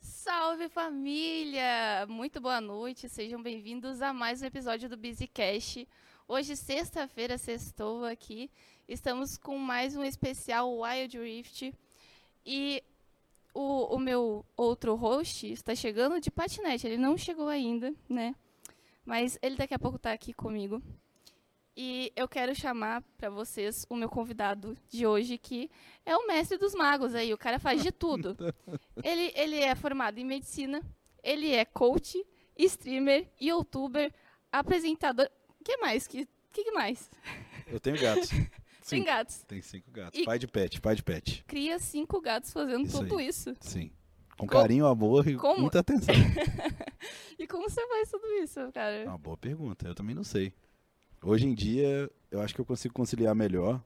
Salve família! Muito boa noite, sejam bem-vindos a mais um episódio do BusyCast. Hoje, sexta-feira, sextou aqui, estamos com mais um especial Wild Rift e o, o meu outro host está chegando de patinete, ele não chegou ainda, né? Mas ele daqui a pouco está aqui comigo. E eu quero chamar para vocês o meu convidado de hoje, que é o mestre dos magos aí, o cara faz de tudo. Ele, ele é formado em medicina, ele é coach, streamer, youtuber, apresentador. O que mais? que, que mais? Eu tenho gatos. Tem Cinco. gatos. Tem cinco gatos. E- Pai de pet, pai de pet. Cria cinco gatos fazendo Isso tudo isso. Sim. Com Como- carinho, amor e como- muita atenção. E como você faz tudo isso, É cara? uma boa pergunta. Eu também não sei. Hoje em dia, eu acho que eu consigo conciliar melhor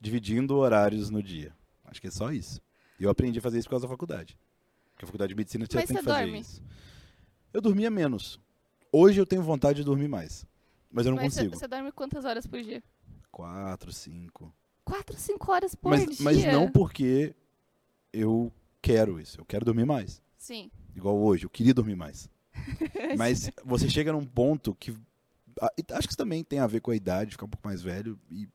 dividindo horários no dia. Acho que é só isso. E eu aprendi a fazer isso por causa da faculdade. Porque a faculdade de medicina você Mas tem você que fazer dorme? isso. Eu dormia menos. Hoje eu tenho vontade de dormir mais. Mas eu não Mas você- tá consigo. Você, dorme quantas horas por dia? Quatro, cinco. Quatro, cinco horas por Mas, dia. mas não porque eu quero isso. Eu quero dormir mais. Sim. Igual hoje, eu queria dormir mais. Mas você chega num ponto que. a- e Acho que isso também tem a ver com a idade, ficar um pouco mais velho e.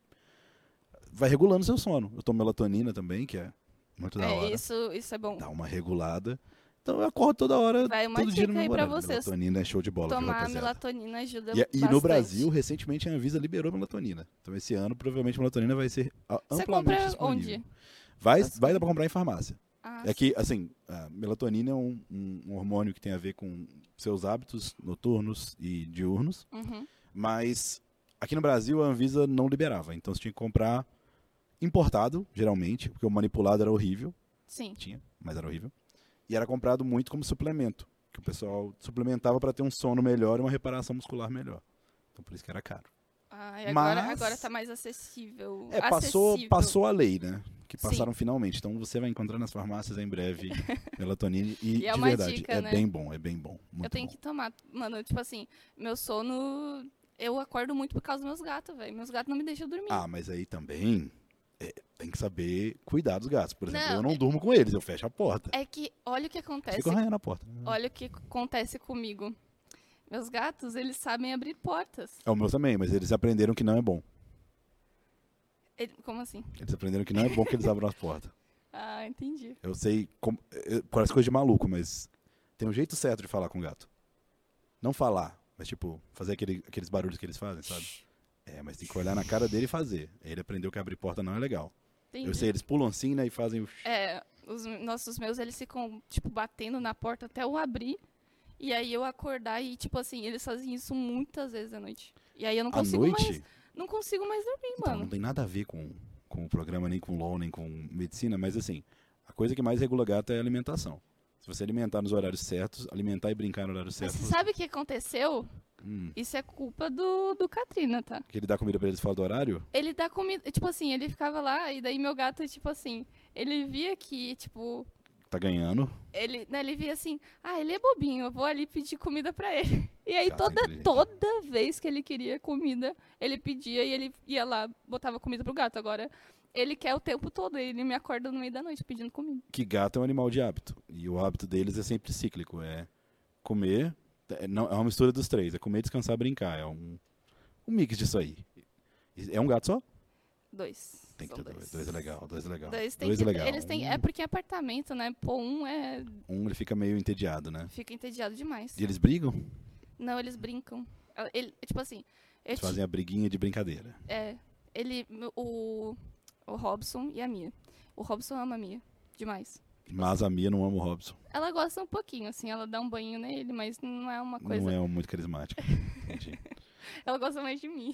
Vai regulando seu sono. Eu tomo melatonina também, que é muito da É, hora. isso, isso é bom. Dá uma regulada. Então eu acordo toda hora. Vai uma todo dia dica no meu aí pra horário. vocês. Melatonina é show de bola, viu, Tomar a rapaziada? melatonina ajuda E, e no bastante. Brasil, recentemente a Anvisa liberou melatonina. Então esse ano, provavelmente, a melatonina vai ser a- Você amplamente compra disponível. onde? Vai, Nas- vai dar pra comprar em farmácia. Ah, É que, assim, a melatonina é um, um- um hormônio que tem a ver com seus hábitos noturnos e diurnos, uhum. mas aqui no Brasil a Anvisa não liberava, então você tinha que comprar importado, geralmente, porque o manipulado era horrível, Sim. Uhum. tinha, mas era horrível, e era comprado muito como suplemento, que o pessoal suplementava para ter um sono melhor e uma reparação muscular melhor. Então por isso que era caro. Ah, e agora, Mas- agora tá mais acessível. É, passou, Acessível. passou a lei, né? Que Sim. passaram finalmente. Então você vai encontrar nas farmácias em breve melatonina e, E é de uma verdade, dica, é né? bem bom, é bem bom. Muito Eu tenho bom. que tomar. Mano, tipo assim, meu sono. Eu acordo muito por causa dos meus gatos, velho. Meus gatos não me deixam dormir. Ah, mas aí também é, tem que saber cuidar dos gatos. Por exemplo, Não, eu não é- durmo com eles, eu fecho a porta. É que, olha o que acontece. Fico arranhando a porta. Olha o que acontece comigo. Meus gatos, eles sabem abrir portas. É o meu também, mas eles aprenderam que não é bom. Ele- como assim? Eles aprenderam que não é bom que eles abram as portas. Ah, entendi. Eu sei como. é, Parece coisa de maluco, mas tem um jeito certo de falar com o gato. Não falar, mas tipo, fazer aquele- aqueles barulhos que eles fazem, sabe? É, mas tem que olhar na cara dele e fazer. Ele aprendeu que abrir porta não é legal. Entendi. Eu sei, eles pulam assim, né, e fazem o... É, os nossos meus, eles ficam, tipo, batendo na porta até eu abrir. E aí eu acordar e, tipo assim, eles fazem isso muitas vezes à noite. E aí eu não à consigo mais. noite. Não consigo mais dormir, Então, mano. não tem nada a ver com, com o programa, nem com LOL, nem com medicina, mas assim, a coisa que mais regula gato é a alimentação. Se você alimentar nos horários certos, alimentar e brincar no horário Mas certo, você sabe o que aconteceu? hum, Isso é culpa do, do Katrina, tá? que ele dá comida pra eles fora do horário, Ele dá comida. Tipo assim, ele ficava lá e daí meu gato, tipo assim, ele via que, tipo. tá ganhando. Ele, né, ele via assim, ah, ele é bobinho, eu vou ali pedir comida pra ele. E aí Gato é toda, inteligente. toda vez que ele queria comida, ele pedia e ele ia lá, botava comida pro gato. Agora, ele quer o tempo todo, ele me acorda no meio da noite pedindo comida. Que gato é um animal de hábito. E o hábito deles é sempre cíclico. É comer. É, não, é uma mistura dos três. É comer, descansar, brincar. É um, um mix disso aí. E- É um gato só? Dois. Tem que São ter dois. Dois é legal, dois é legal. Dois tem dois que, é legal. Eles têm, um, é porque é apartamento, né? Pô, um é, um ele fica meio entediado, né? fica entediado demais. E eles brigam? Não, eles brincam. Ah, Ele, tipo assim, eu Eles ti- fazem a briguinha de brincadeira. é, ele, meu- o, o Robson e a Mia. O Robson ama a Mia demais. Mas a Mia não ama o Robson. Ela gosta um pouquinho, assim, ela dá um banho nele, mas não é uma coisa. Não é um muito carismática. Entendi. Ela gosta mais de mim.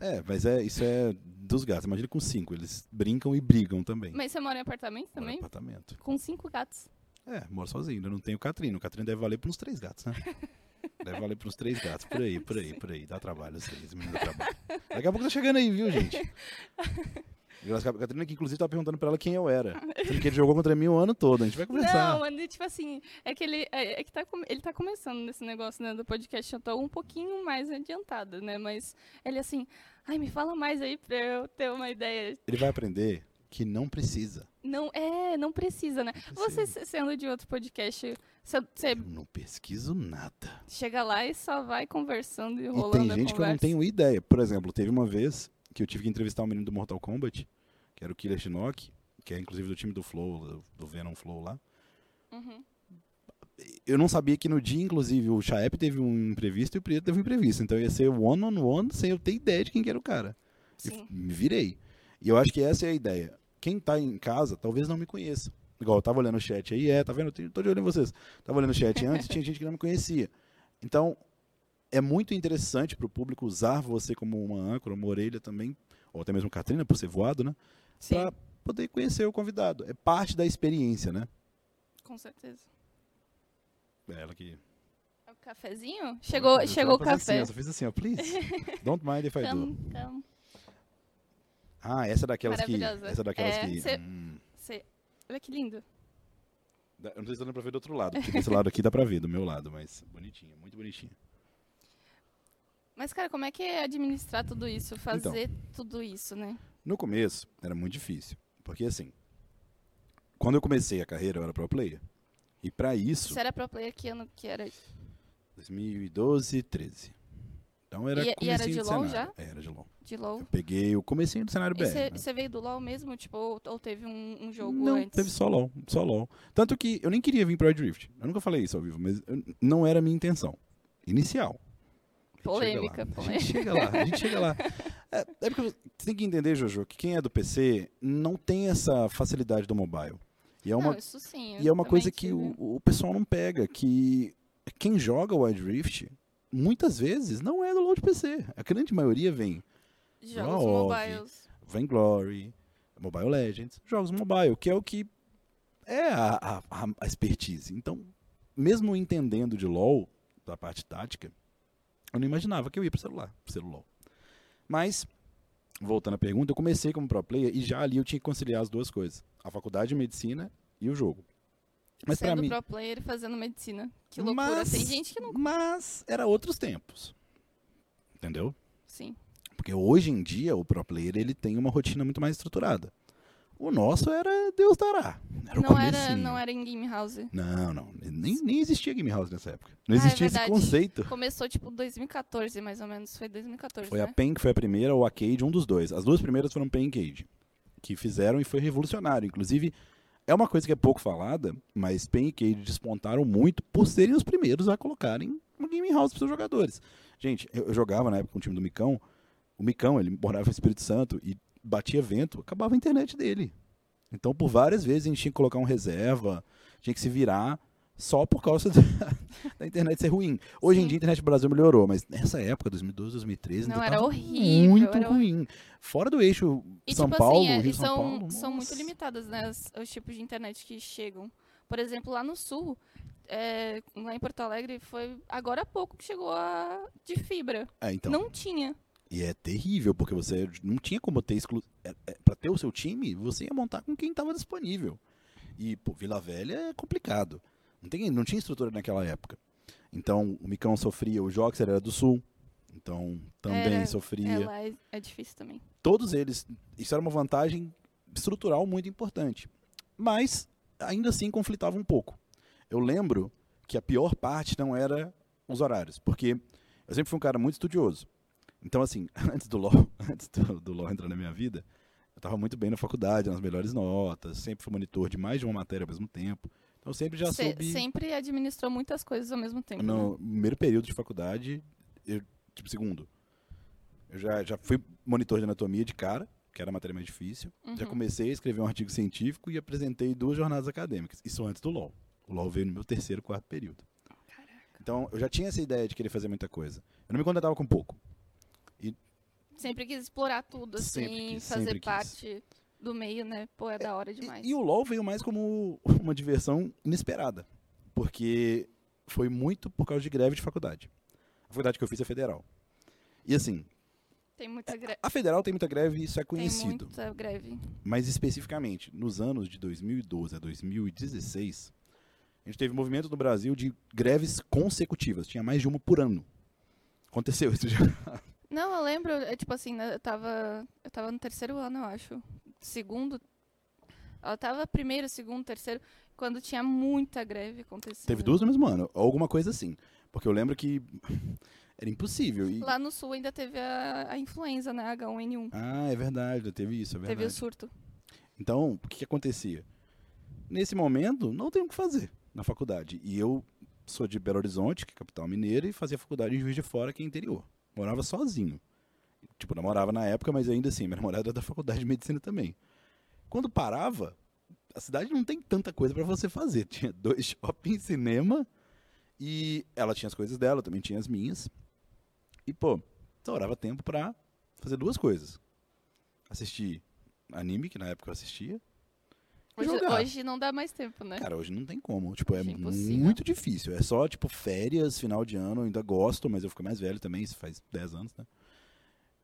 é, mas é, isso é dos gatos. Imagina com cinco. Eles brincam e brigam também. Mas você mora em apartamento Mora também? em apartamento. Com cinco gatos. É, moro sozinho. Eu não tenho o Catrina. O Catrina deve valer para uns três gatos, né? Deve valer para uns três gatos. Por aí, por aí, por aí. Dá trabalho, assim, esse menino dá trabalho. Daqui a pouco tá chegando aí, viu, gente? A Catrina que inclusive tava perguntando pra ela quem eu era. Sendo que ele jogou contra mim o ano todo. A gente vai conversar. Não, ele, tipo assim, é que ele é, é que tá, com- ele tá começando nesse negócio né, do podcast, eu tô um pouquinho mais adiantada, né? Mas ele assim, ai, me fala mais aí pra eu ter uma ideia. Ele vai aprender que não precisa. Não, é, não precisa, né? Não Você precisa. se- sendo de outro podcast, você- você Eu não pesquiso nada. chega lá e só vai conversando e E rolando tem gente a que eu não conversa. tenho ideia. Por exemplo, teve uma vez que eu tive que entrevistar um menino do Mortal Kombat, que era o Killer Shinnok, que é inclusive do time do Flow, do Venom Flow lá. Uhum. Eu não sabia que no dia, inclusive, o Chaep teve um imprevisto e o Prieto teve um imprevisto. Então ia ser one on one sem eu ter ideia de quem que era o cara. E Sim. me virei. E eu acho que essa é a ideia. Quem tá em casa talvez não me conheça. Igual eu tava olhando o chat aí, é, tá vendo? Eu tenho- tô de olho em vocês. Tava olhando o chat antes, tinha gente que não me conhecia. Então, é muito interessante pro público usar você como uma âncora, uma orelha também, ou até mesmo Catrina, por ser voado, né? Sim, Pra poder conhecer o convidado. É parte da experiência, né? com certeza. É ela que. É O cafezinho? Chegou, Eu só chegou o fazer assim, café. Então, eu só fiz assim, ó, please. Don't mind if I do. Cam, cam. Ah, essa é daquelas que. Maravilhosa. Essa é daquelas É, que. cê- hum. Cê- Olha que lindo. Da- Eu não sei se dá pra ver do outro lado, porque desse lado aqui dá pra ver, do meu lado, mas bonitinha, muito bonitinha. Mas, cara, como é que é administrar tudo isso? Então. Fazer tudo isso, né? No começo, era muito difícil, porque assim, quando eu comecei a carreira, eu era pro player, e pra isso, Você era pro player que ano que era? 2012, 13. Então era E- e era comecinho de do LOL cenário. já? É, Era de LOL. De LoL? Eu peguei o comecinho do cenário E BR. né? você veio do LoL mesmo, tipo, ou, ou teve um, um jogo não, antes? teve só LOL, só LOL. Tanto que eu nem queria vir pro Drift. Eu nunca falei isso ao vivo, mas eu- não era a minha intenção. Inicial. A gente chega Polêmica, lá. polêmica. A gente chega lá, a gente chega lá. É, é porque você tem que entender, Jojo, que quem é do PC não tem essa facilidade do mobile. E é uma, Não, isso sim. eu e é uma também coisa que tive. o, o pessoal não pega, que quem joga o Wild Rift, muitas vezes, não é do load PC. A grande maioria vem Jogos Wow, mobiles. Vainglory, Mobile Legends, jogos mobile, que é o que é a, a- a- a expertise. Então, mesmo entendendo de LoL, da parte tática, eu não imaginava que eu ia pro celular, pro celular. Mas, voltando à pergunta, eu comecei como pro player e já ali eu tinha que conciliar as duas coisas. A faculdade de medicina e o jogo. Mas pra Sendo mim... pro player e fazendo medicina. Que loucura. mas- Tem gente que não... Mas era outros tempos. Entendeu? Sim. Porque hoje em dia o pro player ele tem uma rotina muito mais estruturada. O nosso era Deus dará. Era o não, era, comecinho. não era em Game House. Não, não. Nem, nem existia Game House nessa época. Não Ah, é existia esse verdade. conceito. Começou, tipo, 2014, mais ou menos. Foi 2014, Foi a né? PEN que foi a primeira, ou a Cade, um dos dois. As duas primeiras foram PEN e Cade, que fizeram e foi revolucionário. Inclusive, é uma coisa que é pouco falada, mas PEN e Cade despontaram muito por serem os primeiros a colocarem um Game House para seus jogadores. Gente, eu, eu jogava na época com o time do Micão. O Micão, ele morava em Espírito Santo e batia vento, acabava a internet dele. Então, por várias vezes, a gente tinha que colocar um reserva, tinha que se virar só por causa da, da internet ser ruim. Hoje em Sim. dia, a internet do Brasil melhorou, mas nessa época, 2012, 2013, Não, ainda era tava horrível, muito era ruim. Fora do eixo E, São tipo Paulo, assim, é, Rio e São são, Paulo. são muito nossa. limitadas, né, as- os tipos de internet que chegam. Por exemplo, lá no sul, é, lá em Porto Alegre, foi agora há pouco que chegou a de fibra. É, então. Não tinha. E é terrível, porque você não tinha como ter exclu... é, é, Pra ter o seu time, você ia montar com quem estava disponível. E, pô, Vila Velha é complicado. Não, tem, não tinha estrutura naquela época. Então, o Micão sofria, o Joxer era do Sul. Então, também Era, sofria. É, lá é, é difícil também. todos eles, isso era uma vantagem estrutural muito importante. Mas, ainda assim, conflitava um pouco. Eu lembro que a pior parte não era os horários, porque eu sempre fui um cara muito estudioso. Então, assim, antes do LOL, antes do, do LOL entrar na minha vida, eu estava muito bem na faculdade, nas melhores notas, sempre fui monitor de mais de uma matéria ao mesmo tempo. Então, eu sempre já Cê soube... Sempre administrou muitas coisas ao mesmo tempo. né? No primeiro período de faculdade, eu, tipo, segundo. Eu já, já fui monitor de anatomia de cara, que era a matéria mais difícil. Já Uhum. comecei a escrever um artigo científico e apresentei duas jornadas acadêmicas. Isso antes do LOL. O LOL veio no meu terceiro, quarto período. Então, eu já tinha essa ideia de querer fazer muita coisa. Eu não me contentava com pouco. Sempre quis explorar tudo, assim, Sempre quis, sempre fazer quis. parte do meio, né? Pô, é da hora E- demais. E, o LoL veio mais como uma diversão inesperada, porque foi muito por causa de greve de faculdade. A faculdade que eu fiz é federal. E assim, Tem muita greve. a federal tem muita greve, isso é Tem conhecido. muita greve. Mas especificamente, nos anos de 2012 a 2016, a gente teve movimento no Brasil de greves consecutivas. Tinha mais de uma por ano. Aconteceu isso já. Não, eu lembro, é, tipo assim, né, eu tava, eu tava no terceiro ano, eu acho. Segundo, Ela tava primeiro, segundo, terceiro, quando tinha muita greve acontecendo. Teve duas no mesmo ano, ou alguma coisa assim. Porque eu lembro que era impossível. e- Lá no sul ainda teve a, a influenza, né? H1N1. Ah, é verdade, teve isso, é teve o verdade. surto. Então, o que, que acontecia? Nesse momento, não tem o que fazer na faculdade. E eu sou de Belo Horizonte, que é capital mineira, e fazia faculdade em Juiz de Fora, que é interior. Morava sozinho. Tipo, namorava na época, mas ainda assim, minha namorada era da faculdade de medicina também. Quando parava, a cidade não tem tanta coisa pra você fazer. Tinha dois shoppings, cinema, e ela tinha as coisas dela, eu também tinha as minhas. E, pô, sobrava tempo pra fazer duas coisas. Assistir anime, que na época eu assistia. e Hoje, jogar. hoje não dá mais tempo, né? Cara, hoje não tem como. Tipo, é Hoje é impossível. muito difícil. É só, tipo, férias, final de ano. Eu ainda gosto, mas eu fico mais velho também. Isso faz 10 anos, né?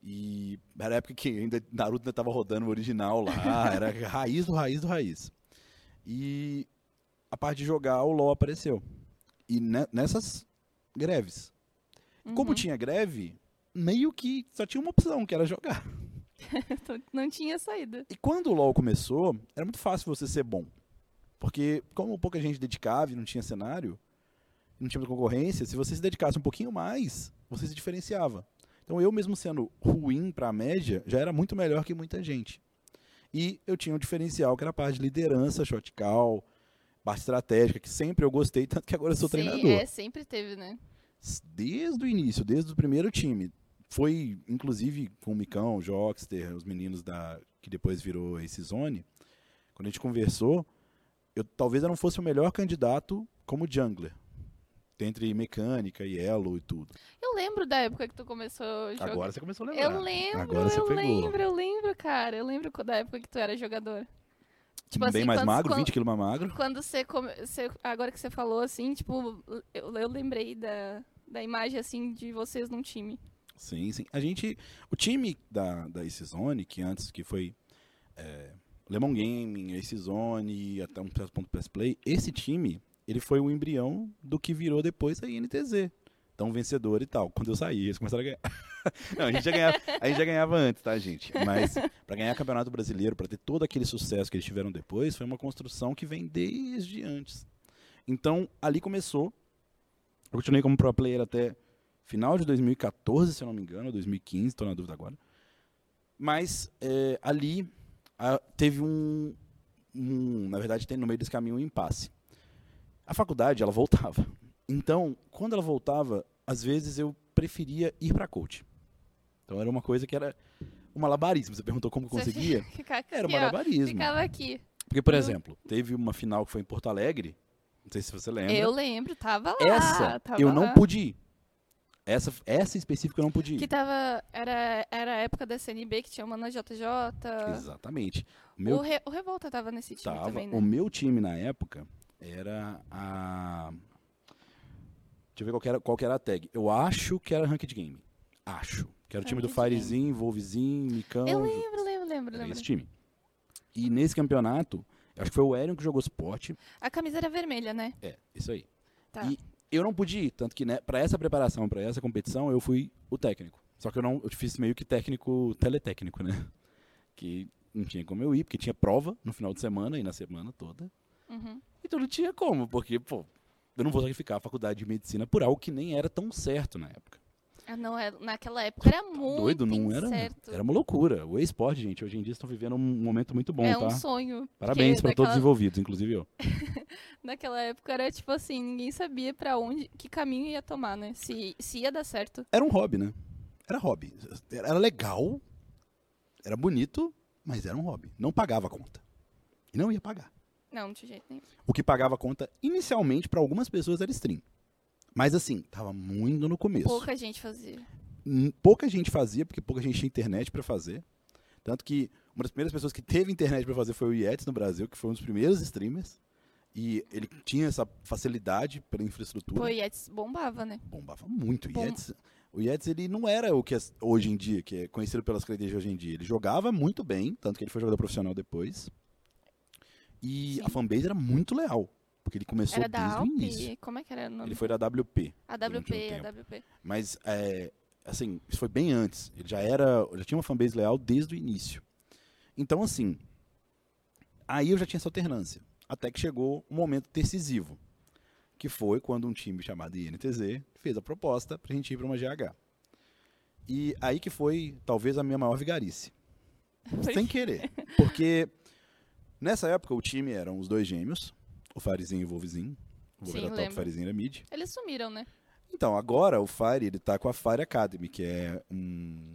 E era a época que ainda Naruto ainda tava rodando o original lá. Era raiz do raiz do raiz. E a parte de jogar, o LoL apareceu. E ne- nessas greves. Como Uhum. tinha greve, meio que só tinha uma opção, que era jogar. Então, não tinha saída. E quando o LoL começou, era muito fácil você ser bom. Porque, como pouca gente dedicava e não tinha cenário, não tinha muita concorrência, se você se dedicasse um pouquinho mais, você se diferenciava. Então, eu mesmo sendo ruim pra média, já era muito melhor que muita gente. E eu tinha um diferencial, que era a parte de liderança, shot call, parte estratégica, que sempre eu gostei, tanto que agora eu sou Sim, treinador É, sempre teve, né? desde o início, desde o primeiro time. Foi, inclusive, com o Micão, o Jockster, os meninos da que depois virou esse Zone. Quando a gente conversou, eu talvez eu não fosse o melhor candidato como jungler. Entre mecânica e elo e tudo. Eu lembro da época que tu começou a jogar. Agora você começou a lembrar. Eu lembro, é. Agora você eu pegou. lembro, eu lembro, cara. Eu lembro da época que tu era jogador. Tipo Bem assim, mais quando- magro, um? quando- 20 quilos mais magro. Quando você, come- você- Agora que você falou, assim, tipo, eu, eu lembrei da, da imagem, assim, de vocês num time. Sim, sim. A gente. O time da, da Ace Zone, que antes que foi é, Lemon Gaming, Ace Zone, até um certo ponto PS Play, esse time, ele foi o embrião do que virou depois a INTZ. Então, vencedor e tal. Quando eu saí, eles começaram a ganhar. Não, a gente já ganhava, a gente já ganhava antes, tá, gente? Mas para ganhar Campeonato Brasileiro, para ter todo aquele sucesso que eles tiveram depois, foi uma construção que vem desde antes. Então, ali começou. Eu continuei como pro player até final de 2014, se eu não me engano, ou 2015, tô na dúvida agora. Mas é, ali a- teve um, um- Na verdade, tem no meio desse caminho um impasse. A faculdade, ela voltava. Então, quando ela voltava, às vezes eu preferia ir para coach. Então era uma coisa que era um malabarismo. Você perguntou como eu Você conseguia? Ficar aqui, Era um ó, malabarismo. Ficava aqui. Porque, por Eu- exemplo, teve uma final que foi em Porto Alegre. Não sei se você lembra. Eu lembro, tava lá. essa tava eu não lá. pude ir. Essa, essa específica eu não pude ir. Que tava. Era, era a época da CNB que tinha uma na JJ. Exatamente. O O, meu, Re- o Revolta tava nesse time tava, também, né? o meu time na época era a. Deixa eu ver qual que era, qual que era a tag. Eu acho que era Ranked Game. Acho. Que era o time do Ranked Game. Firezinho, Volvezinho, Micão. Eu Ju- lembro, lembro, lembro, Era lembro. esse time. E nesse campeonato, eu acho que foi o Eren que jogou suporte. A camisa era vermelha, né? É, isso aí. Tá. E eu não pude ir, tanto que né, para essa preparação, para essa competição, eu fui o técnico. Só que eu não, eu fiz meio que técnico teletécnico, né? Que não tinha como eu ir, porque tinha prova no final de semana e na semana toda. Uhum. Então não tinha como, porque, pô, eu não vou sacrificar a faculdade de medicina por algo que nem era tão certo na época. Ah, não, é- naquela época era muito Tá Doido, não era? né? incerto. Era uma loucura. O esporte, gente, hoje em dia estão vivendo um momento muito bom, é tá? um sonho. é porque Parabéns para todos os naquela, envolvidos, inclusive eu. Naquela época era tipo assim, ninguém sabia pra onde, que caminho ia tomar, né? Se, se ia dar certo. era um hobby, né? Era hobby. Era era legal, era bonito, mas era um hobby. Não pagava a conta. E não ia pagar. Não, não tinha jeito nenhum. O que pagava a conta inicialmente para algumas pessoas era stream. Mas assim, tava muito no começo. Pouca, Pouca gente fazia. pouca gente fazia, porque pouca gente tinha internet para fazer. Tanto que uma das primeiras pessoas que teve internet para fazer foi o Yetis no Brasil, que foi um dos primeiros streamers. E ele tinha essa facilidade pela infraestrutura. Pô, Yetis bombava, né? bombava muito. Bom- O Yetis, o Yetis, ele não era o que é hoje em dia, que é conhecido pelas credenciais de hoje em dia. Ele jogava muito bem, tanto que ele foi jogador profissional depois. E a Sim. fanbase era muito leal, porque ele começou Era desde da o início. Alp. Como é que era o nome? Ele foi da WP. A durante um WP, tempo. a WP. Mas, é, assim, isso foi bem antes. Ele já era, já tinha uma fanbase leal desde o início. Então, assim, Aí eu já tinha essa alternância. Até que chegou um momento decisivo, que foi quando um time chamado INTZ fez a proposta pra gente ir pra uma GH. E aí que foi, talvez, a minha maior vigarice. Sem querer. Porque nessa época o time eram os dois gêmeos, o Farizinho e o Wolvezinho. O Wolve Sim, era top, lembro. o Farizinho era mid. Eles sumiram, né? Então, agora o Fire, ele tá com a Fire Academy, que é um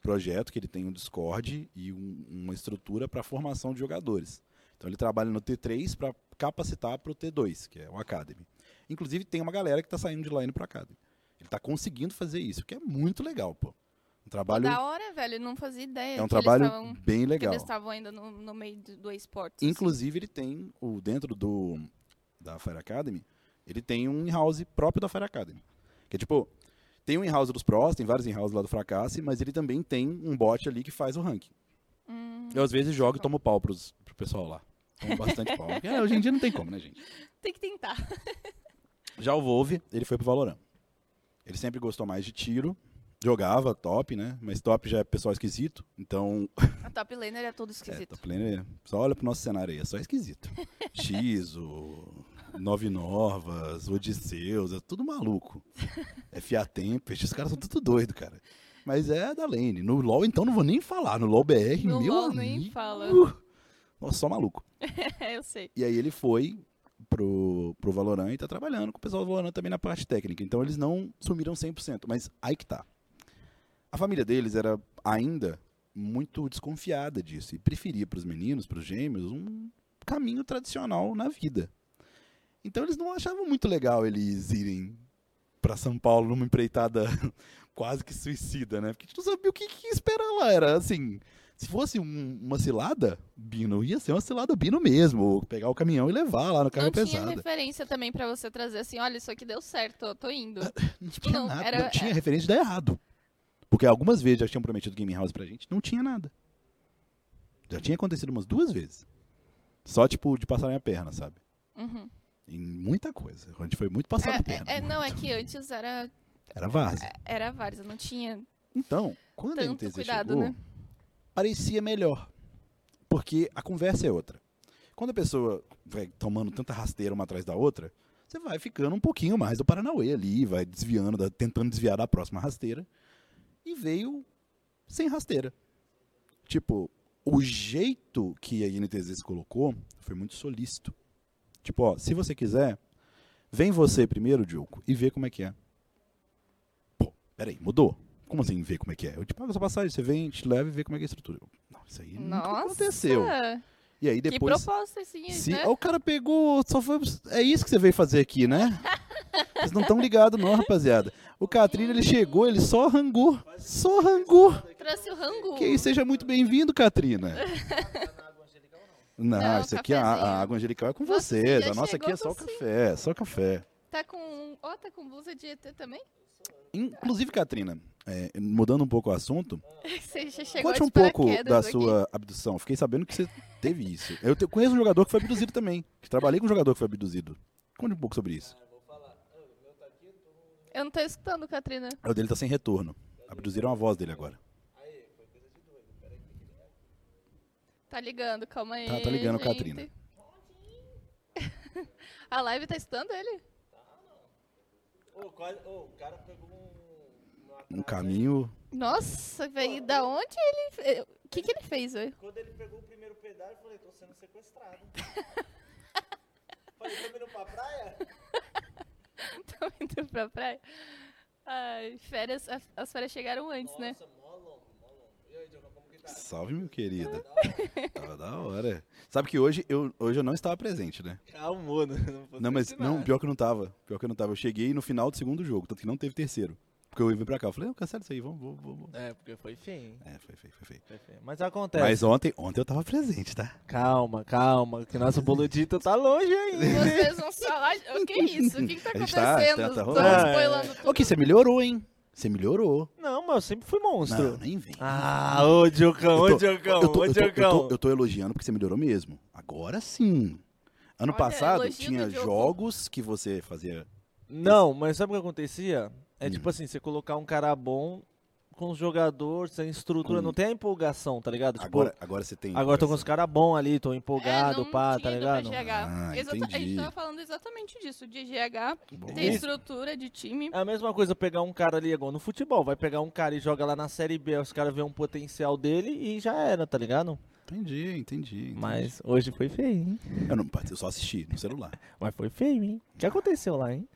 projeto que ele tem um Discord e um- uma estrutura para formação de jogadores. Então ele trabalha no T3 para capacitar para o T2, que é o Academy. Inclusive tem uma galera que tá saindo de lá indo para Academy. Ele tá conseguindo fazer isso, o que é muito legal, pô. Um trabalho Da hora, velho. eu Não fazia ideia. é um que eles trabalho tavam- bem que legal. eles estavam ainda no, no meio do, do esportes. assim. Inclusive, ele tem, o, dentro do da Fire Academy, ele tem um in-house próprio da Fire Academy. Que é tipo, tem um in-house dos prós, tem vários in-house lá do fracasse, mas ele também tem um bot ali que faz o ranking. Hum, Eu às vezes jogo e tomo pau pros, pro pessoal lá. Tomo bastante pau. Porque, é, hoje em dia não tem como, né, gente? tem que tentar. Já o Volve, ele foi pro Valorant. Ele sempre gostou mais de tiro, jogava top, né? Mas top já é pessoal esquisito, então A top laner é todo É, esquisito. top laner, só olha pro nosso cenário aí, é só esquisito. X, o Nove Novas, Odisseus, é tudo maluco. É Fia Tempest, os caras são tudo doido, cara. Mas é da lane. No LoL, então, não vou nem falar. No LoL BR, No meu LoL amigo. Uh. nem fala. Nossa, só maluco. É, eu sei. E aí ele foi pro, pro Valorant e tá trabalhando com o pessoal do Valorant também na parte técnica. Então eles não sumiram 100%, mas aí que tá. A família deles era ainda muito desconfiada disso e preferia pros meninos, pros gêmeos, um caminho tradicional na vida. Então eles não achavam muito legal eles irem pra São Paulo numa empreitada quase que suicida, né? Porque a gente não sabia o que, que esperar lá. Era assim, se fosse um- uma cilada, Bino, ia ser uma cilada Bino mesmo. Pegar o caminhão e levar lá no carro não tinha pesado. referência também pra você trazer assim, olha, isso aqui deu certo, eu tô indo. Não tinha Tipo, não, nada. era- é. não tinha referência de dar errado. Porque algumas vezes já tinham prometido Game House pra gente, não tinha nada. Já tinha acontecido umas duas vezes. Só, tipo, de passarem a perna, sabe? Uhum. Em muita coisa. A gente foi muito passado a perna. É, é, não, é muito. que antes era, Era vaso. era várzea, não tinha. Então, quando a Tanto NTZ cuidado, chegou, né? parecia melhor. Porque a conversa é outra. Quando a pessoa vai tomando tanta rasteira uma atrás da outra, você vai ficando um pouquinho mais do Paranauê ali, vai desviando, da- tentando desviar da próxima rasteira. E veio sem rasteira. Tipo, o jeito que a INTZ se colocou foi muito solícito. Tipo, ó, se você quiser, vem você primeiro, Diogo, e vê como é que é. Pô, peraí, mudou. Como assim ver como é que é? Eu te pago a sua passagem, você vem, te leva e vê como é que é a estrutura. Eu, Não, isso aí nunca Nossa! aconteceu. E aí Que depois. proposta assim, Se, né? Ó, O cara pegou, só foi. É isso que você veio fazer aqui, né? Vocês não estão ligados, não, rapaziada. O Catrino, ele chegou, ele só rangou. Só rangou. Trouxe o rango. Que aí, seja muito bem-vindo, Catrina. Não, Não, isso aqui, a, cafezinho. a água angelical é com Nossa, vocês. já A nossa aqui é só chegou o café, só café. Tá com. Ó, tá com blusa de ET também? Inclusive, Catrina, é, mudando um pouco o assunto, Você já chegou conte de um pouco paraquedas da aqui. sua abdução. Fiquei sabendo que você teve isso. Eu te- conheço um jogador que foi abduzido também. que Trabalhei com um jogador que foi abduzido. Conte um pouco sobre isso. Eu não tô escutando, Katrina. O dele tá sem retorno. Abduziram a voz dele agora. Tá ligando, calma aí. Tá- tá ligando, gente. Katrina. A live tá escutando ele? Ô, quase, ô, o cara pegou um. um Um atraso caminho. Nossa, velho, da onde ele. O que, que ele fez, velho? aí. Quando ele pegou o primeiro pedaço, eu falei, tô sendo sequestrado. falei, tô indo pra praia? Tão indo pra praia. Ai, férias, a- as férias chegaram antes, né? Nossa, mó longo, mó longo. E aí, Diogo, como que tá? Salve, meu querido. Tava da hora. Sabe que hoje eu, hoje eu não estava presente, né? Calmou, né? Não, mas é. não, pior que eu não tava. Pior que eu não tava. Eu cheguei no final do segundo jogo, tanto que não teve terceiro. Porque eu vim pra cá. Eu falei, eu cancela isso aí, vamos, vamos, vamos. É, porque foi feio, hein? É, foi feio, foi feio. Foi feio. Mas É. acontece. Mas ontem, ontem eu tava presente, tá? Calma, calma, que nosso boludito tá longe ainda. Vocês vão falar. O que é isso? O que, que tá A gente tá- acontecendo? tá- tá Tô rolando. É, spoilando É, tudo. Ô, que você melhorou, hein? Você melhorou. Não, mas eu sempre fui Não, monstro. nem vem. Ah, ô, Diocão, ô, Eu tô- Diocão, eu tô- ô, eu tô- eu tô- Diocão. Eu tô elogiando porque você melhorou mesmo. Agora sim. Olha, Ano passado elogio do tinha Diogo. jogos que você fazia. Não, mas sabe o que acontecia? É Hum. tipo assim, você colocar um cara bom com os jogadores, sem estrutura, Com- não tem a empolgação, tá ligado? Hum. Tipo, Agora, agora você tem. agora tô com os empolgação. caras bons ali, tô empolgado, é, não pá, tá tinha ido ligado? Pra GH. Ah, Exata- A gente entendi. tava falando exatamente disso, de GH, Bom. ter Isso. estrutura de time. É a mesma coisa pegar um cara ali, igual no futebol, vai pegar um cara e joga lá na Série B, os caras vê um potencial dele e já era, tá ligado? Entendi, entendi. entendi. Mas hoje foi feio, hein? Eu não eu só assisti no celular. Mas foi feio, hein? O que aconteceu lá, hein?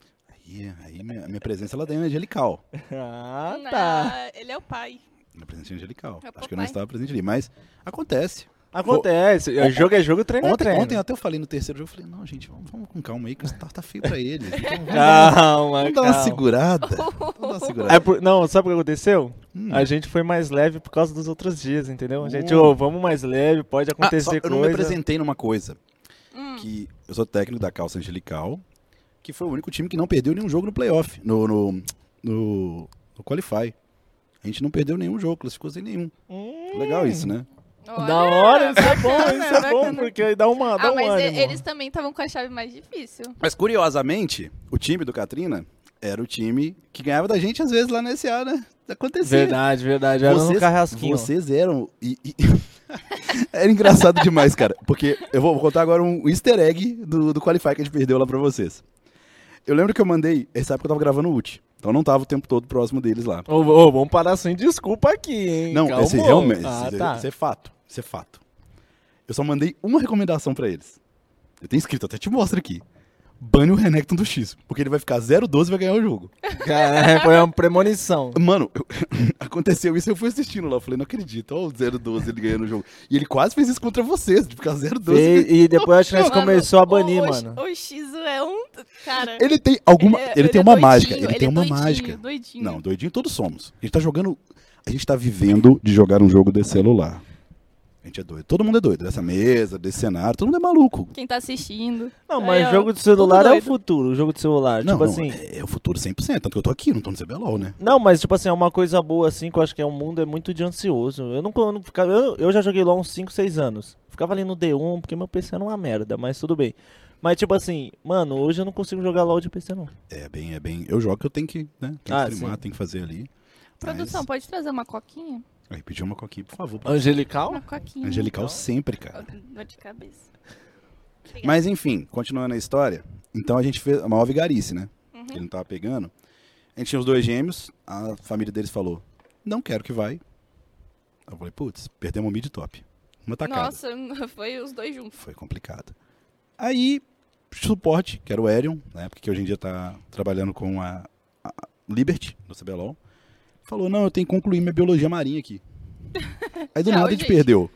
Aí, aí minha, minha presença ela é angelical. Ah, Na- tá. Ele é o pai. Minha presença é angelical. É o Acho que eu papai. não estava presente ali, mas acontece. Acontece. é Jogo é jogo, treino é Ontem, treino. ontem até eu falei no terceiro jogo, eu falei, não, gente, vamos, vamos com calma aí, que isso tá, tá feio pra eles. Então vamos, vamos Calma, dar uma Ah, calma. segurada. Vamos dar uma segurada. É por- não, sabe o É, que aconteceu? Hum. A gente foi mais leve por causa dos outros dias, entendeu? A gente, Hum. ô, vamos mais leve, pode Ah, só- acontecer eu não me coisa. apresentei numa coisa. Hum. Que eu sou técnico da calça angelical, que foi o único time que não perdeu nenhum jogo no playoff, no, no, no, no Qualify. A gente não perdeu nenhum jogo, classificou sem nenhum. Hum, Legal isso, né? Olha, Da hora, isso é bom, bacana, isso é bom, bacana. porque aí dá, uma, dá Ah, um mas e- ânimo. eles também estavam com a chave mais difícil. Mas curiosamente, o time do Katrina era o time que ganhava da gente às vezes lá nesse ano, né? Acontecia. Verdade, verdade. Era no carrasquinho. vocês eram. E, e- era engraçado demais, cara. Porque eu vou contar agora um easter egg do, do Qualify que a gente perdeu lá pra vocês. Eu lembro que eu mandei. Essa época eu tava gravando o UT. Então eu não tava o tempo todo próximo deles lá. Ô, ô, vamos parar sem desculpa aqui, hein? Não, Calma. esse realmente. Ah, esse- tá. Isso é fato. Isso é fato. Eu só mandei uma recomendação pra eles. Eu tenho escrito, até te mostro aqui. Bane o Renekton do X, porque ele vai ficar 0-12 e vai ganhar o jogo. Cara, foi uma premonição. Mano, eu- aconteceu isso, eu fui assistindo lá. Eu falei, não acredito, olha o 0-12 ele ganhando o jogo. E ele quase fez isso contra vocês, de ficar 0-12. Fez- E, depois acho que nós Mano, começou a banir, o, o- mano. O Shizu é um. Cara. Ele tem alguma. Ele, é- tem é uma doidinho, mágica. Ele, tem é uma doidinho, mágica. Doidinho. Não, doidinho todos somos. A gente tá jogando. A gente tá vivendo de jogar um jogo de celular. A gente é doido. Todo mundo é doido. Dessa mesa, desse cenário, todo mundo é maluco. Quem tá assistindo. Não, Aí, mas ó, jogo de celular tudo é o doido. futuro, o jogo de celular. não, tipo não, assim. é, é o futuro 100%. Tanto que eu tô aqui, não tô no CBLOL, né? Não, mas tipo assim, é uma coisa boa assim, que eu acho que é um mundo é muito de ansioso. Eu não, eu não ficava, eu, eu já joguei lá uns 5, 6 anos. Ficava ali no D1, porque meu PC era uma merda, mas tudo bem. Mas tipo assim, mano, hoje eu não consigo jogar LOL de PC não. É bem, é bem. Eu jogo que eu tenho que, né? Tem que Ah, streamar, sim. tem que fazer ali. Produção, pode trazer uma coquinha? Mas... Aí, pediu uma coquinha, por favor. Angelical? Uma coquinha. Angelical sempre, cara. Dor de cabeça. Obrigada. Mas enfim, continuando a história, então a gente fez a maior vigarice, né? Uhum. Que ele não tava pegando. A gente tinha os dois gêmeos, a família deles falou: não quero que vai. Eu falei, putz, perdemos o mid top. Uma tacada. Nossa, foi os dois juntos. Foi complicado. Aí, suporte, que era o Erion, na época que hoje em dia tá trabalhando com a, a Liberty, no CBLOL, falou, não, eu tenho que concluir minha biologia marinha aqui. Aí do Tchau, nada a gente gente. perdeu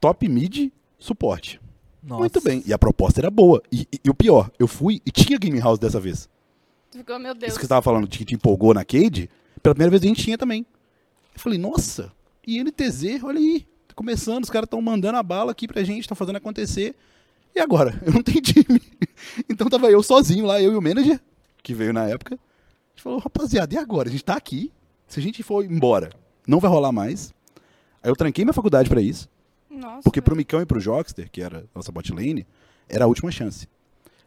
top mid, suporte. Nossa. Muito bem. E a proposta era boa. E, e- e o pior, eu fui e tinha Game House dessa vez. Tu Ficou, meu Deus. Isso que você tava falando de que te empolgou na Cade, pela primeira vez a gente tinha também. Eu falei, nossa, e NTZ, olha aí. Tá começando, os caras estão mandando a bala aqui pra gente, estão fazendo acontecer. E agora? Eu não tenho time. Então tava eu sozinho lá, eu e o manager, que veio na época. A gente falou, rapaziada, e agora? A gente tá aqui. Se a gente for embora, não vai rolar mais. Aí eu tranquei minha faculdade pra isso. Nossa. Porque pro Micão e pro Jockster, que era nossa bot lane, era a última chance.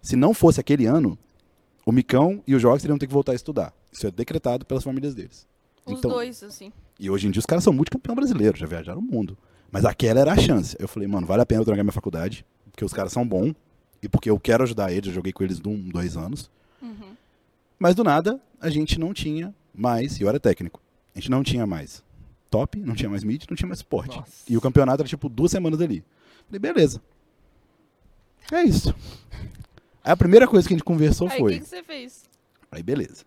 Se não fosse aquele ano, o Micão e o Jockster iriam ter que voltar a estudar. Isso é decretado pelas famílias deles. Os então- dois, assim. E hoje em dia os caras são multicampeão brasileiro, já viajaram o mundo. Mas aquela era a chance. Eu falei, mano, vale a pena eu trancar minha faculdade, porque os caras são bons, e porque eu quero ajudar eles, eu joguei com eles um, dois anos. Uhum. Mas do nada, a gente não tinha mais, e eu era técnico, a gente não tinha mais top, não tinha mais mid, não tinha mais suporte. Nossa. E o campeonato era tipo duas semanas ali. Falei, beleza. É isso. Aí a primeira coisa que a gente conversou Aí, o foi. que, que você fez? Aí beleza.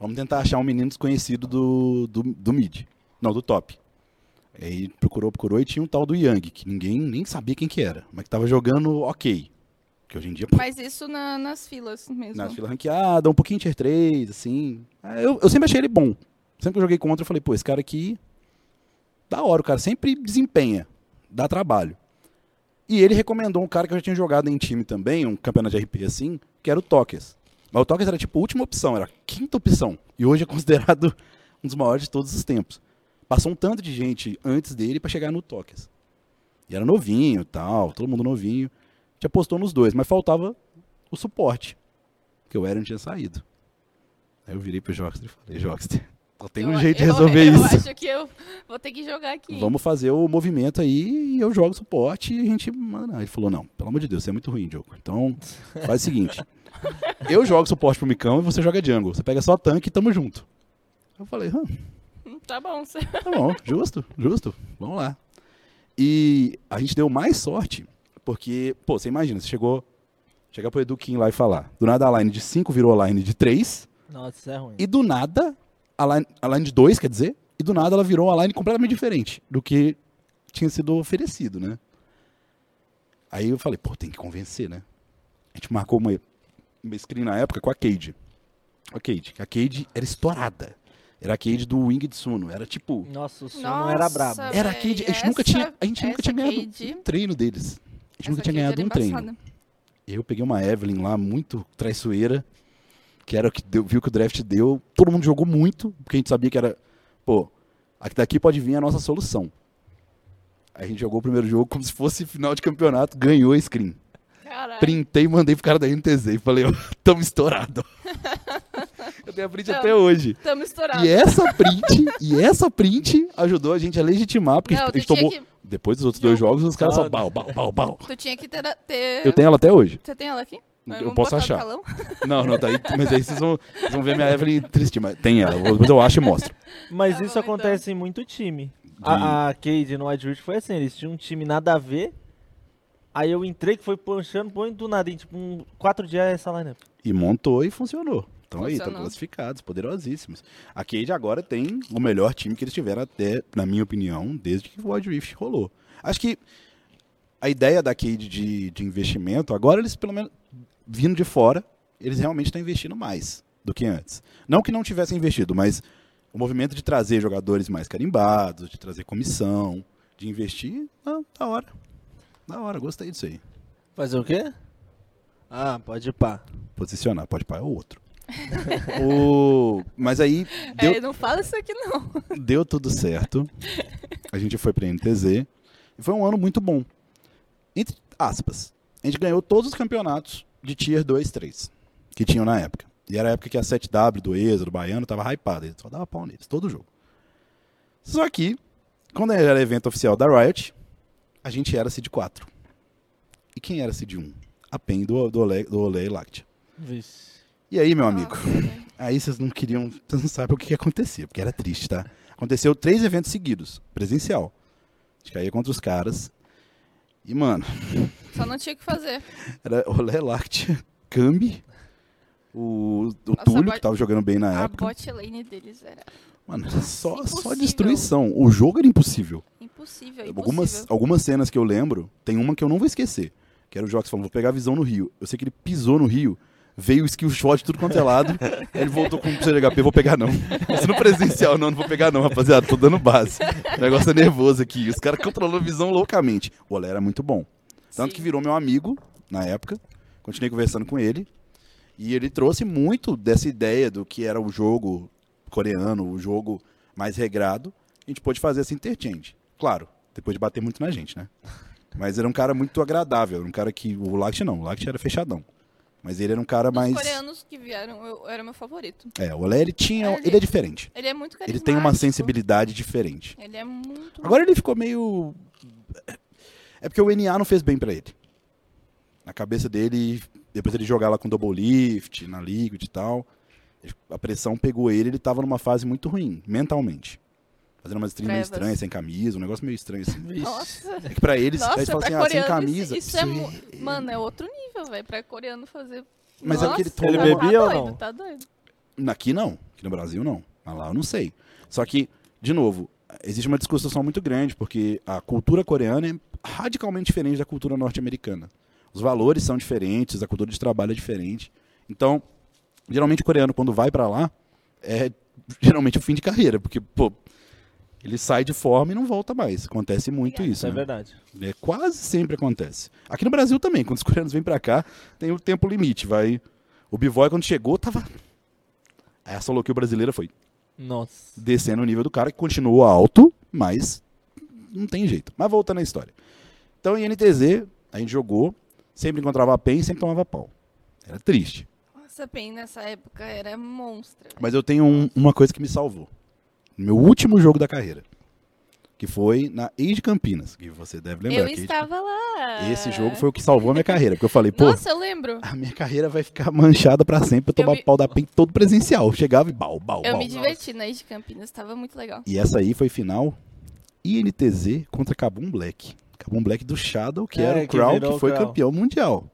Vamos tentar achar um menino desconhecido do, do, do mid. Não, do top. Aí procurou, procurou e tinha um tal do Yang, que ninguém nem sabia quem que era, mas que tava jogando ok. Que hoje em dia, pô, Mas isso na- nas filas mesmo. na fila ranqueada, um pouquinho tier 3, assim. Ah, Eu, eu sempre achei ele bom. Sempre que eu joguei contra, eu falei, pô, esse cara aqui. Da hora, o cara sempre desempenha, dá trabalho. E ele recomendou um cara que eu já tinha jogado em time também, um campeonato de RP assim, que era o Tokers. Mas o Tokers era tipo a última opção, era a quinta opção. E hoje é considerado um dos maiores de todos os tempos. Passou um tanto de gente antes dele pra chegar no Tokers. E era novinho tal, todo mundo novinho. A gente apostou nos dois, mas faltava o suporte. Porque o Aaron tinha saído. Aí eu virei pro Jockster e falei, Jockster, Tem Eu- um jeito de eu- resolver eu isso. acho que eu vou ter que jogar aqui. Vamos fazer o movimento aí e eu jogo suporte e a gente manda. Ele falou, não, pelo amor de Deus, você é muito ruim, jogo. Então, faz o seguinte. eu jogo suporte pro Micão e você joga jungle. Você pega só tanque e tamo junto. Eu falei, hã, Hum, Tá bom. você- Tá bom, justo, justo. Vamos lá. E a gente deu mais sorte, porque, pô, você imagina, você chegou. Chegar pro Edu Kim lá e falar. Do nada a line de 5 virou a line de 3. Nossa, isso é ruim. E do nada, a line, a line de 2, quer dizer. E do nada ela virou uma line completamente diferente do que tinha sido oferecido, né? Aí eu falei, pô, tem que convencer, né? A gente marcou uma, uma screen na época com a Cade. A Cade. A Cade era estourada. Era a Cade do Wing Tsuno. Era tipo. Nossa, o som não Nossa, era brabo. velho, Era a Cade, a gente nunca essa- tinha, a gente nunca essa tinha ganhado Cade- um treino deles. A gente essa nunca tinha Cade ganhado era um treino. embaçada. Eu peguei uma Evelyn lá, muito traiçoeira, que era o que deu, viu que o draft deu. Todo mundo jogou muito, porque a gente sabia que era, pô, aqui daqui pode vir é a nossa solução. Aí A gente jogou o primeiro jogo como se fosse final de campeonato, ganhou a screen. Caralho. Printei e mandei pro cara da NTZ e falei, ó, tamo estourado. Eu tenho a print Não. Tá. até hoje. Tamo estourado. E é, essa print, e essa print ajudou a gente a legitimar, porque a Não, gente- tu a gente tinha tomou. que- Depois dos outros dois jogos, os caras só Só- bal, bal, bal, bal. Tu tinha que ter. ter- Eu tenho ela até hoje. Você tem ela aqui? Nós Eu vamos posso botar no achar. calão? Não, não, daí, mas aí vocês vão, vocês vão ver minha Evelyn triste, mas tem ela. Depois eu acho e mostro. Mas Tá isso bom, então. acontece em muito time. A, a Cade no Adroot foi assim, eles tinham um time nada a ver. Aí eu entrei que foi puxando, põe do nada, em tipo, um, quatro dias essa lineup. E montou e funcionou. Então aí, estão Funcionou. classificados, poderosíssimos. A Cade agora tem o melhor time que eles tiveram até, na minha opinião, desde que o Wild Rift rolou. Acho que a ideia da Cade de, de investimento, agora eles, pelo menos, vindo de fora, eles realmente estão investindo mais do que antes. Não que não tivessem investido, mas o movimento de trazer jogadores mais carimbados, de trazer comissão, de investir, ah, da hora. Da hora, gostei disso aí. Fazer o quê? Ah, pode ir pá. Posicionar, pode parar o outro. O- Mas aí deu, É, não fala isso aqui, não. deu tudo certo. A gente foi pra NTZ. E foi um ano muito bom. Entre aspas, a gente ganhou todos os campeonatos de Tier 2, 3 que tinham na época. E era a época que a 7W do ESA, do Baiano, tava hypada. Ele só dava pau neles, todo jogo. Só que, quando era evento oficial da Riot, a gente era Seed 4. E quem era Seed 1? A PEN do, do, Ole, do Ole e Láctea. Vixe. E aí, meu amigo? Nossa, velho. Aí vocês não queriam, vocês não sabem o que, que acontecia, porque era triste, tá? Aconteceu três eventos seguidos, presencial. A gente caía é contra os caras. E, mano, Só não tinha o que fazer. era o Lelact, Cambi, o, o Nossa, Túlio, a que tava jogando bem na A época. bot lane deles era Mano, só, só Impossível. destruição. O jogo era impossível. impossível. Algumas, impossível. algumas cenas que eu lembro, tem uma que eu não vou esquecer. Que era o Jox falando, vou pegar a visão no Rio. Eu sei que ele pisou no Rio, veio o skill shot tudo quanto é lado. aí ele voltou com o CDHP, vou pegar não. Isso no presencial, não, não vou pegar não, rapaziada. Tô dando base. O negócio é nervoso aqui. Os caras controlando a visão loucamente. O Olé era muito bom. Tanto Sim. que virou meu amigo na época. Continuei conversando com ele. E ele trouxe muito dessa ideia do que era o jogo coreano, o jogo mais regrado. A gente pôde fazer esse interchange. Claro, depois de bater muito na gente, né? Mas era um cara muito agradável. Era um cara que. O Lact não, o Lact era fechadão. Mas ele era um cara Dos mais. coreanos que vieram, eu, era meu favorito. É, o Olé, ele tinha. Ele- Ele é diferente. Ele é muito Ele carismático. tem uma sensibilidade diferente. Ele é muito. Agora ele ficou meio. É porque o NA não fez bem pra ele. Na cabeça dele, depois ele jogar lá com Double Lift, na Liquid e tal, a pressão pegou ele, ele tava numa fase muito ruim, mentalmente. Fazendo umas stream meio Trevas. estranha, sem camisa, um negócio meio estranho assim. Nossa. É que pra eles, Nossa, pra eles falam assim, pra ah, sem coreano camisa. isso, isso é. mu- Sim. Mano, é outro nível, velho. Pra coreano fazer. Mas é Nossa, porque ele tá- tomou- Ele bebia tá ou doido, não? Tá doido. Aqui não, aqui no Brasil não. Mas lá eu não sei. Só que, de novo, existe uma discussão muito grande, porque a cultura coreana é radicalmente diferente da cultura norte-americana. Os valores são diferentes, a cultura de trabalho é diferente. Então, geralmente o coreano, quando vai pra lá, é geralmente o fim de carreira, porque, pô, ele sai de forma e não volta mais. Acontece muito Obrigada. isso. Isso é né? verdade. É, quase sempre acontece. Aqui no Brasil também, quando os coreanos vêm pra cá, tem o tempo limite, vai. O Bivoy, quando chegou, tava. Aí a solo kill brasileira foi Nossa. descendo o nível do cara, que continuou alto, mas não tem jeito. Mas voltando à história. Então, em NTZ, a gente jogou, sempre encontrava a PEN e sempre tomava pau. Era triste. Nossa, a Pain nessa época era monstra. Mas eu tenho um- uma coisa que me salvou. No meu último jogo da carreira. Que foi na Age Campinas, que você deve lembrar. eu que Age- estava lá. Esse jogo foi o que salvou a minha carreira. Porque eu falei, pô, Nossa, eu lembro. a minha carreira vai ficar manchada pra sempre. Eu Eu tomava me- pau da PEN todo presencial. Eu chegava e bal, bal, Eu bal. me diverti na East Campinas, estava muito legal. E essa aí foi final INTZ contra Cabum Black. Cabum Black do Shadow, que É, era o que Crown, virou que o foi Crown. campeão mundial.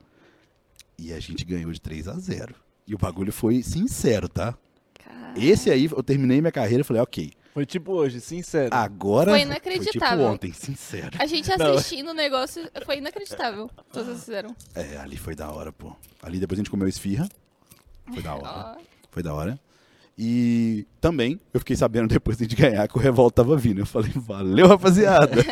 E a gente ganhou de 3 a 0 E o bagulho foi sincero, tá? Cara, Esse aí, eu terminei minha carreira e falei, ok, Foi tipo hoje, sincero. agora... Foi Foi tipo inacreditável. ontem, sincero. A gente assistindo o negócio foi inacreditável. Todos fizeram. É, ali foi da hora, pô. Ali depois a gente comeu esfirra. Foi da hora. Ó, Foi da hora. E também, eu fiquei sabendo depois de ganhar que o Revolta tava vindo. Eu falei, valeu, rapaziada.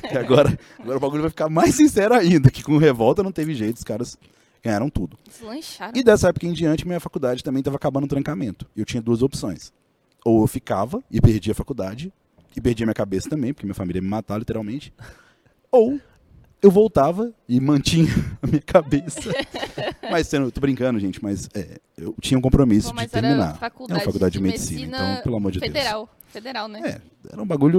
Porque agora, agora o bagulho vai ficar mais sincero ainda, que com o Revolta não teve jeito, os caras ganharam tudo. deslancharam. E dessa época em diante, minha faculdade também estava acabando o trancamento. E eu tinha duas opções. Ou eu ficava e perdia a faculdade, e perdia minha cabeça também, porque minha família ia me matar, literalmente. Ou eu voltava e mantinha a minha cabeça. mas, sendo, tô brincando, gente, mas é, eu tinha um compromisso Pô, de mas terminar. era faculdade, É uma faculdade de medicina, então, pelo amor de federal. Federal, né? É. Deus. Era um bagulho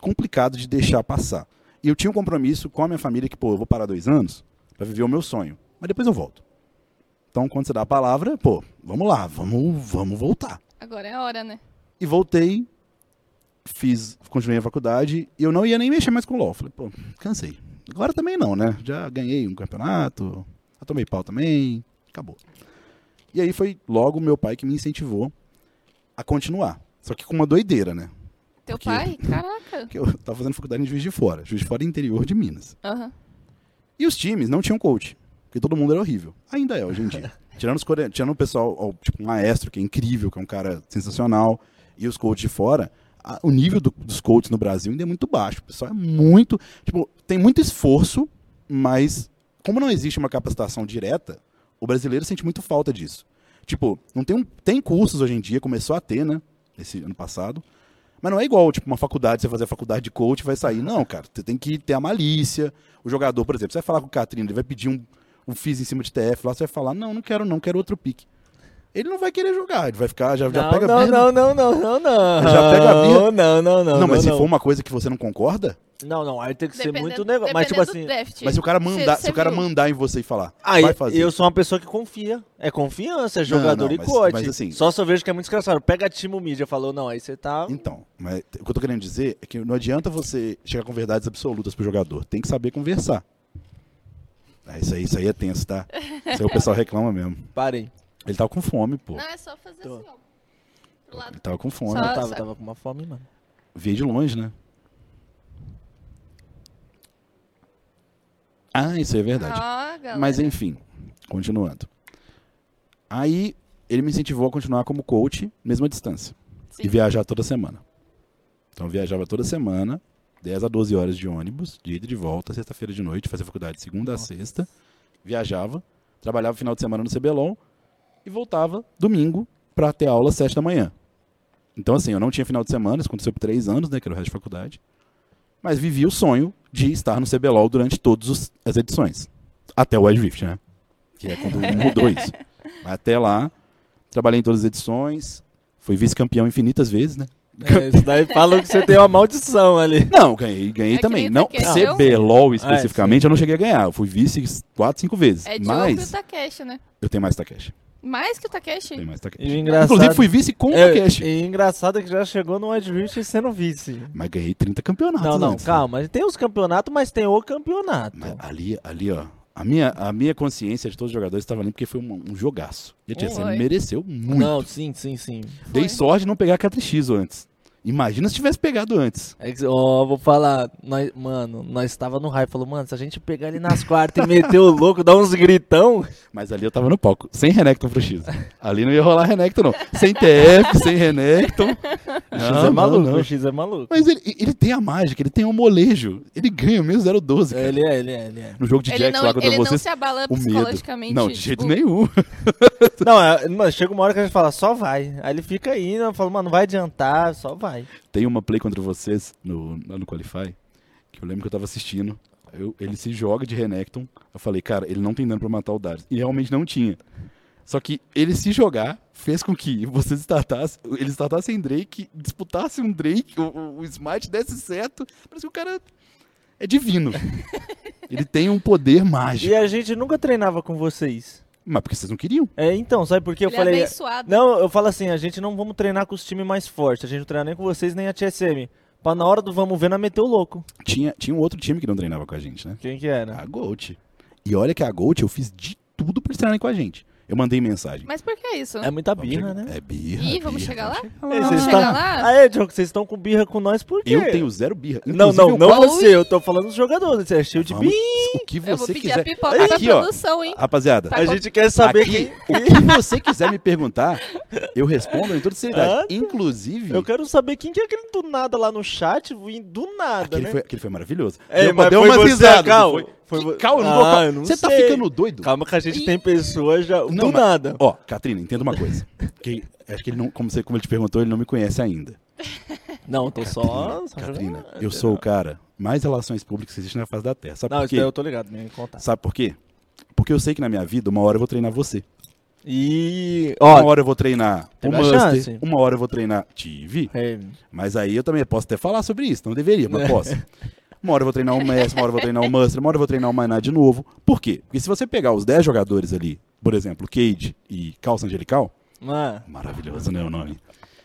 complicado de deixar passar. E eu tinha um compromisso com a minha família que, pô, eu vou parar dois anos pra viver o meu sonho. Mas depois eu volto. Então, quando você dá a palavra, pô, vamos lá, vamos, vamos voltar. Agora é a hora, né? E voltei, fiz, continuei a faculdade e eu não ia nem mexer mais com o LOL. Falei, pô, cansei. Agora também não, né? Já ganhei um campeonato, já tomei pau também, acabou. E aí foi logo meu pai que me incentivou a continuar. Só que com uma doideira, né? Teu Porque- pai? Caraca. Porque eu tava fazendo faculdade em Juiz de Fora. Juiz de Fora é interior de Minas. Aham. E os times não tinham coach, porque todo mundo era horrível. Ainda é hoje em dia. tirando, os core... tirando o pessoal, ó, tipo, o maestro, que é incrível, que é um cara sensacional, e os coaches de fora, a- o nível do- dos coaches no Brasil ainda é muito baixo. O pessoal é muito. Tipo, tem muito esforço, mas como não existe uma capacitação direta, o brasileiro sente muito falta disso. Tipo, não tem, um, tem cursos hoje em dia, começou a ter, né? Esse ano passado. Mas não é igual, tipo, uma faculdade, você fazer a faculdade de coach e vai sair. Não, cara, você tem que ter a malícia. O jogador, por exemplo, você vai falar com o Catrino, ele vai pedir um, um FIS em cima de TF lá, você vai falar, não, não quero não, quero outro pique. Ele não vai querer jogar, ele vai ficar, já, já não, pega a não, birra. não, não, não, não, não. Já pega a birra. Não, não, não, não. Não, mas se não. for um- uma coisa que você não concorda, Não, não, aí tem que ser Dependendo- muito negócio. Mas tipo assim. dependendo do draft. mas se o cara Cê- mandar, cê se o cara viu. mandar em você e falar, Aí vai fazer. Ah, eu sou uma pessoa que confia. É confiança, é Não, jogador não, e mas- coach. mas assim- Só se eu vejo que é muito desgraçado. Pega time o mídia, falou, não, aí você tá. Então, mas o que eu tô querendo dizer é que não adianta você chegar com verdades absolutas pro jogador. Tem que saber conversar. Ah, isso, aí, isso aí é tenso, tá? Isso aí o pessoal reclama mesmo. Parem. Ele tava com fome, pô. Não, é só fazer Tô. assim, ó. Pro lado. Ele tava com fome. Só- Eu tava, sabe? tava com uma fome, mano. Via de longe, né? Ah, isso aí é verdade. Ó, galera. Mas enfim, continuando. Aí ele me incentivou a continuar como coach, mesma distância. Sim. E viajar toda semana. Então eu viajava toda semana, 10 a 12 horas de ônibus, de ida e de volta, sexta-feira de noite, fazia faculdade de segunda a sexta. Viajava, trabalhava final de semana no CBLOL e voltava domingo pra ter aula às 7 da manhã. Então assim, eu não tinha final de semana, isso aconteceu por 3 anos, né, que era o resto de faculdade. Mas vivia o sonho de estar no CBLOL durante todas as edições. Até o Wild Rift, né? Que é quando mudou isso. Mas até lá, trabalhei em todas as edições, fui vice-campeão infinitas vezes, né? É, isso daí fala que você tem uma maldição ali. Não, ganhei, ganhei É que também. nem Não, Takeshi. CBLOL especificamente, eu não cheguei a ganhar. Eu fui vice quatro, cinco vezes. É Diogo e o mas Takeshi, né? eu tenho mais Takeshi. Mais que o eu Tenho Takeshi? mais Takeshi. E o engraçado. Inclusive, fui vice com o é, Takeshi. E engraçado é que já chegou no Adventure sendo vice. Mas ganhei 30 campeonatos. Não, não, antes, né? calma. Tem os campeonatos, mas tem o campeonato. Mas ali, ali, ó. A minha, a minha consciência de todos os jogadores estava ali porque foi um, um jogaço. E a Tia Sam Foi. mereceu muito. Não, sim, sim, sim. Dei Foi. sorte de não pegar a KTX antes. Imagina se tivesse pegado antes. É que, ó, vou falar, nós, mano, nós tava no raio, falou, mano, se a gente pegar ele nas quartas e meter o louco, dar uns gritão, Mas ali eu tava no palco, sem Renekton pro X. Ali não ia rolar Renekton, não. Sem TF, sem Renekton. o Não, X é não, maluco, não. o X é maluco. Mas ele, ele tem a mágica, ele tem o molejo. Ele ganha o mesmo 012, cara. Ele é, ele é, ele é. No jogo de Ele Jax não, lá contra ele não vocês, se abala o medo. psicologicamente. Não, de jeito tipo, nenhum. Não, é, mano, chega uma hora que a gente fala, só vai. Aí ele fica aí, né, fala, mano, não vai adiantar, só vai. Tem uma play contra vocês no, lá no Qualify, que eu lembro que eu tava assistindo. Eu- ele se joga de Renekton. Eu falei, cara, ele não tem dano pra matar o Darius. E realmente não tinha. Só que ele se jogar fez com que você startasse, ele startasse em Drake, disputasse um Drake, o, o- o Smite desse certo. Parece que o cara é divino. ele tem um poder mágico. E a gente nunca treinava com vocês. Mas porque vocês não queriam. É, então, sabe por que eu Ele é falei. abençoado. Não, eu falo assim, a gente não vamos treinar com os times mais fortes, a gente não treina nem com vocês nem a TSM. Pra na hora do vamos ver, não meter o louco. Tinha, tinha um outro time que não treinava com a gente, né? Quem que era? A Gold. E olha que a Gold eu fiz de tudo pra eles treinarem com a gente. Eu mandei mensagem. Mas por que isso? É muita Vamos birra, chegar- né? É birra. Ih, vamos birra, chegar lá? Ei, Vamos vocês chegar tá- tão- lá? Aí, Diogo, vocês estão com birra com nós por quê? Eu tenho zero birra. Não, não, Inclusive, eu não quase- você, eu tô falando dos jogadores, você é cheio de Vamos- birra. O que Eu vou você pedir quiser. a pipoca da Aqui, ó. produção, hein? Rapaziada, Tá A bom. gente quer saber aqui, quem... o que você quiser me perguntar, eu respondo em toda Ah, seriedade. tá. Inclusive, Eu quero saber quem que é aquele do nada lá no chat, vim do nada, aquele, né? foi, aquele foi maravilhoso. É, Deu- mas deu foi umas você, risadas, Cal? não foi? Foi Que vo- Cal, eu não Ah, vou falar. eu não Você tá sei. ficando doido? Calma que a gente Ih. tem pessoa já Não, do mas- nada. Ó, Catrina, entenda uma coisa. Que, acho que ele não, como, você, como ele te perguntou, ele não me conhece ainda. Não, tô só... só Catrina, jogando. eu sou o cara mais relações públicas que existe na face da Terra. Sabe Não, por isso quê? daí eu tô ligado, me contar. Sabe por quê? Porque eu sei que na minha vida, uma hora eu vou treinar você. E... Uma Ó... hora eu vou treinar o Teve a Master, chance. uma hora eu vou treinar Tive. é, Mas aí eu também posso até falar sobre isso, não deveria, mas posso. Uma hora eu vou treinar o Messi, uma hora eu vou treinar o Mustard, uma hora eu vou treinar o Mainá de novo. Por quê? Porque se você pegar os 10 jogadores ali, por exemplo, Cade e Calça Angelical, ah, maravilhoso, né, o nome?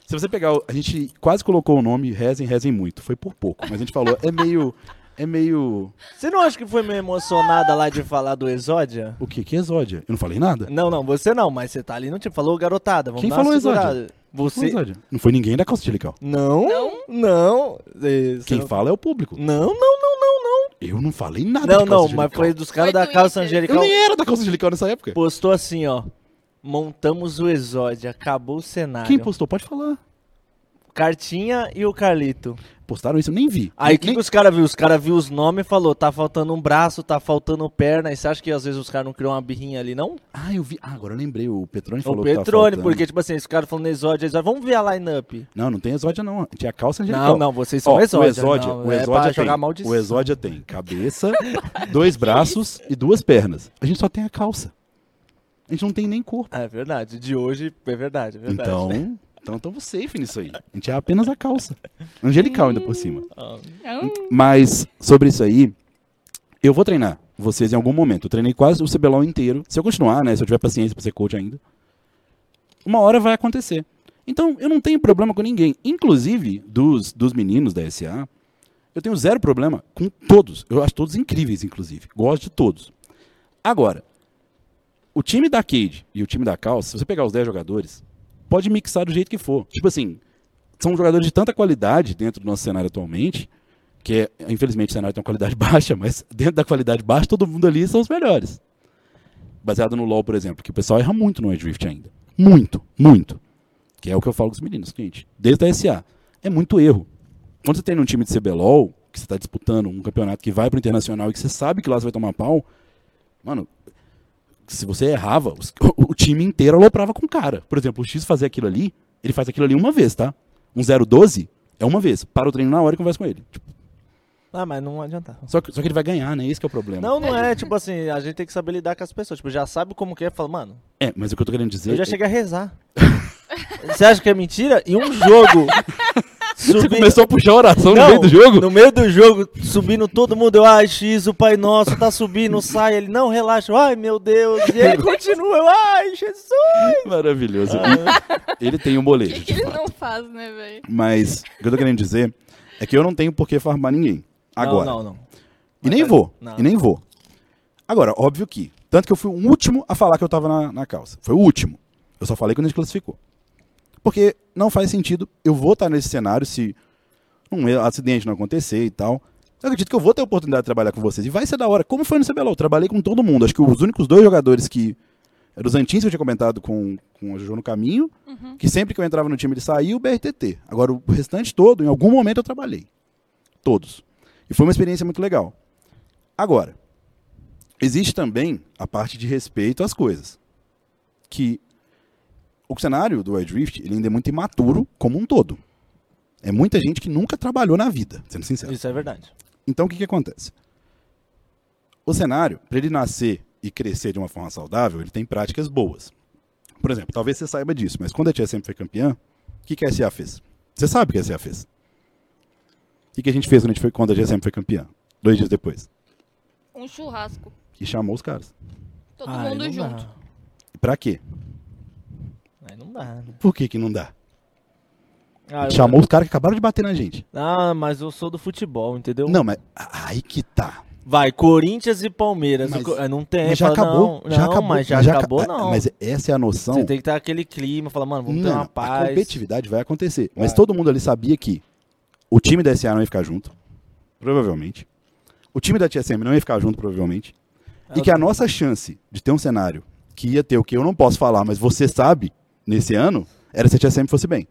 Se você pegar, o- a gente quase colocou o nome Rezem, Rezem Muito, foi por pouco, mas a gente falou, é meio, é meio, Você não acha que foi meio emocionada lá de falar do Exódia? o que que é Exódia? Eu não falei nada? Não, não, você não, mas você tá ali no tipo, falou garotada, vamos Quem dar falou uma exódio? segurada. Você. Exódia. Não foi ninguém da Calça Angelical. Não, não, não. eh, você Quem não... fala é o público. Não, não, não, não, não. Eu não falei nada Não, de Calça não, Angelical. mas foi dos caras Foi da Twitter. calça Eu angelical. nem era da Calça Angelical nessa época. Postou assim, ó. Montamos o exódio, acabou o cenário. Quem postou? Pode falar. Cartinha e o Carlito. Postaram isso, eu nem vi. Aí o que, nem, que os caras viu? Os caras viu os nomes e falou, tá faltando um braço, tá faltando perna. E você acha que às vezes os caras não criam uma birrinha ali, não? É Ah, eu vi. Ah, agora eu lembrei. O Petrone O falou que tá Petrone, faltando. porque tipo assim, esse cara falando exódio, exódio, vamos ver a line-up. Não, não tem exódia, não. Tinha calça angelical. Não, não, vocês Ó, são exódio. o Exódia, não, o é Exódia pra tem, jogar maldição. O Exódia tem cabeça, dois braços e duas pernas. A gente só tem a calça. A gente não tem nem corpo. É verdade, de hoje é verdade, é verdade. Então, então estamos safe nisso aí. A gente é apenas a calça. Angelical ainda por cima. Ah, Hum, Mas, sobre isso aí, eu vou treinar vocês em algum momento. Eu treinei quase o CBLOL inteiro. Se eu continuar, né? Se eu tiver paciência pra ser coach ainda, uma hora vai acontecer. Então, eu não tenho problema com ninguém. Inclusive, dos, dos meninos da SA, eu tenho zero problema com todos. Eu acho todos incríveis, inclusive. Gosto de todos. Agora, o time da Cade e o time da Calça, se você pegar os 10 jogadores, pode mixar do jeito que for. Tipo assim, são jogadores de tanta qualidade dentro do nosso cenário atualmente, que é, infelizmente o cenário tem uma qualidade baixa, mas dentro da qualidade baixa, todo mundo ali são os melhores. Baseado no LoL, por exemplo, que o pessoal erra muito no Wild Rift ainda. Muito, muito. Que é o que eu falo com os meninos, gente. Desde a SA. É muito erro. Quando você tem um time de CBLOL, que você está disputando um campeonato que vai pro internacional e que você sabe que lá você vai tomar pau, mano, se você errava, os- o, o time inteiro aloprava com o cara. Por exemplo, o X fazer aquilo ali, ele faz aquilo ali uma vez, tá? Um 0-12 é uma vez. Para o treino na hora e conversa com ele. Tipo, Ah, mas não adianta. só, que, só que ele vai ganhar, né? Esse que é o problema. Não, não é, tipo assim, a gente tem que saber lidar com as pessoas. Tipo, já sabe como que é, fala, mano, É, mas o que eu tô querendo dizer. eu já é- cheguei a rezar. Você acha que é mentira? E um jogo. Você subindo- começou a puxar a oração Não, no meio do jogo? No meio do jogo, subindo todo mundo, eu, ai, X, o Pai Nosso, tá subindo, sai, ele, não, relaxa, eu, ai, meu Deus, e ele continua, eu, ai, Jesus. Maravilhoso. Ah. Ele tem um O boleto. que, que de ele fato. não faz, né, velho? Mas o que eu tô querendo dizer é que eu não tenho por que farmar ninguém. Agora. Não, não, não. E nem vou. Não. E nem vou. Agora, óbvio que. Tanto que eu fui o último a falar que eu tava na, na calça. Foi o último. Eu só falei quando a gente classificou. Porque não faz sentido. Eu vou estar nesse cenário se um e- acidente não acontecer e tal. Eu acredito que eu vou ter a oportunidade de trabalhar com vocês. E vai ser da hora. Como foi no CBLOL? Eu trabalhei com todo mundo. Acho que os únicos dois jogadores que. Eram os antinos que eu tinha comentado com, com o Jojo no caminho. Que sempre que eu entrava no time ele saía e o BRTT. Agora, o restante todo, em algum momento eu trabalhei. Todos. E foi uma experiência muito legal. Agora, existe também a parte de respeito às coisas. Que o cenário do Wild Rift ele ainda é muito imaturo como um todo. É muita gente que nunca trabalhou na vida, sendo sincero. Isso é verdade. Então, o que, que acontece? O cenário, para ele nascer e crescer de uma forma saudável, ele tem práticas boas. Por exemplo, talvez você saiba disso, mas quando a Tia sempre foi campeã, o que, que a SA fez? Você sabe o que a SA fez. O que, que a gente fez quando a, gente foi, quando a Tia sempre foi campeã? Dois dias depois. Um churrasco. E chamou os caras. Todo Ah, aí mundo não junto. dá. Pra quê? Aí não dá. Por que que não dá? A Ah, eu- gente chamou os caras que acabaram de bater na gente. Ah, mas eu sou do futebol, entendeu? Não, mas aí que tá. Vai, Corinthians e Palmeiras. Mas- o Co- ah, não tem. mas já fala, acabou. Não, já não, acabou. mas já, aca- acabou, ah, não. Mas essa é a noção. Você tem que estar aquele clima, falar, mano, vamos ter Não, uma A paz. competitividade vai acontecer. Mas Vai. todo mundo ali sabia que o time da SA não ia ficar junto, provavelmente. O time da TSM não ia ficar junto, provavelmente. E que a nossa chance de ter um cenário que ia ter o que eu não posso falar, mas você sabe, nesse ano, era se a TSM fosse bem.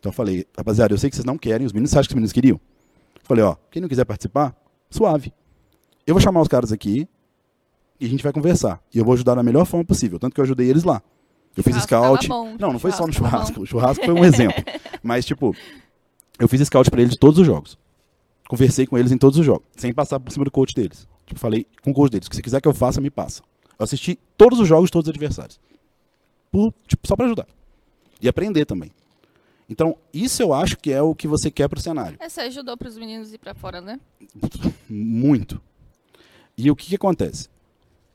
Então eu falei, rapaziada, eu sei que vocês não querem, os meninos acham que os meninos queriam. Falei, ó, quem não quiser participar, suave. Eu vou chamar os caras aqui e a gente vai conversar. E eu vou ajudar da melhor forma possível. Tanto que eu ajudei eles lá. Eu fiz Churrasco tava scout. bom, não, não foi só no churrasco tava churrasco. O churrasco foi um exemplo. Mas, tipo, eu fiz scout pra eles de todos os jogos. Conversei com eles em todos os jogos, sem passar por cima do coach deles. Tipo, falei com o coach deles: o que você quiser que eu faça, me passa. Eu assisti todos os jogos de todos os adversários. Por- tipo, só pra ajudar. E aprender também. Então, isso eu acho que é o que você quer pro cenário. Essa ajudou pros meninos ir pra fora, né? Muito. E o que, que acontece?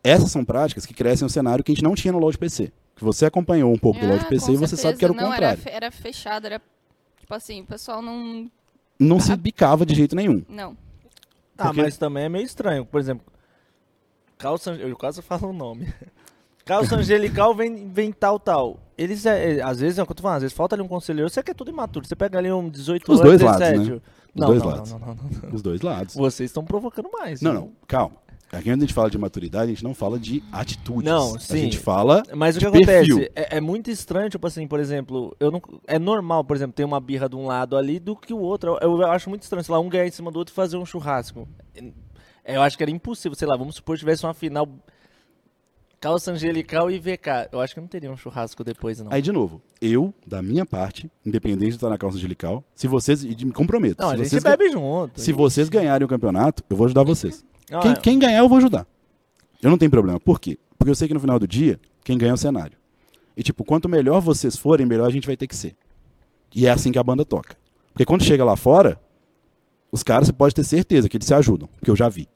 Essas são práticas que crescem um cenário que a gente não tinha no Load PC. Que você acompanhou um pouco do Load Ah, PC e com você sabe certeza. que era o não, Era, contrário. fe- era fechado, era. Tipo assim, o pessoal não. Não Ah. se bicava de jeito nenhum. Não. Ah, Porque- mas também é meio estranho. Por exemplo, calça, eu quase falo o nome. Calça angelical vem, vem tal, tal. Eles, é, é, às vezes, é o que eu tô falando, às vezes falta ali um conselheiro, você que é tudo imaturo. Você pega ali um 18 Os anos, dois lados, 17. né? Os Não, dois não, lados. não, não, não, não. Os dois lados. Vocês estão provocando mais. Não, né? não, calma. Aqui quando a gente fala de maturidade, a gente não fala de atitudes. Não, A sim. gente fala. Mas o de que acontece? perfil. É, é muito estranho, tipo assim, por exemplo, eu não, é normal, por exemplo, ter uma birra de um lado ali do que o outro. Eu, eu acho muito estranho, sei lá, um ganhar em cima do outro e fazer um churrasco. É, Eu acho que era impossível, sei lá, vamos supor que tivesse uma final calça angelical e VK. Eu acho que não teria um churrasco depois, não. Aí, de novo, eu, da minha parte, independente de estar na calça angelical, se vocês. e de- Me comprometo. não, se a gente vocês, ga- bebe junto. se vocês ganharem o campeonato, eu vou ajudar vocês. Não, Quem, é- quem ganhar, eu vou ajudar. Eu não tenho problema. Por quê? Porque eu sei que no final do dia, quem ganha é o cenário. E, tipo, quanto melhor vocês forem, melhor a gente vai ter que ser. E é assim que a banda toca. Porque quando chega lá fora, os caras, você pode ter certeza que eles se ajudam. Porque eu já vi.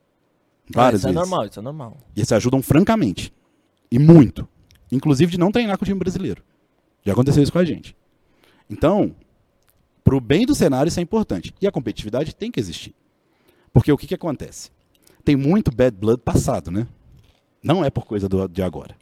Várias isso é vezes. normal, isso é normal. E eles se ajudam francamente. E muito. Inclusive de não treinar com o time brasileiro. Já aconteceu isso com a gente. Então, pro bem do cenário, isso é importante. E a competitividade tem que existir. Porque o que, que acontece? Tem muito bad blood passado, né? Não é por coisa do- de agora.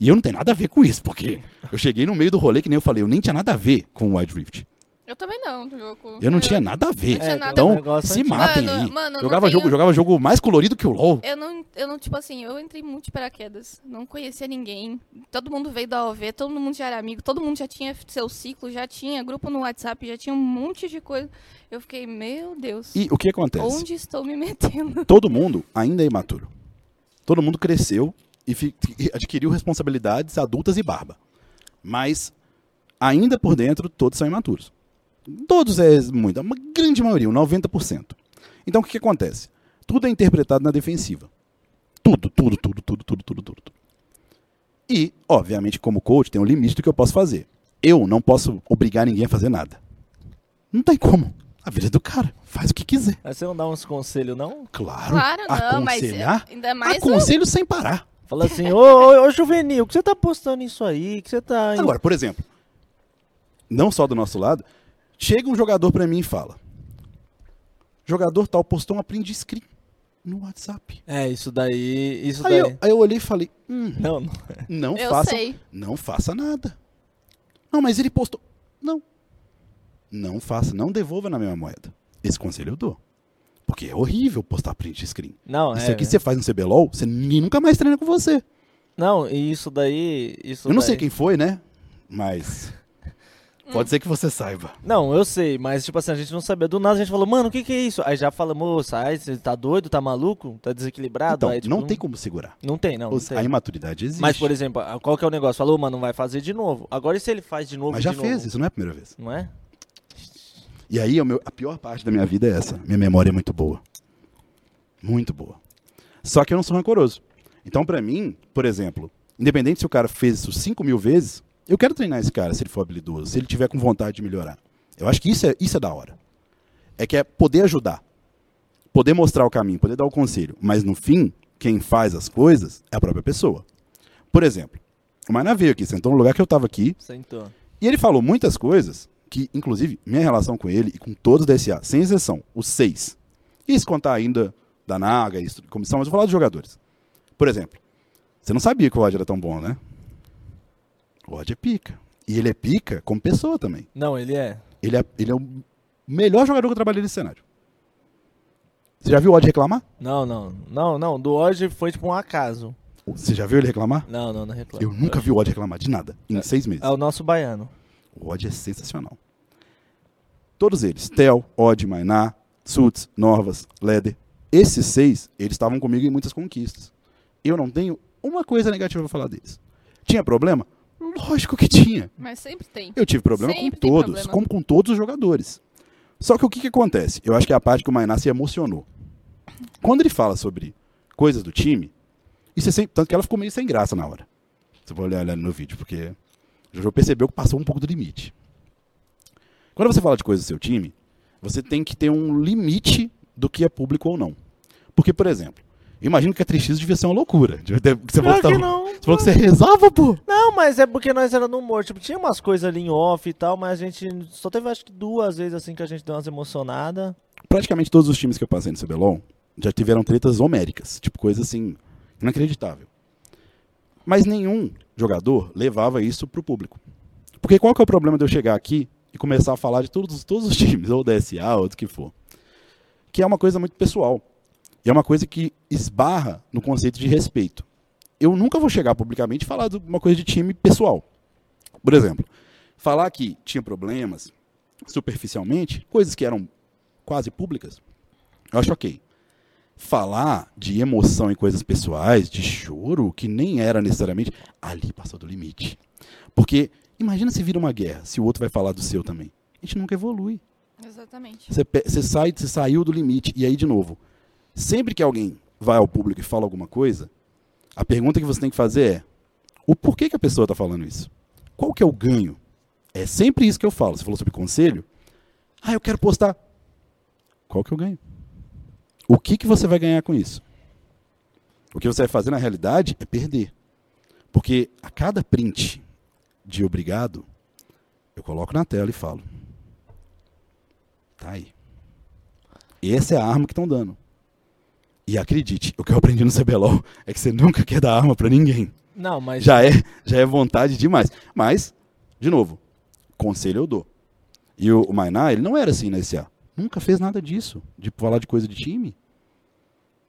E eu não tenho nada a ver com isso, porque eu cheguei no meio do rolê, que nem eu falei, eu nem tinha nada a ver com o Wild Rift. Eu também não, do jogo. Eu não tinha nada a ver. É. Não tinha nada a ver. então, É, um Negócio se antigo. matem Mano, aí. mano, não É. jogava, tenho- jogo, jogava jogo mais colorido que o LoL. Eu não, eu não, tipo assim, eu entrei muito de paraquedas, não conhecia ninguém, todo mundo veio da OV, todo mundo já era amigo, todo mundo já tinha seu ciclo, já tinha grupo no WhatsApp, já tinha um monte de coisa. Eu fiquei, meu Deus, E o que acontece? onde estou me metendo? todo mundo ainda é imaturo. Todo mundo cresceu e fi- e adquiriu responsabilidades adultas e barba. Mas, ainda por dentro, todos são imaturos. Todos é muito, uma grande maioria, um 90%. Então, o que, que acontece? Tudo é interpretado na defensiva. Tudo, tudo, tudo, tudo, tudo, tudo, tudo. tudo. E, obviamente, como coach, tem um limite do que eu posso fazer. Eu não posso obrigar ninguém a fazer nada. Não tem como. A vida é do cara. Faz o que quiser. Aí você não dá uns conselhos, não? Claro, Claro, não, mas aconselhar, ainda mais aconselho sem parar. Fala assim, ô, ô, ô, Juvenil, que você tá postando isso aí? Que você tá... Agora, por exemplo, não só do nosso lado, chega um jogador pra mim e fala: jogador tal postou um aprendi screen no WhatsApp. É, isso daí... Isso Aí daí... eu, aí eu olhei e falei: hum, Não, não. não eu faça, sei. não faça nada. Não, mas ele postou. Não. Não faça, não devolva na mesma moeda. Esse conselho eu dou. Porque é horrível postar print screen. Não, Isso é, aqui você faz no CBLOL, você ninguém nunca mais treina com você. Não, e isso daí. Isso Eu não daí- sei quem foi, né? Mas. Pode ser que você saiba. Não, eu sei, mas tipo assim, a gente não sabia. Do nada a gente falou, mano, o que que é isso? Aí já fala, moça, ai, você tá doido, tá maluco? Tá desequilibrado? Então, Aí, tipo, não tem como segurar. Não tem, não. não Os- tem. a imaturidade existe. Mas, por exemplo, a- qual que é o negócio? Falou, mano, não vai fazer de novo. Agora e se ele faz de novo Mas e já de fez, novo? isso não é a primeira vez. Não é? E aí, o meu- a pior parte da minha vida é essa. Minha memória é muito boa. Muito boa. Só que eu não sou rancoroso. Então, pra mim, por exemplo, Independente se o cara fez isso 5 mil vezes, eu quero treinar esse cara se ele for habilidoso, se ele tiver com vontade de melhorar. Eu acho que isso é, isso é da hora. É que é poder ajudar, poder mostrar o caminho, poder dar o conselho. Mas no fim, quem faz as coisas é a própria pessoa. Por exemplo, o Maina veio aqui, sentou no lugar que eu estava aqui, Sentou. e ele falou muitas coisas que, inclusive, minha relação com ele e com todos da SA, sem exceção, os seis. E se contar ainda da Naga e estru- comissão, mas eu vou falar dos jogadores. Por exemplo, você não sabia que o Roger era tão bom, né? O Roger é pica. E ele é pica como pessoa também. Não, ele é. Ele é, ele é o melhor jogador que eu trabalhei nesse cenário. Você já viu o Roger reclamar? Não, não. Não, não. Do Odd foi tipo um acaso. Você já viu ele reclamar? Não, não, não reclamo. Eu nunca vi o Roger reclamar de nada, em seis meses. É o nosso baiano. O Odd é sensacional. Todos eles, Tel, Odd, Mainá, Suts, Norvas, Leder, esses seis, eles estavam comigo em muitas conquistas. Eu não tenho uma coisa negativa pra falar deles. Tinha problema? Lógico que tinha. Mas sempre tem. Eu tive problema Sempre com tem todos, problema. como com todos os jogadores. Só que o que, que acontece? Eu acho que é a parte que o Mainá se emocionou. Quando ele fala sobre coisas do time, e você sempre, tanto que ela ficou meio sem graça na hora. Você vai olhar olhar no vídeo, porque o Jojo percebeu que passou um pouco do limite. Quando você fala de coisas do seu time, você tem que ter um limite do que é público ou não. Porque, por exemplo, eu imagino que a 3x devia ser uma loucura. Devia ter- que Você falou Pior que, que tava- não. você falou que você rezava, pô! Não, mas é porque nós era no humor. Tipo, tinha umas coisas ali em off e tal, mas a gente só teve acho que duas vezes assim que a gente deu umas emocionadas. praticamente todos os times que eu passei no CBLOL já tiveram tretas homéricas, tipo coisa assim, inacreditável. Mas nenhum jogador levava isso pro público. Porque qual que é o problema de eu chegar aqui e começar a falar de todos, todos os times, ou da SA, ou do que for? Que é uma coisa muito pessoal. E é uma coisa que esbarra no conceito de respeito. Eu nunca vou chegar publicamente e falar de uma coisa de time pessoal. Por exemplo, falar que tinha problemas superficialmente, coisas que eram quase públicas, eu acho ok. Falar de emoção em coisas pessoais, de choro, que nem era necessariamente, ali passou do limite. Porque imagina se vira uma guerra, se o outro vai falar do seu também. A gente nunca evolui. Exatamente. Você, pe- você sai, você saiu do limite. E aí, de novo, sempre que alguém vai ao público e fala alguma coisa, a pergunta que você tem que fazer é: o porquê que a pessoa está falando isso? Qual que é o ganho? É sempre isso que eu falo. Você falou sobre conselho? Ah, eu quero postar. Qual que é o ganho? O que, que você vai ganhar com isso? O que você vai fazer na realidade é perder. Porque a cada print de obrigado, eu coloco na tela e falo. Tá aí. Essa é a arma que estão dando. E acredite, o que eu aprendi no CBLOL é que você nunca quer dar arma pra ninguém. Não, mas. Já é, já é vontade demais. Mas, de novo, conselho eu dou. E o, o Mainá, ele não era assim na SA. Nunca fez nada disso, de falar de coisa de time.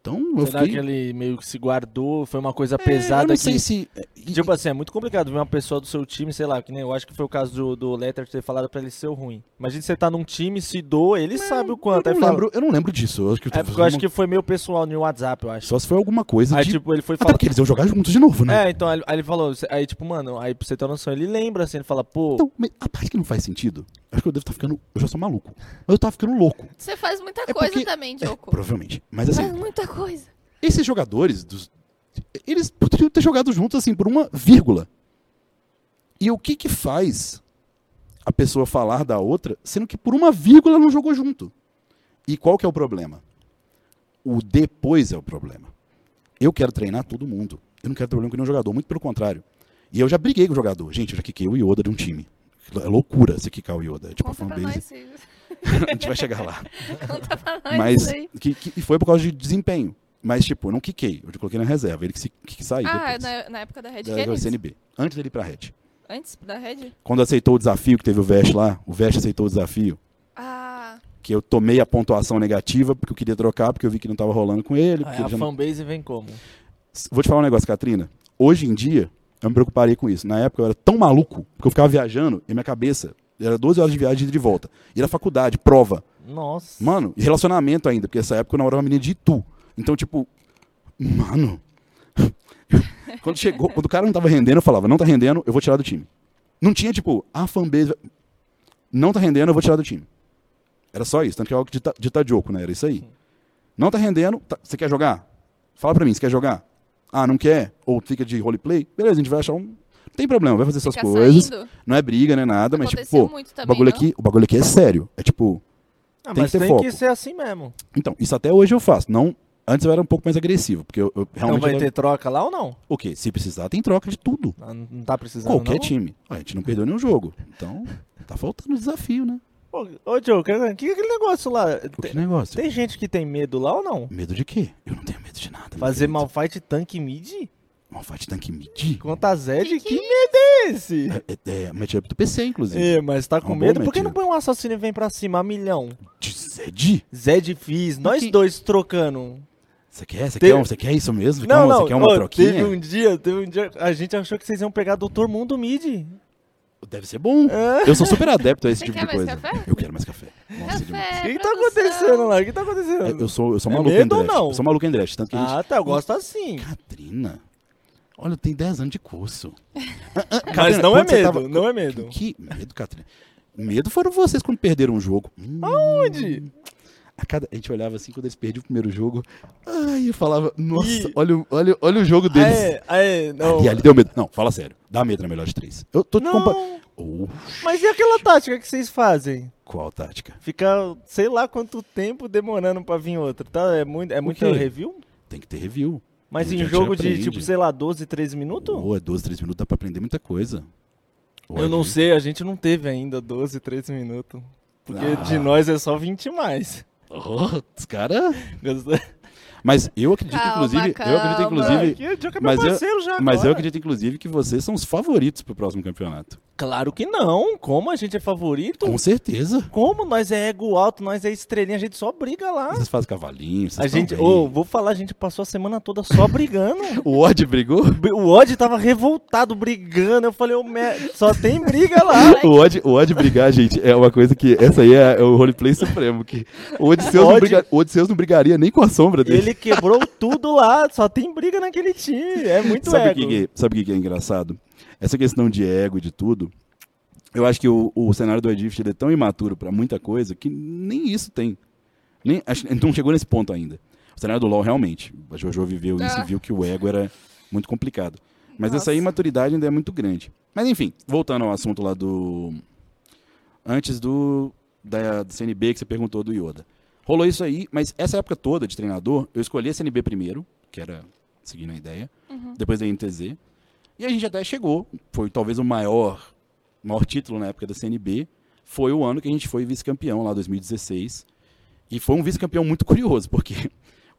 Então, eu Será fiquei... que ele meio que se guardou? Foi uma coisa eu pesada não que. sei se... e- Tipo assim, é muito complicado ver uma pessoa do seu time, sei lá, que nem eu acho que foi o caso do, do Letter ter falado pra ele ser o ruim. Imagina você tá num time, se doa, ele sabe o quanto. eu, Aí não fala- lembro, eu não lembro disso. Eu acho que, É porque eu acho que foi meio pessoal no WhatsApp, eu acho. Só se foi alguma coisa Aí, de... tipo, ele foi Até falar. porque eles iam jogar juntos de novo, né? É, então, aí aí ele falou, aí, tipo, mano, aí pra você ter noção, ele lembra, assim, ele fala, pô, Então, mas a parte que não faz sentido, acho que eu devo estar ficando. Eu já sou maluco. Mas eu tava ficando louco. Você faz muita É coisa porque- também, É, Joko. provavelmente. Mas assim, faz muita coisa. esses jogadores, dos- eles poderiam ter jogado juntos, assim, por uma vírgula. E o que que faz a pessoa falar da outra, sendo que por uma vírgula ela não jogou junto? E qual que é o problema? O depois é o problema. Eu quero treinar todo mundo. Eu não quero ter problema com nenhum jogador, muito pelo contrário. E eu já briguei com o jogador. Gente, eu já quiquei o Yoda de um time. É loucura você quicar o Yoda. É Tipo, a Conta pra fanbase- nós, Silvio. a gente vai chegar lá. Conta pra nós Mas isso aí. que, que- e foi por causa de desempenho. Mas, tipo, eu não quiquei. Eu te coloquei na reserva. Ele que, se, que saiu Ah, depois. na, na época da Red Da, da Canids? CNB. Antes dele ir pra Red. Antes da Red? Quando aceitou o desafio que teve o Vest lá, o Vest aceitou o desafio, Ah, que eu tomei a pontuação negativa, porque eu queria trocar, porque eu vi que não tava rolando com ele. porque aí Ah, é a ele já não- fanbase vem como? Vou te falar um negócio, Katrina. Hoje em dia, eu me preocuparia com isso. Na época, eu era tão maluco, porque eu ficava viajando, e minha cabeça, era 12 horas de viagem e de volta. E era faculdade, prova. Nossa. Mano, e relacionamento ainda, porque essa época eu namorava uma menina de Itu. Então, tipo, mano. quando chegou, quando o cara não tava rendendo, eu falava, não tá rendendo, eu vou tirar do time. Não tinha, tipo, a fanbase. Não tá rendendo, eu vou tirar do time. Era só isso, tanto que é algo de, ta- de tadioco, né? Era isso aí. Não tá rendendo, tá- você quer jogar? Fala pra mim, você quer jogar? Ah, não quer? Ou fica de roleplay? Beleza, a gente vai achar um. Não tem problema, vai fazer essas Fica coisas. saindo. Não é briga, não é nada, mas tipo, Aconteceu pô, muito o também, bagulho, não? aqui, o bagulho aqui é sério. É tipo, Ah, Tem mas que ter tem foco. que ser assim mesmo. então, isso até hoje eu faço. Não, antes eu era um pouco mais agressivo, porque eu, eu Então realmente. vai eu- ter troca lá ou não? O quê? Se precisar, tem troca de tudo. Ah, Não não tá precisando, Qualquer não? time. Ó, A gente não perdeu nenhum jogo. Então, tá faltando desafio, né? Pô, Ô, Joe, que, que aquele negócio lá? O que Tem, negócio? tem gente que tem medo lá ou não? Medo de quê? Eu não tenho medo de nada. meu Fazer querido. malfight tank mid? Uma fight tank mid? Conta Zed? Que Que, que medo é esse? É, é matchup do PC, inclusive. É, mas tá com Arrumou, medo? Por que Matinho? não põe um assassino e vem pra cima? A milhão. De Zed? Zed Fizz, nós que- dois trocando. Você quer? Você Teve- quer, um- você quer isso mesmo? Quer uma- Você quer uma ó, Teve troquinha? um dia, teve um dia, a gente achou que vocês iam pegar Doutor Mundo mid. Deve ser bom. É. Eu sou super adepto a esse Você tipo quer de mais coisa. café? Eu quero mais café. Nossa, demais. O Café, que, que tá É, produção. acontecendo lá? O que tá É, acontecendo? Eu sou, eu sou É maluco em medo ou draft. não? Eu sou maluco em draft. Tanto que a gente... Ah, tá, eu gosto assim. Catrina? Olha, tem 10 anos de curso. Mas Catrina, não é quando você medo, tava- não é medo. Que medo, Catrina. Medo foram vocês quando perderam um jogo. Hum, Ah. Onde? a, cada- a gente olhava assim quando eles perdiam o primeiro jogo. Ai, eu falava, nossa, E- olha, o- olha, olha o jogo deles. Ah, É, é, não. Ali, ali deu medo. Não, fala sério. Dá medo na melhor de três. Eu tô te comparando. Não, mas e aquela tática que vocês fazem? qual tática? Ficar sei lá quanto tempo demorando pra vir outro, tá? É muito, é muito quê? review? Tem que ter review. Mas A em gente jogo de, aprende. tipo, sei lá, 12, 13 minutos? Ou é 12, 3 minutos, dá pra aprender muita coisa. Ou Eu é não review. sei, a gente não teve ainda 12, 13 minutos. Porque Ah. de nós é só 20 mais. Oh, os caras. Gostou? Mas eu acredito, Calma, inclusive. Eu acredito, calma. inclusive. Aqui, o Diogo é meu mas eu- parceiro já Mas eu agora. acredito, inclusive, que vocês são os favoritos pro próximo campeonato. Hum. Claro que não. Como a gente é favorito? Com certeza. Como nós é ego alto, nós é estrelinha, a gente só briga lá. Ah. Vocês fazem cavalinho, vocês A tão gente, bem. ô, vou falar, a gente passou a semana toda só brigando. O Odd brigou? O Odd tava revoltado, brigando. Eu falei, ô, mer- só tem briga lá. O Odd, o Odd brigar, gente, é uma coisa que. Essa aí é, é o roleplay supremo. Que o Odisseus, Odd- Não briga- o Odisseus não brigaria nem com a sombra dele. Ele quebrou tudo lá, só tem briga naquele time. É muito sabe o ego. que, que- sabe o que que é engraçado? Essa questão de ego e de tudo. Eu acho que o, o cenário do Edith ele é tão imaturo pra muita coisa que nem isso tem. Nem, acho, não chegou nesse ponto ainda. O cenário do LoL realmente. A Jojo viveu isso Ah. e viu que o ego era muito complicado. Mas Nossa. essa imaturidade ainda é muito grande. Mas enfim, voltando ao assunto lá do. Antes do. Da, do CNB que você perguntou do Yoda. Rolou isso aí, mas essa época toda de treinador, eu escolhi a CNB primeiro, que era seguindo a ideia. Depois da NTZ. E a gente até chegou. Foi talvez o maior, maior título na época da CNB. Foi o ano que a gente foi vice-campeão lá, 2016. E foi um vice-campeão muito curioso, porque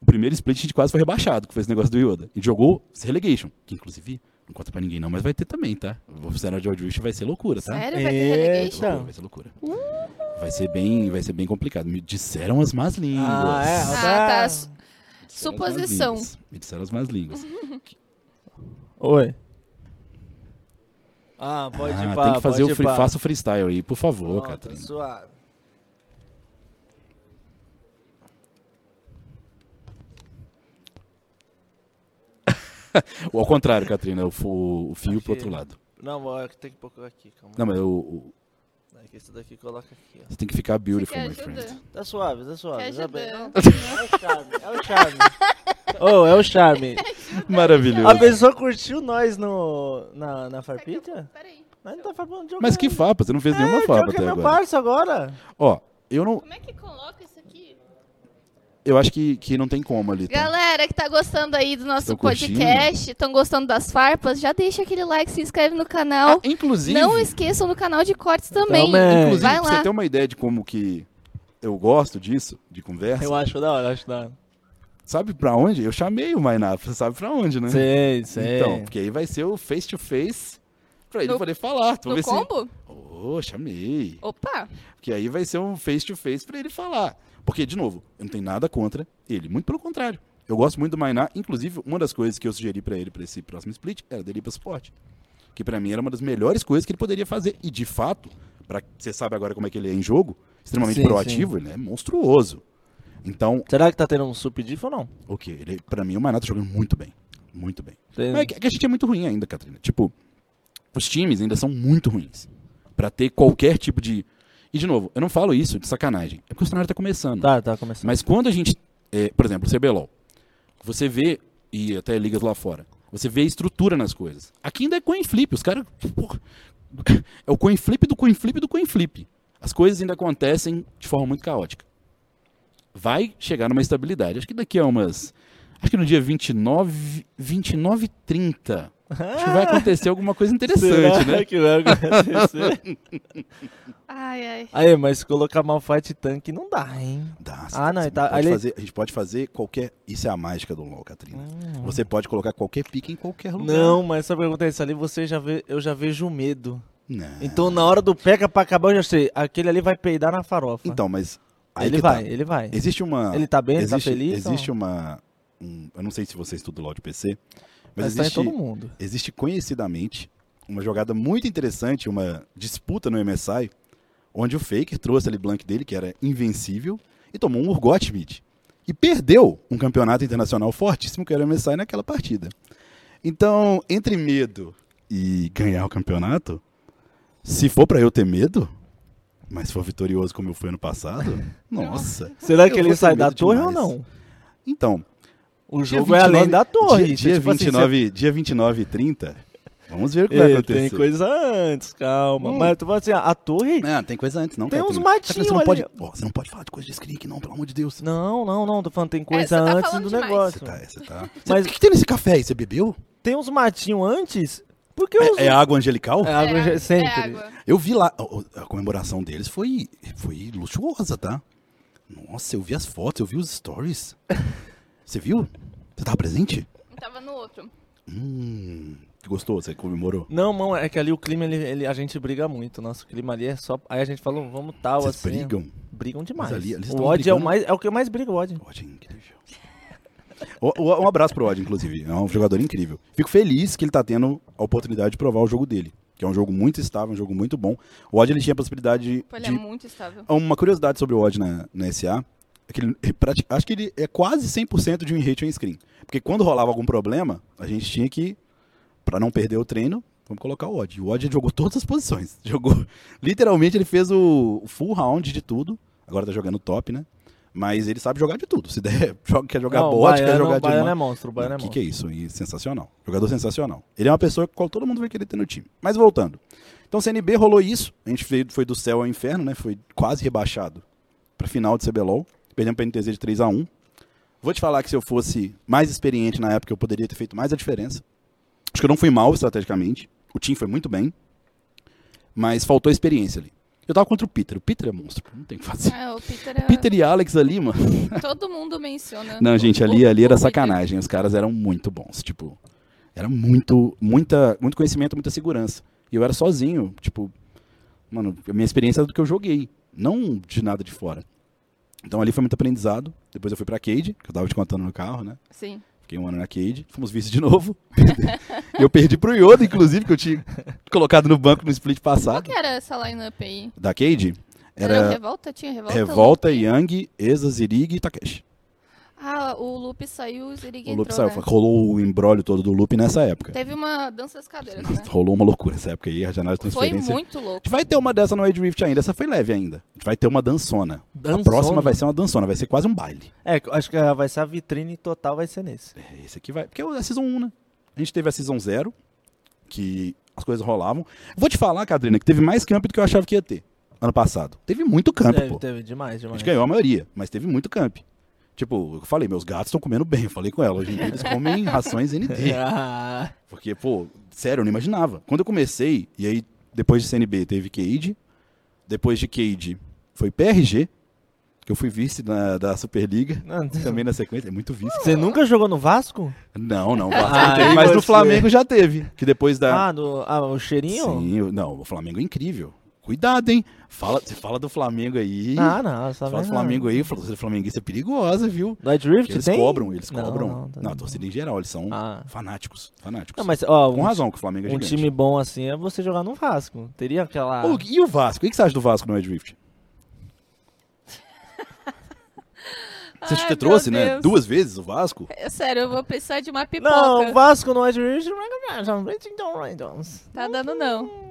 o primeiro split a gente quase foi rebaixado, que foi esse negócio do Yoda. A gente jogou relegation, que inclusive não conta pra ninguém não, mas vai ter também, tá? O cenário de Aldrich vai ser loucura, tá? Sério, vai ter Eita. Vai relegation? ser loucura, vai ser loucura. Vai ser bem, vai ser bem complicado. Me disseram as más línguas. Ah, é? Ah, tá. Me disseram Tá. as más suposição. línguas. Me disseram as más línguas. Oi. Ah, pode Ah, ir tá tem que fazer o free, faça o freestyle aí, por favor, Catrina. Ou ao contrário, Catrina, o, fu- o fio pro outro lado. Não, eu tenho que pôr aqui, calma. Não, mas o, o- É que Esse daqui coloca aqui, ó. você tem que ficar beautiful, quer my ajuda? friend. Tá suave, tá Quer suave. tá bem. ajuda? É o charme, é o charme. oh, é o charme. A Maravilhoso. pessoa curtiu nós no, na, na Será que eu- farpita? Peraí. Mas não tá farpando de Mas que fapa, você não fez nenhuma é, fapa Diogo até é meu agora. parça agora. Ó, eu não, Como é que coloca isso aqui? eu acho que, que não tem como ali. Tá? Galera que tá gostando aí do nosso Estão curtindo? podcast, estão gostando das farpas, já deixa aquele like, se inscreve no canal. Ah, inclusive, Então, é, Não esqueçam do canal de cortes também. Também. inclusive, Vai pra lá. você ter um uma ideia de como que eu gosto disso, de conversa, Eu acho da hora, acho da hora. Né? sabe pra onde? Eu chamei o Mainá, você sabe pra onde, né? Sei, sei. Então, porque aí vai ser o face to face pra ele é. No- poder falar. Tu No vê se- combo? Ô, chamei. Opa! Que aí vai ser um face to face pra ele falar. Porque, de novo, eu não tenho nada contra ele, muito pelo contrário. Eu gosto muito do Mainá, inclusive uma das coisas que eu sugeri pra ele pra esse próximo split era dele ir pra suporte. Que pra mim era uma das melhores coisas que ele poderia fazer. E de fato, para você sabe agora como é que ele é em jogo, extremamente Sim, proativo, ele é monstruoso. Então, Será que tá tendo um sup diff ou não? o que? Ele, pra mim, o Mainá tá jogando muito bem. Muito bem. Mas é que- é que a gente é muito ruim ainda, Catrina. Tipo, os times ainda são muito ruins. Pra ter qualquer tipo de. E, de novo, eu não falo isso de sacanagem. É porque o cenário tá começando. Tá, tá começando. Mas quando a gente. é, por exemplo, o CBLOL. Você vê e até ligas lá fora. Você vê estrutura nas coisas. Aqui ainda é coin flip, os caras. porra, É o coin flip do coin flip do coin flip. As coisas ainda acontecem de forma muito caótica. Vai chegar numa estabilidade. Acho que daqui a umas. Acho que no dia 29, 29 e 30. Acho que vai acontecer alguma coisa interessante, Será né? que vai acontecer? Ai, ai. Aí, mas se colocar Malphite tanque não dá, hein? Dá, Ah, não, você tá- pode ali- fazer- a gente pode fazer qualquer. Isso é a mágica do LOL, Catrina. Você pode colocar qualquer pique em qualquer lugar. Hum. Não, mas só pergunta isso ali, você já vê, eu já vejo o medo. Não. Então na hora do pega pra acabar eu já sei, aquele ali vai peidar na farofa. Então, mas. Aí ele que tá. vai, ele vai. Existe uma. Ele tá bem, ele tá existe, feliz. Existe então, uma. um- eu não sei se você estuda LOL de PC, mas, mas tá em existe, todo mundo. existe conhecidamente uma jogada muito interessante, uma disputa no MSI, onde o Faker trouxe a LeBlanc dele, que era invencível, e tomou um Urgot mid. E perdeu um campeonato internacional fortíssimo, que era o MSI, naquela partida. Então, entre medo e ganhar o campeonato, se for pra eu ter medo, mas for vitorioso como eu fui ano passado, nossa. Será eu que ele vou sai com da medo torre ou demais. não? Então, O Dia jogo é além 29 da torre. Dia, dia tipo assim, É, 29, dia 29 e 30. Vamos ver o que você- vai Ei, acontecer. tem coisa antes, calma. Hum. Mas tu fala assim, a a torre... Não, É, tem coisa antes, não. Tem cara, uns tudo. Você matinhos não ali. pode, ó, você não pode falar de coisa de Skrinick, não, pelo amor de Deus. Não, não, não, tô falando tem coisa você tá antes falando do demais. negócio. Você tá, você tá. Mas- Mas o que, que tem nesse café aí? Você bebeu? Tem uns matinhos antes, porque os... É, é água angelical? É água É, já- é sempre. água. Eu vi lá, ó, ó, a comemoração deles foi, foi luxuosa, tá? Nossa, eu vi as fotos, eu vi os stories. Você viu? Você tava presente? Eu Tava no outro. Hum, que gostoso, você comemorou. Não, não, é que ali o clima, ele, ele- a gente briga muito. Nosso clima ali é só. Aí a gente fala, vamos tal, Vocês assim. brigam? Brigam demais. ali- eles o tão ódio é o, brigando. mais, é o que mais briga, o ódio. Odd é incrível. O- o- um abraço pro Odd, inclusive. É um jogador incrível. Fico feliz que ele tá tendo a oportunidade de provar o jogo dele. Que é um jogo muito estável, um jogo muito bom. O Odd ele tinha a possibilidade Pô, ele de. é muito estável. Ah, Uma curiosidade sobre o Odd na, na SA. É que ele, é prati- acho que ele é quase 100% de um rate on screen. Porque quando rolava algum problema, a gente tinha que, pra não perder o treino, vamos colocar o Odd. E o Odd jogou todas as posições. Jogou. Literalmente, ele fez o, o full round de tudo. Agora tá jogando top, né? Mas ele sabe jogar de tudo. Se der, joga- quer jogar Não, o bot, quer baiano- jogar o de baiano mão. é monstro, o baiano é O que, monstro. que é isso? E sensacional. Jogador sensacional. Ele é uma pessoa com a qual todo mundo vai querer ter no time. Mas voltando. Então, CNB rolou isso. A gente foi, foi do céu ao inferno, né? Foi quase rebaixado pra final de CBLOL. Perdemos pra NTZ de 3 a 1 Vou te falar que se eu fosse mais experiente na época, eu poderia ter feito mais a diferença. Acho que eu não fui mal estrategicamente. O time foi muito bem. Mas faltou experiência ali. Eu tava contra o Peter. O Peter é monstro. Não tem o que fazer. Ah, o Peter, é- Peter e Alex ali, mano. todo mundo menciona. Não, gente, ali, O- ali o era Peter. sacanagem. Os caras eram muito bons, tipo, era muito, muita, muito conhecimento, muita segurança. E eu era sozinho, tipo, mano, a minha experiência era do que eu joguei, não de nada de fora. Então ali foi muito aprendizado. Depois eu fui pra Cade, que eu tava te contando no carro, né? Sim. Fiquei um ano na Cade, fomos vice de novo. E eu perdi pro Yoda, inclusive, que eu tinha colocado no banco no split Qual passado. que era essa lineup aí? Da Cade, Era, Tá? era Revolta? Tinha Revolta? Revolta, Yang, Exa, Zirig e Takeshi. Ah, o Loop saiu, o Zirig O Loop entrou, saiu, né? rolou o embrólio todo do Loop nessa época. Teve uma dança das cadeiras, Nossa, né? rolou uma loucura essa época aí, a janela de Foi transferência. muito A louco. gente vai ter uma dessa no Age Rift ainda, essa foi leve ainda. A gente vai ter uma dançona. Dançona? é? A próxima vai ser uma dançona, vai ser quase um baile. É, eu acho que ah, vai ser a vitrine total, vai ser nesse. É, Esse aqui vai. Porque é a Season 1, né? A gente teve a Season 0, que as coisas rolavam. Vou te falar, Cadrina, que teve mais camp do que eu achava que ia ter ano passado. Teve muito camp, Teve, pô. teve demais, A demais. gente ganhou a maioria, mas teve muito camp. Tipo, eu falei, meus gatos estão comendo bem. Eu falei com ela, hoje em dia eles comem rações ND. Ah, Porque, pô, sério, eu não imaginava. Quando eu comecei, e aí depois de CNB teve Cade, depois de Cade foi PRG, que eu fui vice na- da Superliga, não, também na sequência, é muito vice. Você nunca jogou no Vasco? Não, não, Vasco Ah, não teve, aí mas no você. Flamengo já teve, que depois da... Ah, no, ah o cheirinho? É. Sim, eu- não, o Flamengo é incrível. Cuidado, hein? Fala, você fala do Flamengo aí, Ah, não, só você fala do mesmo. Flamengo aí, fala, você flamenguista é perigosa, viu? No Night Porque Rift eles tem? cobram, eles Não, cobram. Não, não, tá a bem. torcida em geral, eles são Ah. fanáticos, fanáticos. Não, mas, ó, Com um- razão que o Flamengo é um gigante. time bom assim é você jogar no Vasco. Teria aquela... Ô, e o Vasco? O que você acha do Vasco no Red Rift? Você Ai, te meu trouxe, né? Deus. Duas vezes o Vasco? É sério, eu vou precisar de uma pipoca. Não, o Vasco no é Night Rift... Então, então... Tá dando não.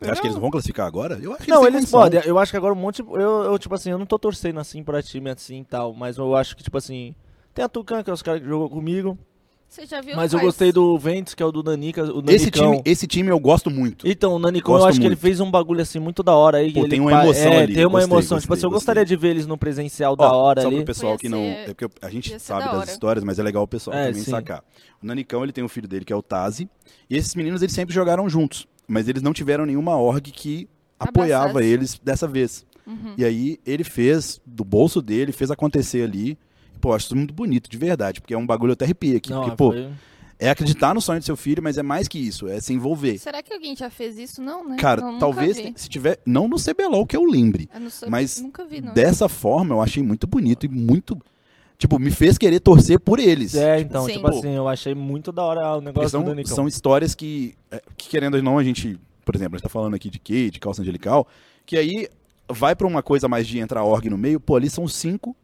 Você acha que eles vão classificar agora? Eu acho que Não, têm eles condição. podem. Eu acho que agora um monte. Eu, eu, tipo assim, eu não tô torcendo assim pra time assim e tal. Mas eu acho que, tipo assim. Tem a Tucan, que é os caras que jogou comigo. Você já viu Mas eu quais- gostei do Ventos, que é o do Nanica, o Esse Nanicão. time, esse time eu gosto muito. Então, o Nanicon, eu Gosto acho que ele muito. fez um bagulho assim muito da hora aí. Pô, ele tem uma pa- emoção é, ali, Tem uma gostei, emoção. tipo gostei, assim, eu gostaria de ver eles num presencial Ó, da hora só ali. pro pessoal Ia que não. ser- É porque a gente ia ser sabe da das hora. histórias, mas é legal o pessoal É, também sim. sacar. O Nanicão, ele tem um filho dele que é o Tazi. E esses meninos, eles sempre jogaram juntos. Mas eles não tiveram nenhuma org que apoiava Abraçasse. eles dessa vez. Uhum. E aí, ele fez, do bolso dele, fez acontecer ali. Pô, eu acho isso muito bonito, de verdade. Porque é um bagulho eu até arrepio aqui. porque, pô, foi- é acreditar no sonho do seu filho, mas é mais que isso. É se envolver. Será que alguém já fez isso? Não, né? Cara, Eu nunca talvez vi. te- se tiver... Não no CBLOL, que eu lembre. Eu não sou- mas nunca vi, não. Dessa forma, eu achei muito bonito e muito... Tipo, me fez querer torcer por eles. É, então, Sim. tipo assim, eu achei muito da hora o Porque negócio do são, Nanicon. são histórias que, é, que, querendo ou não, a gente, por exemplo, a gente tá falando aqui de Kate, de calça angelical, que aí vai pra uma coisa mais de entrar org no meio, pô, ali são cinco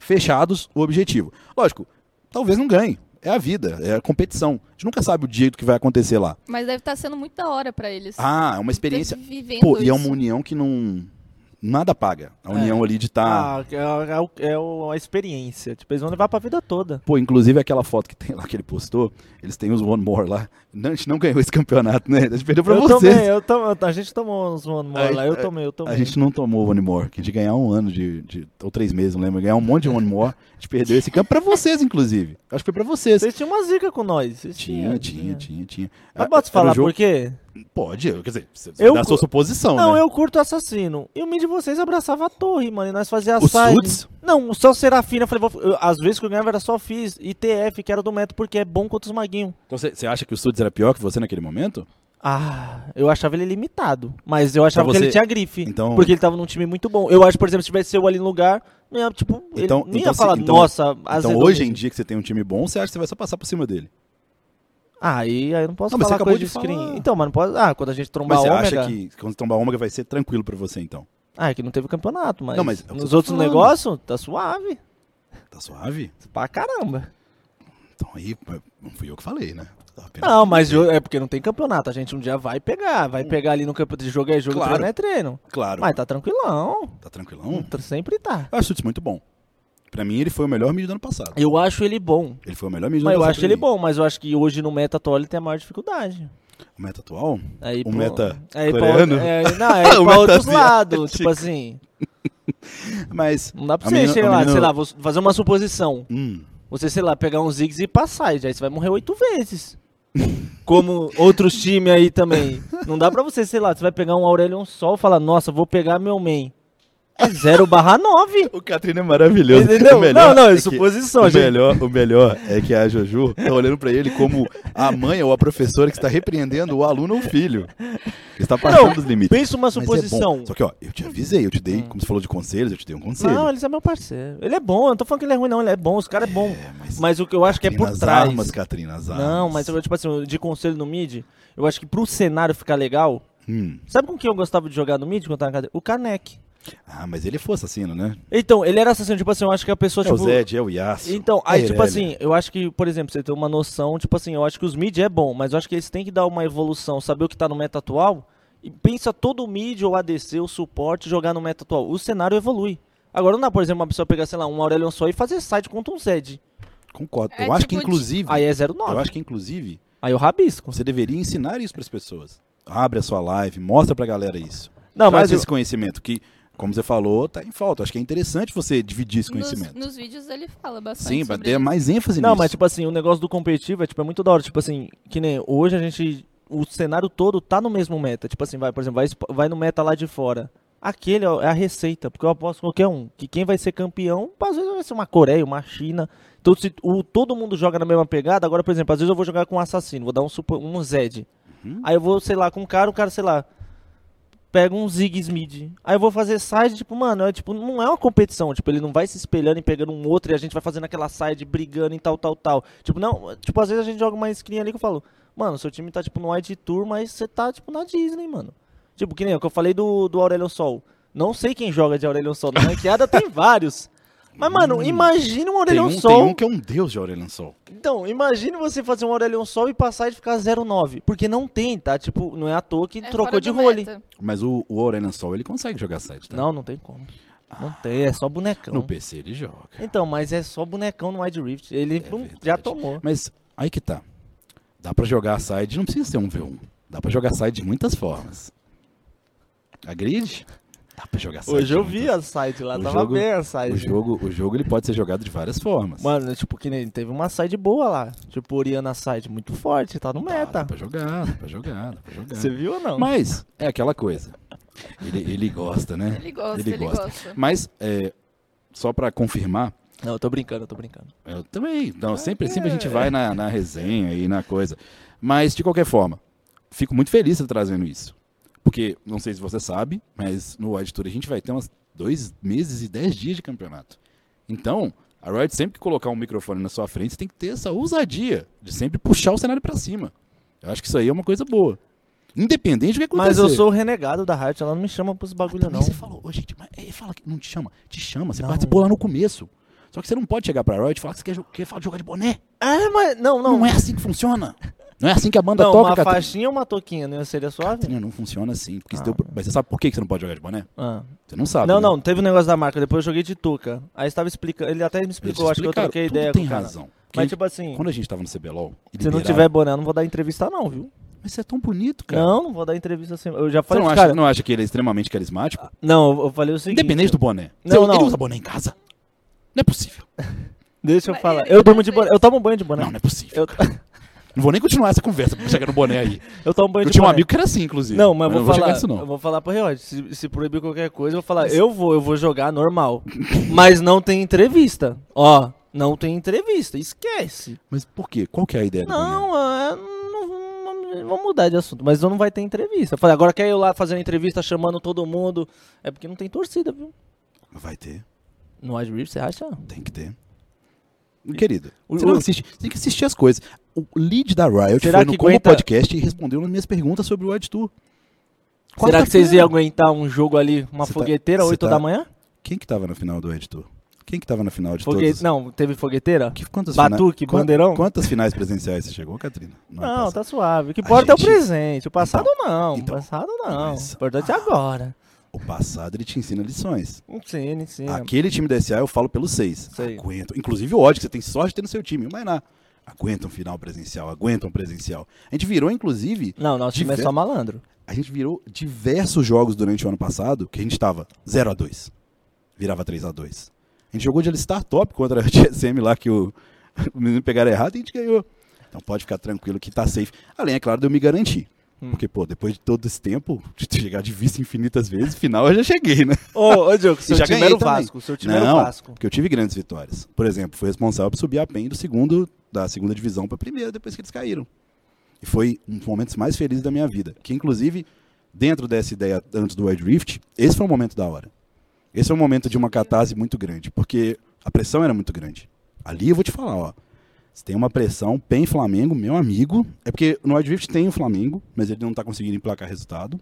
fechados o objetivo. Lógico, talvez não ganhe. É a vida, é a competição. A gente nunca sabe o jeito que vai acontecer lá. Mas deve estar sendo muito da hora pra eles. Ah, é uma experiência. Tá vivendo Pô, e é isso. uma união que não. Nada paga. A união ali de tá estar. É. Ah, é, é o- é o- a experiência. Tipo, eles vão levar pra vida toda. Pô, inclusive aquela foto que tem lá que ele postou, eles têm os One More lá. Não, a gente não ganhou esse campeonato, né? A gente perdeu pra eu vocês. tomei, eu tomei. A gente tomou uns mano A- lá. Eu a- tomei, eu tomei. A gente não tomou o One More, que a gente ganhar um ano de, de- ou três meses, não lembro, ganhar um monte de One More, a gente perdeu esse campo pra vocês, inclusive. Acho que foi pra vocês. Vocês tinham uma zica com nós. vocês Tinha, tinham, né? tinha, tinha, tinha. Mas Ah, posso era falar um jogo- por quê? Pode, eu- quer dizer, você Eu dá a sua cu- suposição, Não, né? eu curto assassino. E o mid de vocês abraçava a torre, mano. E nós fazia Os side. Suds? Não, só o Serafina. Eu falei, vou- eu- às vezes que eu ganhava era só Fizz e TF, que era do método, porque é bom contra os maguinhos. Então você você acha que o Suds era pior que você naquele momento? Ah, eu achava ele limitado. Mas eu achava Então que ele você- tinha grife. então- Porque ele tava num time muito bom. Eu acho, por exemplo, se tivesse eu ali no lugar, não ia, tipo, ele Então- não ia então se- falar, então- nossa, então azedou hoje em mesmo." dia que você tem um time bom, você acha que você vai só passar por cima dele. Ah, aí, aí eu não posso Não, mas você falar acabou coisa de de screen. falar. Então, mano, pode... Ah, quando a gente trombar Mas você ômega... acha que quando você tombar ômega vai ser tranquilo pra você, então? Ah, é que não teve campeonato, mas... Não, mas é o que você nos tá outros falando. negócios, tá suave. Tá suave? Pra caramba. Então aí, não fui eu que falei, né? Apenas- Não, mas jo- é porque não tem campeonato. A gente um dia vai pegar. Vai pegar ali no campo de jogo é jogo, Hum. Claro. treino é treino. Claro, Mas tá tranquilão. tá tranquilão? Tá- Sempre tá. Eu acho isso muito bom. Pra mim, ele foi o melhor mid do ano passado. Eu acho ele bom. Ele tá foi o melhor mid do Mas ano eu passado acho pra ele mim. bom, mas eu acho que hoje no meta atual ele tem a maior dificuldade. O meta atual? Aí, O pro- meta aí pra coreano? outro- é, não, é O pra meta outros asiático. lados. Tipo assim, Mas. não dá pra A você, menina- sei a lá, menina- sei lá, vou fazer uma suposição. Hum, Você, sei lá, pegar um Ziggs e passar, e aí você vai morrer oito vezes. Como outros times aí também. Não dá pra você, sei lá, você vai pegar um Aurelion Sol e falar, nossa, vou pegar meu main. É 0 barra 9. o Catrina é maravilhoso. Entendeu? O melhor Não, não, é que- suposição, o gente. Melhor, o melhor é que a Jojo tá olhando pra ele como a mãe ou a professora que está repreendendo o aluno ou o filho. Ele está passando Não, dos limites. Pensa uma Mas é bom. suposição. Hum. Só que, ó, eu te avisei, eu te dei, como você falou de conselhos, eu te dei um conselho. Não, ele é meu parceiro. Ele é bom, eu não tô falando que ele é ruim, não. Ele é bom, os caras é bom. mas- mas... o que eu acho que é Catrina, por as trás. armas, Catrina, as armas. não, mas eu, tipo assim, de conselho no mid, eu acho que pro cenário ficar legal. Hum. Sabe com quem eu gostava de jogar no mid quando eu tava na cadeira? O Kanek. Ah, mas ele foi assassino, né? Então, ele era assassino, tipo assim, eu acho que a pessoa, é o tipo. Zed, é o Yasuo. Então, aí, é tipo ele. assim, eu acho que, por exemplo, você tem uma noção, tipo assim, eu acho que os mid é bom, mas eu acho que eles têm que dar uma evolução, saber o que tá no meta atual, e pensa todo o mid ou ADC, o suporte, jogar no meta atual. O cenário evolui. Agora não dá, por exemplo, uma pessoa pegar, sei lá, um Aurelion só e fazer side contra um Zed. Concordo. É eu acho que, tipo de- inclusive. Aí é Eu 0,9. acho que, inclusive, Aí eu rabisco. Você deveria ensinar isso para as pessoas. Abre a sua live, mostra pra galera isso. Não, Traz mas eu- esse conhecimento que, como você falou, tá em falta. Acho que é interessante você dividir esse Nos, conhecimento. nos vídeos ele fala bastante Sim, é para sobre ter isso. mais ênfase Não, nisso. mas tipo assim, o negócio do competitivo é, tipo, é muito da hora. Tipo assim, que nem hoje a gente. O cenário todo tá no mesmo meta. Tipo assim, vai, por exemplo, vai, esp- vai no meta lá de fora. Aquele é a receita, porque eu aposto qualquer um. Que quem vai ser campeão, às vezes vai ser uma Coreia, uma China. Então, se o, todo mundo joga na mesma pegada, agora, por exemplo, às vezes eu vou jogar com um assassino, vou dar um, supo- um Zed. Aí eu vou, sei lá, com um cara, o cara, sei lá, pega um Zig Smid. Aí eu vou fazer side, tipo, mano, é, tipo, não é uma competição. Tipo, ele não vai se espelhando e pegando um outro e a gente vai fazendo aquela side, brigando e tal, tal, tal. Tipo, não, tipo, às vezes a gente joga uma screen ali que eu falo, mano, seu time tá, tipo, no White Tour, mas você tá, tipo, na Disney, mano. Tipo, que nem o que eu falei do, do Aurelion Sol. Não sei quem joga de Aurelion Sol. Na ranqueada tem vários. Mas, mano, imagina Hum. um tem Aurelion um, Sol. tem um que é um deus de Aurelion Sol. Então, imagine você fazer um Aurelion Sol e passar e ficar 0,9. Porque não tem, tá? Tipo, não é à toa que É trocou fora de do role. meta. Mas o, o Aurelion Sol, ele consegue jogar side, tá? Não, não tem como. Não tem, é só bonecão. No PC ele joga. Então, mas é só bonecão no Wide Rift. Ele não- já verdade. tomou. Mas Aí que tá. Dá pra jogar side, não precisa ser um V1. Dá pra jogar side de muitas formas. A grid? Dá pra jogar side. Hoje de eu muitas- vi a site lá, então. O tava jogo- bem a O site. jogo, o jogo ele pode ser jogado de várias formas. Mano, tipo, que nem teve uma side boa lá. Tipo, Oriana side muito forte, tá no Dá, Dá meta. pra jogar, dá pra jogar, dá pra jogar. Você um- viu ou não? Mas é aquela coisa. Ele, ele gosta, né? Ele gosta, Ele ele, gosta. gosta. Mas, é, só pra confirmar, Não, eu tô brincando, eu tô brincando. eu também. Não, sempre, sempre a É. gente vai na, na resenha e na coisa. Mas, de qualquer forma, fico muito feliz trazendo isso. Porque, não sei se você sabe, mas no Wide Tour a gente vai ter uns dois meses e dez dias de campeonato. Então, a Riot sempre que colocar um microfone na sua frente, você tem que ter essa ousadia de sempre puxar o cenário pra cima. Eu acho que isso aí é uma coisa boa. Independente do que acontecer. Mas eu sou o renegado da Riot, ela não me chama pros bagulho, Também não. Você falou, ô, gente, mas ele fala que não te chama. Te chama, você Não. participou lá no começo. Só que você não pode chegar pra Riot e falar que você quer, jo- quer falar de jogar de boné. É, mas. Não, não. Não, é assim que funciona. Não é assim que a banda Não, toca, uma Catarina. faixinha ou uma touquinha, né? Seria suave? Catarina, não funciona assim. Porque Ah, você deu- Mas você sabe por que que você não pode jogar de boné? Ah. Você não sabe. Não, né? não, teve um negócio da marca, depois eu joguei de Tuca. Aí estava explicando, ele até me Eles explicou, acho que eu explicaram, troquei tudo ideia tem com o cara. razão. Porque a Mas gente- tipo assim, Quando a gente tava no CBLOL, e se não liberaram- tiver boné, eu não vou dar entrevista não, viu? Mas você é tão bonito, cara. Não, não vou dar entrevista assim. Eu já Você falei, não pro acha, cara, não acha que ele é extremamente carismático? não, eu- eu falei o seguinte. Independente do boné. Não, Você- Ele não. usa boné em casa? Não é possível. Deixa eu Mas falar. ele- Eu durmo de às boné, eu tomo banho de boné. Não, não é possível. Eu, Não vou nem continuar essa conversa pra chegar no boné aí. eu tomo banho Eu de tinha um boné. amigo que era assim, inclusive. Não, mas eu não vou falar, chegar nisso, eu não. vou falar pro Riot, se, se proibir qualquer coisa, eu vou falar, eu vou, eu vou jogar normal, mas não tem entrevista. Ó, não tem entrevista, esquece. Mas por quê? Qual que é a ideia do boné? Não, é, não, não- vamos mudar de assunto, mas não vai ter entrevista. Eu falei, agora quer eu lá fazendo entrevista, chamando todo mundo, é porque não tem torcida, viu? Vai ter, No Wild Rift, você acha? tem que ter. Querido, O- você, não o- assiste, você tem que assistir as coisas. O lead da Riot Será foi no que Como aguenta- Podcast e respondeu nas minhas perguntas sobre o Wide Tour. Será que vocês Quarta-feira. iam aguentar um jogo ali, uma Você tá- fogueira, você 8 tá- da manhã? Quem que tava na final do Wide Tour? Quem que tava na final de Fogue... todas? Não, teve fogueira? Que, quantas Batuque, fina- quan- bandeirão? Quantas finais presenciais você chegou, Catrina? No ano Não, passado? tá suave. O que A importa é gente- o presente. O passado não. então, o passado não. mas- O importante é agora. O passado ele te ensina lições. Sim, sim. Aquele time da SA eu falo pelos seis. É. Sei. Aguentam. Inclusive o ódio, que você tem sorte de ter no seu time. O Mainá. Aguenta um final presencial, aguenta um presencial. A gente virou, inclusive, Não, nosso time é Diver- só malandro. a gente virou diversos jogos durante o ano passado que a gente tava 0 a 2 Virava 3 a 2 A gente jogou de Alistar top contra a TSM lá que o, o menino pegaram errado e a gente ganhou. Então pode ficar tranquilo que tá safe. Além, é claro, de eu me garantir. Porque, pô, depois de todo esse tempo, de ter chegado de vice infinitas vezes, final eu já cheguei, né? Ô, ô, Diogo, seu já time ganhei era o também. Vasco. Seu time era o Não, Vasco. Porque eu tive grandes vitórias. Por exemplo, fui responsável por subir a PEN do segundo, da segunda divisão para a primeira, depois que eles caíram. E foi um dos momentos mais felizes da minha vida. Que, inclusive, dentro dessa ideia antes do Wild Rift, esse foi um momento da hora. Esse é um momento de uma catarse muito grande, porque a pressão era muito grande. Ali eu vou te falar, ó. Se tem uma pressão, PEN e Flamengo, meu amigo. É porque no Wild Rift tem o Flamengo, mas ele não tá conseguindo emplacar resultado.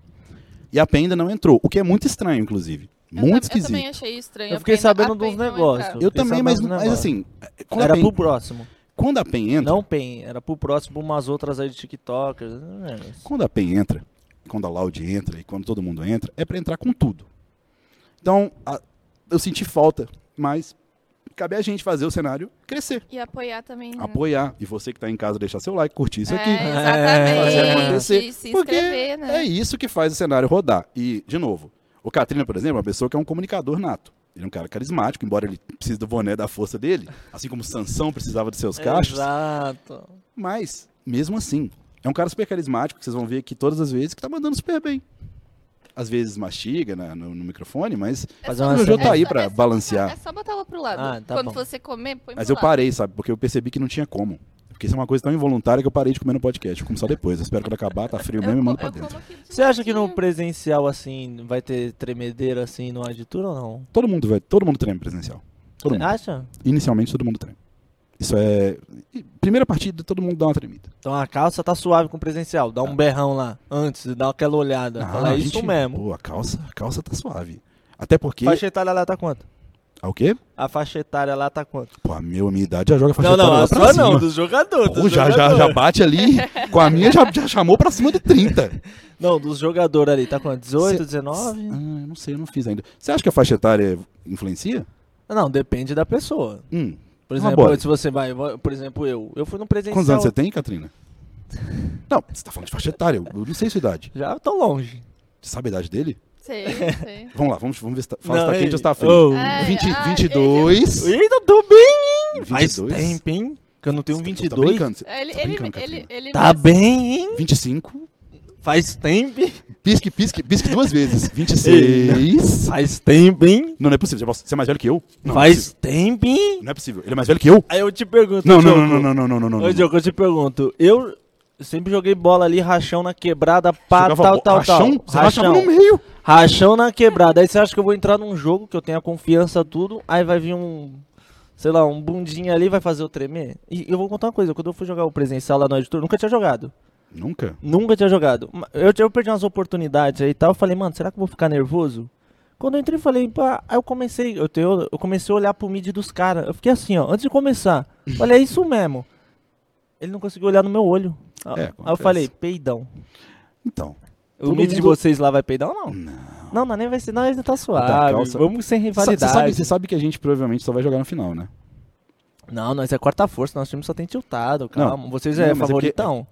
E a PEN ainda não entrou, o que é muito estranho, inclusive. eu, tam- Muito eu esquisito. também achei estranho. Eu fiquei a pena- sabendo a de uns pena não negócios. entrar. Eu Pensava também, mas, no mas negócio. assim, quando, Era a PEN, pro próximo. quando a PEN entra, Não PEN, era pro próximo, pra umas outras aí de TikTokers. né? quando a PEN entra, quando a Loud entra e quando todo mundo entra, é pra entrar com tudo. Então, a- eu senti falta, mas cabe a gente fazer o cenário crescer, E apoiar também. né? apoiar. E você que tá em casa, deixar seu like, curtir isso aqui. É, fazer exatamente. acontecer. Se Porque inscrever, né? é isso que faz o cenário rodar. E, de novo, o Katrina, por exemplo, é uma pessoa que é um comunicador nato. Ele é um cara carismático, embora ele precise do boné da força dele, assim como Sansão precisava de É, seus cachos. Exato. Mas, mesmo assim, é um cara super carismático, que vocês vão ver aqui todas as vezes, que tá mandando super bem. Às vezes mastiga na- no, no microfone, mas, Fazer o uma Jojo tá seta- aí É, só- pra só botar- balancear. É só botar ela pro lado. Ah, tá Quando bom. você comer, põe Mas pro eu lado. parei, sabe? Porque eu percebi que não tinha como. Porque isso é uma coisa tão involuntária que eu parei de comer no podcast. Vou começar depois. Eu espero quando acabar, tá frio mesmo e co- mando pra dentro. como aqui de Você acha que no ladinho. presencial, assim, vai ter tremedeira, assim, no aditura ou não? Todo mundo, vai, todo mundo treina presencial. Todo mundo. Acha? Inicialmente, todo mundo treina. Isso é. e- Primeira partida, todo mundo dá uma tremida. Então a calça tá suave com o presencial. Dá um berrão lá antes, dá aquela olhada. Ah, Fala é a isso gente- mesmo. Pô, a calça, a calça tá suave. Até porque. A Faixa etária lá tá quanto? Ah, o quê? A faixa etária lá tá quanto? Pô, a meu- a minha idade já joga faixa não, não, etária lá tá a pra sua cima. não, do jogador. Pô, do já, já, jogador. já bate ali. Com a minha já, já chamou pra cima do 30. Não, dos jogadores ali, tá quanto? 18, Cê- 19? Ah, eu não sei, eu não fiz ainda. Você acha que a faixa etária influencia? Não, depende da pessoa. Hum, Por Uma exemplo, bola. se você vai, vo- por exemplo, eu. Eu fui no presencial. Quantos anos você tem, Catrina? Não, você tá falando de faixa etária. Eu eu não sei sua idade. Já tô longe. Você sabe a idade dele? Sei, sei. Vamos lá, vamos, vamos ver se tá, fala se Não, tá ei. quente ou se tá frio. Oh. É, 20, ai, 22. Eita, tô bem, hein? Faz 22? tempo, hein? Que eu não tenho Você tá- tá 22. brincando, você- Ele, tá ele, brincando, ele, Catrina. ele Tá bem, hein? 25. Faz tempo. Pisque, pisque, pisque duas vezes. 26. Faz tempo, hein? Não, não é possível. você é- Você é mais velho que eu? Não, Faz tempo, hein? Não é possível. Não é possível. Ele é mais velho que eu? Aí eu te pergunto, Não, não, Diogo. não, não, não, não, não, não, não. Ô, Diogo, eu te pergunto. Eu sempre joguei bola ali, rachão na quebrada, pá, Jogava tal, bo- tal, rachão? tal. Você rachava no meio. Rachão na quebrada. Aí você acha que eu vou entrar num jogo que eu tenho a confiança tudo, aí vai vir um, sei lá, um bundinha ali vai fazer eu tremer. E eu vou contar uma coisa, quando eu fui jogar o presencial lá no editor, eu nunca tinha jogado. Nunca? Nunca tinha jogado. Ma- Eu, eu perdi umas oportunidades aí e tal, eu falei, mano, será que eu vou ficar nervoso? Quando eu entrei, eu falei, pá, aí eu comecei, eu, tenho, eu comecei a olhar pro mid dos caras. Eu fiquei assim, ó, antes de começar. Falei, é isso mesmo. Ele não conseguiu olhar no meu olho. É, Aí eu acontece. falei, peidão. Então. O Todo mid de mundo- vocês lá vai peidar ou não? Não, não, nem vai ser, não, ainda tá suave. calça- Vamos sem Você rivalidade. sabe, você sabe que a gente provavelmente só vai jogar no final, né? Não, nós é quarta força, nosso time só tem tiltado, calma. Vocês Não, é mas é porque- favoritão.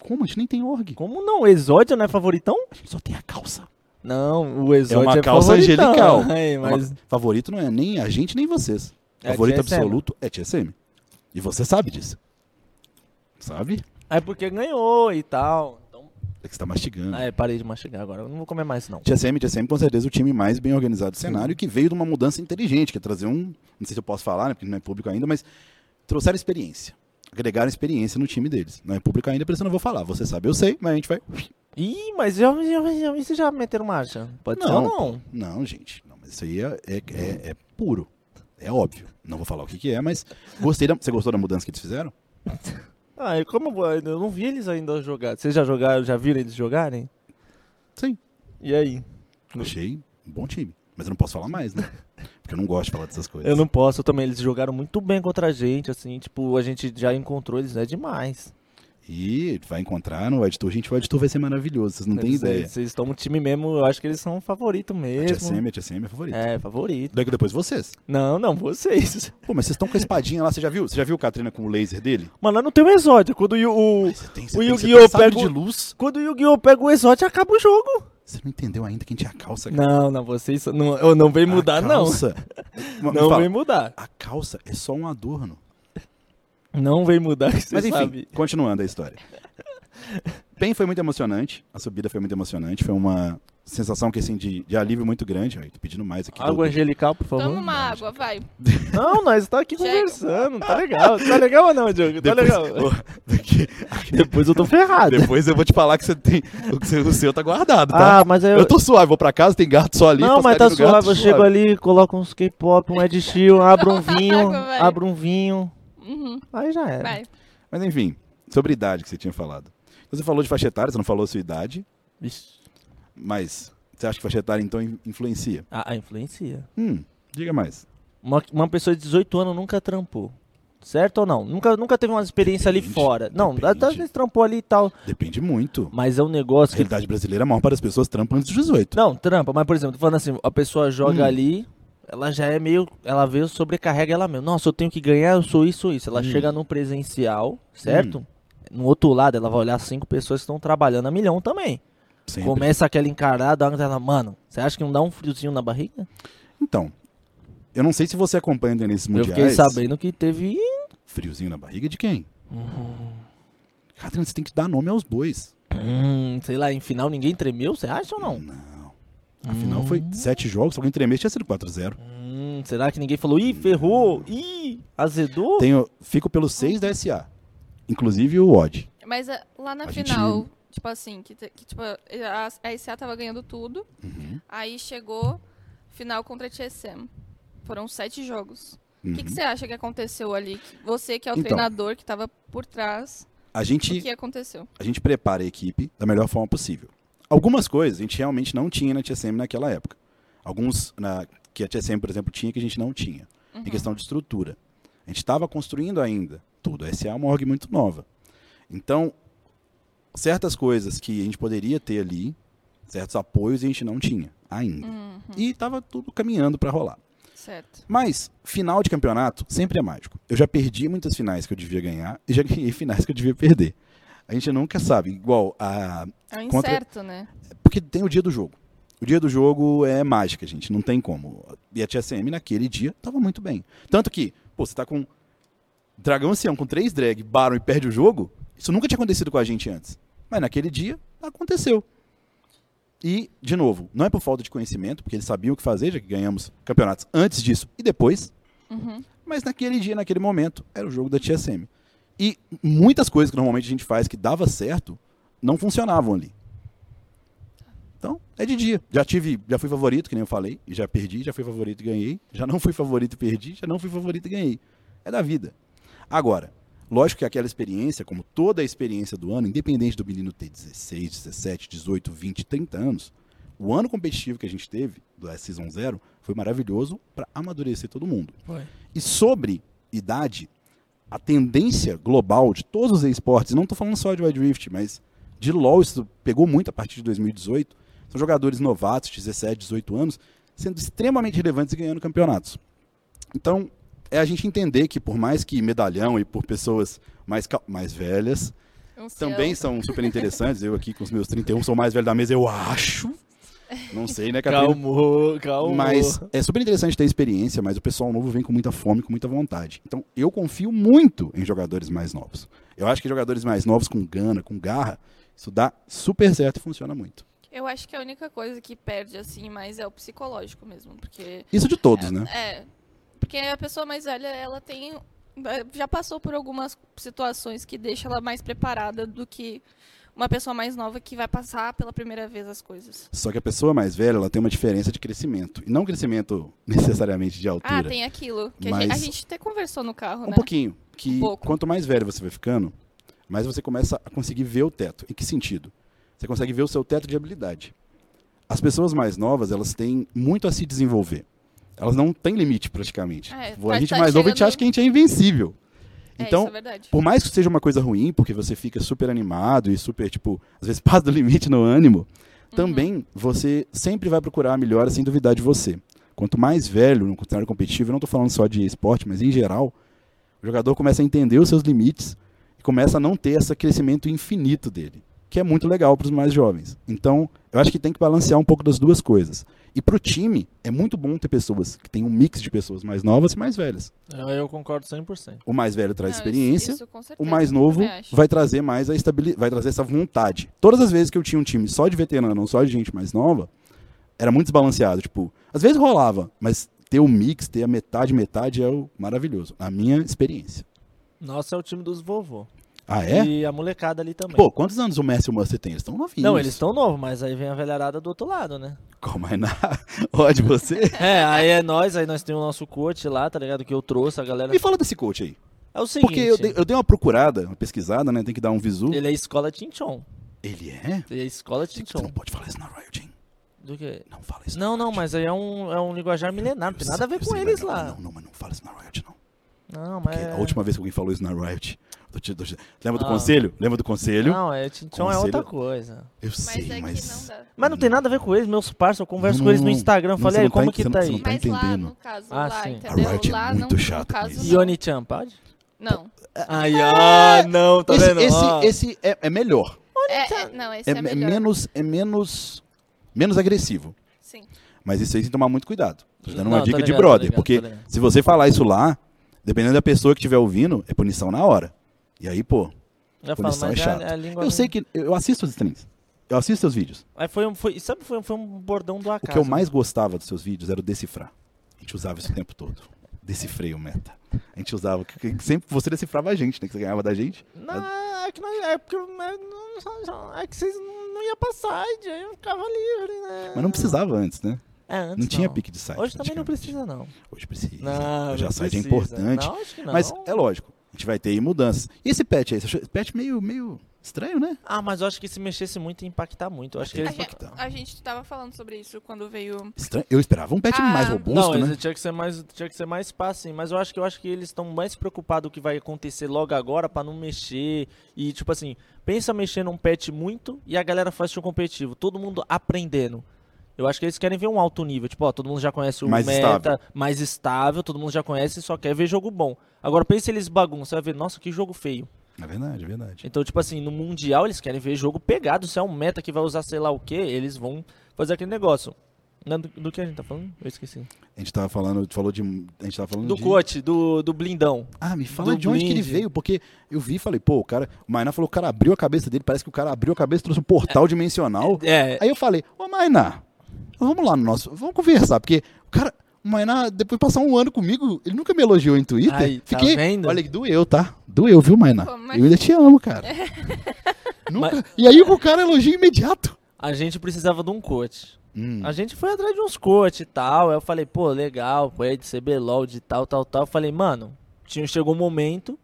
Como? A gente nem tem org. Como não? O Exódio não é favoritão? A gente só tem a calça. Não, o Exódio é é né? uma calça favoritão. angelical. É, mas... Uma- Favorito não é nem a gente, nem vocês. É Favorito TSM. absoluto é TSM. E você sabe disso. Sabe? É porque ganhou e tal. Então... É que você tá mastigando. Ah, é, parei de mastigar agora. Eu não vou comer mais, não. TSM, TSM com certeza o time mais bem organizado do cenário, que veio de uma mudança inteligente, que é trazer um, não sei se eu posso falar, né, porque não é público ainda, mas trouxeram experiência, agregaram experiência no time deles. Não é público ainda, por isso eu não vou falar. Você sabe, eu sei, mas a gente vai... Ih, mas já, já, já, vocês já meteram marcha? Pode ser Não, ou não? Não, gente, não, mas isso aí é, é, é- é puro, é óbvio. Não vou falar o que, que é, mas gostei da, você gostou da mudança que eles fizeram? Ah, e como eu vou- eu não vi eles ainda jogar. Vocês já jogaram, já viram eles jogarem? Sim. E aí? Achei um bom time, mas eu não posso falar mais, né? Porque eu não gosto de falar dessas coisas. Eu não posso eu também. Eles jogaram muito bem contra a gente, assim, tipo, a gente já encontrou eles, é demais. E vai encontrar no editor, gente, o editor vai ser maravilhoso, vocês não têm Eles- ideia. Vocês estão um time mesmo, eu acho que eles são um favorito A mesmo. TSM, a TSM é favorito. É, favorito. Daí que depois vocês. Não, não, vocês. Pô, mas vocês estão com a espadinha lá, você já viu? Você já viu o Katrina com o laser dele? Mano, lá não tem um exódio. Quando o, Yu- o, Você tem, o tem- Yu-Gi-Oh! tem sabre pega de o- luz. quando o Yu-Gi-Oh! pega o exódio, acaba o jogo. Você não entendeu ainda quem tinha a calça, cara. Não, não, vocês. Não, eu não vem mudar, a não. calça... não. Não vem mudar. A calça é só um adorno. Não vem mudar, que você Mas enfim, sabe. continuando a história. Pen foi muito emocionante, a subida foi muito emocionante, foi uma sensação que, assim, de, de alívio muito grande. Ai, tô pedindo mais aqui. Água doutor. angelical, por favor. Toma uma água, vai. Não, nós tá aqui Chega. conversando. Tá legal. Tá legal ou não, Diogo? Tá Depois- legal. Daqui- Ah, Depois eu tô ferrado. Depois eu vou te falar que você tem. O, que você- o seu tá guardado, tá? Ah, mas aí eu. Eu tô suave, vou pra casa, tem gato só ali. não, mas tá passarinho no gato, suave. Eu chego ali, coloco uns K-pop, um Ed Sheeran, abro um vinho, água, vai. abro um vinho. Uhum, Aí já era. vai. Mas enfim, sobre idade que você tinha falado. Então, Você falou de faixa etária, você não falou a sua idade, Vixe. mas você acha que faixa etária então in- influencia? Ah, influencia. Hum, diga mais. Uma, uma pessoa de 18 anos nunca trampou. Certo ou não? Nunca, nunca teve uma experiência ali Depende, fora. Não, às depende. vezes trampou ali e tal. Depende muito. Mas é um A negócio que realidade brasileira, a maior para as pessoas trampa antes dos 18. Não, trampa, mas por exemplo, tô falando assim, a pessoa joga Hum. ali, ela já é meio. Ela veio, sobrecarrega ela mesmo. Nossa, eu tenho que ganhar, eu sou isso, isso. Ela Hum. chega no presencial, certo? No outro lado, ela vai olhar cinco pessoas que estão trabalhando a milhão também. Sempre. Começa aquela encarada, ela, mano, você acha que não dá um friozinho na barriga? Então, eu não sei se você acompanha nesses eu mundiais. fiquei sabendo que teve. Friozinho na barriga de quem? Uhum. Catarina, você tem que dar nome aos bois. Hum, sei lá, em final ninguém tremeu, você acha ou não? Não. Afinal, foi sete jogos, se alguém tremesse, tinha sido 4x0. Hum, será que ninguém falou, ih, ferrou, ih, azedou? Tenho, fico pelos seis da SA. Inclusive o Odd. Mas ah, lá na A gente- final, tipo assim, que, te- que, tipo, a, a SA tava ganhando tudo. Uhum. Aí chegou final contra a TSM. Foram sete jogos. O que, que Uhum. você acha que aconteceu ali? Que- Você que é o Então. treinador que tava por trás, A o gente que aconteceu? a gente prepara a equipe da melhor forma possível. Algumas coisas a gente realmente não tinha na TSM naquela época. Alguns na- que a TSM, por exemplo, tinha que a gente não tinha. Em questão de estrutura. A gente estava construindo ainda tudo. A SA é uma org muito nova. Então, certas coisas que a gente poderia ter ali, certos apoios, a gente não tinha ainda. E estava tudo caminhando para rolar. Certo. Mas final de campeonato sempre é mágico. Eu já perdi muitas finais que eu devia ganhar e já ganhei finais que eu devia perder. A gente nunca sabe. Igual a. É um Contra- incerto, né? Porque tem o dia do jogo. O dia do jogo é mágica, gente. Não tem como. E a TSM naquele dia tava muito bem. Tanto que, pô, você tá com Dragão Ancião com três drag, Baron e perde o jogo. Isso nunca tinha acontecido com a gente antes. Mas naquele dia, aconteceu. E, de novo, não é por falta de conhecimento, porque eles sabiam o que fazer, já que ganhamos campeonatos antes disso e depois. Uhum. Mas naquele dia, naquele momento, era o jogo da TSM. E muitas coisas que normalmente a gente faz que dava certo, não funcionavam ali. Então, é de dia. Já tive, já fui favorito, que nem eu falei, e já perdi, já fui favorito e ganhei. Já não fui favorito e perdi, já não fui favorito e ganhei. É da vida. Agora, lógico que aquela experiência, como toda a experiência do ano, independente do menino ter 16, 17, 18, 20, 30 anos, o ano competitivo que a gente teve, do Season Zero, foi maravilhoso para amadurecer todo mundo. Foi. E sobre idade, a tendência global de todos os esportes, não estou falando só de Wild Rift, mas de LoL, isso pegou muito a partir de 2018, são jogadores novatos, 17, 18 anos, sendo extremamente relevantes e ganhando campeonatos. Então, é a gente entender que por mais que medalhão e por pessoas mais, cal- mais velhas, Um também são super interessantes, eu aqui com os meus 31 sou o mais velho da mesa, eu acho. Não sei, né, Catarina? Calmo, calmo. Mas é super interessante ter experiência, mas o pessoal novo vem com muita fome, com muita vontade. Então, eu confio muito em jogadores mais novos. Eu acho que jogadores mais novos com gana, com garra, isso dá super certo e funciona muito. Eu acho que a única coisa que perde, assim, mais é o psicológico mesmo, porque... Isso de todos, né? É, porque a pessoa mais velha, ela tem... é, Já passou por algumas situações que deixa ela mais preparada do que uma pessoa mais nova que vai passar pela primeira vez as coisas. Só que a pessoa mais velha, ela tem uma diferença de crescimento. E não crescimento necessariamente de altura. Ah, tem aquilo. Que a, Mas- gente, a gente até conversou no carro, Um né? pouquinho. Que Um pouco. quanto mais velho você vai ficando, mais você começa a conseguir ver o teto. Em que sentido? Você consegue ver o seu teto de habilidade. As pessoas mais novas, elas têm muito a se desenvolver. Elas não têm limite, praticamente. É, a tá- gente tá mais novo, a gente chegando- acha que a gente é invencível. É, Então, isso é verdade. por mais que seja uma coisa ruim, porque você fica super animado e super, tipo, às vezes passa do limite no ânimo, Uhum. também você sempre vai procurar a melhora sem duvidar de você. Quanto mais velho no cenário competitivo, eu não tô falando só de esporte, mas em geral, o jogador começa a entender os seus limites e começa a não ter esse crescimento infinito dele, que é muito legal para os mais jovens. Então, eu acho que tem que balancear um pouco das duas coisas. E pro time, é muito bom ter pessoas que têm um mix de pessoas mais novas e mais velhas. Eu, É, eu concordo 100%. O mais velho traz Não, isso- experiência, isso com o certeza, mais novo também acho. vai trazer mais a estabilidade, vai trazer essa vontade. Todas as vezes que eu tinha um time só de veterano, ou só de gente mais nova, era muito desbalanceado, tipo, às vezes rolava, mas ter o mix, ter a metade metade é o maravilhoso, na minha experiência. Nossa, é o time dos vovô. Ah, é? E a molecada ali também. Pô, quantos anos o Messi e o Mustard têm? Eles estão novinhos. Não, eles estão novos, mas aí vem a velharada do outro lado, né? Como é na... Ó, de você? É, aí é nós, aí nós temos o nosso coach lá, tá ligado? Que eu trouxe, a galera. Me fala desse coach aí. É o seguinte, Porque eu dei, eu dei uma procurada, uma pesquisada, né? Tem que dar um visu. ele é escola Tinchon. Ele é? Ele é escola Você não Tinchon. pode falar isso na Riot, hein? Do que? Não fala isso. Não, na não, Riot. mas aí é um, é um linguajar milenar, não tem Eu nada a sei, ver eu com sei, mas eles não, lá. Não, não, mas não fala isso na Riot, não. Não, Porque é mas... a é última vez que alguém falou isso na Riot. do ti- do ti- lembra do Ah. conselho? Lembra do conselho? Não, é, Tinchon é Conselho- outra coisa. Eu Mas sei, é mas. tá que não dá. Mas não tem nada a ver com eles, meus parceiros, eu converso Não, com eles não, no não. Instagram, Não, falei, você aí, não tá como en- que você tá não- você aí? não- tá Mas lá, entendendo. no caso, Ah, lá, sim. A entendeu? Riot é lá, muito não, no chata com caso, isso. não. Yoni-chan, pode? Não. Aí, ah, não, tá esse, vendo? esse- Ó. esse é, é melhor. É, é- não, esse É, é, é melhor. menos. É menos. Menos agressivo. Sim. Mas isso aí tem que tomar muito cuidado. Tô te dando uma Não, tô dica de ligado, brother. tô ligado, porque tô ligado. se você falar isso lá, dependendo da pessoa que estiver ouvindo, é punição na hora. E aí, pô, Já falo, punição mas é é chato. a, a língua... eu sei que. Eu assisto os streams. Eu assisto seus vídeos. Aí foi um, foi, sabe, foi um, foi um bordão do O acaso. que eu mais gostava dos seus vídeos era o decifrar. A gente usava isso o tempo todo. Decifrei o meta. A gente usava. que- que Sempre você decifrava a gente, né? Que você ganhava da gente. Não, é que, nós, é porque, mas não- é que vocês não, não iam pra side, aí eu ficava livre, né? Mas não precisava antes, né? É, antes não tinha pique de site. Hoje também não praticamente. precisa, não. Hoje precisa. Não, Hoje a não site é precisa. importante. Não, acho que não. Mas é lógico, a gente vai ter aí mudanças. E esse patch aí? Você achou esse patch meio, meio estranho, né? Ah, mas eu acho que se mexesse muito ia impactar muito. Eu acho que A eles... gente, impactaram. a gente tava falando sobre isso quando veio. Estranho. Eu esperava um patch Ah, mais robusto, Não, né? eles tinha que ser mais, tinha que ser mais fácil, sim. Mas eu acho que eu acho que eles estão mais preocupados com o que vai acontecer logo agora pra não mexer e tipo assim, pensa mexer num patch muito e a galera faz um competitivo, todo mundo aprendendo. Eu acho que eles querem ver um alto nível. Tipo, ó, todo mundo já conhece o Mais meta, estável. mais estável, todo mundo já conhece e só quer ver jogo bom. Agora, pensa eles bagunçam, você vai ver, nossa, que jogo feio. É verdade, é verdade. Então, tipo assim, no Mundial eles querem ver jogo pegado. Se é um meta que vai usar sei lá o que, eles vão fazer aquele negócio. Não, Do, do que a gente tá falando? Eu esqueci. A gente tava falando, tu falou de. A gente tava falando Do de... coach, do, do blindão. Ah, me fala do de onde que ele Blind. veio, porque eu vi e falei, pô, o cara. O Mainá falou que o cara abriu a cabeça dele, parece que o cara abriu a cabeça e trouxe um portal dimensional. É, Aí eu falei, ô Mainá, vamos lá no nosso. Vamos conversar, porque o cara. O Mainá, depois de passar um ano comigo, ele nunca me elogiou em Twitter. Aí, tá Fiquei. vendo? Olha, doeu, tá? Doeu, viu, Mainá? Pô, mas- Eu ainda te amo, cara. nunca... E aí o cara elogia imediato. a gente precisava de um coach. Hum, A gente foi atrás de uns coach e tal. Aí eu falei, pô, legal, foi de CBLOL, de tal, tal, tal. Eu falei, mano, tinha, chegou um momento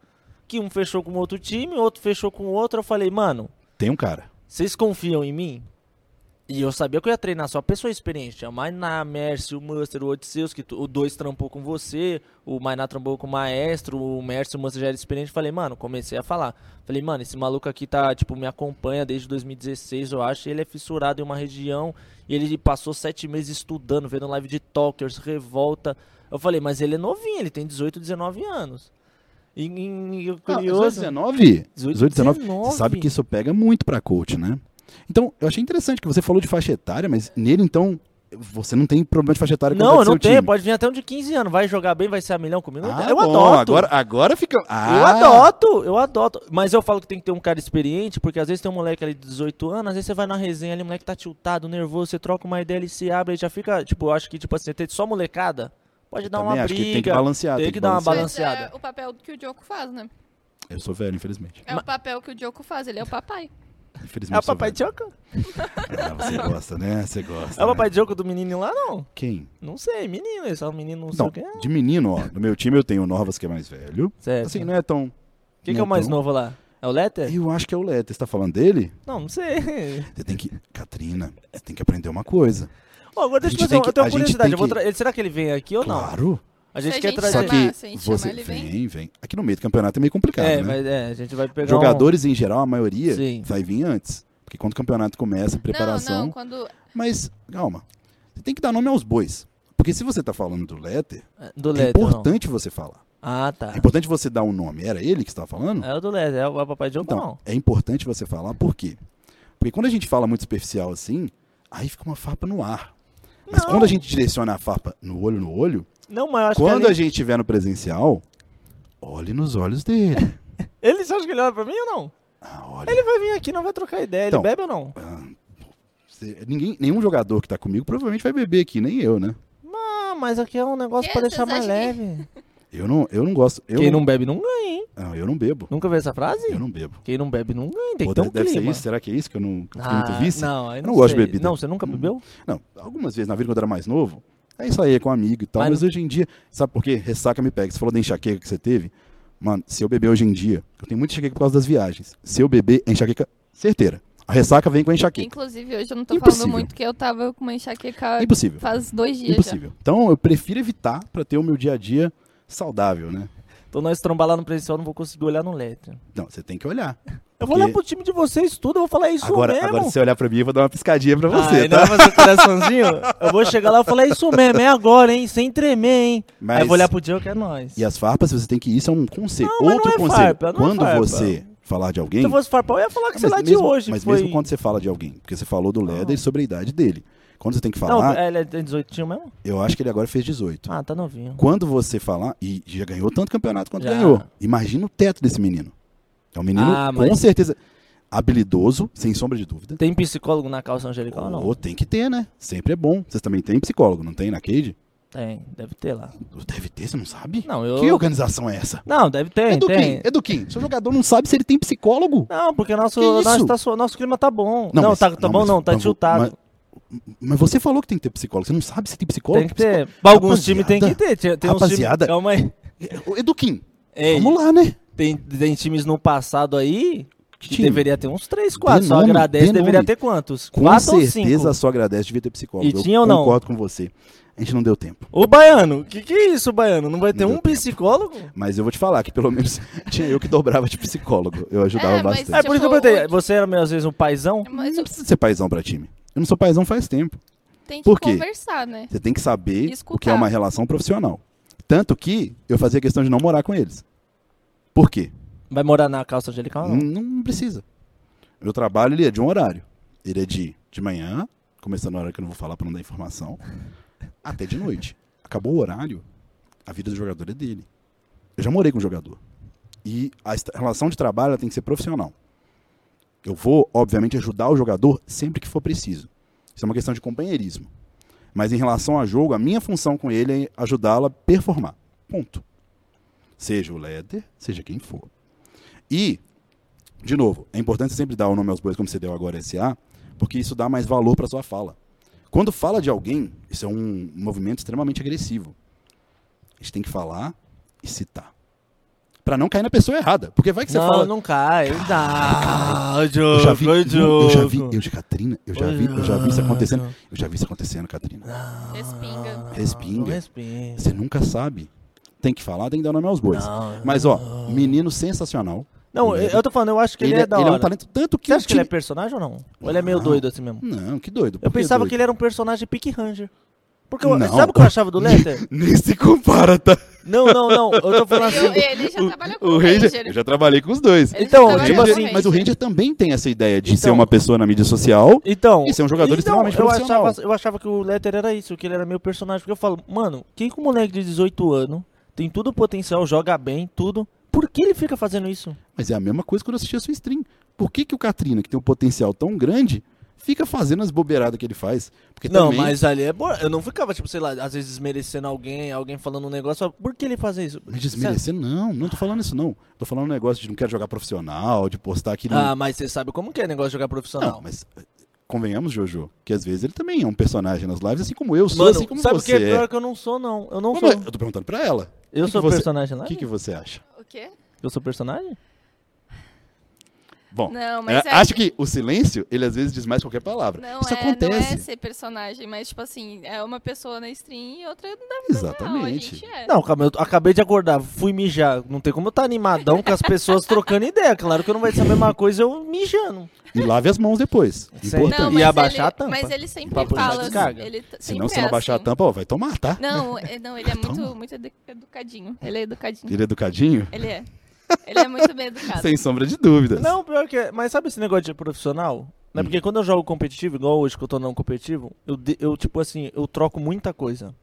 que um fechou com outro time, outro fechou com outro. Eu falei, mano, tem um cara. vocês confiam em mim? E eu sabia que eu ia treinar só pessoa experiente. Tinha o Mainá, Mércio, o Muster, o Odisseus, que tu- o dois trampou com você, o Mainá trampou com o Maestro, o Mércio, o Muster já era experiente. Falei, mano, comecei a falar. Falei, mano, esse maluco aqui tá, tipo, me acompanha desde 2016, eu acho. e Ele é fissurado em uma região e ele passou sete meses estudando, vendo live de talkers, revolta. Eu falei, mas ele é novinho, ele tem 18, 19 anos. E, e, e assim, curioso... 19? 18, 19. 19. Você sabe que isso pega muito pra coach, né? Então, eu achei interessante que você falou de faixa etária, mas nele, então, você não tem problema de faixa etária com Não, o eu não seu tenho. time. Pode vir até um de 15 anos. Vai jogar bem, vai ser a milhão comigo. Ah, eu bom, adoto. Agora, agora fica... Eu Ah, adoto, eu adoto. Mas eu falo que tem que ter um cara experiente, porque às vezes tem um moleque ali de 18 anos, às vezes você vai na resenha ali, o moleque tá tiltado, nervoso, você troca uma ideia, ele se abre, ele já fica, tipo, eu acho que, tipo assim, ter só molecada, pode dar também uma acho briga. que tem que balancear. tem que dar uma balancear. balan- balanceada. Mas é o papel que o Diogo faz, né? Ah, Eu sou velho, infelizmente. É o papel que o Diogo faz, ele é o papai. Infelizmente É o sou papai velho. Choco? Ah, você gosta, né? Você gosta. É o né? papai Choco do menino lá, não? Quem? Não sei, menino, esse é um menino, não sei Não, o que. de menino, ó. No meu time eu tenho o Norvas, que é mais velho. Certo. Assim, não é tão... Quem que não é o mais tão- novo lá? É o Letter? Eu acho que é o Leto. Você tá falando dele? Não, não sei. Você tem que... Catrina, você tem que aprender uma coisa. Ô, agora A deixa eu gente fazer tem uma. que- Eu tenho a uma gente tem curiosidade. eu vou que- tra- ele- Será que ele vem aqui ou não? Claro. A Se gente a quer gente trazer. Só chamar- que se a gente chamar, você assim, ele vem? vem, vem. Aqui no meio do campeonato é meio complicado, É, né? mas é, a gente vai pegar. Jogadores em geral, a maioria Sim. vai vir antes, porque quando o campeonato começa, a preparação. Não, não, quando. Mas calma, você tem que dar nome aos bois, porque se você tá falando do Letter, um- Do é Letter. não. importante você falar. Ah, tá. É importante você dar um nome. Era ele que estava falando? É o do Letter, é o Papai Jogo, Então, não. é importante você falar por quê? Porque quando a gente fala muito superficial assim, aí fica uma farpa no ar. Mas Não. quando a gente direciona a farpa no olho no olho, Não, mas eu acho quando que. é a Ele... gente estiver no presencial, olhe nos olhos dele. ele só acha que ele olha pra mim ou não? Ah, olha. Ele vai vir aqui, não vai trocar ideia. Então. Ele bebe ou não? Cê- Ninguém, nenhum jogador que tá comigo provavelmente vai beber aqui, nem eu, né? Ah, mas aqui é um negócio Que? pra deixar Vocês mais acham leve. Eu não, eu não gosto. Eu Quem não bebe não ganha, hein? não, eu não bebo. Nunca viu essa frase? Eu não bebo. Quem não bebe não ganha. Tem Pô, que ter deve um deve ser clima. isso? Será que é isso que eu não que eu fiquei Ah, muito vice? não, aí Eu não gosto de sei. bebida. Hum. Não, você nunca bebeu? Não, algumas vezes na vida quando eu era mais novo, aí saía com um amigo e tal, Mas mas, hoje em dia, sabe por quê? Ressaca me pega. Você falou da enxaqueca que você teve. Mano, se eu beber hoje em dia, eu tenho muita enxaqueca por causa das viagens. Se eu beber, é enxaqueca certeira. A ressaca vem com a enxaqueca. Inclusive, hoje eu não tô Impossível. falando muito que eu tava com uma enxaqueca Impossível. faz dois dias Impossível. Então eu prefiro evitar pra ter o meu dia a dia saudável, né? Então nós trombar lá no presencial, não vou conseguir olhar no Letter. Não, você tem que olhar. Eu vou É Porque- olhar pro time de vocês tudo, eu vou falar "É isso Agora, mesmo. agora, se você olhar pra mim, eu vou dar uma piscadinha pra ah, você, ainda tá? vai fazer coraçãozinho? eu vou chegar lá e falar "É isso mesmo, é agora, hein? Sem tremer, hein? Aí eu vou olhar pro Diogo que é nóis. E as farpas, você tem que ir, isso é um conselho. Não, mas Outro não é conselho. farpa, não é quando farpa. você falar de alguém. Se eu fosse farpar, eu ia falar que Ah, sei lá mesmo, de hoje. mas foi... mesmo quando você fala de alguém, porque você falou do Leder e sobre a idade dele. Quando você tem que Não, é- falar, ele tem 18 tinha mesmo? eu acho que ele agora fez 18. Ah, tá novinho. Quando você falar, e já ganhou tanto campeonato quanto Já. ganhou. Imagina o teto desse menino. É um menino, Ah, com mas- certeza, habilidoso, sem sombra de dúvida. Tem psicólogo na calça angelical ou não? Ou tem que ter, né? Sempre é bom. Vocês também têm psicólogo, não tem na Cade? Tem, deve ter lá. Deve ter, você não sabe? Não, eu- Que organização é essa? Não, deve ter, tem. Eduquim, Eduquim, seu jogador não sabe se ele tem psicólogo. Não, porque nosso, Que isso? nosso, tá so- nosso clima tá bom. Não, mas- tá, tá bom mas- não, tá mas- tiltado. Mas, mas você falou que tem que ter psicólogo. Você não sabe se tem psicólogo? Tem que ter. Psicó- Pra alguns Rapaziada, times tem que ter. Tem, tem uns times- rapaziada. Calma aí. Ô, Eduquim, Ei, vamos lá, né? Tem, tem times no passado aí que Time. deveria ter uns 3, 4. Só nome, agradece, dê deveria nome. ter quantos? Com Quatro ou certeza cinco? só agradece devia ter psicólogo. E tinha ou eu não? concordo com você. A gente não deu tempo. Ô, Baiano, que que é isso, Baiano? Não vai ter Não um deu tempo. psicólogo? Mas eu vou te falar que pelo menos tinha eu que dobrava de psicólogo. Eu ajudava É, mas- É bastante. é por isso que eu Tipo, perguntei. hoje- Você era, às vezes, um paizão? já. Mas Não eu- precisa ser paizão pra time. Eu não sou paizão faz tempo. Tem que Por quê? conversar, né? Você tem que saber o que é Escutar. uma relação profissional. Tanto que eu fazia questão de não morar com eles. Por quê? Vai morar na calça angelical? Não. Não, não precisa. Meu trabalho ele é de um horário. Ele é de, de manhã, começando na hora que eu não vou falar para não dar informação, até de noite. Acabou o horário, a vida do jogador é dele. Eu já morei com um jogador. E a esta- relação de trabalho ela tem que ser profissional. Eu vou, obviamente, ajudar o jogador sempre que for preciso. Isso é uma questão de companheirismo. Mas em relação a jogo, a minha função com ele é ajudá-lo a performar. Ponto. Seja o líder, seja quem for. E, de novo, é importante sempre dar o nome aos bois, como você deu agora SA, porque isso dá mais valor para sua fala. Quando fala de alguém, isso é um movimento extremamente agressivo. A gente tem que falar e citar. Para não cair na pessoa errada. Porque vai que você não, fala. não cai. Dá. Eu Jogo, já vi, não, jogo. eu já vi, eu já, Catrina, eu já vi, eu já vi isso é. acontecendo. Eu já vi isso acontecendo, Catrina. Respinga. Respinga. Não respinga. Você nunca sabe. Tem que falar, tem que dar nome aos bois. Não. Mas ó, menino sensacional. Não, eu eu tô falando, eu acho que ele, é da ele é um hora. talento tanto que Você o acha que ele é time- personagem ou não? Ou ele é meio Não. doido assim mesmo? Não, que doido. Eu por pensava doido? que ele era um personagem Pick Ranger. Porque eu, Não. sabe o que eu achava do Letter? Nem se compara, tá? não, não, não. Eu tô falando Eu- assim. ele já trabalhou com O Ranger, eu já trabalhei com os dois. Ele já Então, trabalhou tipo com assim- mas o Ranger também tem essa ideia de Então- ser uma pessoa na mídia social. Então. Isso é um jogador extremamente eu profissional. achava, eu achava que o Letter era isso, que ele era meio personagem. Porque eu falo, mano, quem com um moleque de 18 anos tem todo o potencial, joga bem, tudo. Por que ele fica fazendo isso? Mas é a mesma coisa quando eu assisti a sua stream. Por que, que o Katrina, que tem um potencial tão grande, fica fazendo as bobeiradas que ele faz? Porque Não, também- mas ali é boa. Eu não ficava, tipo, sei lá, às vezes desmerecendo alguém, alguém falando um negócio. só, Por que ele fazer isso? Mas desmerecer, não. Não tô falando isso, não. Tô falando um negócio de não quero jogar profissional, de postar aqui no... Ah, mas você sabe como que é negócio de jogar profissional. né? não, mas eh, convenhamos, Jojo, que às vezes ele também é um personagem nas lives, assim como eu sou, Mano, assim como sabe o que você é é. pior que eu não sou, não. Eu não Como sou. é? Eu tô perguntando pra ela. Eu que sou você- personagem O lá? que, que você acha? O quê? Eu sou personagem? Bom, Não, eh, mas é- acho que o silêncio, ele às vezes diz mais qualquer palavra. Não, isso é, não é acontece. ser personagem, mas tipo assim, é uma pessoa na stream e outra na real. A Exatamente. gente é. Não, calma, eu acabei de acordar, fui mijar. Não tem como eu estar animadão com as pessoas trocando ideia. Claro que não vai ser a mesma coisa eu mijando. E lave as mãos depois. Sério? Importante. Não, mas E abaixar ele, a tampa. Mas ele sempre Pra puxar fala. descarga. Ele t- Se não, sempre se não é baixar assim. a tampa, ó, vai tomar, tá? Não, é- não, ele é Então muito, Toma. muito edu- educadinho. Ele é educadinho. Ele é educadinho? Ele é. Ele é muito bem educado. Sem sombra de dúvidas. Não, pior que é. Mas sabe esse negócio de profissional? Né? Porque quando eu jogo competitivo, igual hoje que eu tô não competitivo, eu, de- eu, tipo assim, eu troco muita coisa.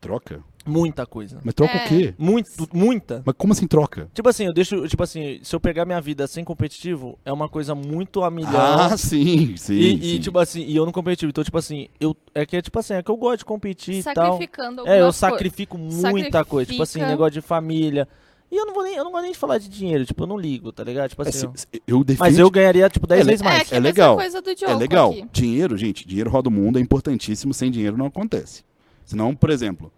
Troca? Muita coisa. Mas troca É. o quê? Muito, muita. Mas como assim troca? Tipo assim, eu deixo. Tipo assim, se eu pegar minha vida sem competitivo, é uma coisa muito a milhão. Ah, sim, sim. e, e, sim. tipo assim, e eu não competitivo. Então, tipo assim, eu. É que é tipo assim, é que eu gosto de competir e tal. Sacrificando É, eu alguma coisa. sacrifico muita coisa. Tipo assim, Sacrifica. negócio de família. E eu não vou nem, eu não gosto nem de falar de dinheiro, tipo, eu não ligo, tá ligado? Tipo É, assim. se- eu- se- eu defendo. Mas eu ganharia, tipo, 10 É, vezes É, mais. aqui É nessa legal. coisa do É Diogo legal. aqui. Dinheiro, gente, dinheiro roda o mundo, é importantíssimo. Sem dinheiro não acontece. Senão, por exemplo,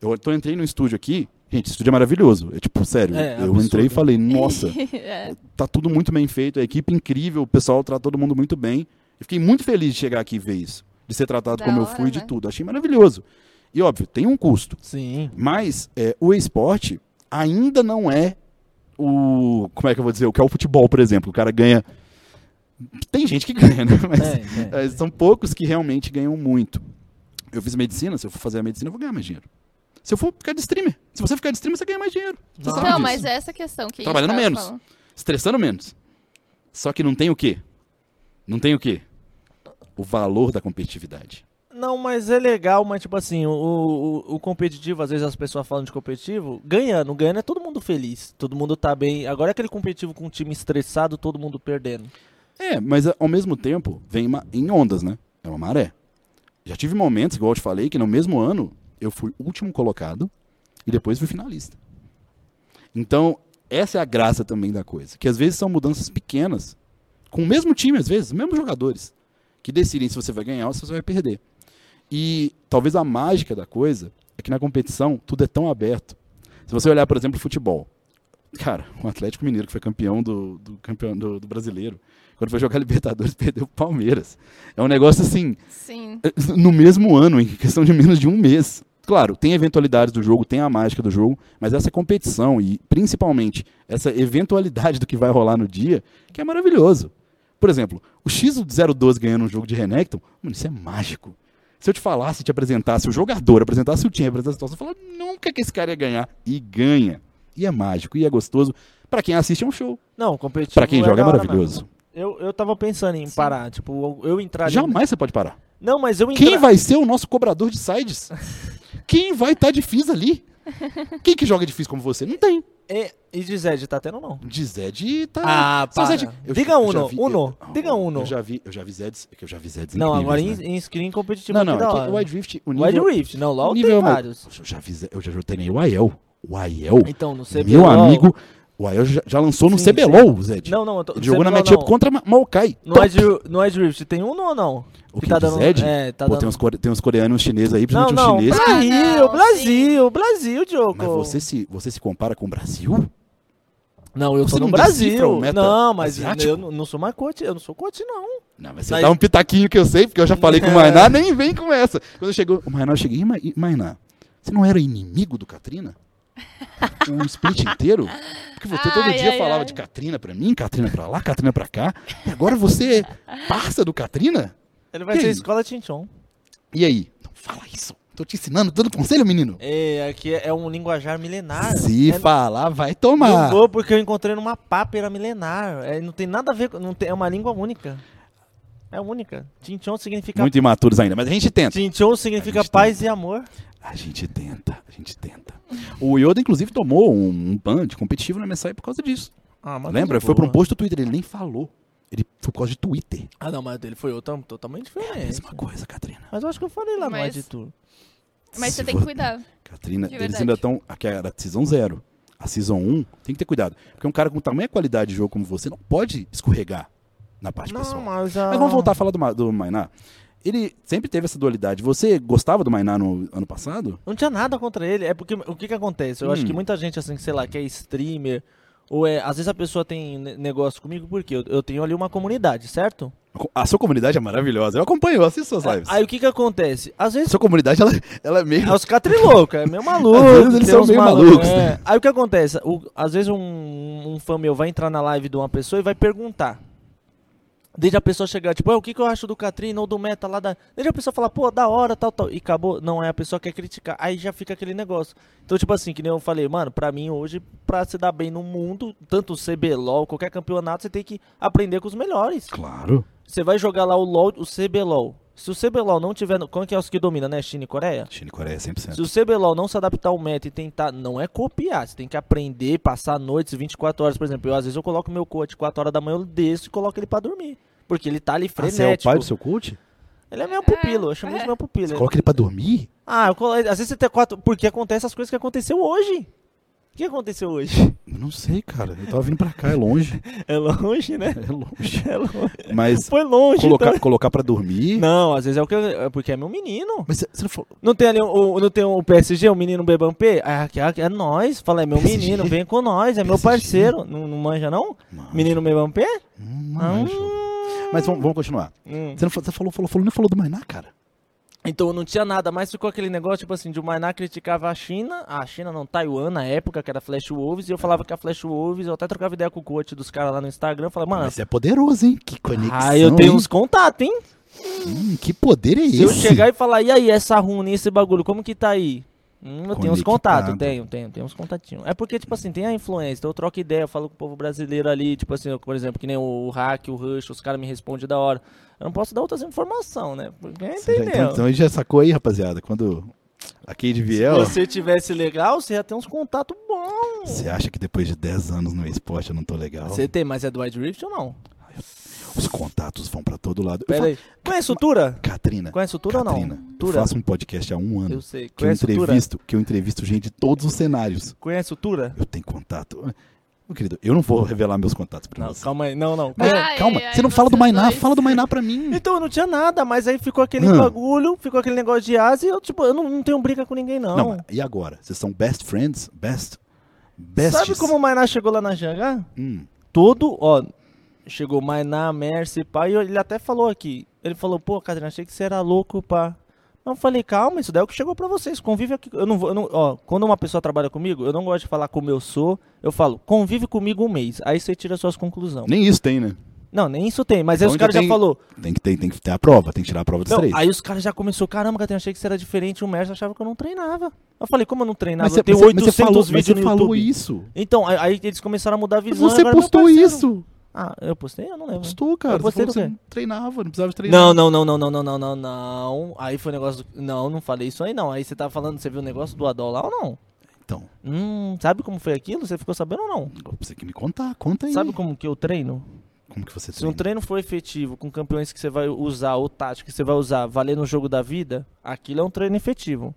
eu tô, entrei no estúdio aqui. Gente, esse estúdio é maravilhoso. É tipo, sério, É, eu absurdo. entrei e falei, nossa, É. tá tudo muito bem feito, a equipe incrível, o pessoal trata todo mundo muito bem. Eu fiquei muito feliz de chegar aqui e ver isso, de ser tratado Da como eu hora, fui de né? tudo. Achei maravilhoso. E óbvio, tem um custo. Sim. Mas é, o esporte ainda não é o. Como é que eu vou dizer? O que é o futebol, por exemplo. O cara ganha. Tem gente que ganha, né? Mas É, é, são poucos que realmente ganham muito. Eu fiz medicina, se eu for fazer a medicina, eu vou ganhar mais dinheiro. Se eu for ficar de streamer, se você ficar de streamer, você ganha mais dinheiro. Você sabe Não, disso. mas é essa questão que a gente Trabalhando tava menos. falando. Estressando menos. Só que não tem o quê? Não tem o quê? O valor da competitividade. Não, mas é legal, mas tipo assim, o, o, o competitivo, às vezes as pessoas falam de competitivo, ganhando, ganhando é todo mundo feliz, todo mundo tá bem. Agora é aquele competitivo com um time estressado, todo mundo perdendo. É, mas a- ao mesmo tempo vem uma- em ondas, né? É uma maré. Já tive momentos, igual eu te falei, que no mesmo ano eu fui último colocado e depois fui finalista. Então, essa é a graça também da coisa. Que às vezes são mudanças pequenas, com o mesmo time, às vezes, mesmos jogadores, que decidem se você vai ganhar ou se você vai perder. E talvez a mágica da coisa é que na competição tudo é tão aberto. Se você olhar, por exemplo, futebol. Cara, o Atlético Mineiro, que foi campeão do, do campeão do- do brasileiro, quando foi jogar Libertadores, perdeu o Palmeiras. É um negócio assim, Sim. no mesmo ano, em questão de menos de um mês. Claro, tem eventualidades do jogo, tem a mágica do jogo, mas essa competição e principalmente essa eventualidade do que vai rolar no dia, que é maravilhoso. Por exemplo, o X012 ganhando um jogo de Renekton, mano, isso é mágico. Se eu te falasse, te apresentasse o jogador, apresentasse o time, apresentasse a situação, eu falava, nunca que esse cara ia ganhar. E ganha. E é mágico, e é gostoso. Pra quem assiste é um show. Não, competitivo. Pra quem joga é da hora maravilhoso. mesmo. Eu, eu tava pensando em parar, tipo, eu, eu entraria. Jamais você pode parar. Não, mas eu Quem entraria. vai ser o nosso cobrador de sides? Quem vai estar tá de FIS ali? Quem que joga de FIS como você? Não tem. E, e de Zed, tá tendo ou não? De Zed tá. Ah, Só para. Zed- Diga já Uno, vi- Uno, eu- diga Uno. Eu já vi, eu já vi Zeds, que eu já vi Zeds Não, agora incríveis, né? em, em screen competitivo Não, aqui não, da é que hora. o Wild Rift, o nível, Wild Rift, não, LOL o tem nível é mais- vários. Eu já vi, Zed- eu já treinei o Aiel. O Aiel, Então, no CBLOL... meu amigo, o Aiel já, já lançou no Sim, CBLOL, o Zed. Não, não, eu tô... Ele jogou na CBLOL matchup não. é contra Ma- Maokai. No Top. Wild, no Wild Rift tem um ou não? O que que, tá do dando- Zed? é, tá Pô, dando- tem uns, core- tem uns coreanos, chineses aí, Não, principalmente não, um chinês. que- Ah, Brasil, não, Brasil, Brasil, Diogo. Mas você se, você se compara com o Brasil? Não, eu você sou não no decifra o Brasil. meta Não, mas asiático? eu não não sou mais coach, eu não sou coach, não. Não, mas você Mas- dá um pitaquinho que eu sei, porque eu já falei com o Mainá, nem vem com essa. Quando chegou, o Mainá, eu cheguei, "Ih, Ma- Ih, Mainá, você não era inimigo do Katrina? O split inteiro? Porque você todo Ai, dia ai, falava ai. de Katrina pra mim, Katrina pra lá, Katrina pra cá. E agora você é parça do Katrina? Ele vai Que ser isso? escola Tinchon. E aí? Não fala isso. Tô te ensinando, dando conselho, menino. É, aqui é um linguajar milenar. Se é, falar, vai não tomar. vou porque eu encontrei numa pápera milenar. É, não tem nada a ver com. Não tem, é uma língua única. É única. Tinchon significa. Muito imaturos ainda, mas a gente tenta. Tinchon significa A gente paz e amor. A gente tenta, a gente tenta. O Yoda, inclusive, tomou um, um ban de competitivo na MSI por causa disso. Ah, mas Lembra? de Foi pra um boa. post do Twitter, ele nem falou. Ele foi por causa de Twitter. Ah, não, mas o dele foi outro, totalmente É a diferente. mesma coisa, Katrina. mas eu acho que eu falei lá Mas- no editor. Mas Se você tem que vo- cuidar. Katrina, De eles verdade. ainda estão. Aqui era a Season 0. A Season 1 tem que ter cuidado. Porque um cara com tamanha qualidade de jogo como você não pode escorregar na parte pessoal. mas ah, a... Mas vamos voltar a falar do, Ma- do Mainá. Ele sempre teve essa dualidade. Você gostava do Mainá no ano passado? Não tinha nada contra ele. É porque o que que acontece? Eu acho Hum. que muita gente, assim, que, sei lá, que é streamer, ou é. Às vezes a pessoa tem ne- negócio comigo, porque eu, eu tenho ali uma comunidade, certo? A sua comunidade é maravilhosa. Eu acompanho, eu assisto suas lives. Aí o que que acontece? Às vezes. Sua comunidade, ela, ela é meio. É os catrilocos, é meio maluco. Às vezes eles tem são uns meio malu- malucos, né? é. Aí o que acontece? O- às vezes um, um fã meu vai entrar na live de uma pessoa e vai perguntar. Desde a pessoa chegar, tipo, "Ah, o que, que eu acho do Katrina ou do Meta lá da. Desde a pessoa falar, pô, da hora, tal, tal. E acabou, não, é a pessoa que quer criticar. Aí já fica aquele negócio. Então, tipo assim, que nem eu falei, mano, pra mim hoje, pra se dar bem no mundo, tanto o CBLOL, qualquer campeonato, você tem que aprender com os melhores. Claro. Você vai jogar lá o LOL, o CBLOL. Se o CBLOL não tiver. No... Qual que é os que domina, né? China e Coreia? China e Coreia é 100%. Se o CBLOL não se adaptar ao meta e tentar, não é copiar, você tem que aprender, passar noites 24 horas, por exemplo. Eu, às vezes eu coloco meu coach 4 horas da manhã, eu desço e coloco ele pra dormir. Porque ele tá ali Ah, você é o frenético. pai do seu coach? Ele é meu pupilo, eu chamo ele de meu Você pupilo. coloca ele pra dormir? Ah, eu colo... às vezes você tem quatro. Porque acontece as coisas que aconteceu hoje. O que aconteceu hoje? Eu não sei, cara. Eu tava vindo pra cá, é longe. É longe, né? É longe. É longe. Mas Foi longe, colocar, então. colocar pra dormir. Não, às vezes é o que eu- é porque é meu menino. Mas você não falou. Não tem ali um, o, o- não tem o PSG, o um menino Bebampé? Ah, que- ah, que é nós. Fala, é meu PSG? menino, vem com nós, é meu PSG? parceiro. Não, não manja, não? Manjo. Menino Bebampé? Hum, manjo. Mas vamos, vamos continuar. Hum. Você, não, fa- você falou, falou, falou, não falou do Mainá, cara. Então não tinha nada, mas ficou aquele negócio, tipo assim, de o Mainá criticava a China, a China não, Taiwan na época, que era Flash Wolves, e eu falava que a Flash Wolves, eu até trocava ideia com o coach dos caras lá no Instagram, eu falava, mano, Mas é poderoso, hein? Que conexão. ah, eu tenho hein? uns contatos, hein? Hum, que poder é Se esse? eu chegar e falar, e aí, essa runa, e esse bagulho, como que tá aí? Hum, eu tenho uns Conectado. contatos, tenho, tenho, tenho uns contatinhos. É porque, tipo assim, tem a influência, então eu troco ideia, eu falo com o povo brasileiro ali, tipo assim, eu, por exemplo, que nem o Hack, o Rush, os caras me respondem da hora. Eu não posso dar outras informações, né? Porque Você já- entendeu? então, então já sacou aí, rapaziada. Quando a Cade vier, ó, Se você tivesse legal, você ia ter uns contatos bons. você acha que depois de 10 anos no esporte eu não tô legal? Você tem, mas é do Wide Rift ou não? Os contatos vão pra todo lado. Eu Pera falo- aí. Conhece o Tura? Catrina. Conhece o Tura ou Catrina, não? eu Tura. faço um podcast há um ano. Eu sei. que eu Conhece o Tura? entrevisto, que eu entrevisto gente de todos os cenários. Conhece o Tura? Eu tenho contato. Meu querido, eu não vou revelar meus contatos pra Não, você. calma aí. Não, é, não. Mas, Ai, calma, ai, você não ai, fala do vocês Mainá, é, dois. fala do Mainá pra mim. Então, eu não tinha nada, mas aí ficou aquele Hum. bagulho, ficou aquele negócio de asa e eu, tipo, eu não, não tenho briga com ninguém, não. Não, e agora? Vocês são best friends? Best? Best? Sabe como o Mainá chegou lá na GH? Hum, Todo, ó, chegou o Mainá, Mercy, pá, e ele até falou aqui. Ele falou, pô, Catarina, achei que você era louco, pá. Não, eu falei, calma, isso daí é o que chegou pra vocês, convive aqui. Eu não vou, eu não, ó, quando uma pessoa trabalha comigo, eu não gosto de falar como eu sou, eu falo, convive comigo um mês, aí você tira suas conclusões. nem isso tem, né? Não, nem isso tem, mas aí Então os caras ainda tem- já falou. Tem que, ter, tem que ter a prova, tem que tirar a prova dos Não, três. aí os caras já começou, caramba, Catarina, achei que você era diferente, o mestre achava que eu não treinava. Eu falei, como eu não treinava? eu tenho 800 vídeos no falou YouTube. isso. Então, aí, aí eles começaram a mudar a Mas visão. você agora é meu postou parceiro. isso. Ah, eu postei? Eu não lembro. Postou, cara. Eu postei Você falou do que você quê? não treinava, não precisava de treinar. Não, não, não, não, não, não, não, não, não. Aí foi o negócio do... Não, não falei isso aí não. Aí você tava falando, você viu o negócio do Adol lá ou não? Então, Hum, sabe como foi aquilo? Você ficou sabendo ou não? você que me contar, conta aí. Sabe como que eu treino? como que você Se um treina? treino for efetivo, com campeões que você vai usar, ou tática que você vai usar, valer no jogo da vida, aquilo é um treino efetivo.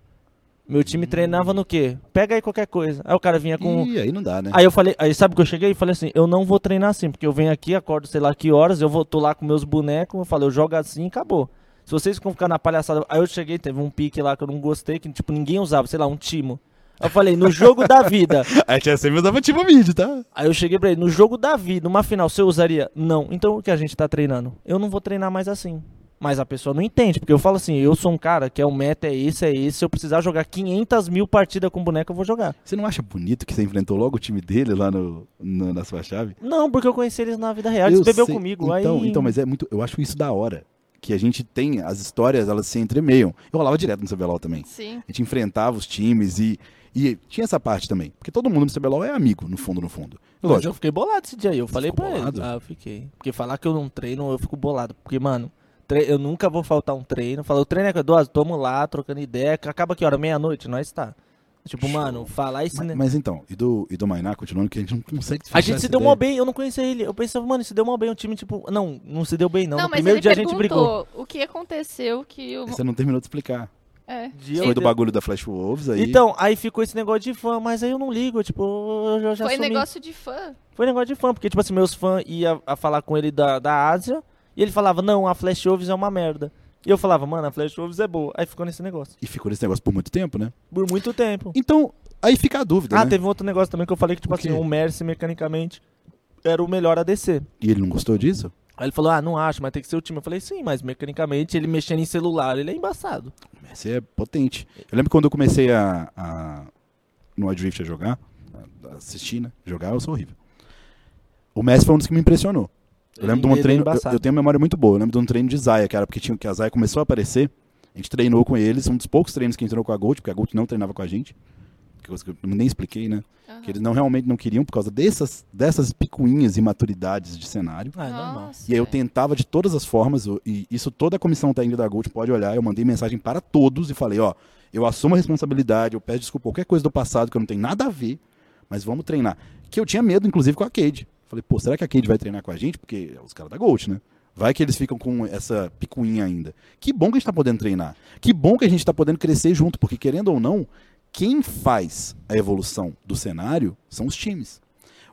Meu time treinava no quê? Pega aí qualquer coisa. Aí o cara vinha É com. um Ih, aí não dá, né? Aí eu falei, aí sabe que eu cheguei e falei assim, eu não vou treinar assim, porque eu venho aqui, acordo sei lá que horas, eu vou, tô lá com meus bonecos, eu falo, eu jogo assim e acabou. Se vocês vão ficar na palhaçada, aí eu cheguei, teve um pique lá que eu não gostei, que tipo, ninguém usava, sei lá, um timo. Aí Eu falei, no jogo da vida. A tia sempre usava tipo vídeo, tá? Aí eu cheguei pra ele, no jogo da vida, numa final, você usaria? Não. Então o que a gente tá treinando? Eu não vou treinar mais assim. Mas a pessoa não entende, porque eu falo assim, eu sou um cara que é um meta, é esse, é esse, se eu precisar jogar 500 mil partidas com boneco, eu vou jogar. Você não acha bonito que você enfrentou logo o time dele lá no, no- na sua chave? Não, porque eu conheci eles na vida real, eles É, bebeu sei. comigo, então, aí... Então, mas é muito. Eu acho isso da hora. Que a gente tem, as histórias, elas se entremeiam. Eu rolava direto no CBLOL também. Sim. A gente enfrentava os times e. E tinha essa parte também. Porque todo mundo no CBLOL é amigo, no fundo, no fundo. É, Mas Lógico. eu fiquei bolado esse dia aí. Eu falei ficou pra ele. bolado? Ah, eu fiquei. Porque falar que eu não treino, eu fico bolado. Porque, mano, tre- eu nunca vou faltar um treino. Falei, o treino é com o Eduardo, tamo lá, trocando ideia. que Acaba que hora? Meia-noite, nós tá. Tipo, mano, falar isso. Ma- né? Mas, então, e do, e do Mainá, continuando, que a gente não consegue A fechar gente se essa deu ideia. mó bem, eu não conhecia ele. Eu pensava, mano, se deu mó bem um time, tipo. Não, não se deu bem, não. Não, no mas primeiro ele dia a gente brigou. perguntou o que aconteceu que o... Você não terminou de explicar. É. Dia- Foi do bagulho da Flash Wolves aí. Então, aí ficou esse negócio de fã, mas aí eu não ligo, tipo, eu já- eu já Foi assumi. negócio de fã. Foi negócio de fã, porque, tipo assim, meus fãs iam a falar com ele da, da Ásia e ele falava, não, a Flash Oves é uma merda. E eu falava, mano, a Flash Oves é boa. Aí ficou nesse negócio. E ficou nesse negócio por muito tempo, né? Por muito tempo. Então, aí fica a dúvida, Ah, né? teve um outro negócio também que eu falei que, tipo O assim, quê? o Mercy mecanicamente era o melhor ADC. E ele não gostou disso? Aí ele falou, ah, não acho, mas tem que ser o time. Eu falei, sim, mas mecanicamente ele mexendo em celular, ele é embaçado. O Messi é potente. Eu lembro quando eu comecei a, a no Adrift a jogar, a- a assistir, né? Jogar, eu sou horrível. O Messi foi um dos que me impressionou. Eu Ele- lembro de ele um é treino, eu, embaçado. eu tenho uma memória muito boa. Eu lembro de um treino de Zaya, que era porque tinha, que a Zaya começou a aparecer. A gente treinou com eles, um dos poucos treinos que a gente treinou com a Gold, porque a Gold não treinava com a gente. Que coisa que eu nem expliquei, né? Aham. Que eles não realmente não queriam por causa dessas, dessas picuinhas e maturidades de cenário. Ah, é normal. Nossa, E aí eu velho. tentava de todas as formas, eu- e isso toda a comissão técnica da Gold pode olhar, eu mandei mensagem para todos e falei, ó, eu assumo a responsabilidade, eu peço desculpa por qualquer coisa do passado que eu não tenho nada a ver, mas vamos treinar. Que eu tinha medo, inclusive, com a Cade. Falei, pô, será que a Cade vai treinar com a gente? Porque é os caras da Gold, né? Vai que eles ficam com essa picuinha ainda. Que bom que a gente tá podendo treinar. Que bom que a gente tá podendo crescer junto, porque querendo ou não, quem faz a evolução do cenário são os times.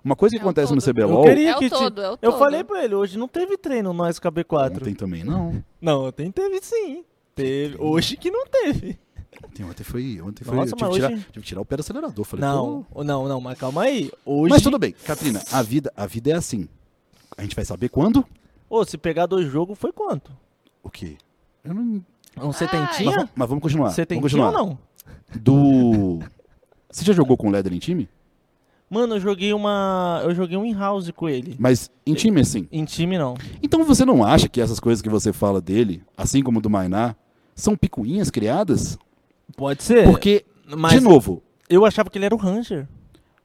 Uma coisa que É o acontece no todo. CBLOL... Eu queria É o que te- todo, é o Eu todo. falei pra ele, hoje não teve treino nós com a B4. Ontem também não. Não, ontem teve sim. Teve. Hoje que não teve. Ontem, ontem foi. Ontem foi. Nossa, eu tive mas que, tirar, hoje- tive que tirar o pé do acelerador. Falei, não, pô. não, não, mas calma aí. Hoje. Mas tudo bem, Katrina, a vida, a vida é assim. A gente vai saber quando? Ô, se pegar dois jogos, foi quanto? O quê? Eu não... Um mas, setentinha? va- mas vamos continuar. Ah, vamos Setentinha continuar. ou não? Do. Você já jogou com o Leder em time? Mano, eu joguei uma. Eu joguei um in-house com ele. Mas em time, assim. Em time, não. Então você não acha que essas coisas que você fala dele, assim como do Mainá, são picuinhas criadas? Pode ser. Porque, É, mas de novo, eu achava que ele era o Ranger.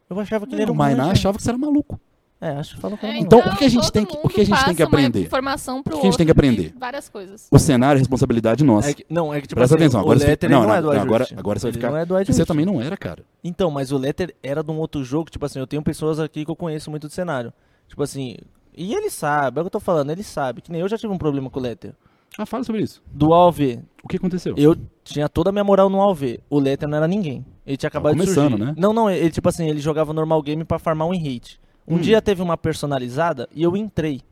Eu achava que ele é era o o Mainá Ranger. achava que você era maluco. É, acho que falou com É, ele. Então, o que a gente todo tem que- o que a gente mundo tem que passa uma aprender? Informação pro O que a gente tem que outro de aprender? Várias coisas. O cenário é responsabilidade nossa. É que- não, é que tipo Presta assim, atenção, o agora você Letter fica- ele não, não é não, do não, agora- Adjust. agora você vai Ele ficar- Não é do Você Adjust. também não era, cara. Então, mas o Letter era de um outro jogo, tipo assim, eu tenho pessoas aqui que eu conheço muito do cenário. Tipo assim, e ele sabe, é o que eu tô falando, ele sabe, que nem eu já tive um problema com o Letter. Ah, fala sobre isso. Do AOV, O que aconteceu? eu tinha toda a minha moral no AOV, o Letter não era ninguém. Ele tinha acabado de começando, surgir. né? Não, não, ele tipo assim, ele jogava normal game pra farmar um hit. Um Hum. dia teve uma personalizada e eu entrei.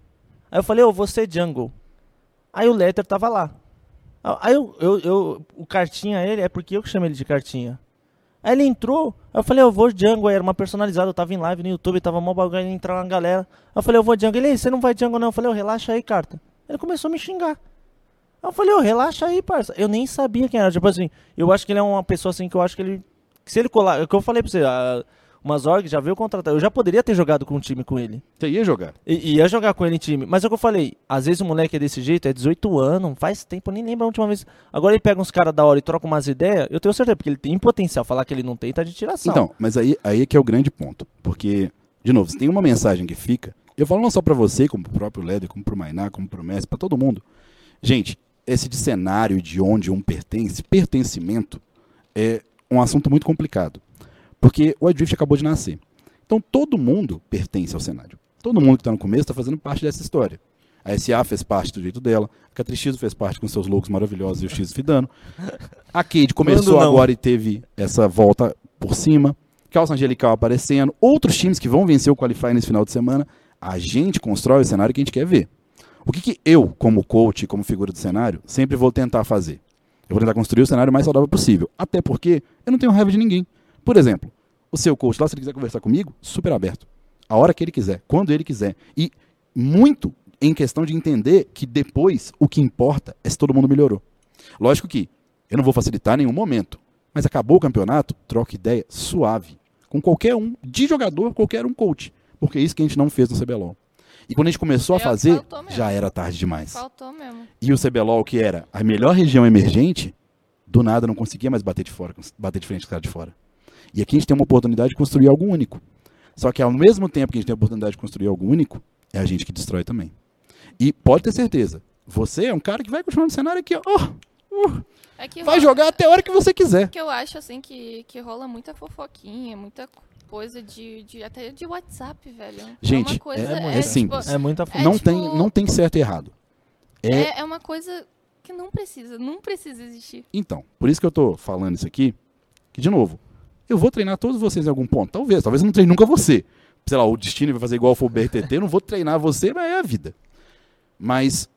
Aí eu falei, ô, você é jungle. Aí o Letter tava lá. Aí eu, eu, eu- o cartinha ele, é porque eu que chamo ele de cartinha. Aí ele entrou, aí eu falei, eu vou Django, aí era uma personalizada, eu tava em live no YouTube, tava mó bagulho, aí entrou uma galera. Aí eu falei, eu vou Django, ele, "Ei, você não vai Django não, eu falei, eu relaxa aí, carta. Ele começou a me xingar. Aí eu falei, ô, relaxa aí, parça. Eu nem sabia quem era, tipo assim, eu acho que ele é uma pessoa assim, que eu acho que ele, que se ele colar, é o que eu falei pra você, a- O Mazorg já veio contratar. Eu já poderia ter jogado com um time com ele. Você ia jogar. E, e ia jogar com ele em time. Mas é o que eu falei, às vezes o moleque é desse jeito, é 18 anos, faz tempo, eu nem lembro a última vez. Agora ele pega uns caras da hora e troca umas ideias, eu tenho certeza, porque ele tem potencial. Falar que ele não tem, tá de tiração. Então, mas aí, aí é que é o grande ponto. Porque, de novo, se tem uma mensagem que fica, eu falo não só pra você, como pro próprio Leder, como pro Mainá, como pro Messi, pra todo mundo. Gente, esse de cenário de onde um pertence, pertencimento, é um assunto muito complicado. Porque o iDrift acabou de nascer. Então todo mundo pertence ao cenário. Todo mundo que está no começo está fazendo parte dessa história. A SA fez parte do jeito dela, a Catrixizo fez parte com seus loucos maravilhosos e o X Fidano. A Cade começou Quando não? agora e teve essa volta por cima. Calça Angelical aparecendo, outros times que vão vencer o Qualify nesse final de semana. A gente constrói o cenário que a gente quer ver. O que, que eu, como coach, como figura do cenário, sempre vou tentar fazer? Eu vou tentar construir o cenário mais saudável possível. Até porque eu não tenho raiva de ninguém. Por exemplo, o seu coach lá, se ele quiser conversar comigo, super aberto. A hora que ele quiser, quando ele quiser. E muito em questão de entender que depois o que importa é se todo mundo melhorou. Lógico que eu não vou facilitar nenhum momento. Mas acabou o campeonato, troca ideia suave. Com qualquer um, de jogador, qualquer um coach. Porque é isso que a gente não fez no CBLOL. E quando a gente começou a É, fazer, faltou mesmo. já era tarde demais. Faltou mesmo. E o CBLOL, que era a melhor região emergente, do nada não conseguia mais bater de fora, bater de frente com os caras de fora. E aqui a gente tem uma oportunidade de construir algo único. Só que ao mesmo tempo que a gente tem a oportunidade de construir algo único, é a gente que destrói também. E pode ter certeza, você é um cara que vai continuar no cenário aqui, ó. Oh, uh, É que vai rola- jogar até a hora que você quiser. que eu acho assim que, que rola muita fofoquinha, muita coisa de, de até de WhatsApp, velho. é, Gente, uma coisa, é- é, é simples. tipo, É muita É não, tipo- tem, não tem certo e errado. É- é, é uma coisa que não precisa, não precisa existir. Então, por isso que eu tô falando isso aqui, que de novo, eu vou treinar todos vocês em algum ponto. Talvez, talvez eu não treine nunca você. Sei lá, o destino vai fazer igual foi o BRTT, eu não vou treinar você, mas é a vida. Mas,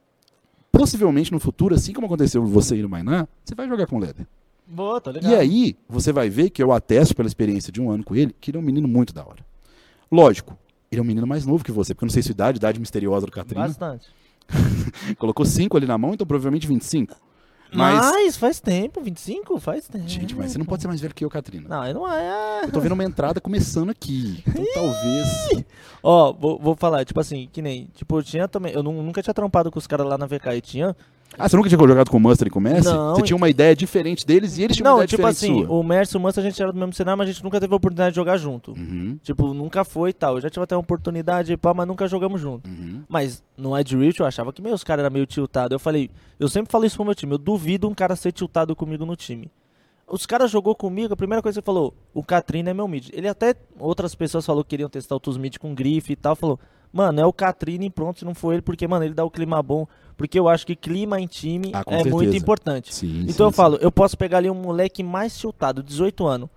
possivelmente no futuro, assim como aconteceu com você e no Mainá, você vai jogar com o Leder. Boa, tá E aí, você vai ver que eu atesto pela experiência de um ano com ele, que ele é um menino muito da hora. Lógico, ele é um menino mais novo que você, porque eu não sei sua idade, idade misteriosa do Catrina. Bastante. Colocou 5 ali na mão, então provavelmente 25. Mas... Mas, faz tempo, 25? Faz tempo. gente, mas você não pode ser mais velho que eu, Catrina. Não, aí não é. Eu tô vendo uma entrada começando aqui. Então talvez. Ó, vou, vou falar, tipo assim, que nem. Tipo, eu tinha também. Eu nu- nunca tinha trampado com os caras lá na VK e tinha. Ah, você nunca tinha jogado com o Mustard e com o Messi? Não, você tinha uma ideia diferente deles e eles tinham uma Não, ideia tipo diferente assim, sua. o Mércio e o Manso a gente era do mesmo cenário, mas a gente nunca teve a oportunidade de jogar junto. Uhum, Tipo, nunca foi e tal. Eu já tive até uma oportunidade, pá, mas nunca jogamos junto. uhum. Mas no Ed Rich eu achava que meus caras eram meio tiltados. Eu falei, eu sempre falo isso pro meu time, eu duvido um cara ser tiltado comigo no time. Os caras jogou comigo, a primeira coisa que ele falou, o Katrina é meu mid. Ele até, outras pessoas falou que queriam testar outros mid com grife e tal, falou, mano, é o Katrina e pronto, se não for ele, porque, mano, ele dá o clima bom. Porque eu acho que clima em time Ah, com é muito certeza. importante. Sim, Então sim, eu sim. falo, eu posso pegar ali um moleque mais tiltado, 18 anos.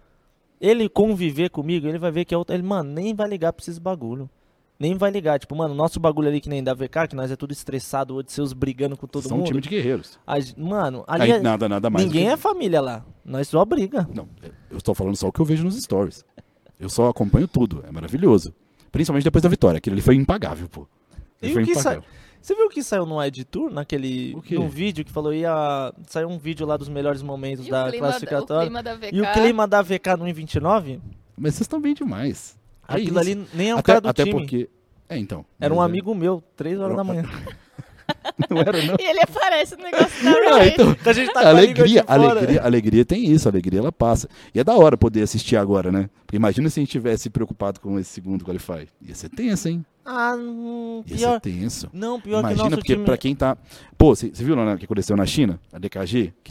Ele conviver comigo, ele vai ver que é outro. Ele, mano, nem vai ligar pra esses bagulho. Nem vai ligar. Tipo, mano, nosso bagulho ali que nem da VK, que nós é tudo estressado, o Odisseus brigando com todo São um mundo. time de guerreiros. A gen- mano, ali Aí, é- nada, nada mais. do ninguém que- é família lá. Nós só briga. Não, eu estou falando só o que eu vejo nos stories. Eu só acompanho tudo. É maravilhoso. Principalmente depois da vitória. Aquilo ali foi impagável, pô. Ele E foi o que impagável. Você viu que saiu no Ed Tour, naquele O quê? num vídeo que falou ia saiu um vídeo lá dos melhores momentos E da o, clima da, o classificatória. clima da VK. E o clima da VK no 1,29? Mas vocês estão bem demais. Que Aquilo isso? ali nem é um até, cara do até time. porque. É, então. Era um Mas, é, um amigo meu, 3 horas da manhã. Não era, não. E ele aparece no negócio da Ah, Riot. então, a gente tá com a língua de alegria, fora. alegria, alegria tem isso, alegria ela passa. E é da hora poder assistir agora, né? Porque imagina se a gente tivesse preocupado com esse segundo qualify. Ia ser tenso, hein? Ah, não, Ia pior. ser tenso. Não, pior que o Imagina, nosso porque time. pra quem tá. Pô, você viu lá né, o que aconteceu na China? A DKG? Que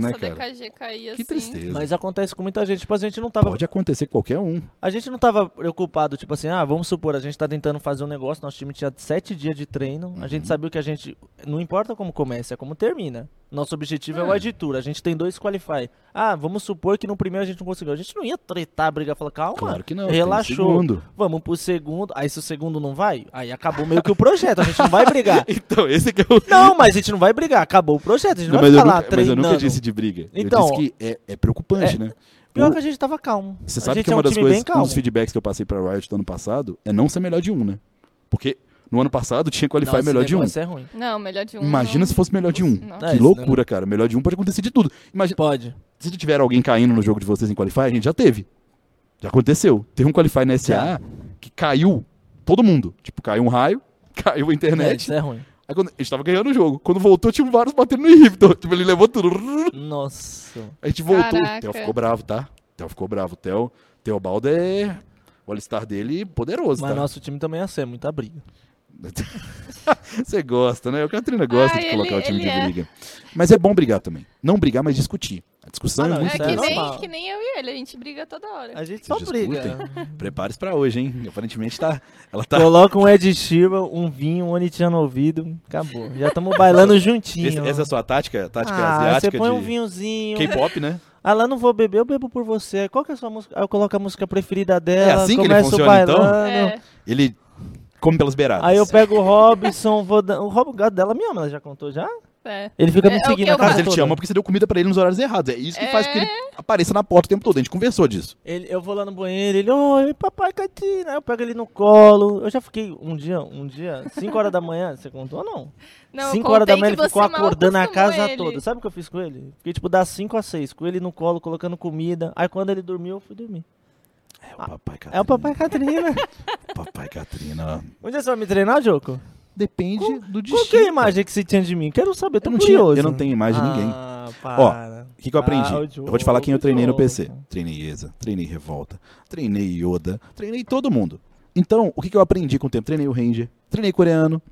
Nossa, né, o cara? DKG cair assim. Que tristeza. Mas acontece com muita gente. Tipo, a gente não tava. Pode acontecer com qualquer um. A gente não tava preocupado, tipo assim, ah, vamos supor, a gente tá tentando fazer um negócio, nosso time tinha sete dias de treino, a Uhum. gente sabia que a gente. Não importa como começa, é como termina. Nosso objetivo é, o Ed Tour, a gente tem dois qualify. Ah, vamos supor que no primeiro a gente não conseguiu. A gente não ia tretar, brigar, falar, calma, Claro que não. tem relaxou. segundo. Vamos pro segundo. Aí se o segundo não vai, aí acabou meio que o projeto, a gente não vai brigar. Então, esse que é o. Ah. Não, mas a gente não vai brigar, acabou o projeto, a gente não, vai mas, eu ficar nunca, lá mas eu treinando. nunca disse de briga. tá Então, eu disse que é, é preocupante, é- né? Pior O- que a gente tava calmo. Você a sabe gente que é um uma das time coisas, bem calmo. um dos feedbacks que eu passei pra Riot do ano passado é não ser melhor de um, né? Porque no ano passado tinha Não, qualify esse melhor de um. negócio é ruim. Não, melhor de um. Imagina não. se fosse melhor de um. Não. É, que isso, loucura, cara. Melhor de um pode acontecer de tudo. Imagina, Pode. se tiver alguém caindo no jogo de vocês em qualify, a gente já teve. Já aconteceu. Teve um Qualify na SA que caiu todo mundo. Tipo, caiu um raio, caiu a Né? É, internet. isso é ruim. Aí quando, a gente tava ganhando o jogo. Quando voltou, tinha vários batendo no Inhibitor. Tipo, ele levou tudo. Nossa. A gente voltou. Caraca. O Theo ficou bravo, tá? O Theo ficou bravo. O Theo, Teobaldo é... O alistar dele poderoso, Mas tá? nosso time também ia ser muita briga. Você gosta, né? O Catrina gosta Ah, de colocar ele- o time de ele é. briga. Mas é bom brigar também. Não brigar, mas discutir. A discussão Ah, não, é É muito isso que, é importante. nem, normal. que nem eu e ele, a gente briga toda hora. A gente só Vocês briga. Prepare-se pra hoje, hein? Aparentemente tá. Ela tá. Coloca um Ed Sheeran, um vinho, um Anitinha no ouvido. Acabou. Já estamos bailando juntinho. Esse- essa é a sua tática? Tática ah, asiática você põe de um vinhozinho. K-pop, né? Ah, lá não vou beber, eu bebo por você. Qual que é a sua música? Ah, eu coloco a música preferida dela. É assim que ele começo funciona, então? bailando. É. Ele come pelas beiradas. Aí eu pego o Robson, vou dar. O Robson, o gato dela me ama, ela já contou já? É. Ele fica me É, é o seguindo que a eu casa Ah, Mas ele te toda. ama porque você deu comida pra ele nos horários errados. É isso que faz com que ele apareça na porta o tempo todo. A gente conversou disso. Ele- eu vou lá no banheiro, ele, oi, papai, Catina. Aí eu pego ele no colo. Eu já fiquei um dia, um dia, 5 horas da manhã, você contou ou não? Não, 5 horas da contei manhã que ele ficou você mal acordando a acostumou casa ele. toda. Sabe o que eu fiz com ele? Fiquei tipo das 5 às 6, com ele no colo, colocando comida. Aí quando ele dormiu, eu fui dormir. É o papai Catrina. É o papai Catrina. Papai Catrina. Onde Um você vai me treinar, Joko? Depende do destino. Qual que é a imagem que você tinha de mim? Quero saber, tô Eu não, tinha, curioso. eu não tenho imagem de ninguém. Ah, Ó, para. O que, que eu aprendi? Ah, o eu vou te falar quem eu Diogo, treinei no Diogo. PC. Treinei Eza, treinei Revolta, treinei Yoda, treinei todo mundo. Então, o que, que eu aprendi com o tempo? Treinei o Ranger, treinei coreano.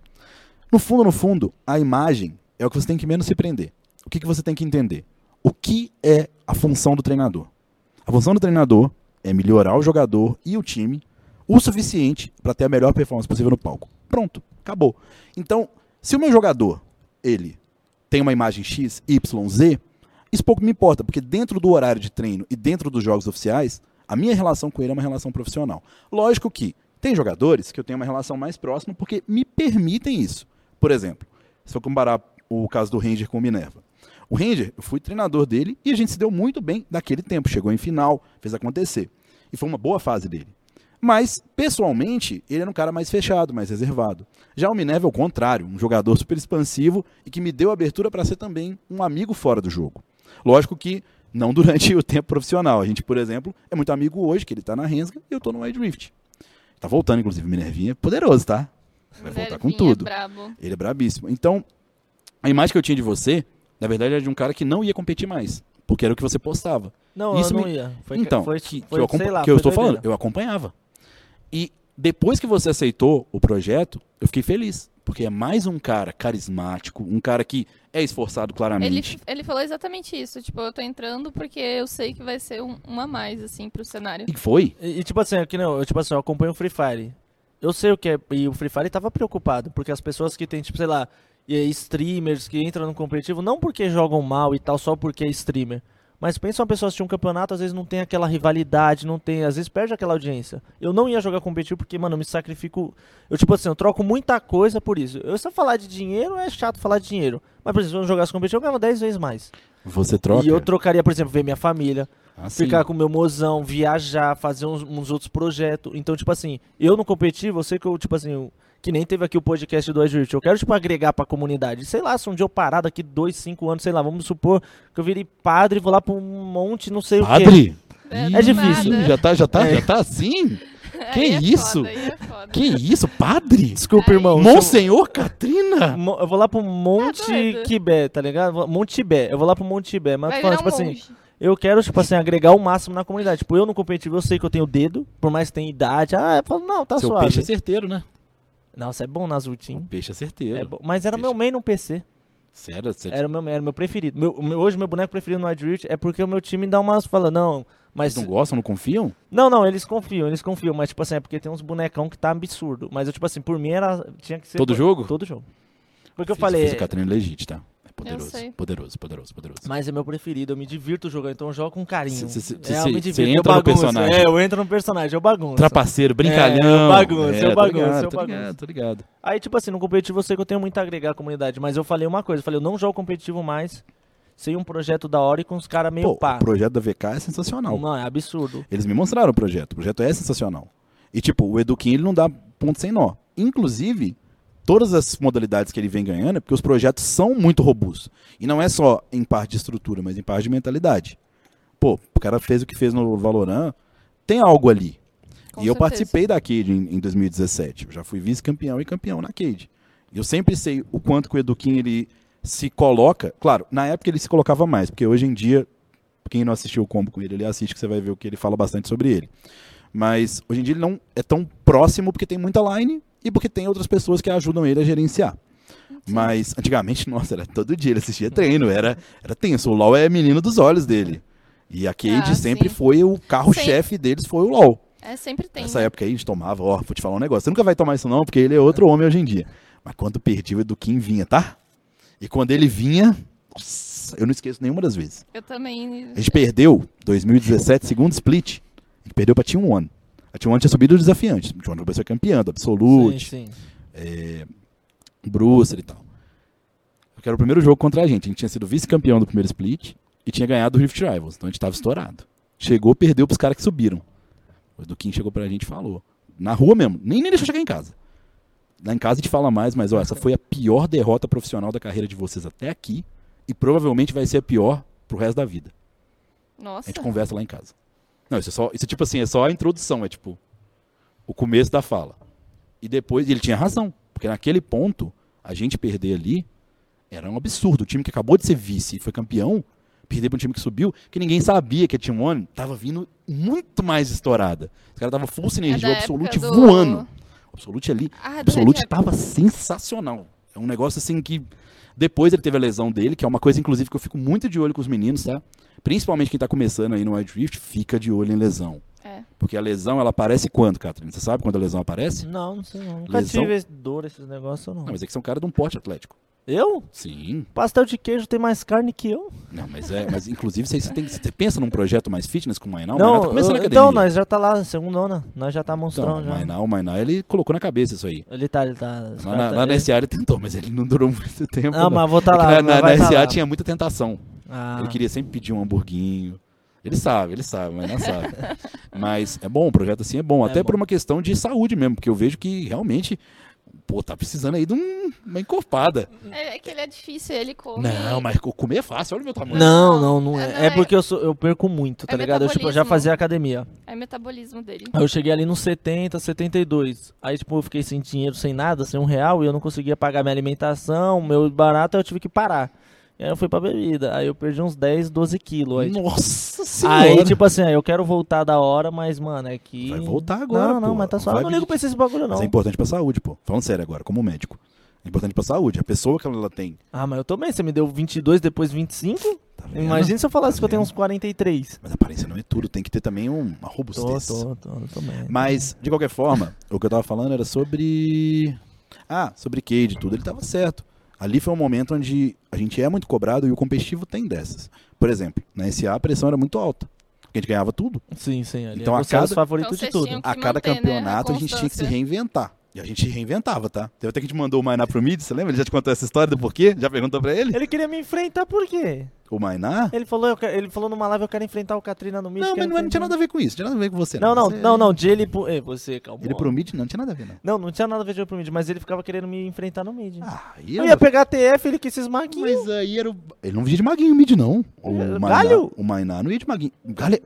No fundo, no fundo, a imagem é o que você tem que menos se prender. O que, que você tem que entender? O que é a função do treinador? A função do treinador é melhorar o jogador e o time o suficiente para ter a melhor performance possível no palco. Pronto, acabou. Então, se o meu jogador, ele, tem uma imagem X, Y, Z, isso pouco me importa, porque dentro do horário de treino e dentro dos jogos oficiais, a minha relação com ele é uma relação profissional. Lógico que tem jogadores que eu tenho uma relação mais próxima porque me permitem isso. Por exemplo, se eu comparar o caso do Ranger com o Minerva. O Ranger, eu fui treinador dele e a gente se deu muito bem naquele tempo. Chegou em final, fez acontecer. E foi uma boa fase dele. Mas, pessoalmente, ele era um cara mais fechado, mais reservado. Já o Minerva é o contrário, um jogador super expansivo e que me deu abertura para ser também um amigo fora do jogo. Lógico que não durante o tempo profissional. A gente, por exemplo, é muito amigo hoje, que ele tá na Rensga e eu tô no Wild Rift. Tá voltando, inclusive, Minervinha. Poderoso, tá? Vai voltar com Nervinho é tudo. brabo. Ele é brabíssimo. Então, a imagem que eu tinha de você, na verdade, era de um cara que não ia competir mais. Porque era o que você postava. Não, Isso eu não me- ia. Foi, então, foi, que, que foi, eu, acompa- sei lá, que eu foi estou falando, doideira. eu acompanhava. E depois que você aceitou o projeto, eu fiquei feliz. Porque é mais um cara carismático, um cara que é esforçado Ele, claramente. ele falou exatamente isso. Tipo, eu tô entrando porque eu sei que vai ser um, uma a mais, assim, pro cenário. E foi. E, e, tipo assim, aqui não, eu, tipo assim, eu acompanho o Free Fire. Eu sei o que é. E o Free Fire tava preocupado, porque as pessoas que tem, tipo, sei lá, e- streamers que entram no competitivo, não porque jogam mal e tal, só porque é streamer. Mas pensa uma pessoa assistir um campeonato, às vezes não tem aquela rivalidade, não tem, às vezes perde aquela audiência. Eu não ia jogar competitivo porque, mano, eu me sacrifico. Eu, tipo assim, eu troco muita coisa por isso. Eu só falar de dinheiro é chato falar de dinheiro. Mas, por exemplo, se eu jogasse competitivo, eu ganhava 10 vezes mais. Você troca. E eu trocaria, por exemplo, ver minha família assim, ficar com o meu mozão, viajar, fazer uns, uns outros projetos. Então, tipo assim, eu não competi, você que eu, tipo assim, eu- que nem teve aqui o podcast do Adjurte, eu quero, tipo, agregar pra comunidade. Sei lá, se um dia eu parar daqui dois, cinco anos, sei lá, vamos supor que eu virei padre e vou lá pra um monte, não sei o quê. Padre? É Ih, difícil. Já tá, já tá, É. já tá assim? Que Aí é isso? Foda, aí é foda. Que isso, padre? Desculpa, irmão. sou- Monsenhor Catrina? Mo- Eu vou lá pro Monte doido. Quibé, tá ligado? Vou- Monte Tibé. Eu vou lá pro Monte Tibé. Mas Vai tô falando, virar tipo um assim, monge. Eu quero, tipo assim, agregar o máximo na comunidade. Tipo, eu no competitivo, eu sei que eu tenho dedo, por mais que tenha idade. Ah, eu falo, não, tá Seu suave. peixe é certeiro, né? Nossa, é bom nas ultim. O peixe é certeiro. É bom. Mas era Deixa. meu main no PC. Sério, você Era meu, era meu preferido. Meu, meu- hoje, meu boneco preferido no Adrift é porque o meu time dá umas. Fala, não, mas. Eles não gostam, não confiam? Não, não, eles confiam, eles confiam. Mas, tipo assim, é porque tem uns bonecão que tá absurdo. Mas eu, tipo assim, por mim era. Tinha que ser. Todo jogo? Todo jogo. Porque eu Fiz- falei. Fiz o Catrina legit, tá? É poderoso. sei. Poderoso, poderoso, poderoso. Mas é meu preferido, eu me divirto jogando, então eu jogo com Cê- carinho. cê- cê- é, cê- eu me cê divirto, eu entra no bagunço. personagem. É, eu entro no personagem, eu bagunço. Trapaceiro, É, brincalhão. o bagunça, é o tô bagunça, ligado, é o tô bagunça. ligado, tô ligado. Aí, tipo assim, no competitivo eu sei que eu tenho muito a agregar à comunidade, mas eu falei uma coisa, eu falei, eu não jogo competitivo mais, sem um projeto da hora e com os caras meio Pô, pá. o projeto da VK é sensacional. Não, é absurdo. Eles me mostraram o projeto. O projeto é sensacional. E, tipo, o Eduquim, ele não dá ponto sem nó. Inclusive, todas as modalidades que ele vem ganhando é porque os projetos são muito robustos. E não é só em parte de estrutura, mas em parte de mentalidade. Pô, o cara fez o que fez no Valorant, tem algo ali. Com e eu certeza. participei da Cade em, em 2017. Eu já fui vice-campeão e campeão na Cade. E Eu sempre sei o quanto que o Eduquim ele se coloca. Claro, na época ele se colocava mais, porque hoje em dia, quem não assistiu o combo com ele, ele assiste, que você vai ver o que ele fala bastante sobre ele. Mas hoje em dia ele não é tão próximo porque tem muita line e porque tem outras pessoas que ajudam ele a gerenciar. Mas antigamente, nossa, era todo dia ele assistia treino, era, era tenso. O LOL é menino dos olhos dele. E a Cade Ah, sempre sim. foi o carro-chefe deles, foi o LOL. É, sempre tem. Nessa época aí a gente tomava, ó, vou te falar um negócio. Você nunca vai tomar isso não, porque ele é outro homem hoje em dia. Mas quando perdi, o Eduquim vinha, tá? E quando ele vinha, nossa, eu não esqueço nenhuma das vezes. Eu também. A gente perdeu 2017, segundo split. A gente perdeu pra T1. A T1 tinha subido o desafiante. um A T1 vai ser campeã do Absolute, Sim, sim. Brewster e tal. Que era o primeiro jogo contra a gente. A gente tinha sido vice-campeão do primeiro split e tinha ganhado o Rift Rivals. Então a gente tava estourado. Chegou, perdeu pros caras que subiram. O Eduquim chegou pra gente e falou. Na rua mesmo. Nem, nem deixou chegar em casa. Lá em casa a gente fala mais, mas ó, essa foi a pior derrota profissional da carreira de vocês até aqui. E provavelmente vai ser a pior pro resto da vida. A Nossa. gente conversa lá em casa. Não, isso é só. Isso, é tipo assim, é só a introdução, é tipo. O começo da fala. E depois ele tinha razão. Porque naquele ponto, a gente perder ali era um absurdo. O time que acabou de ser vice e foi campeão, perder para um time que subiu, que ninguém sabia que a Team One tava vindo muito mais estourada. Os caras tava full É da sinergia, o Absolute época do- voando. O Absolute ali Ah, do Red Absolute Hat. tava sensacional. É um negócio assim que. Depois ele teve a lesão dele, que é uma coisa, inclusive, que eu fico muito de olho com os meninos, tá? Principalmente quem tá começando aí no Wild Rift, fica de olho em lesão. É. Porque a lesão, ela aparece quando, Catherine? Você sabe quando a lesão Uhum. aparece? Não, não sei não. Nunca Lesão? tive esse- dor esses negócios, não. Não, mas é que você é um cara de um porte atlético. Eu? Sim. Pastel de queijo tem mais carne que eu? Não, mas é. Mas inclusive você, você tem, você pensa num projeto mais fitness com o Mainal? o não, Mainal tá começando eu- a academia. então, nós já tá lá, segundona. Nós já tá monstrão Então, o já. Mainal, o Mainal, ele colocou na cabeça isso aí. Ele tá, ele tá. Lá os caras na, tá- lá na ele- SA ele tentou, mas ele não durou muito é tempo. Não, Não, mas vou tá É que lá. na, mas na, vai na tá SA lá. tinha muita tentação. Ah, Ele queria sempre pedir um hamburguinho. Ele sabe, ele sabe, mas não sabe. mas é bom, o projeto assim é bom. É até por bom. uma questão de saúde mesmo, porque eu vejo que realmente, pô, tá precisando aí de um- uma encorpada. É, é que ele é difícil, ele come. Não, mas co- comer é fácil, olha o meu tamanho. Não, não, não É, não, é. É é- porque eu, sou- eu perco muito, tá É ligado? Eu, tipo, eu já metabolismo. fazia academia. É metabolismo dele. Ah, Aí eu cheguei ali nos 70, 72. Aí, tipo, eu fiquei sem dinheiro, sem nada, sem um real, e eu não conseguia pagar minha alimentação, meu barato, aí eu tive que parar. E aí eu fui pra bebida. Aí eu perdi uns 10, 12 quilos. Aí, tipo, Nossa senhora. Aí, tipo assim, eu quero voltar da hora, mas, mano, é que. Vai voltar agora, Não, não, pô. mas tá só. Vai Eu não ligo vir- pra esses bagulho, não. Mas é importante pra saúde, pô. Falando sério agora, como médico. É importante pra saúde. A pessoa que ela tem. Ah, mas eu também. Você me deu 22, depois 25? Tá vendo? Imagina se eu falasse Tá que eu tenho vendo? uns 43. Mas aparência não é tudo, tem que ter também um- uma Tô, robustez. tô, tô, tô bem. Mas, de qualquer forma, o que eu tava falando era sobre. Ah, sobre Cade e tudo. Ele tava certo. Ali foi um momento onde a gente é muito cobrado e o competitivo tem dessas. Por exemplo, na SA a pressão era muito alta. Porque a gente ganhava tudo. Sim, sim. Então, Ali então, a você era os cada- favoritos Então, de tudo. vocês tinham que A cada manter, né, campeonato a, gente tinha que se constância. reinventar. E a gente reinventava, tá? Teve até que a gente mandou o Mainá pro Mid, você lembra? Ele já te contou essa história do porquê? Já perguntou pra ele? Ele queria me enfrentar por quê? O Mainá? Ele falou, eu quero- ele falou numa live, eu quero enfrentar o Katrina no Mítico. Não, mas não, não tinha nada a ver com isso. Não tinha nada a ver com você. Não, não, Você- não, não. De ele pro. Ei, você, calma. Ele pro Mid não tinha nada a ver, não. Não, não tinha nada a ver de eu pro mid, mas ele ficava querendo me enfrentar no mid. Ah, e eu ia pegar a TF, ele quis esses maquinhos. Mas aí era o... Ele não via de maguinho o mid, não. O É, Mainá, galho? O Mainá não ia de maguinho. Galho é,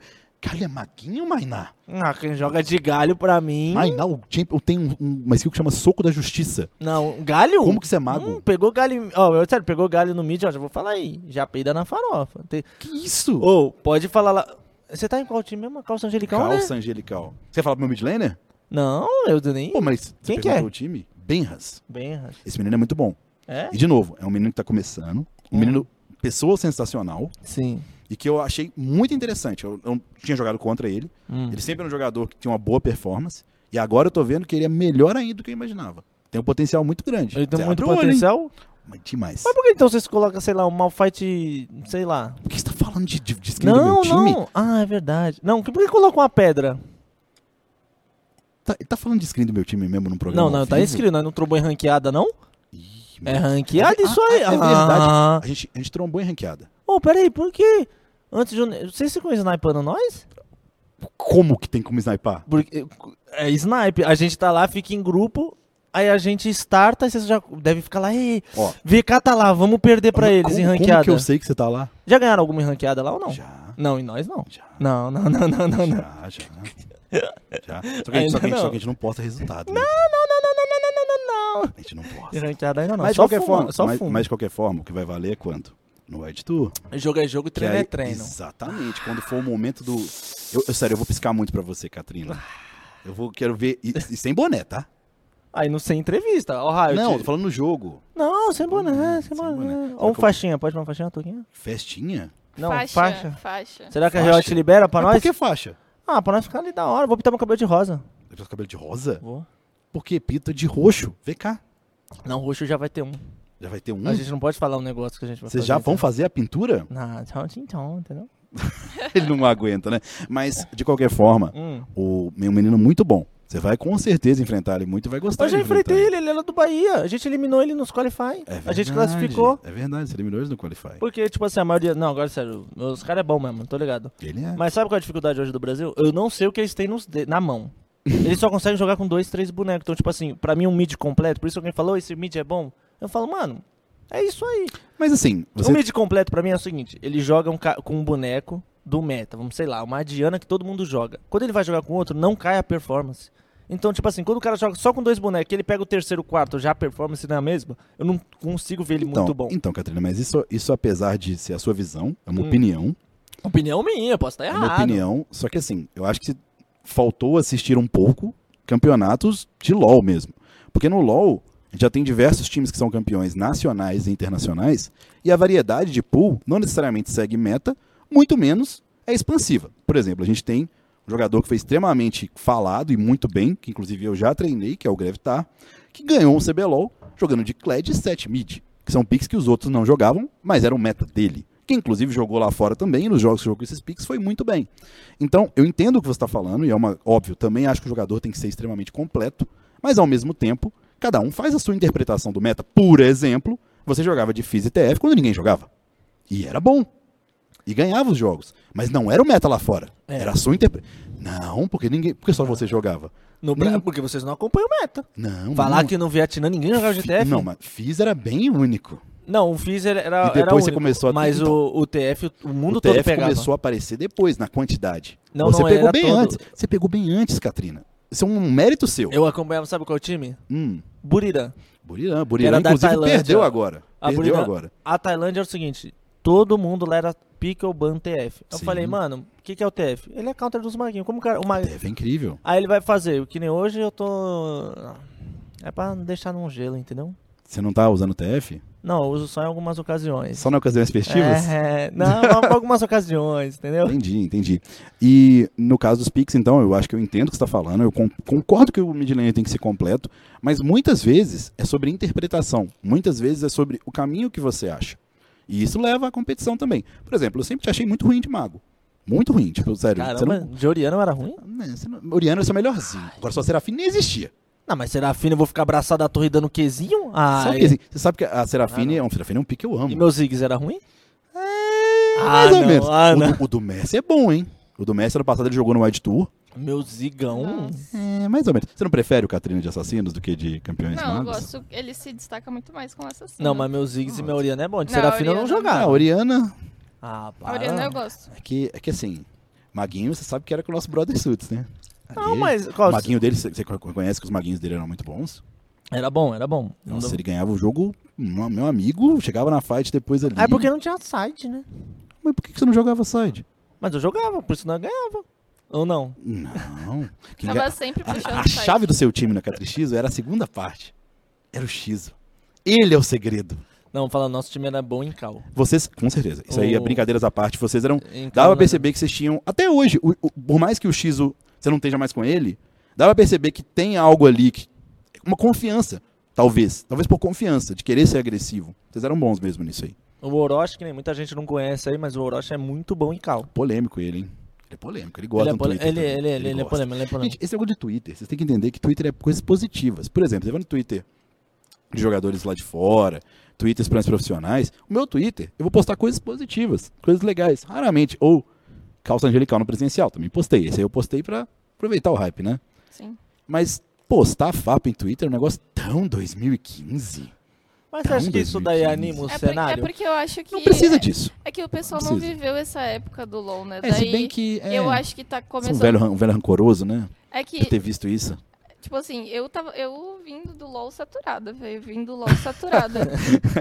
galho é maguinho, Mainá? Ah, quem joga de galho pra mim. Mainá o champion, tem um, um, uma skill que chama Soco da Justiça. Não, galho? Como que você é mago? Hum, pegou galho. em- Ó, eu sério, pegou galho no mid, ó, já vou falar aí. Já peida na farofa. Tem... Que isso? Ou, pode falar lá. Você tá em qual time mesmo? Calça Angelical? né? Calça angelical. Você fala pro meu mid laner? Não, eu nem. Pô, mas você Quem que perguntou é? o time? Benras. Bem, errado. Esse menino é muito bom. É? E de novo, é um menino que tá começando. Um Hum. menino, pessoa sensacional. Sim. E que eu achei muito interessante. Eu, eu tinha jogado contra ele. Hum. Ele sempre era um jogador que tinha uma boa performance. E agora eu tô vendo que ele é melhor ainda do que eu imaginava. Tem um potencial muito grande. Ele tem Você muito abre o olho, hein? potencial. Mas demais. Mas por que então vocês colocam, sei lá, um malfight, sei lá? Por que você tá falando de, de, de skin do Não, meu time? não. Ah, é verdade. Não, que- por que colocam uma pedra? Tá, tá falando de skin do meu time mesmo num programa? Não, não, ao tá vivo? inscrito, nós não trombou em ranqueada, não? Ih, É mano. ranqueada isso aí. Ah, é verdade. Ah. A, gente, a gente trombou em ranqueada. Ô, peraí, por que? Antes de. um- Vocês ficam snipando nós? Como que tem como snipar? Porque, é snipe. A gente tá lá, fica em grupo, aí a gente starta, e vocês já devem ficar lá, ei, Ó. VK tá lá, vamos perder pra Mas eles como, em Como que ranqueada. eu sei que você tá lá? Já ganharam alguma em ranqueada lá ou não? Já, Não, em nós não. já, Não, não, não, não, não, não. já, já. Já. Só que a gente, só que a gente- Ainda não. só que a gente não posta resultado. Né? Não, não, não, não, não, não, não, não. A gente não posta. Granteada ainda não. Mas de só qualquer fuma, forma, Só mas, fuma. mas de qualquer forma, o que vai valer é quanto? No Ed Tour. Jogo é jogo, Que treino aí- é treino. Exatamente. Quando for o momento do. Eu, eu- sério, eu vou piscar muito pra você, Catrina. Eu vou, quero ver. E, e sem boné, tá? Aí não sem entrevista. Ó, raio. não, te- tô falando no jogo. não, sem boné, sem sem boné. boné. Será Ou um que eu- faixinha, pode uma faixinha, Toquinha? Festinha? Não, faixa. faixa. faixa. Será que a Faixa? Riot libera pra Mas nós? Por que faixa? Ah, pra nós ficar ali da hora. Vou pintar meu cabelo de rosa. Depois cabelo de rosa? Vou. Por que pinta de roxo? Vem cá. Não, roxo já vai ter um. Já vai ter um. A gente não pode falar um negócio que a gente vai Vocês fazer, já vão entendeu? fazer a pintura? Não, então, então, entendeu? Ele não aguenta, né? Mas, de qualquer forma, Hum. o meu menino é muito bom. Você vai com certeza enfrentar ele muito e vai gostar Eu já de enfrentar enfrentei ele, ele era do Bahia. A gente eliminou ele nos qualify. Tá É a gente verdade, classificou. É verdade, você eliminou eles no Qualify. Porque, tipo assim, a maioria. Não, agora sério, os caras é bom mesmo, tô ligado. Ele é. Mas sabe qual é a dificuldade hoje do Brasil? Eu não sei o que eles têm nos de- na mão. Eles só conseguem jogar com dois, três bonecos. Então, tipo assim, pra mim um mid completo, por isso alguém falou, esse mid é bom. Eu falo, mano, é isso aí. Mas assim, O você. mid completo pra mim é o seguinte: ele joga um ca- com um boneco do meta, vamos sei lá, uma Diana que todo mundo joga. Quando ele vai jogar com outro, não cai a performance. Então, tipo assim, quando o cara joga só com dois bonecos, ele pega o terceiro, o quarto, já a performance não é a mesma, eu não consigo ver ele Então, muito bom. então, Catarina, mas isso, isso apesar de ser a sua visão, é uma Hum. opinião. Opinião minha, posso estar É uma opinião. Só que assim, eu acho que faltou assistir um pouco campeonatos de LOL mesmo. Porque no LOL já tem diversos times que são campeões nacionais e internacionais, e a variedade de pool não necessariamente segue meta, muito menos é expansiva. Por exemplo, a gente tem um jogador que foi extremamente falado e muito bem, que inclusive eu já treinei, que é o Grevitar, que ganhou um CBLOL jogando de Kled e 7 mid, que são picks que os outros não jogavam, mas eram meta dele. Que inclusive jogou lá fora também, e nos jogos que jogou com esses picks foi muito bem. Então, eu entendo o que você está falando, e é uma, óbvio, também acho que o jogador tem que ser extremamente completo, mas ao mesmo tempo, cada um faz a sua interpretação do meta. Por exemplo, você jogava de Fizz e TF quando ninguém jogava. E era bom. E ganhava os jogos. Mas não era o meta lá fora. É. Era a sua interpretação. Não, porque ninguém. Porque só você jogava. No Bra... Porque vocês não acompanham o meta. Não. Falar não. que no Vietnã ninguém jogava GTF? Uhum. Não, mas Fizz era bem único. Não, o Fizz era, era E depois você único, começou a- Mas então. o, o TF, o mundo o TF todo pegava. começou a aparecer depois, na quantidade. Não, você não, pegou era bem todo. antes. Você pegou bem antes, Katrina. Isso é um mérito seu. Eu acompanhava, sabe qual é time? Hum. Burirã. Burirã, Burirã, Era da inclusive, Tailândia. perdeu agora. A perdeu Burirã- agora. A Tailândia é o seguinte, todo mundo lá era pick ou ban TF. Eu Sim. falei, mano, o que, que é o TF? Ele é counter dos maguinhos. Como o cara... O mag... Deve é incrível. Aí ele vai fazer, o que nem hoje eu tô... É pra deixar num gelo, entendeu? Você não tá usando TF? Não, eu uso só em algumas ocasiões. Só na ocasiões festivas? É, é, não, em algumas ocasiões, entendeu? Entendi, entendi. E no caso dos Pix, então, eu acho que eu entendo o que você está falando, eu con- concordo que o mid lane tem que ser completo, mas muitas vezes é sobre interpretação, muitas vezes é sobre o caminho que você acha. E isso leva à competição também. Por exemplo, eu sempre te achei muito ruim de mago. Muito ruim, tipo, sério. você Caramba, não... de Oriano era ruim? Né, você não... Oriana era seu melhorzinho. Agora só Serafim nem existia. Não, mas Serafina eu vou ficar abraçado da torre dando quezinho? Ah, Sabe e- que, assim, você sabe que a Serafine Ah, é um Serafine é um pique que eu amo. E meu Ziggs era ruim? É, Ah, mais ou não, menos. ah, o, não. do, o do Messi é bom, hein? O do Messi ano passado ele jogou no Wide Tour. Meu Zigão. Nossa. É, mais ou menos. Você não prefere o Catrina de Assassinos do que de Campeões Não, eu Magos? gosto. Ele se destaca muito mais com o assassino. Não, mas meu Ziggs e meu Oriana é bom. De Não, Serafina eu Oriana não não. Ah, a jogava. Oriana. Ah, A para. Oriana eu gosto. É que, é que assim, Maguinho, você sabe que era com o nosso Brother Suits, né? Não, Ali, mas... O Qual, Maguinho dele, você você conhece que os Maguinhos dele eram muito bons? Era bom, era bom. Nossa, Não- ele ganhava o jogo, hum, meu amigo, chegava na fight depois ali. Ah, é porque não tinha site, né? Mas por que que você não jogava side? Mas eu jogava, por isso não ganhava. Ou não? Não. Quem Tava ga- sempre puxando a, a site. chave do seu time na Catrix era a segunda parte. Era o X. Ele é o segredo. Não, fala, nosso time era bom em cal. Vocês, com certeza. Isso aí é O- brincadeiras à parte. Vocês eram Em Dá cal, pra né? perceber que vocês tinham. Até hoje, o- o- por mais que o Shizu você não esteja mais com ele, dá pra perceber que tem algo ali. Que, uma confiança, talvez. Talvez por confiança, de querer ser agressivo. Vocês eram bons mesmo nisso aí. né? O Orochi, que nem muita gente não conhece aí, mas o Orochi é muito bom em cal. Polêmico ele, hein? Ele é polêmico, ele gosta ele, é do pole- Twitter. ele, também. ele, ele, ele é gosta. polêmico, ele é polêmico. Gente, esse negócio de Twitter, vocês têm que entender que Twitter é coisas positivas. Por exemplo, você vai no Twitter de jogadores lá de fora, Twitters para os profissionais. O meu Twitter, eu vou postar coisas positivas, coisas legais, raramente. Ou calça angelical no presencial, também postei. Esse aí eu postei para aproveitar o hype, né? Sim. é Mas postar FAP em Twitter é um negócio tão 2015. Mas você acha que isso daí 2015. anima o É, por- é cenário? porque eu acho que. Não precisa disso. É que o pessoal Não não precisa. viveu essa época do LOL, né? É, Daí, se bem que. É, eu acho que tá sou um começando. velho, ran- um velho rancoroso, né? É que, Por ter visto isso. tipo assim, eu tava. Eu vindo do LOL saturada, velho. Vindo do LOL saturada.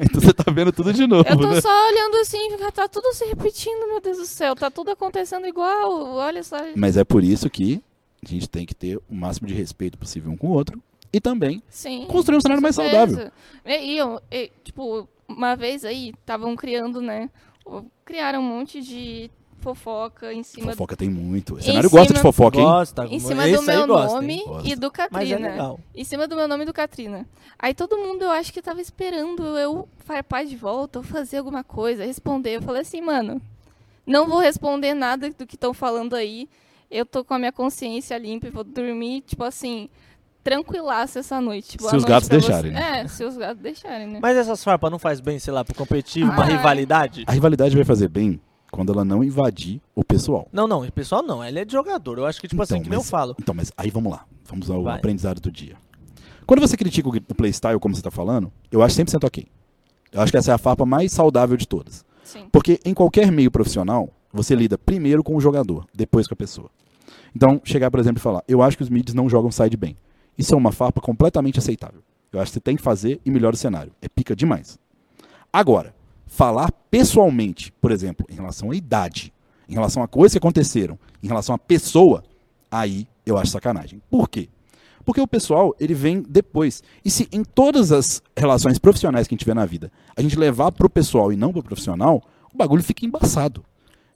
então você tá vendo tudo de novo, eu tô né? só olhando assim, tá tudo se repetindo, meu Deus do céu. Tá tudo acontecendo igual. Olha só. Mas é por isso que a gente tem que ter o máximo de respeito possível um com o outro. E também Sim. construir um cenário mais saudável. Certeza. E, e eu, e, tipo, uma vez aí, estavam criando, né? o- Criaram um monte de fofoca em cima Fofoca tem muito. O Em cenário gosta de cima- fofoca, hein? Gosta, Em cima esse do meu aí gosta, hein? nome Gosta. e do Mas é Katrina. legal. em cima do meu nome e do Katrina. Aí todo mundo, eu acho que tava esperando eu farpar de volta ou fazer alguma coisa, responder. Eu falei assim, mano, não vou responder nada do que estão falando aí. Eu tô com a minha consciência limpa e vou dormir, tipo assim, tranquilaça essa noite. Tipo, Se a os noite gatos pra deixarem, né? você- É, se os gatos deixarem, né? Mas essas farpas não faz bem, sei lá, pro competitivo, uma Ah. rivalidade? A rivalidade vai fazer bem quando ela não invadir o pessoal. Não, não, pessoal não, ele é de jogador. Eu acho que, tipo assim, Então, que nem eu mas- falo. Então, mas aí vamos lá. Vamos ao Vai. aprendizado do dia. Quando você critica o o playstyle, como você tá falando, eu acho 100% tá ok. Eu acho que essa é a farpa mais saudável de todas. Sim. Porque em qualquer meio profissional, você lida primeiro com o jogador, depois com a pessoa. Então, chegar, por exemplo, e falar, eu acho que os mids não jogam side bem. Isso é uma farpa completamente aceitável. Eu acho que você tem que fazer e melhora o cenário. É pica demais. Agora, falar pessoalmente, por exemplo, em relação à idade, em relação a coisas que aconteceram, em relação à pessoa, aí eu acho sacanagem. Por quê? Porque o pessoal, ele vem depois. E se em todas as relações profissionais que a gente vê na vida, a gente levar pro pessoal e não pro profissional, o bagulho fica embaçado.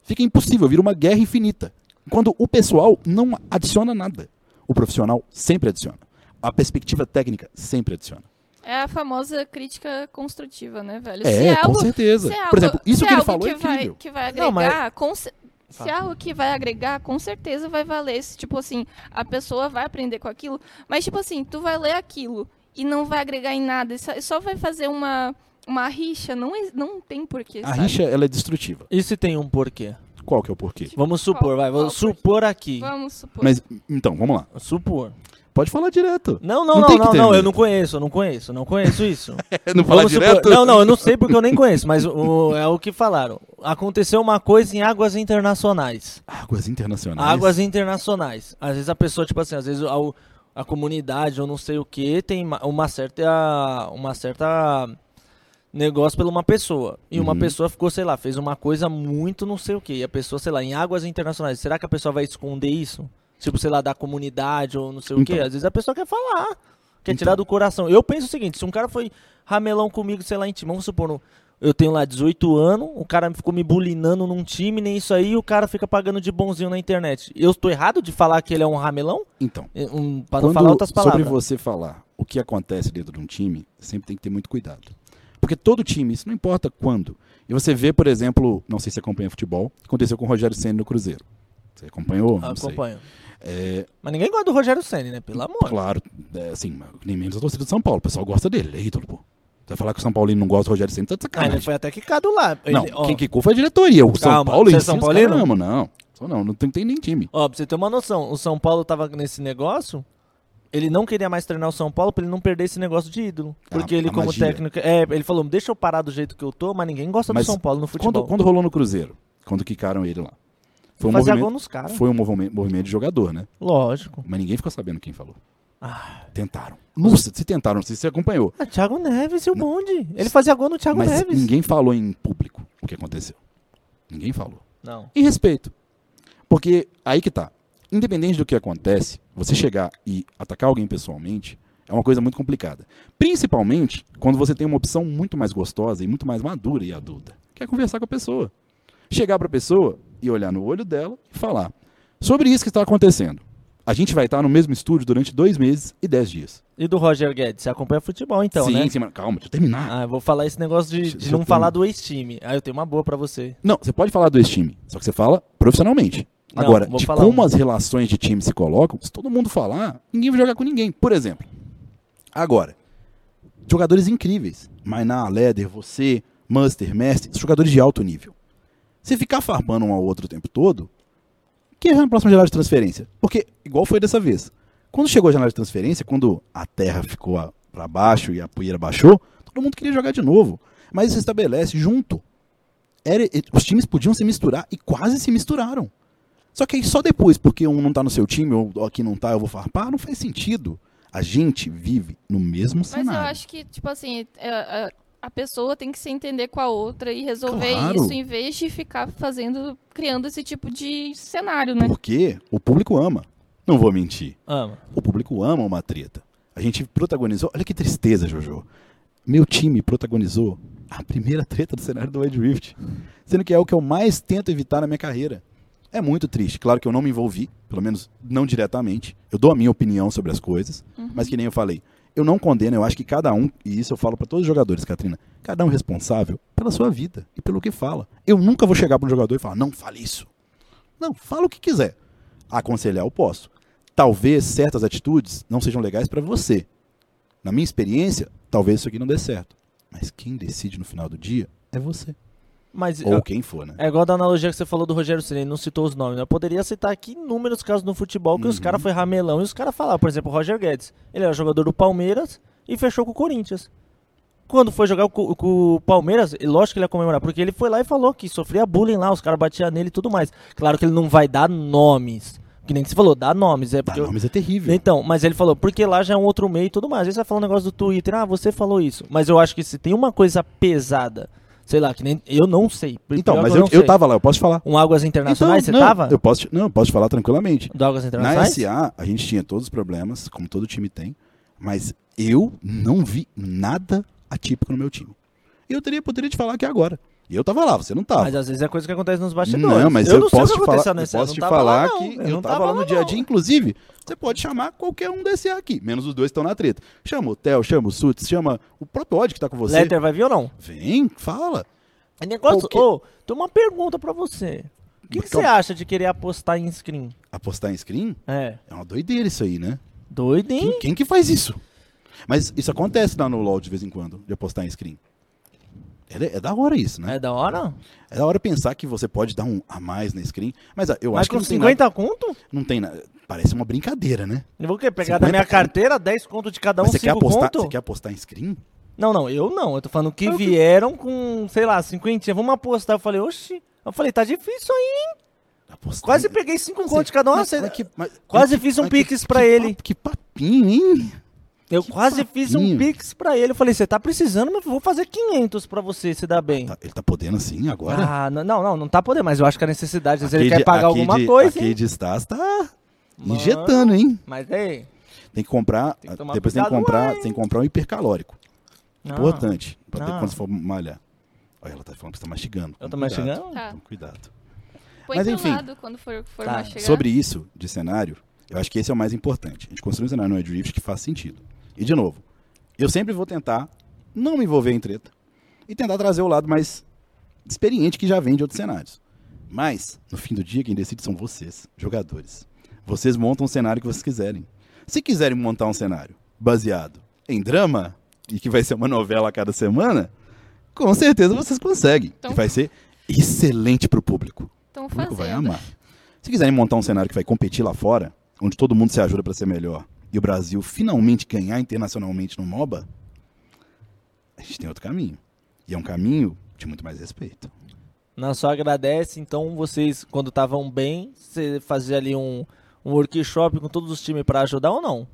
Fica impossível, vira uma guerra infinita. Quando o pessoal não adiciona nada, o profissional sempre adiciona. A perspectiva técnica sempre adiciona. É a famosa crítica construtiva, né, velho? Se É, com algo- certeza. se é Por algo- exemplo, isso se que ele algo falou é que vai- incrível. que vai agregar, Não, mas- com cer- se Fala. algo que vai agregar, com certeza vai valer. Se, tipo assim, a pessoa vai aprender com aquilo, mas, tipo assim, tu vai ler aquilo e não vai agregar em nada, e só- e só vai fazer uma, uma rixa, não, ex- não tem porquê, A sabe? rixa, ela é destrutiva. E se tem um porquê? Qual que é o porquê? Vamos Qual- supor, vai, qual vou supor aqui. Vamos supor. Mas, então, vamos lá. Supor. Pode falar direto. Não, não, Não não, tem que não, ter não, eu medo. não conheço, eu não conheço, não conheço isso. não Vamos supor- Não, não, eu não sei porque eu nem conheço, mas o- é o que falaram. Aconteceu uma coisa em águas internacionais. Águas internacionais. Águas internacionais. Às vezes a pessoa, tipo assim, às vezes a, a comunidade ou não sei o que tem ma- uma certa. Uma certa. Negócio pela uma pessoa. E uma Uhum. pessoa ficou, sei lá, fez uma coisa muito não sei o que. E a pessoa, sei lá, em águas internacionais. Será que a pessoa vai esconder isso? Tipo, sei lá, da comunidade ou não sei o que. Então. Às vezes a pessoa quer falar. Quer Então. tirar do coração. Eu penso o seguinte: se um cara foi ramelão comigo, sei lá, em time, vamos supor, no- eu tenho lá 18 anos, o cara ficou me bulinando num time, nem isso aí, e o cara fica pagando de bonzinho na internet. Eu estou errado de falar que ele é um ramelão? Então, É, Um, pra não quando, falar outras palavras. sobre você falar o que acontece dentro de um time, sempre tem que ter muito cuidado. Porque todo time, isso não importa quando. E você vê, por exemplo, não sei se acompanha futebol, o que aconteceu com o Rogério Senna no Cruzeiro. Você acompanhou? Não sei. Ah, Acompanho. É, Mas ninguém gosta do Rogério Senna, né? Pelo amor. claro, é, assim, mas nem menos a torcida do São Paulo. O pessoal gosta dele, é ídolo, pô. Você vai falar que o São Paulino não gosta do Rogério Senna, tá de Ah, ele sacanagem. foi até quicado lá. Ele, não, ó, quem quicou foi a diretoria. O São Calma, Paulo você é em si, São os paulino? caras amam, não. Só não, não tem, tem nem time. Ó, pra você ter uma noção, o São Paulo tava nesse negócio, ele não queria mais treinar o São Paulo pra ele não perder esse negócio de ídolo. Porque A- ele, Ah, a como magia. técnico. É, ele falou: deixa eu parar do jeito que eu tô, mas ninguém gosta Mas do São Paulo no Quando, futebol. quando rolou no Cruzeiro, quando quicaram ele lá. Foi um, Fazia movimento, gol nos caras. foi um movimen- movimento de jogador, né? Lógico. Mas ninguém ficou sabendo quem falou. Ah, Tentaram. Nossa, se tentaram, não sei se você acompanhou. ah, Thiago Neves e o bonde. Ele fazia gol no Thiago mas Neves. ninguém falou em público o que aconteceu. Ninguém falou. Não. Em respeito. Porque aí que tá. Independente do que acontece, você chegar e atacar alguém pessoalmente é uma coisa muito complicada. Principalmente quando você tem uma opção muito mais gostosa e muito mais madura e adulta, que é conversar com a pessoa. Chegar pra pessoa e olhar no olho dela e falar sobre isso que está acontecendo. A gente vai estar no mesmo estúdio durante dois meses e dez dias. E do Roger Guedes? Você acompanha futebol então, sim, né? sim, mas calma, deixa eu terminar. Ah, eu vou falar esse negócio de, de Deixa eu não ter- falar do ex-time. Ah, eu tenho uma boa pra você. Não, você pode falar do ex-time, só que você fala profissionalmente. Não, Agora, vou de falar como um. as relações de time se colocam, se todo mundo falar, ninguém vai jogar com ninguém. Por exemplo, agora, jogadores incríveis. Mainá, Leder, você, Muster, Mestre, jogadores de alto nível. Se ficar farmando um ao outro o tempo todo, que é a próxima janela de transferência? Porque, igual foi dessa vez, quando chegou a janela de transferência, quando a terra ficou a- pra baixo e a poeira baixou, todo mundo queria jogar de novo. Mas se estabelece junto. Era- e- os times podiam se misturar e quase se misturaram. Só que aí só depois, porque um não tá no seu time ou aqui não tá, eu vou farpar, não faz sentido. A gente vive no mesmo Mas eu cenário. acho que, tipo assim, é, a, a pessoa tem que se entender com a outra e resolver Claro. isso em vez de ficar fazendo, criando esse tipo de cenário, né? Porque o público ama. Não vou mentir. Ama. O público ama uma treta. A gente protagonizou. Olha que tristeza, Jojo. Meu time protagonizou a primeira treta do cenário do Wild Rift. Sendo que é o que eu mais tento evitar na minha carreira. É muito triste. Claro que eu não me envolvi, pelo menos não diretamente. Eu dou a minha opinião sobre as coisas, mas que nem eu falei. Eu não condeno, eu acho que cada um, e isso eu falo pra todos os jogadores, Katrina, cada um é responsável pela sua vida e pelo que fala. Eu nunca vou chegar pra um jogador e falar, não fale isso. Não, fala o que quiser. Aconselhar eu posso. Talvez certas atitudes não sejam legais para você. Na minha experiência, talvez isso aqui não dê certo. Mas quem decide no final do dia é você. Mas Ou quem for, né? É igual da analogia que você falou do Rogério Ceni, não citou os nomes. né? Eu poderia citar aqui inúmeros casos no futebol que os Uhum. caras foi ramelão e os caras falaram, por exemplo, o Roger Guedes. Ele era jogador do Palmeiras e fechou com o Corinthians. Quando foi jogar com, com o Palmeiras, e lógico que ele ia comemorar, porque ele foi lá e falou que sofria bullying lá, os caras batiam nele e tudo mais. Claro que ele não vai dar nomes. Que nem que você falou, dá nomes. É Dar porque eu- nomes é terrível. então, mas ele falou, porque lá já é um outro meio e tudo mais. Aí você vai falar um negócio do Twitter, ah, você falou isso. Mas eu acho que se tem uma coisa pesada, sei lá, que nem. Eu não sei. Então, Pior mas que eu, não eu sei. tava lá, eu posso te falar. Um Águas Internacionais, Então, você não, tava? Eu posso, te- não, eu posso te falar tranquilamente. Do Águas Na Internacionais? SA, a gente tinha todos os problemas, como todo time tem, mas eu não vi nada atípico no meu time. Eu teria, poderia te falar aqui agora. E eu tava lá, você não tava. Mas às vezes é coisa que acontece nos bastidores. Não, mas eu, não sei o posso que te aconteceu falar, eu nessa, posso não te tava falar lá, não, que eu, não tava, lá no não. dia a dia, inclusive, você pode chamar qualquer um desse aqui, menos os dois que estão na treta. Chama o Theo, chama o Suts, chama o Protod que tá com você. Letter vai vir ou não? Vem, fala. É negócio. Porque- Ô, tem uma pergunta pra você. O que, que você Calma. acha de querer apostar em screen? Apostar em screen É. é uma doideira isso aí, né? Doido, hein? Quem, quem que faz isso? Mas isso acontece lá no LoL de vez em quando, de apostar em screen. É, é da hora isso, né? É da hora? É da hora pensar que você pode dar um a mais na screen, mas ah, eu Mas acho que com não tem, nada, 50 conto? não tem nada. Parece uma brincadeira, né? Eu vou o quê? Pegar da 50 minha conto? carteira 10 conto de cada um, mas você 5 quer, apostar, conto? você quer apostar em screen? Não, não, eu não. Eu tô falando que vieram com, sei lá, 50. Vamos apostar. Eu falei, oxi. Eu falei, tá difícil aí. Apostar Quase em- peguei 5 Mas conto de cada um. mas- você- mas que- mas- Quase mas fiz um mas que- pix que pra pa- ele. Que papinho, hein? Eu que quase fiz um papinho. pix pra ele. Eu falei, você tá precisando, mas eu vou fazer 500 pra você se dar bem. Tá- ele tá podendo assim agora? Ah, não, não, não, não tá podendo, mas eu acho que a necessidade, às vezes Aqui ele quer de- pagar aqui alguma de- coisa, Aqui hein? de Stas tá Mano. injetando, hein? Mas aí. Tem que comprar, Tem que tomar depois tem que cuidado comprar, tem que comprar um hipercalórico. não. Importante, pra ter- Ah. quando você for malhar. Olha, ela tá falando que você tá mastigando. Eu tô Toma mais cuidado. chegando? Tá. Toma cuidado. Põe Mas, pro enfim. lado quando for, for Tá. mais chegar. Sobre isso, de cenário, eu acho que esse é o mais importante. A gente construiu um cenário no Red Rift que faz sentido. E, de novo, eu sempre vou tentar não me envolver em treta e tentar trazer o lado mais experiente que já vem de outros cenários. Mas, no fim do dia, quem decide são vocês, jogadores. Vocês montam o cenário que vocês quiserem. Se quiserem montar um cenário baseado em drama, e que vai ser uma novela a cada semana, com certeza vocês conseguem. Então- E vai ser excelente para o público. Estão O público Então, fazendo. é vai amar. Se quiserem montar um cenário que vai competir lá fora, onde todo mundo se ajuda pra ser melhor, e o Brasil finalmente ganhar internacionalmente no MOBA, a gente tem outro caminho. E é um caminho de muito mais respeito. Não, só agradece. Então, vocês, quando estavam bem, você fazia ali um, um workshop com todos os times pra ajudar ou não?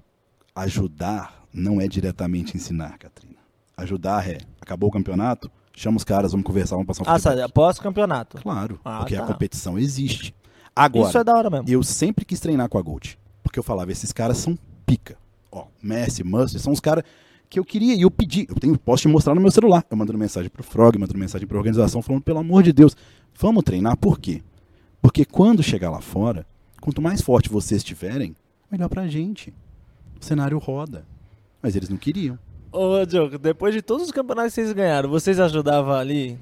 Ajudar não é diretamente ensinar, Katrina. Ajudar é, acabou o campeonato, chama os caras, vamos conversar, vamos passar um Ah, feedback. sabe, após campeonato. Claro, Ah, porque tá. a competição existe. Agora, Isso é da hora mesmo. Eu sempre quis treinar com a Gold. Porque eu falava, esses caras são pica. Ó, Messi, Mustard, são os caras que eu queria e eu pedi. Eu tenho, posso te mostrar no meu celular. Eu mandando mensagem pro Frog, mandando mensagem pra organização, falando, pelo amor de Deus, vamos treinar por quê? Porque quando chegar lá fora, quanto mais forte vocês estiverem, melhor pra gente. O cenário roda. Mas eles não queriam. Ô, Diogo, depois de todos os campeonatos que vocês ganharam, vocês ajudavam ali?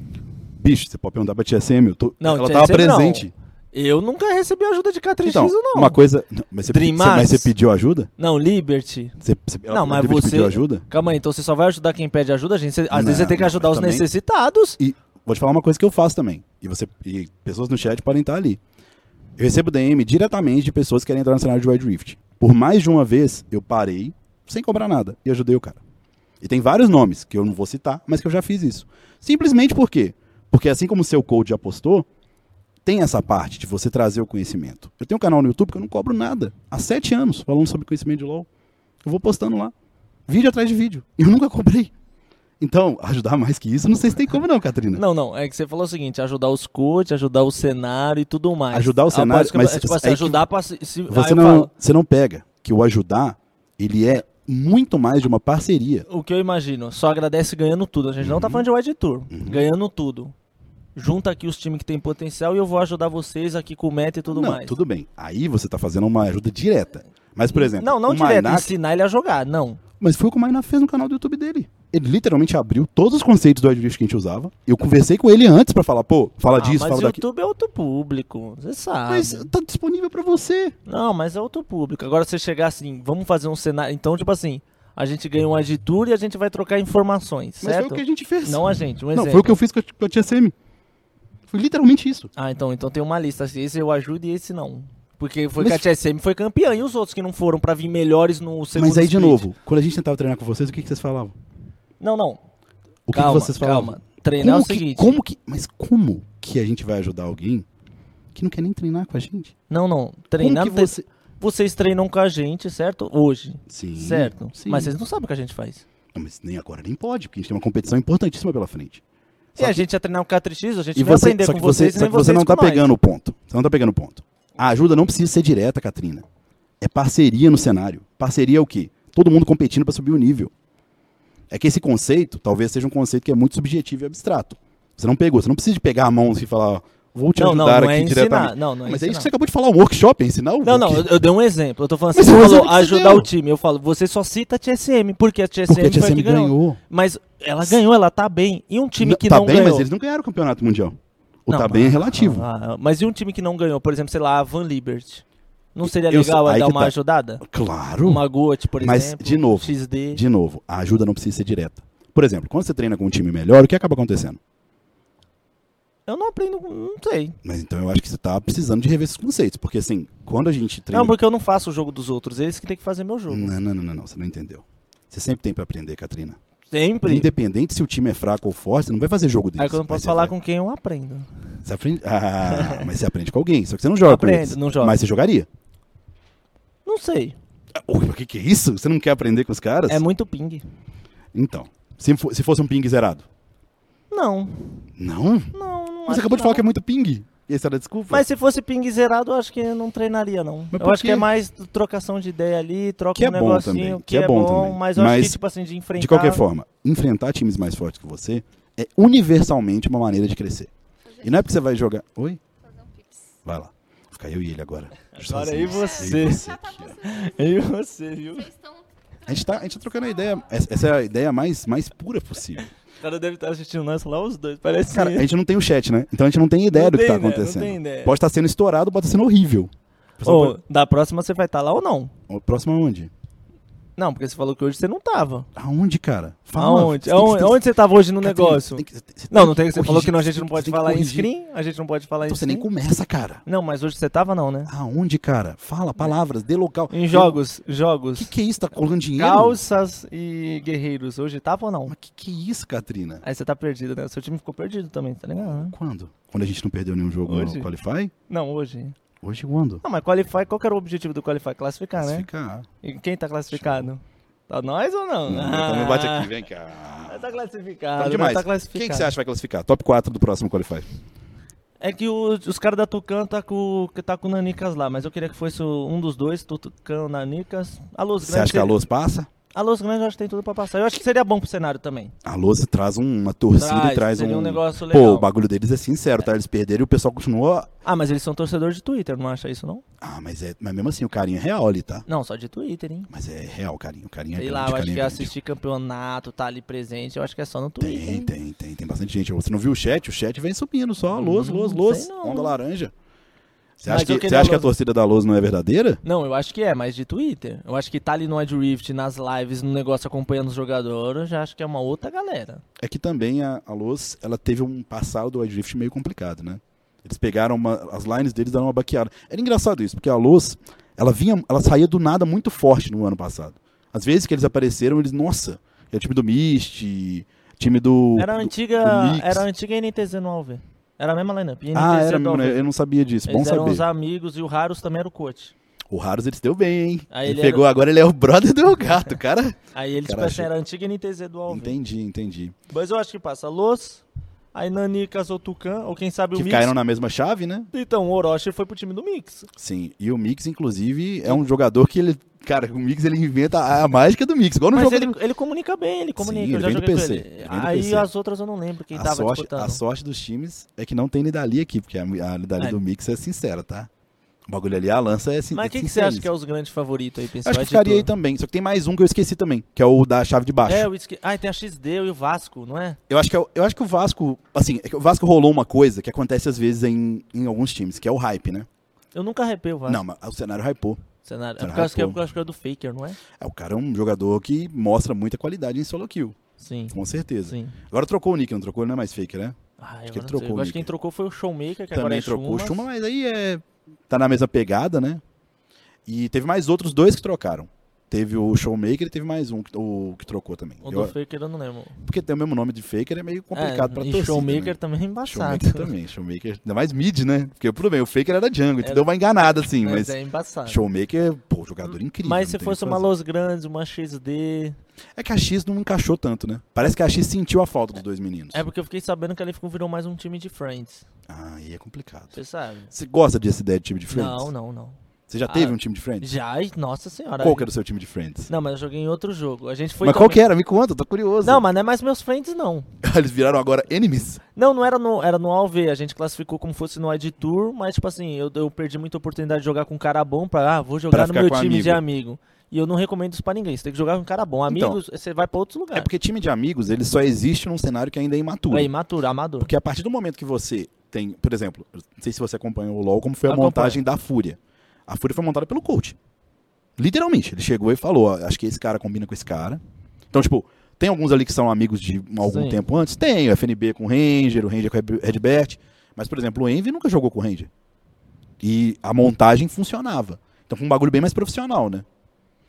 Bicho, você pode perguntar pra Tia Sam, eu tô- Não, ela tinha- tava sempre não. presente. Eu nunca recebi ajuda de K3X Então, ou não. uma coisa. não, mas, você, Dream você- mas Max. você pediu ajuda? Não, Liberty. Você, você- ela não, mas pediu- você. pediu ajuda? Calma aí, então você só vai ajudar quem pede ajuda, gente? Você- às vezes você Não, tem que não, ajudar mas os também- necessitados. E vou te falar uma coisa que eu faço também. E, você, e pessoas no chat podem estar ali. Eu recebo DM diretamente de pessoas que querem entrar no cenário de Wild Rift. Por mais de uma vez, eu parei, sem cobrar nada, e ajudei o cara. E tem vários nomes que eu não vou citar, mas que eu já fiz isso. Simplesmente por quê? Porque assim como o seu coach já postou, tem essa parte de você trazer o conhecimento. Eu tenho um canal no YouTube que eu não cobro nada. Há sete anos falando sobre conhecimento de LOL. Eu vou postando lá. Vídeo atrás de vídeo. E eu nunca cobrei. Então, ajudar mais que isso, não sei se tem como não, Catrina. Não, não, é que você falou o seguinte, ajudar os coaches, ajudar o cenário e tudo mais. Ajudar o Ah, cenário, pode- mas é, tipo assim, aí que- ajudar pra se... se- aí Você eu não, falo, você não pega que o ajudar, ele é muito mais de uma parceria. o que eu imagino, só agradece ganhando tudo. A gente Uhum. não tá falando de wide tour, ganhando tudo. Junta aqui os times que tem potencial e eu vou ajudar vocês aqui com meta e tudo não, mais. tudo bem. Aí você tá fazendo uma ajuda direta. Mas, por exemplo, não, não o direto, Mainak- ensinar ele a jogar, não. Mas foi o que o Mainá fez no canal do YouTube dele. Ele literalmente abriu todos os conceitos do Adventist que a gente usava. Eu conversei com ele antes pra falar, pô, fala Ah, disso, mas fala o daqui. YouTube é outro público, você sabe. Mas tá disponível pra você. Não, mas é outro público. Agora você chegar assim, vamos fazer um cenário. Então, tipo assim, a gente ganha um wide tour e a gente vai trocar informações, Mas foi o certo? que a gente fez. Não a gente, um Não, exemplo. foi o que eu fiz com a, com a Tia Semi. Foi literalmente isso. Ah, então, então tem uma lista. assim, Esse eu ajudo e esse não. Porque foi Mas- que a TSM foi campeã e os outros que não foram pra vir melhores no segundo Mas aí, de split? novo, quando a gente tentava treinar com vocês, o que, que vocês falavam? Não, não. O que, que calma, vocês falavam? calma. Treinar é o que- seguinte. como que, mas como que a gente vai ajudar alguém que não quer nem treinar com a gente? Não, não. Treinar. como que você... Vocês treinam com a gente, certo? Hoje. Sim, certo? sim. Mas vocês não sabem o que a gente faz. Não, mas nem agora nem pode, porque a gente tem uma competição importantíssima pela frente. Só e a que- gente ia treinar com o K3X, a gente E não ia você, aprender só com que você, vocês, só nem que você vocês não tá com nós. pegando o ponto. Você não tá pegando o ponto. A ajuda não precisa ser direta, Katrina. É parceria no cenário. Parceria é o quê? Todo mundo competindo para subir o nível. É que esse conceito talvez seja um conceito que é muito subjetivo e abstrato. Você não pegou, você não precisa de pegar a mão e falar, ó, vou te Não, não, ajudar não aqui é ensinar. diretamente. Não, não é Mas é isso ensinar. que você acabou de falar, o workshop é ensinar o Não, o não, quê? eu, eu dei um exemplo. Eu tô falando assim, Mas você é o falou exemplo que você ajudar deu. o time. Eu falo, você só cita a TSM, porque a TSM Porque a foi a que TSM ganhou. ganhou. Mas ela ganhou, ela tá bem. E um time Não, que tá não bem, ganhou. mas eles não ganharam o campeonato mundial. O Não, tá mas- bem é relativo. Ah, mas e um time que não ganhou, por exemplo, sei lá, a Van Liberty? Não seria Eu sou- legal aí dar que uma tá. ajudada? Claro. Uma Goat, por Mas, exemplo. de novo, XD. De novo, a ajuda não precisa ser direta. Por exemplo, quando você treina com um time melhor, o que acaba acontecendo? Eu não aprendo, não sei. Mas então eu acho que você tá precisando de rever esses conceitos. Porque assim, quando a gente treina. Não, porque eu não faço o jogo dos outros. Eles que têm que fazer meu jogo. não, não, não, não, não, você não entendeu. Você sempre tem pra aprender, Katrina. Sempre. Independente se o time é fraco ou forte, você não vai fazer né? jogo deles. Aí É que eu não posso Mas você falar vai- com quem eu aprendo. Você aprende... Ah, mas você aprende com alguém, só que você não joga com Aprendo, eles. não jogo. Mas você jogaria. Não sei. Ah, O que, que é isso? Você não quer aprender com os caras? É muito ping. Então, se, fo- se fosse um ping zerado. Não. Não? Não, não Mas você acho acabou de não. falar que é muito ping. E essa era a desculpa? Mas se fosse ping zerado, eu acho que eu não treinaria, não. Mas eu por acho que quê? é mais trocação de ideia ali, troca Que é um bom negocinho, também, que, é, bom, também. mas eu acho Mas, que, tipo assim, de enfrentar... De qualquer forma, enfrentar times mais fortes que você é universalmente uma maneira de crescer. E não é porque você vai jogar. um Oi? Vai lá. Fica eu e ele agora. Agora aí você. Eu e Já tá aqui, ó. vocês E você, viu? estão A gente tá, a gente tá trocando a ideia. Essa essa é a ideia mais, mais pura possível. O cara deve estar assistindo nós lá, os dois, parece Cara, que- a gente não tem o chat, né? Então a gente não tem ideia Não do que tem tá ideia, não acontecendo. tem ideia. Pode estar sendo estourado, pode estar sendo horrível. Ô, da próxima você vai estar lá ou não? O Próximo aonde? Não, porque você falou que hoje você não tava. Aonde, cara? Aonde? Você tem que- Aonde, tem que- aonde você tava hoje no Cara, tem- negócio? tem que- você Não, não tem. Você corrigir, falou que não, a gente não você pode tem que falar em corrigir. screen, a gente não pode falar em Então você screen. nem começa, cara. Não, mas hoje você tava não, né? Aonde, cara? Fala palavras, dê local. É. Em jogos, jogos. Ah, Que que é isso? Tá colando dinheiro? Calças e guerreiros, hoje tava ou não? Mas que que é isso, Katrina? Aí você tá perdido, né? Seu time ficou perdido também, tá ligado? né? Quando? Quando a gente não perdeu nenhum jogo Hoje? no Qualify? Não, hoje. Hoje quando? Não, mas Qualify, qual que era o objetivo do Qualify? Ah, Classificar, né? Classificar. E quem tá classificado? Tá nós ou não? Não, Ah, então não bate aqui, vem cá. Nós Tá tá classificado, nós demais. tá classificado. Quem que você acha que vai classificar? Top 4 do próximo Qualify. É que o- os caras da Tucano tá com, que tá com o Nanicas lá, mas eu queria que fosse o- um dos dois, Tucano, Nanicas. A Luz Você Grande. acha que a seria- Luz passa? a Luz Grande eu acho que tem tudo pra passar. Eu acho que seria bom pro cenário também. A Luz traz um- uma torcida e traz seria um... um negócio legal. Pô, o bagulho deles é sincero, tá? Eles perderam e o pessoal continuou... Ah, mas eles são torcedores de Twitter, não acha isso não? Ah, mas, é... mas mesmo assim, o carinho é real ali, tá? Não, só de Twitter, hein? Mas é real, carinho. O carinho é Sei grande, lá, eu acho carinho que é grande. assistir campeonato, tá ali presente, eu acho que é só no Twitter. Tem, hein? tem, tem. Tem bastante gente. Você não viu o chat? O chat vem subindo só. Luz, luz, Hum, sei luz. não. Onda laranja. Você Mas acha, eu que, queria você acha que a luz. torcida da luz não é verdadeira? Não, eu acho que é, mas de Twitter. Eu acho que tá ali no Ad Rift, nas lives, no negócio acompanhando os jogadores, eu já acho que é uma outra galera. É que também a, a luz, ela teve um passado do Adrift meio complicado, né? Eles pegaram uma, as lines deles e deram uma baqueada. Era engraçado isso, porque a luz, ela vinha, ela saía do nada muito forte no ano passado. Às vezes que eles apareceram, eles, nossa, É o time do Mist, time do. Era a do- antiga, do Knicks. era a antiga NTZ no Alver. Era a mesma lineup. NTZ Ah, era, do mesmo, né? Alver. eu não sabia disso. Bom é Eles eram saber. os amigos e o Raros também era o coach. O Haros ele se deu bem, hein? ele Aí Ah, ele era- pegou agora, ele é o brother do gato, cara. Aí ele, tipo Cara, assim, achei- era a antiga NTZ do Alver. entendi, entendi. Mas eu acho que passa Los, aí Nani casou Tucan, ou quem sabe o Que Mix. caíram na mesma chave, né? Então, o Orochi foi pro time do Mix. Sim. E o Mix, inclusive, é um jogador que ele. Cara, o Mix ele inventa a, a mágica do Mix. Igual no Mas jogo ele, do- ele comunica bem, ele comunica. Sim, eu ele já vem do joguei com PC, ele. ele vem do Aí PC. as outras eu não lembro quem A tava sorte, disputando. a sorte dos times é que não tem Nidalee aqui, porque a, a Nidalee É. do Mix é sincera, tá? O bagulho ali, a lança é sincera. Mas quem que você acha que é os grandes favoritos aí, Eu pessoal? É acho que ficaria aí também. Só que tem mais um que eu esqueci também, que é o da chave de baixo. É, o esque... Ah, e tem a XD e o Vasco, não é? Eu acho, que, é o- eu acho que o Vasco, assim, é que o Vasco rolou uma coisa que acontece às vezes em, em alguns times, que é o hype, né? Eu nunca arrepei o Vasco. Não, mas o cenário hypou. Cenário. É Cenário por causa que é pô. por causa que é do Faker, não é? É, o cara é um jogador que mostra muita qualidade em solo kill, Sim. com certeza. Sim. Agora trocou o Nick, não trocou? Ele não é mais fake, né? Ah, Acho eu que ele não sei. trocou Eu o acho que Nick. quem trocou foi o Showmaker, que agora Também é trocou o Schuma, Schumann. mas aí é. Tá na mesma pegada, né? E teve mais outros dois que trocaram. Teve o Showmaker e teve mais um que, o, que trocou também. O Eu- do Faker eu não lembro. porque tem o mesmo nome de Faker, é meio complicado é, pra e torcida. né? Showmaker também é embaçado. Showmaker também, Showmaker. Ainda mais mid, né? Porque tudo bem, o Faker era jungle, te Era- deu uma enganada assim, É. Mas mas. é embaçado. Showmaker, pô, jogador incrível. Mas não se tem fosse o que uma fazer. Los Grandes, uma XD. É que a X não encaixou tanto, né? Parece que a X sentiu a falta dos dois meninos. É porque eu fiquei sabendo que a Lifico virou mais um time de Friends. Ah, aí é complicado. Você sabe? Você gosta dessa ideia de time de Friends? Não, não, não. Você já Ah, teve um time de Friends? Já, e- nossa senhora. Qual que era o seu time de Friends? Não, mas eu joguei em outro jogo. A gente foi. Mas qual que é? era? Me conta, eu tô curioso. Não, mas não é mais meus friends, não. Eles viraram agora enemies. Não, não era no, era no AOV, a gente classificou como fosse no ID Tour, mas tipo assim, eu, eu perdi muita oportunidade de jogar com um cara bom pra, ah, vou Pra jogar no ficar meu com time de amigo. E eu não recomendo isso pra ninguém, você tem que jogar com um cara bom. Então. Amigos, você vai pra outros É lugares. porque time de amigos, ele só existe num cenário que ainda é imaturo. É imaturo, amador. Porque a partir do momento que você tem, por exemplo, eu não sei se você acompanhou o LoL, como foi a Acompanho. montagem da Fúria. A Fúria foi montada pelo coach. Literalmente, ele chegou e falou, ó, acho que esse cara combina com esse cara. Então, tipo, tem alguns ali que são amigos de algum Sim. tempo antes? Tem, o FNB com o Ranger, o Ranger com o Red- Redbert. Mas, por exemplo, o Envy nunca jogou com o Ranger. E a montagem funcionava. Então foi um bagulho bem mais profissional, né?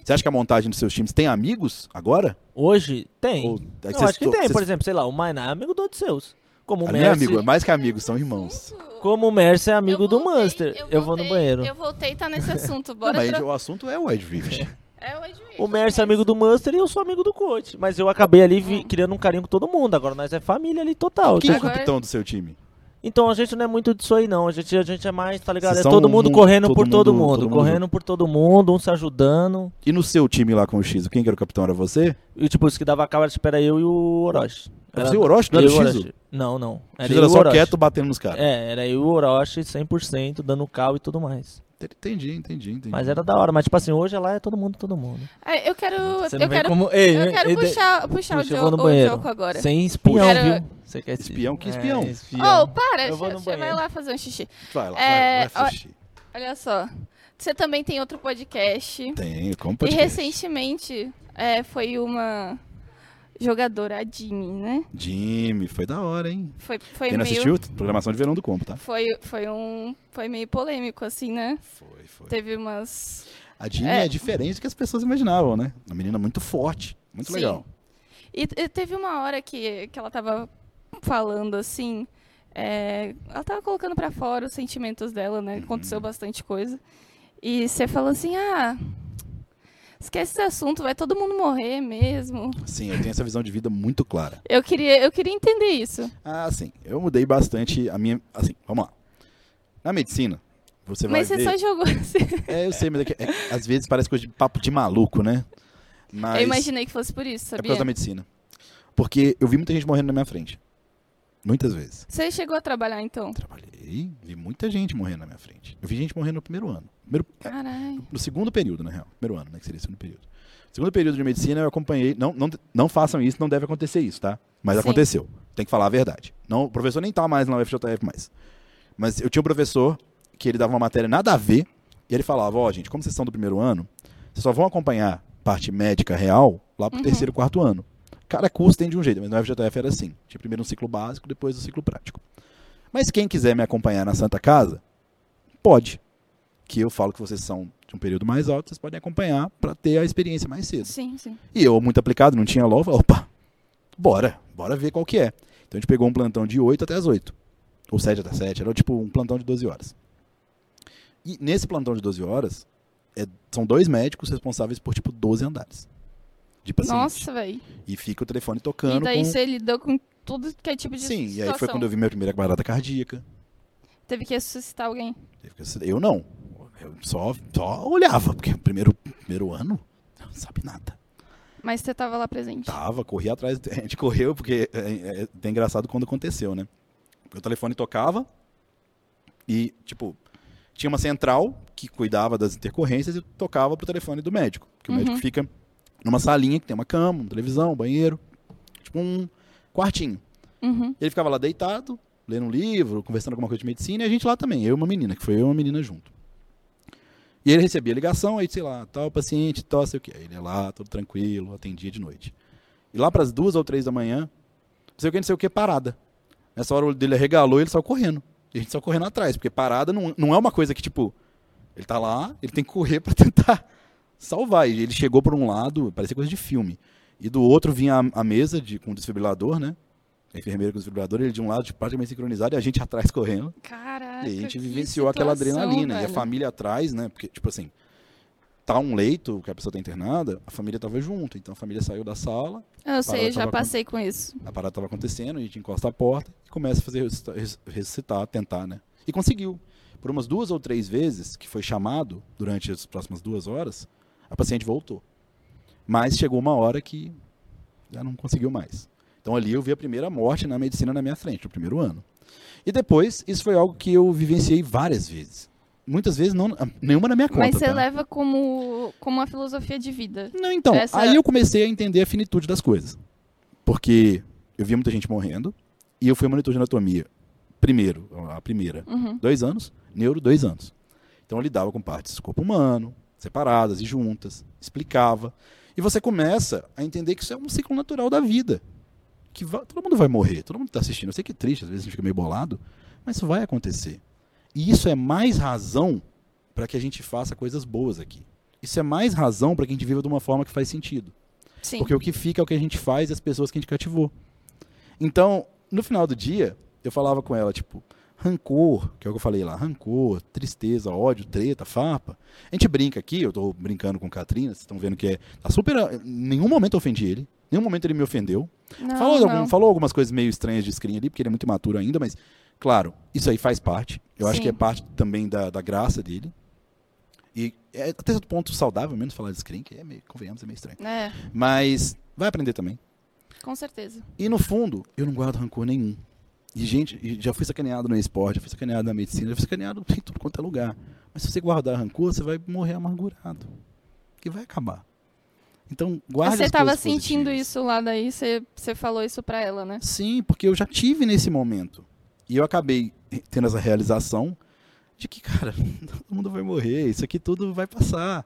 Você acha que a montagem dos seus times tem amigos agora? Hoje tem. Ou- é eu vocês acho que to- tem, vocês- por exemplo, sei lá, o Mainá é amigo do Odisseus. Como o Ali não é Mercy, amigo, é mais que amigos, são irmãos. como o Mercy é amigo Eu do tipo, voltei, Munster. Eu, vou no voltei, banheiro. Eu voltei, tá nesse assunto. Não, Bora Ah, mas tro... o assunto é o Ed Rift. É hoje mesmo. O Mercy é amigo do Munster e eu sou amigo do coach. Mas eu acabei ali vi- Uhum. criando um carinho com todo mundo. Agora nós é família ali total. Quem é o Agora- capitão do seu time? Então a gente não é muito disso aí, não. A gente, a gente é mais, tá ligado? Vocês É são todo um mundo mundo- correndo todo por todo mundo- mundo. todo mundo correndo por todo mundo, um se ajudando. E no seu time lá com o X, quem que era o capitão? Era você? E tipo, isso que dava cabo era tipo, era eu e o Orochi. Era você e o Orochi? Não era eu e o Shizu? Orochi. Não, não. Era, eu e era o só Orochi. quieto batendo nos caras. É, era eu e o Orochi 100%, dando cal e tudo mais. Entendi, entendi, entendi. Mas era da hora. Mas tipo assim, hoje lá é todo mundo, todo mundo. É, eu quero. Você eu não vem quero, como... Ei, eu ei, quero ei, puxar, puxar puxa, o, eu jo vou no o banheiro. jogo agora. Sem espião, Quero- viu? Você quer se- Espião? Que espião? É, Oh, espião. para, Eu vou você no você vai banheiro. lá fazer um xixi. Vai lá, É, vai, vai assistir. Olha só. Você também tem outro podcast. Tem, como E podcast. recentemente é, foi uma jogadora, a Jimmy, né? Jimmy, foi da hora, hein? Foi, foi Quem não meio. assistiu, programação de verão do Combo, tá? Foi, foi um. Foi meio polêmico, assim, né? Foi, foi. Teve umas. A Jimmy é. É. diferente do que as pessoas imaginavam, né? Uma menina muito forte, muito Sim. legal. E, e teve uma hora que, que ela tava falando assim. é, ela tava colocando pra fora os sentimentos dela, né? Uhum. Aconteceu bastante coisa. E você falou assim: ah, esquece esse assunto, vai todo mundo morrer mesmo. Sim, eu tenho essa visão de vida muito clara. Eu queria, eu queria entender isso. Ah, sim, eu mudei bastante a minha... Assim, vamos lá. Na medicina, você Mas vai você só ver... jogou assim. É, eu sei, mas é que, é- às vezes parece coisa de papo de maluco, né? Mas Eu imaginei que fosse por isso, é por sabia? causa da medicina. Porque eu vi muita gente morrendo na minha frente. Muitas vezes. Você chegou a trabalhar então? Trabalhei, vi muita gente morrendo na minha frente. Eu vi gente morrendo no primeiro ano. Primeiro, é, Caralho. no segundo período, na real. Primeiro ano, né? Que seria o segundo período. Segundo período de medicina, eu acompanhei. Não, não, não façam isso, não deve acontecer isso, tá? Mas Sim. aconteceu. Tem que falar a verdade. Não, o professor nem tá mais na UFJF mais. Mas eu tinha um professor que ele dava uma matéria nada a ver. E ele falava: Ó, gente, como vocês são do primeiro ano, vocês só vão acompanhar parte médica real lá pro terceiro, quarto ano. Cada curso tem de um jeito, mas na FJF era assim. Tinha primeiro um ciclo básico, depois o ciclo prático. Mas quem quiser me acompanhar na Santa Casa, pode. Que eu falo que vocês são de um período mais alto, vocês podem acompanhar para ter a experiência mais cedo. Sim, sim. E eu, muito aplicado, não tinha LOL, falei, opa, bora, bora ver qual que é. Então a gente pegou um plantão de 8 até as 8. Ou 7 até 7, era tipo um plantão de 12 horas. E nesse plantão de 12 horas, é- são dois médicos responsáveis por tipo 12 andares. De paciente. Nossa, velho. E fica o telefone E tocando daí Assim, com... você lidou com tudo que é tipo de Sim, e situação. aí foi quando eu vi minha primeira parada cardíaca. Teve que ressuscitar alguém. Teve que- Eu não. Eu só, só olhava, porque o primeiro, primeiro ano, não sabe nada. Mas você tava lá presente. Tava, corri atrás. A gente correu, porque é, é- é engraçado quando aconteceu, né? O telefone tocava e, tipo, tinha uma central que cuidava das intercorrências e tocava pro telefone do médico. Que o médico fica numa salinha que tem uma cama, uma televisão, um banheiro, tipo um quartinho. Uhum. Ele ficava lá deitado, lendo um livro, conversando alguma coisa de medicina, e a gente lá também, eu e uma menina, que foi eu e uma menina junto. E ele recebia ligação, aí, sei lá, tal paciente, tal, sei o quê. Aí ele ia lá, tudo tranquilo, atendia de noite. E lá para as duas ou três da manhã, não sei o que, não sei o que, parada. Nessa hora o olho dele arregalou e ele saiu correndo. E a gente saiu correndo atrás, porque parada não, não é uma coisa que, tipo, ele tá lá, ele tem que correr para tentar salvar. E ele chegou por um lado, parecia coisa de filme. E do outro vinha a, a mesa de, com o desfibrilador, né? A enfermeira com o desfibrilador, ele de um lado tipo, praticamente sincronizado e a gente atrás correndo. Caraca. E aí a gente É, que vivenciou aquela situação, adrenalina. E a velho. família atrás, né? Porque, tipo assim, tá um leito que a pessoa tá internada, a família tava junto. Então a família saiu da sala, Eu sei, Parada eu já tava passei com isso. a parada tava acontecendo, a gente encosta a porta e começa a fazer ressuscita- res- ressuscitar, tentar, né? E conseguiu. Por umas duas ou três vezes que foi chamado durante as próximas duas horas, a paciente voltou. Mas chegou uma hora que já não conseguiu mais. Então ali eu vi a primeira morte na medicina na minha frente, no primeiro ano. E depois, isso foi algo que eu vivenciei várias vezes. Muitas vezes, não, nenhuma na minha conta. Mas você tá? leva como, como uma filosofia de vida. Não, então, Essa- aí eu comecei a entender a finitude das coisas. Porque eu via muita gente morrendo e eu fui monitor de anatomia. Primeiro, a primeira, Uhum. dois anos, neuro, dois anos. Então eu lidava com partes do corpo humano, separadas e juntas, explicava. E você começa a entender que isso é um ciclo natural da vida. Que va- todo mundo vai morrer, todo mundo está assistindo. Eu sei que é triste, às vezes a gente fica meio bolado, mas isso vai acontecer. E isso é mais razão para que a gente faça coisas boas aqui. Isso é mais razão para que a gente viva de uma forma que faz sentido. Sim. Porque o que fica é o que a gente faz e as pessoas que a gente cativou. Então, no final do dia, eu falava com ela, tipo, rancor, que é o que eu falei lá, rancor, tristeza, ódio, treta, farpa. A gente brinca aqui, eu tô brincando com o Catrina, vocês estão vendo que é. Tá super. Em nenhum momento eu ofendi ele. Em nenhum momento ele me ofendeu. Não, falou, não. algum- falou algumas coisas meio estranhas de screen ali, porque ele é muito imaturo ainda, mas, claro, isso aí faz parte. Eu acho Sim. que é parte também da, da graça dele. E é até certo ponto saudável, menos falar de screen, que é meio, convenhamos, é meio estranho. É, Mas vai aprender também. com certeza. E no fundo, eu não guardo rancor nenhum. E, gente, e já fui sacaneado no esporte, já fui sacaneado na medicina, já fui sacaneado em tudo quanto é lugar. Mas se você guardar rancor, você vai morrer amargurado. Que vai acabar. Então, guarde você as tava coisas sentindo positivas. isso lá daí, você, você falou isso pra ela, né? Sim, porque eu já tive nesse momento. E eu acabei tendo essa realização de que, cara, todo mundo vai morrer, isso aqui tudo vai passar.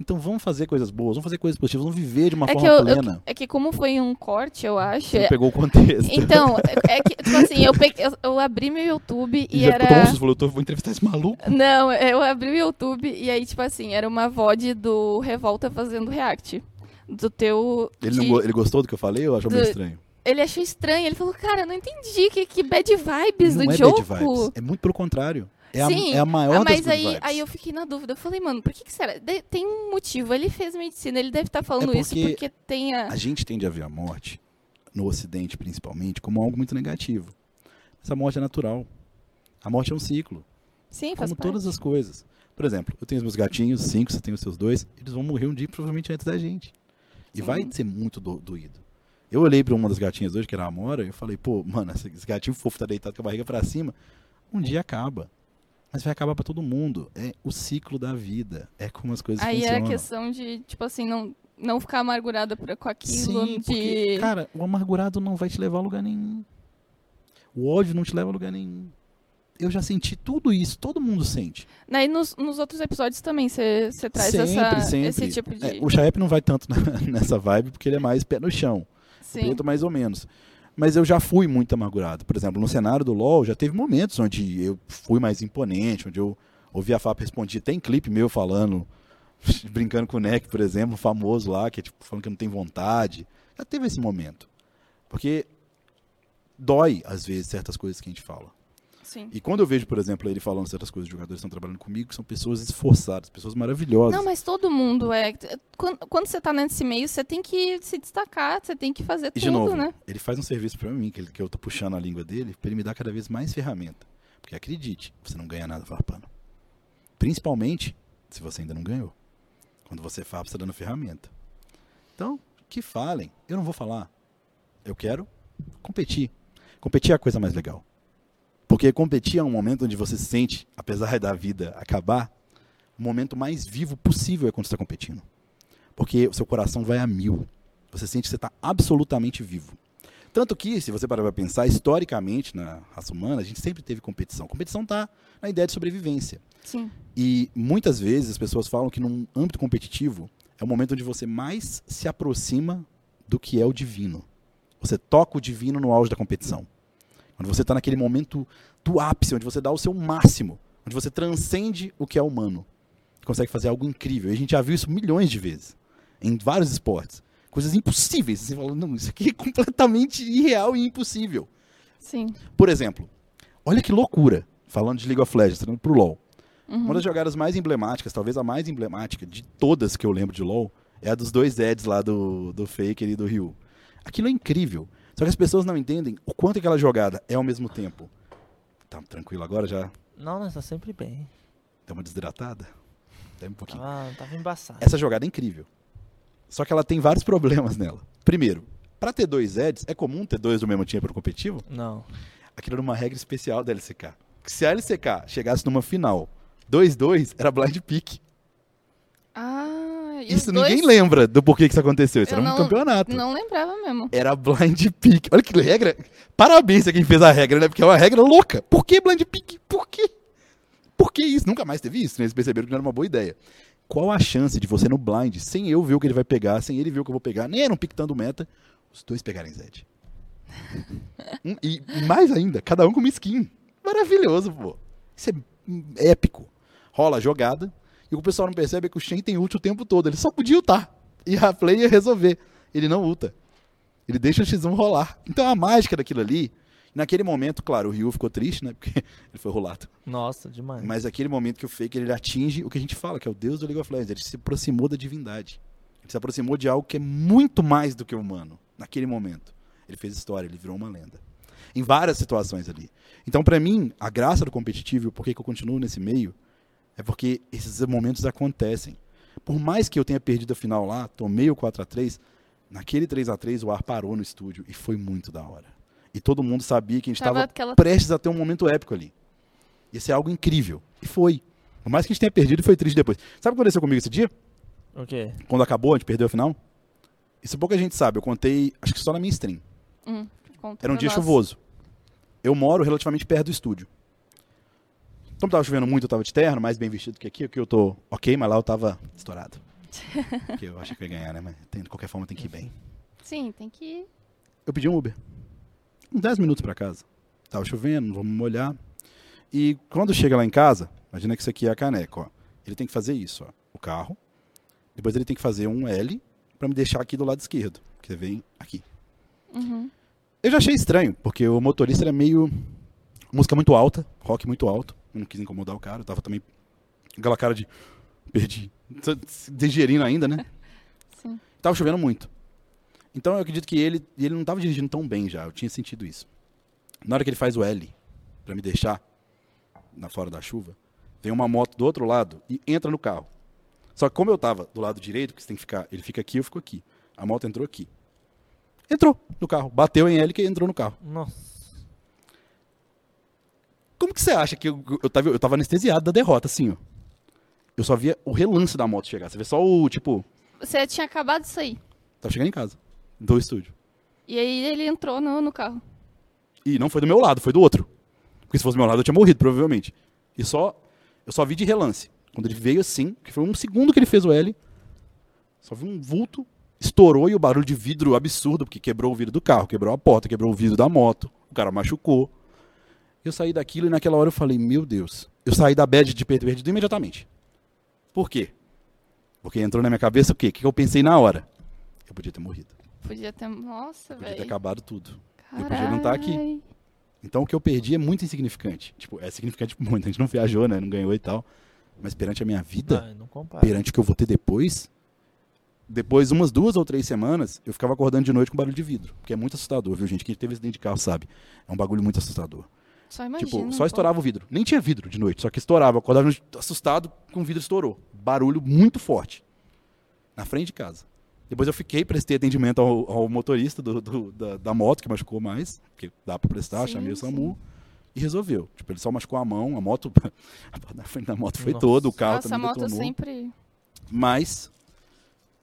Então vamos fazer coisas boas, vamos fazer coisas positivas, vamos viver de uma É que, forma eu, eu- plena. é que como foi um corte, eu acho. Você não é- pegou o contexto. Então, é é que, tipo assim, eu, pe- eu, eu abri meu YouTube e já era. ficou todo mundo falou, eu tô- vou entrevistar esse maluco. Não, eu abri o YouTube e aí, tipo assim, era uma VOD do Revolta fazendo react. Do teu. Ele, não de- go- ele gostou do que eu falei ou achou meio Do- estranho? ele achou estranho. Ele falou, cara, eu não entendi que, que bad vibes não do é jogo. bad vibes. É muito pelo contrário. É, Sim. a, é a maior ah, das mas good aí, vibes. aí eu fiquei na dúvida. Eu falei, mano, por que, que será? De- tem um motivo. Ele fez medicina, ele deve estar falando É isso porque porque tem a. A gente tende a ver a morte, no ocidente principalmente, como algo muito negativo. Mas a morte é natural. A morte é um ciclo. Sim, faz Como parte. todas as coisas. Por exemplo, eu tenho os meus gatinhos, cinco, você tem os seus dois, eles vão morrer um dia provavelmente antes da gente. E Sim. vai ser muito do- doído. Eu olhei pra uma das gatinhas hoje, que era a Amora, e eu falei, pô, mano, esse esse gatinho fofo tá deitado com a barriga pra cima, um dia acaba. Mas vai acabar pra todo mundo. É o ciclo da vida. É como as coisas Aí era funcionam. questão de, tipo assim, não, não ficar amargurada por, com aquilo. Sim, de... porque, cara, o amargurado não vai te levar a lugar nenhum. O ódio não te leva a lugar nenhum. Eu já senti tudo isso, todo mundo sente. Daí nos, nos outros episódios também você traz essa, esse tipo de. É, o Chaep não vai tanto na- nessa vibe porque ele é mais pé no chão. Sim. Preto mais ou menos. Mas eu já fui muito amargurado. Por exemplo, no cenário do LoL já teve momentos onde eu fui mais imponente, onde eu ouvi a FAP respondia. Tem clipe meu falando brincando com o Neck, por exemplo, famoso lá, que é tipo, falando que não tem vontade. Já teve esse momento. Porque dói, às vezes, certas coisas que a gente fala. Sim. E quando eu vejo, por exemplo, ele falando certas coisas, os jogadores que estão trabalhando comigo, que são pessoas esforçadas, pessoas maravilhosas. Não, mas todo mundo é. Quando, quando você tá nesse meio, você tem que se destacar, você tem que fazer E tudo, de novo, né? ele faz um serviço pra mim, que, ele- que eu tô puxando a língua dele, pra ele me dar cada vez mais ferramenta. Porque acredite, você não ganha nada farpando. Principalmente se você ainda não ganhou. Quando você farpa, você tá dando ferramenta. Então, que falem. Eu não vou falar. Eu quero competir. Competir é a coisa mais legal. Porque competir é um momento onde você se sente, apesar da vida acabar, o momento mais vivo possível é quando você está competindo. Porque o seu coração vai a mil. Você sente que você está absolutamente vivo. Tanto que, se você parar para pensar, historicamente, na raça humana, a gente sempre teve competição. Competição está na ideia de sobrevivência. Sim. E muitas vezes as pessoas falam que num âmbito competitivo é o momento onde você mais se aproxima do que é o divino. Você toca o divino no auge da competição. Quando você está naquele momento do ápice, onde você dá o seu máximo, onde você transcende o que é humano. Consegue fazer algo incrível. E a gente já viu isso milhões de vezes. Em vários esportes. Coisas impossíveis. Você fala, não, isso aqui é completamente irreal e impossível. Sim. Por exemplo, olha que loucura, falando de League of Legends, trazendo pro LoL. Uhum. Uma das jogadas mais emblemáticas, talvez a mais emblemática de todas que eu lembro de LoL, é a dos dois Eds lá do, do Faker e do Ryu. Aquilo é incrível. Só que as pessoas não entendem o quanto aquela jogada é ao mesmo tempo. Tá tranquilo agora? Já Não, nós tá sempre bem. deu uma desidratada? Dá um pouquinho. Tava, tava embaçado. Essa jogada é incrível. Só que ela tem vários problemas nela. Primeiro, pra ter dois Eds, é comum ter dois do mesmo time pro competitivo? Não. aquilo era uma regra especial da LCK. Que se a LCK chegasse numa final 2-2, era blind pick. Ah, e os Isso dois- ninguém lembra do porquê que isso aconteceu. Isso Eu era um não- campeonato. Não lembrava mesmo. Era blind pick. Olha que regra. Parabéns a quem fez a regra, né? Porque é uma regra louca. Por que blind pick? Por quê? Por que isso? Nunca mais teve isso, né? Eles perceberam que não era uma boa ideia. Qual a chance de você no blind, sem eu ver o que ele vai pegar, sem ele ver o que eu vou pegar, nem era um pick tanto meta, os dois pegarem Zed? Um- e mais ainda, cada um com uma skin. Maravilhoso, pô. Isso é hum, épico. Rola a jogada, e o pessoal não percebe que o Shen tem ult o tempo todo. Ele só podia ultar. E a play ia resolver. Ele não ulta. Ele deixa o X1 rolar. Então a mágica daquilo ali. Naquele momento, claro, o Ryu ficou triste, né? Porque ele foi rolado. Nossa, demais. Mas aquele momento que o Faker ele atinge o que a gente fala, que é o deus do League of Legends. Ele se aproximou da divindade. Ele se aproximou de algo que é muito mais do que humano. Naquele momento. Ele fez história, ele virou uma lenda. Em várias situações ali. Então, pra mim, a graça do competitivo e o porquê que eu continuo nesse meio é porque esses momentos acontecem. Por mais que eu tenha perdido a final lá, tomei o 4 a 3 naquele 3 a 3 o ar parou no estúdio e foi muito da hora. E todo mundo sabia que a gente Tava estava aquela- prestes a ter um momento épico ali. Ia ser algo incrível. E foi. Por mais que a gente tenha perdido, foi triste depois. Sabe o que aconteceu comigo esse dia? O quê? Quando acabou, a gente perdeu a final? Isso pouca gente sabe. Eu contei, acho que só na minha stream. Conta Era um pra dia nós. chuvoso. Eu moro relativamente perto do estúdio. Como tava chovendo muito, eu tava de terno, mais bem vestido que aqui. Aqui eu tô ok, mas lá eu tava estourado. Porque eu achei que eu ia ganhar, né? Mas tem- de qualquer forma tem que ir bem. Sim, tem que. Eu pedi um Uber. Uns 10 minutos pra casa. Tava chovendo, não vamos molhar. E quando chega lá em casa, imagina que isso aqui é a caneca, ó. Ele tem que fazer isso, ó. O carro. Depois ele tem que fazer um L pra me deixar aqui do lado esquerdo. Que vem aqui. Uhum. Eu já achei estranho, porque o motorista era meio. música muito alta, rock muito alto. Eu não quis incomodar o cara, eu tava também. com aquela cara de. perdi. Tô Digerindo ainda, né? Sim. Tava chovendo muito. Então eu acredito que ele, ele não tava dirigindo tão bem já, eu tinha sentido isso. Na hora que ele faz o L, pra me deixar na fora da chuva, vem uma moto do outro lado e entra no carro. Só que como eu tava do lado direito, que você tem que ficar, ele fica aqui, eu fico aqui. A moto entrou aqui. Entrou no carro, bateu em L que entrou no carro. Nossa. Como que você acha que eu, eu, tava, eu tava anestesiado da derrota, assim, ó. Eu só via o relance da moto chegar. Você vê só o, tipo, Você tinha acabado de sair. tava chegando em casa, do estúdio. E aí ele entrou no, no carro. E não foi do meu lado, foi do outro. Porque se fosse do meu lado, eu tinha morrido, provavelmente. E só. Eu só vi de relance. Quando ele veio assim, que foi um segundo que ele fez o L. Só vi um vulto, estourou e o barulho de vidro absurdo, porque quebrou o vidro do carro, quebrou a porta, quebrou o vidro da moto, o cara machucou. Eu saí daquilo e naquela hora eu falei, meu Deus. Eu saí da bad de peito perdido imediatamente. Por quê? Porque entrou na minha cabeça o quê? O que que eu pensei na hora? Eu podia ter morrido. Podia ter. Nossa, Eu podia ter velho. acabado tudo. Caralho. eu podia não tá aqui. Então o que eu perdi é muito insignificante. Tipo, é significante muito. A gente não viajou, né? Não ganhou e tal. Mas perante a minha vida, Ah, não compara. perante o que eu vou ter depois, depois umas duas ou três semanas, eu ficava acordando de noite com barulho de vidro. Porque é muito assustador, viu, gente? Quem teve acidente de carro sabe. É um bagulho muito assustador. Só imagina. tipo, pô. só estourava o vidro. Nem tinha vidro de noite, só que estourava. Eu Acordava assustado com o vidro estourou. Barulho muito forte. Na frente de casa. Depois eu fiquei, prestei atendimento ao, ao motorista do- do- da, da moto, que machucou mais, porque dá pra prestar, Sim, chamei o sim. SAMU. E resolveu. Tipo, ele só machucou a mão, a moto. A parte da frente da moto foi Nossa. toda, o carro Nossa, a também moto detonou. sempre. Mas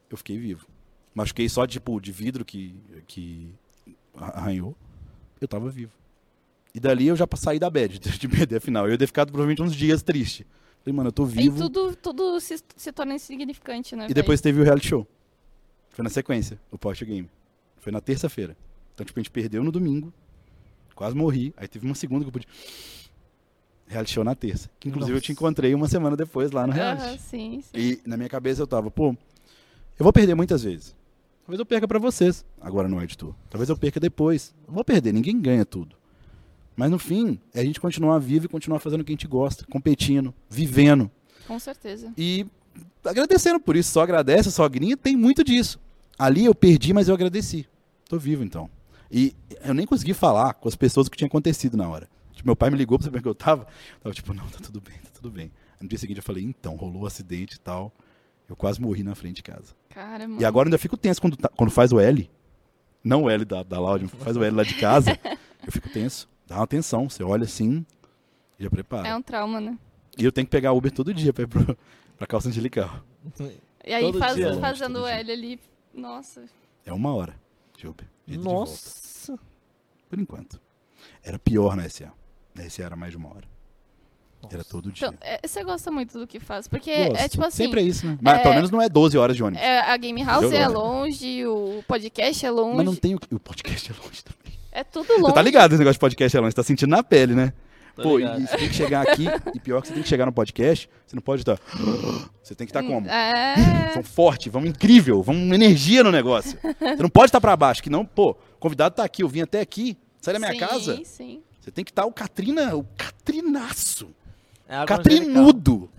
eu fiquei vivo. Machuquei só tipo de vidro que, que a- arranhou. Eu tava vivo. E dali eu já saí da bad de de perder a final. Eu ia ter ficado provavelmente uns dias triste. Falei, mano, eu tô E vivo. E, tudo, tudo se, se torna insignificante, né? velho? depois teve o reality show. Foi na sequência, o Porsche Game. Foi na terça-feira. Então, tipo, a gente perdeu no domingo. Quase morri. Aí teve uma segunda que eu pude. Reality show na terça. Que inclusive eu Nossa. te encontrei uma semana depois lá tá no reality. Aham, Ah, sim, sim. E na minha cabeça eu tava, pô, eu vou perder muitas vezes. Talvez eu perca pra vocês. Agora não é de tu. Talvez eu perca depois. Não vou perder, ninguém ganha tudo. Mas no fim, é a gente continuar vivo e continuar fazendo o que a gente gosta, competindo, vivendo. Com certeza. E agradecendo por isso, só agradece, só grinha, tem muito disso. Ali eu perdi, mas eu agradeci. Tô vivo então. E eu nem consegui falar com as pessoas o que tinha acontecido na hora. Tipo, meu pai me ligou pra saber como é que eu tava. Eu tava tipo, não, tá tudo bem, tá tudo bem. No dia seguinte eu falei, então, rolou um acidente e tal. Eu quase morri na frente de casa. Cara, mano. E agora eu ainda fico tenso quando, tá- quando faz o L. Não o L da, da Loud, faz o L lá de casa. Eu fico tenso. Dá uma tensão. Você olha assim e já prepara. É um trauma, né? E eu tenho que pegar Uber todo dia pra ir pro, pra calça angelical. E aí Todo faz, dia, né? fazendo Todo o dia. L ali. Nossa. É uma hora de Uber. Ida e de volta, Nossa. por enquanto. Era pior na SA. Na SA era mais de uma hora. Era todo dia. Então, é, você gosta muito do que faz. Porque é- é Gosto. tipo assim. Sempre é isso, né? Mas pelo menos não é 12 horas de ônibus. é, a Game House Eu é gosto. longe, o podcast é longe. né? Mas não tem o que. O podcast é longe também. É tudo longe. Você tá ligado esse negócio de podcast é longe, você tá sentindo na pele, né? Tô Pô, ligado. e você tem que chegar aqui, e pior que você tem que chegar no podcast, você não pode estar. Você tem que estar como? É. Vamos forte, vamos incrível, vamos energia no negócio. Você não pode estar pra baixo, que não, pô, o convidado tá aqui, eu vim até aqui, sai da minha sim, casa. sim. Você tem que estar o Catrina, o Catrinaço. É água angelical. Catrinudo.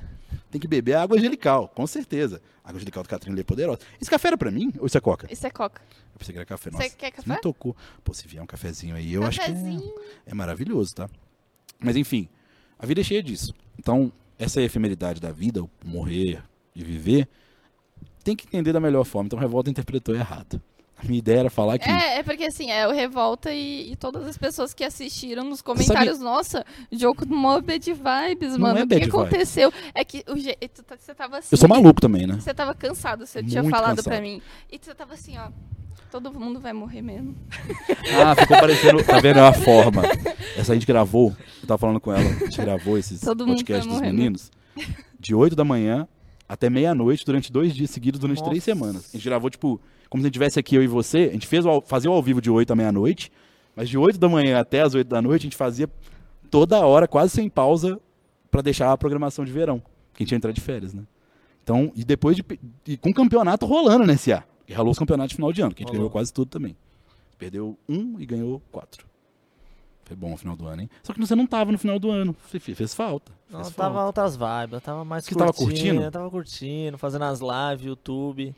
Tem que beber água angelical, com certeza. A água angelical do Catrina ele é poderosa. Esse café era pra mim ou isso é coca? Isso é coca. Eu pensei que era café, nossa. Você quer Não café? tocou. Pô, se vier um cafezinho aí, eu acho que Cafezinho. é- é, maravilhoso, tá? Mas enfim, a vida é cheia disso. Então, essa efemeridade da vida, o morrer e viver, tem que entender da melhor forma. Então, a Revolta interpretou errado. A minha ideia era falar que. É, é porque assim, é o Revolta e, e todas as pessoas que assistiram nos comentários, nossa, jogo mó bad vibes, Não mano. é o que bad aconteceu? É que o jeito. Você tava assim. Eu sou maluco também, né? Você tava cansado, você tinha Muito falado cansado. pra mim. E você tava assim, ó. Todo mundo vai morrer mesmo. Ah, ficou parecendo. Tá vendo? É uma forma. Essa a gente gravou. Eu tava falando com ela. A gente gravou esses Todo mundo podcasts tá dos morrendo. meninos. De 8 da manhã até meia-noite, durante dois dias seguidos, durante Nossa. três semanas. A gente gravou, tipo, como se a gente tivesse aqui eu e você. A gente fez o ao, fazia o ao vivo de 8 à meia-noite. Mas de 8 da manhã até as 8 da noite, a gente fazia toda hora, quase sem pausa, pra deixar a programação de verão. Porque a gente ia entrar de férias, né? Então, e depois de. pe- E com o campeonato rolando né, SA. E ralou os campeonatos de final de ano, que a gente Rolou. ganhou quase tudo também. Perdeu um e ganhou quatro. Foi bom o final do ano, hein? Só que você não tava no final do ano. Fe- fe- Fez falta. Não, Fez eu tava falta. altas vibes, eu tava mais Você tava curtindo? Eu tava curtindo, fazendo as lives, YouTube.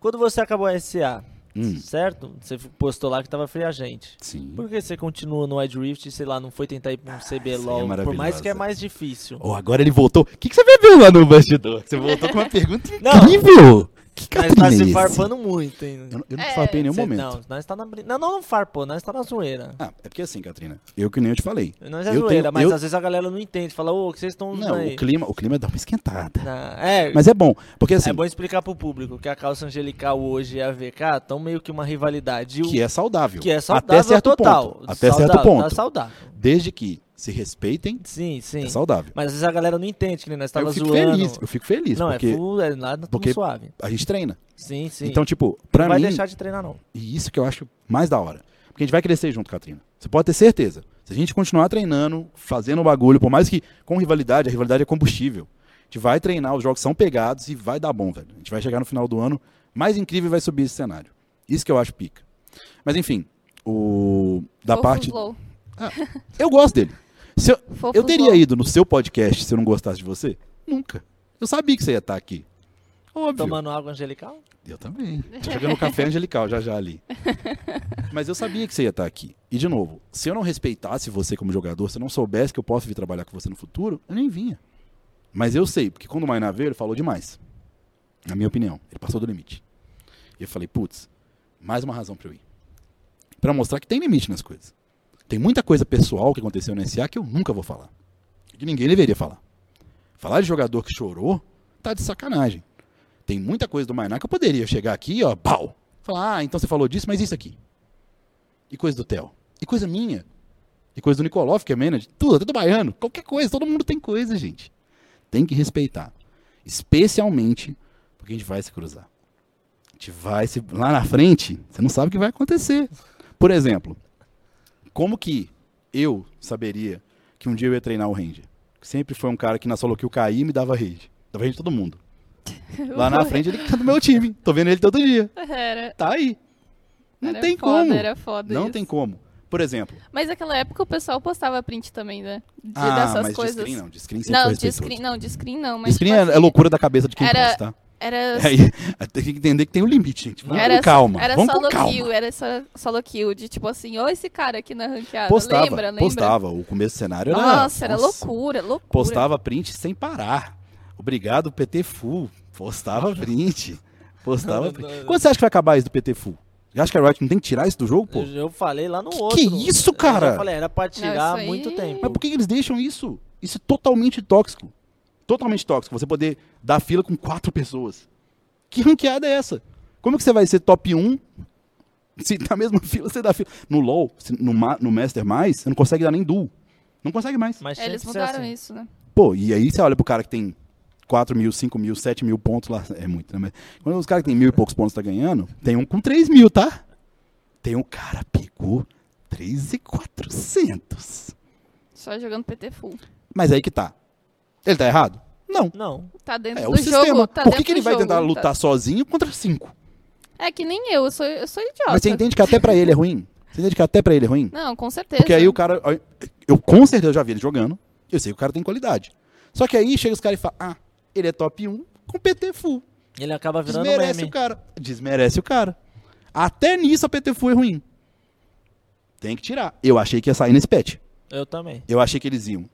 Quando você acabou a SA, Hum, certo? Você postou lá que tava fria gente. sim. Por que você continua no Wild Rift e, sei lá, não foi tentar ir pra um isso aí é CBLOL? por mais maravilhoso, que é né? mais difícil. Oh, agora ele voltou. O que, que você bebeu lá no bastidor? Você voltou com uma pergunta Não. incrível. Que Nós tá se catrineiro. farpando muito ainda. Eu, não- eu não É, farpei em nenhum Cê- momento. Não, nós tá na brin... Não, não, não farpou, nós tá na zoeira. Ah, é porque assim, Catrina. Eu que nem eu te falei. Nós é Eu zoeira, tenho- mas eu- às vezes a galera não entende. Fala, ô, o que vocês estão usando Não, aí? o clima, o clima dá uma esquentada. Na- É, Mas é bom. Porque assim, é bom explicar pro público que a calça angelical hoje e a VK estão meio que uma rivalidade. E o- que é saudável. que é saudável Até certo total. ponto. Até Saudável, certo Tá ponto. saudável. Desde que se respeitem, Sim, sim. é saudável. Mas às vezes a galera não entende, que nem nós tava eu fico zoando. feliz, eu fico feliz, não, é porque full, é nada tão porque- suave. a gente treina. Sim, sim. Então, tipo, não pra vai mim, deixar de treinar, não. e isso que eu acho mais da hora. Porque a gente vai crescer junto, Catrina. Você pode ter certeza. Se a gente continuar treinando, fazendo o bagulho, por mais que com rivalidade, a rivalidade é combustível. gente vai treinar, os jogos são pegados e vai dar bom, velho. A gente vai chegar no final do ano mais incrível e vai subir esse cenário. Isso que eu acho pica. Mas enfim, o da Fofos parte Low. eu gosto dele. Se eu, Fofos eu teria Low. ido no seu podcast se eu não gostasse de você? Nunca. Eu sabia que você ia estar aqui. Óbvio. Tomando água angelical? Eu também. Tô jogando café angelical já já ali. Mas eu sabia que você ia estar aqui. E de novo, se eu não respeitasse você como jogador, se eu não soubesse que eu posso vir trabalhar com você no futuro, eu nem vinha. Mas eu sei, porque quando o Mainá veio, ele falou demais. Na minha opinião, ele passou do limite. E eu falei, putz, mais uma razão pra eu ir. Pra mostrar que tem limite nas coisas. Tem muita coisa pessoal que aconteceu no SA que eu nunca vou falar. Que ninguém deveria falar. Falar de jogador que chorou, tá de sacanagem. Tem muita coisa do Mainá que eu poderia chegar aqui, ó, pau. Falar, ah, então você falou disso, mas isso aqui. E coisa do Theo. E coisa minha. E coisa do Nikolov, que é manager. Tudo, até do Baiano. Qualquer coisa, todo mundo tem coisa, gente. Tem que respeitar. Especialmente porque a gente vai se cruzar. A gente vai se... Lá na frente, você não sabe o que vai acontecer. Por exemplo, como que eu saberia que um dia eu ia treinar o Ranger? Sempre foi um cara que na solo que eu caí me dava rage. Dava rage de todo mundo. Lá na frente ele tá no meu time. Tô vendo ele todo dia. Era, Tá aí. Não era tem foda, como. Era foda Não isso. tem como. Por exemplo. Mas naquela época o pessoal postava print também, né? De, ah, dessas mas coisas. de screen não. De screen sempre Não, foi de respeitoso. screen, não, de screen não, De mas screen tipo é, assim, é loucura da cabeça de quem era- posta, tá? era Aí, tem que entender que tem um limite, gente. Vamos era com calma. era Vamos solo com calma. kill, era só, solo kill de tipo assim, ó esse cara aqui na ranqueada, Postava, lembra, lembra? postava. O começo do cenário era... Nossa, era loucura, loucura. Postava print sem parar. Obrigado, PT Full. Postava print. Postava print. Quando você acha que vai acabar isso do PT Full? Já acha que a Riot não tem que tirar isso do jogo, pô? Eu, eu falei lá no Que- outro. que é isso, Eu cara? já falei, era pra tirar isso aí- muito tempo. Mas por que que eles deixam isso? Isso é totalmente tóxico. Totalmente tóxico. Você poder dar fila com quatro pessoas. Que ranqueada é essa? Como que você vai ser top 1 se na mesma fila você dá fila? No LoL, se- no, ma- no Master mais, você não consegue dar nem duo. Não consegue mais. Mas É, eles tinha que ser mudaram assim. isso, né? Pô, e aí você olha pro cara que tem 4 mil, 5 mil, 7 mil pontos lá. É muito, né? Mas quando os caras que tem mil e poucos pontos tá ganhando, tem um com 3 mil, tá? Tem um cara pegou 3,400. Só jogando PT full. Mas aí que tá. Ele tá errado? Não. Não. Tá dentro É do o sistema. jogo, tá Por que, dentro que ele do vai jogo, tentar tá- lutar sozinho contra cinco? É que nem eu, eu sou, eu sou idiota. Mas você entende que até pra ele é ruim? Você entende que até pra ele é ruim? Não, com certeza. Porque aí o cara. Eu com certeza já vi ele jogando. Eu sei que o cara tem qualidade. Só que aí chega os caras e falam: Ah, ele é top 1 com PT full. Ele acaba Tá virando Desmerece o meme. cara. Desmerece o cara. Até nisso a PT full é ruim. Tem que tirar. Eu achei que ia sair nesse patch. Eu também. Eu achei que eles iam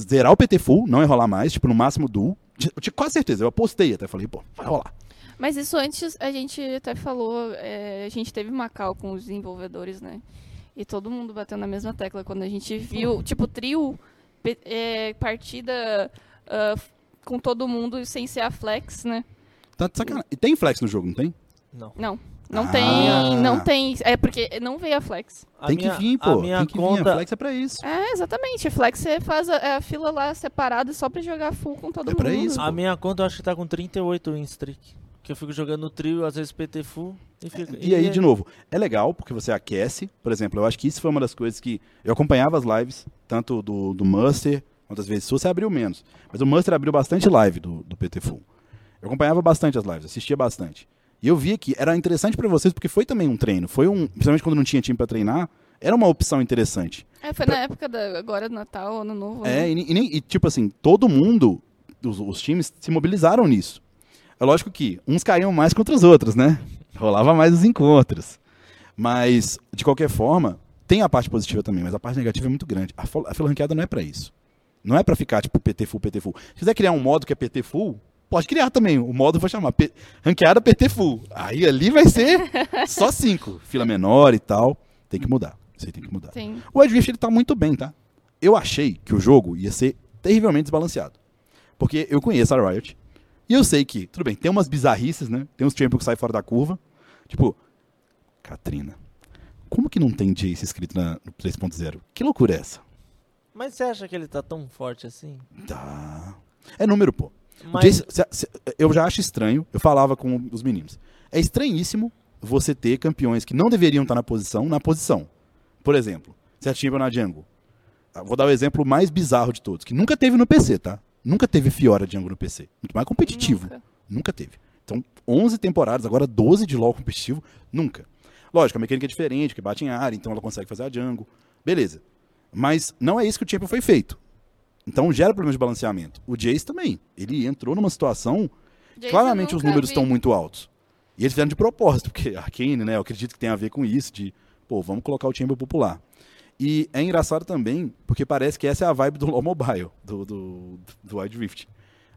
zerar o PT full, não ia rolar mais, tipo, no máximo duo. Eu tinha quase certeza, eu apostei até. Falei, pô, vai rolar. Mas isso antes a gente até falou, é, a gente teve Macau com os desenvolvedores, né? E todo mundo bateu na mesma tecla quando a gente Uhum. viu, tipo, trio, pe- é, partida ah, f- com todo mundo sem ser a Flex, né? Tá de sacanagem. E tem flex no jogo, não tem? Não. Não, não Ah. tem, não tem. É porque não veio a Flex. A tem minha- que vir, pô. A minha tem que vir. A conta... flex é pra isso. É, exatamente. A Flex você faz a, a fila lá separada só pra jogar full com todo É mundo. pra isso. A minha conta eu acho que tá com 38 win streak. Que eu fico jogando trio, às vezes PT full. E, fica- E aí, de novo, é legal porque você aquece. Por exemplo, eu acho que isso foi uma das coisas que. Eu acompanhava as lives, tanto do, do Muster, quantas vezes sua, você abriu menos. Mas o Muster abriu bastante live do, do PT Full. Eu acompanhava bastante as lives, assistia bastante. E eu via que era interessante pra vocês, porque foi também um treino. Foi um. Principalmente quando não tinha time pra treinar, era uma opção interessante. É, foi na época da agora do Natal, Ano Novo. né? É, e, nem- e nem- e, tipo assim, todo mundo, os, os times se mobilizaram nisso. É lógico que uns caíam mais contra os outros, né? Rolava mais os encontros. Mas, de qualquer forma, tem a parte positiva também, mas a parte negativa é muito grande. A, fo- a fila ranqueada não é pra isso. Não é pra ficar, tipo, PT full, PT full. Se quiser criar um modo que é PT full, pode criar também. O modo vai chamar P- ranqueada PT full. Aí ali vai ser só cinco. Fila menor e tal. Tem que mudar. Isso aí tem que mudar. Tem. O Adrift ele tá muito bem, tá? Eu achei que o jogo ia ser terrivelmente desbalanceado. Porque eu conheço a Riot. E eu sei que, tudo bem, tem umas bizarrices, né? Tem uns champions que saem fora da curva. Tipo, Katrina. Como que não tem Jace escrito na, no 3.0? Que loucura é essa? Mas você acha que ele tá tão forte assim? Tá. É número, pô. O Mas- Jace- se- se- eu já acho estranho. Eu falava com os meninos. É estranhíssimo você ter campeões que não deveriam estar na posição, na posição. Por é exemplo, se a Champion na Django. Ah, Vou dar o exemplo mais bizarro de todos, que nunca teve no PC, tá? Nunca teve Fiora de Django no PC. Muito mais competitivo. Nunca. Nunca teve. Então, 11 temporadas, agora 12 de LoL competitivo, nunca. Lógico, a mecânica é diferente, porque bate em área, então ela consegue fazer a Django. Beleza. Mas não é isso que o Champion foi feito. Então gera problema de balanceamento. O Jace também. Ele entrou numa situação. Jason claramente os nunca números vi. estão muito altos. E eles fizeram de propósito, porque a Kane, né? Eu acredito que tem a ver com isso, de, pô, vamos colocar o Champion popular. E é engraçado também, porque parece que essa é a vibe do LoL Mobile, do, do, do Wild Rift.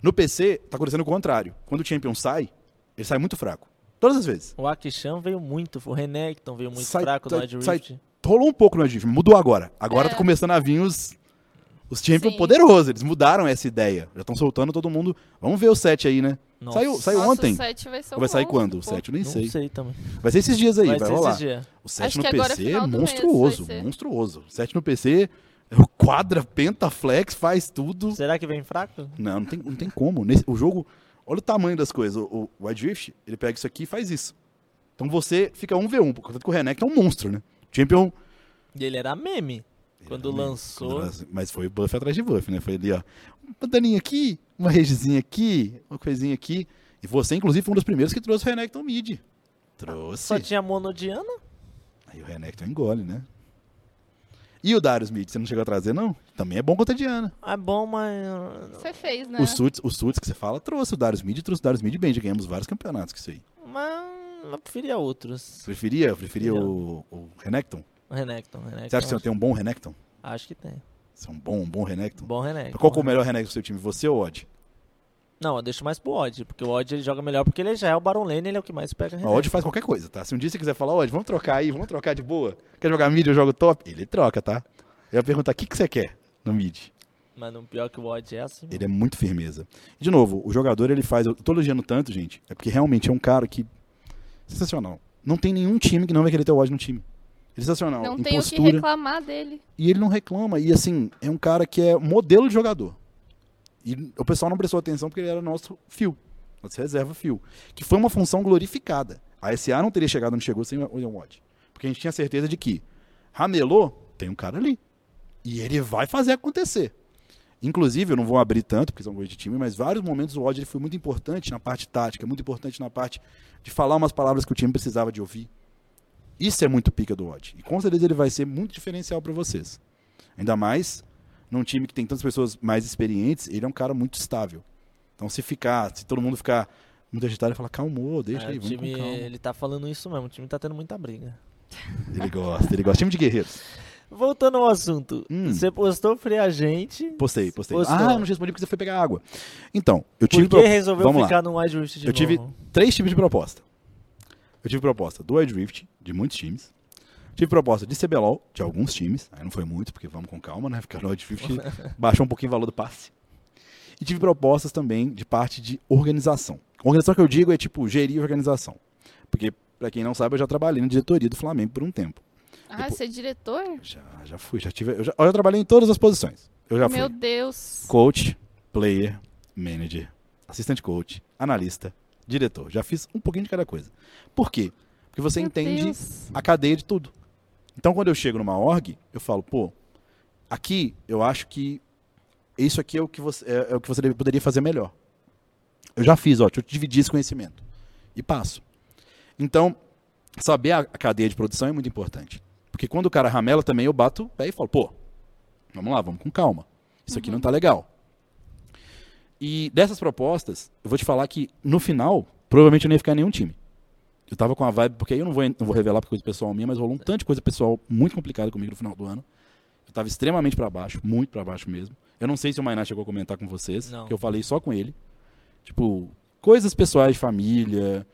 No PC, tá acontecendo o contrário. Quando o Champion sai, ele sai muito fraco. Todas as vezes. O Akishan veio muito, o Renekton veio muito Sai- fraco do sai- Wild sai- Rift. Rolou um pouco no Wild Rift, mudou agora. Agora É. tá começando a vir os, os Champions Sim. poderosos. Eles mudaram essa ideia. Já estão soltando todo mundo. Vamos ver o set aí, né? Nossa. Saiu, saiu Nossa, ontem. O 7 vai ser Ou vai sair bom, quando? O pô. 7, eu nem Não sei. também. Vai ser esses dias aí, vai, ser rolar. esses dias. O 7 Acho no que agora é PC é, final do mês, monstruoso, vai ser. monstruoso. O 7 no PC, é o quadra, penta, flex, faz tudo. Será que vem fraco? Não, não tem, não tem como. Nesse- o jogo, olha o tamanho das coisas. O, o Wild Rift, ele pega isso aqui e faz isso. Então você fica 1v1, por conta que o Renekton é um monstro, né? Champion... E ele era meme. Quando Ele- é um lançou. Mas foi buff atrás de buff, né? Foi ali, ó. Uma daninha aqui, uma regizinha aqui, uma coisinha aqui. E você, inclusive, foi um dos primeiros que trouxe o Renekton mid. Trouxe. Só tinha monodiana? Aí o Renekton engole, né? E o Darius Mid, você não chegou a trazer, não? Também é bom contra a Diana. É bom, mas. Você fez, né? Os suits, os suits que você fala trouxe o Darius Mid, trouxe o Darius Mid bem, já ganhamos vários campeonatos com isso aí. Mas eu preferia outros. Preferia, eu preferia Não. o, o Renekton? O Renekton, Renekton. Você acha que você acho- tem um bom Renekton? Acho que tem. Você é um bom, um bom Renekton? Bom Renekton. Qual que é bom o melhor Renekton do seu time, você ou o Odd? Renekton. Não, eu deixo mais pro Odd, porque o Odd ele joga melhor porque ele já é o Baron Lane, ele é o que mais pega O Renekton. Odd faz qualquer coisa, tá? Se um dia você quiser falar, Odd, vamos trocar aí, vamos trocar de boa. Quer jogar mid, eu jogo top? Ele troca, tá? Eu ia perguntar, o que, que você quer no mid? Mas no pior que o Odd é assim. Ele é muito firmeza. E, de novo, o jogador ele faz. Eu tô elogiando tanto, gente. É porque realmente é um cara que. Sensacional. Não tem nenhum time que não vai querer ter o Odd no time. Ele é sensacional. Não em tenho o que postura. reclamar dele. E ele não reclama. E assim, é um cara que é modelo de jogador. E o pessoal não prestou atenção porque ele era nosso fio. Nosso reserva fio. Que foi uma função glorificada. A SA não teria chegado onde chegou sem o William Watt. Porque a gente tinha certeza de que ramelou, tem um cara ali. E ele vai fazer acontecer. Inclusive, eu não vou abrir tanto, porque são coisas de time, mas vários momentos o Odd ele foi muito importante na parte tática, muito importante na parte de falar umas palavras que o time precisava de ouvir. Isso é muito pica do Odd. E com certeza ele vai ser muito diferencial para vocês. Ainda mais num time que tem tantas pessoas mais experientes, ele é um cara muito estável. Então, se ficar, se todo mundo ficar muito agitado, ele fala, calmou, deixa É, aí, o vamos time, com calma. ele tá falando isso mesmo, o time tá tendo muita briga. Ele gosta, ele gosta. Time de guerreiros. Voltando ao assunto, Hum. você postou Free Agente, Postei, postei. Postou. Ah, eu não respondi porque você foi pegar água. Então, eu tive... porque pro- resolveu Vamos lá. ficar no Wild Rift de Eu tive novo. três tipos de proposta. Eu tive proposta do Wild Rift, de muitos times. Tive proposta de CBLOL, de alguns times. Aí não foi muito, porque vamos com calma, né? Ficar no Wild Rift baixou um pouquinho o valor do passe. E tive propostas também de parte de organização. Organização que eu digo é tipo gerir organização. Porque, pra quem não sabe, eu já trabalhei na diretoria do Flamengo por um tempo. Ah, você é diretor? Já, já fui, já tive. Eu já, eu já trabalhei em todas as posições. Eu já fui Meu Deus. coach, player, manager, assistente coach, analista, diretor. Já fiz um pouquinho de cada coisa. Por quê? Porque você Meu entende Deus. a cadeia de tudo. Então, quando eu chego numa org, eu falo, pô, aqui eu acho que isso aqui é o que você, é, é o que você deve- poderia fazer melhor. Eu já fiz, ó, deixa eu te dividir esse conhecimento. E passo. Então, saber a, a cadeia de produção é muito importante. Porque quando o cara ramela também, eu bato o pé e falo, pô, vamos lá, vamos com calma. Isso aqui não tá legal. E dessas propostas, eu vou te falar que no final, provavelmente eu não ia ficar em nenhum time. Eu tava com a vibe, porque aí eu não vou, en- não vou revelar por coisa pessoal minha, mas rolou um tanto de coisa pessoal muito complicada comigo no final do ano. Eu tava extremamente pra baixo, muito pra baixo mesmo. Eu não sei se o Mainá chegou a comentar com vocês, Não. que eu falei só com ele. Tipo, coisas pessoais de família.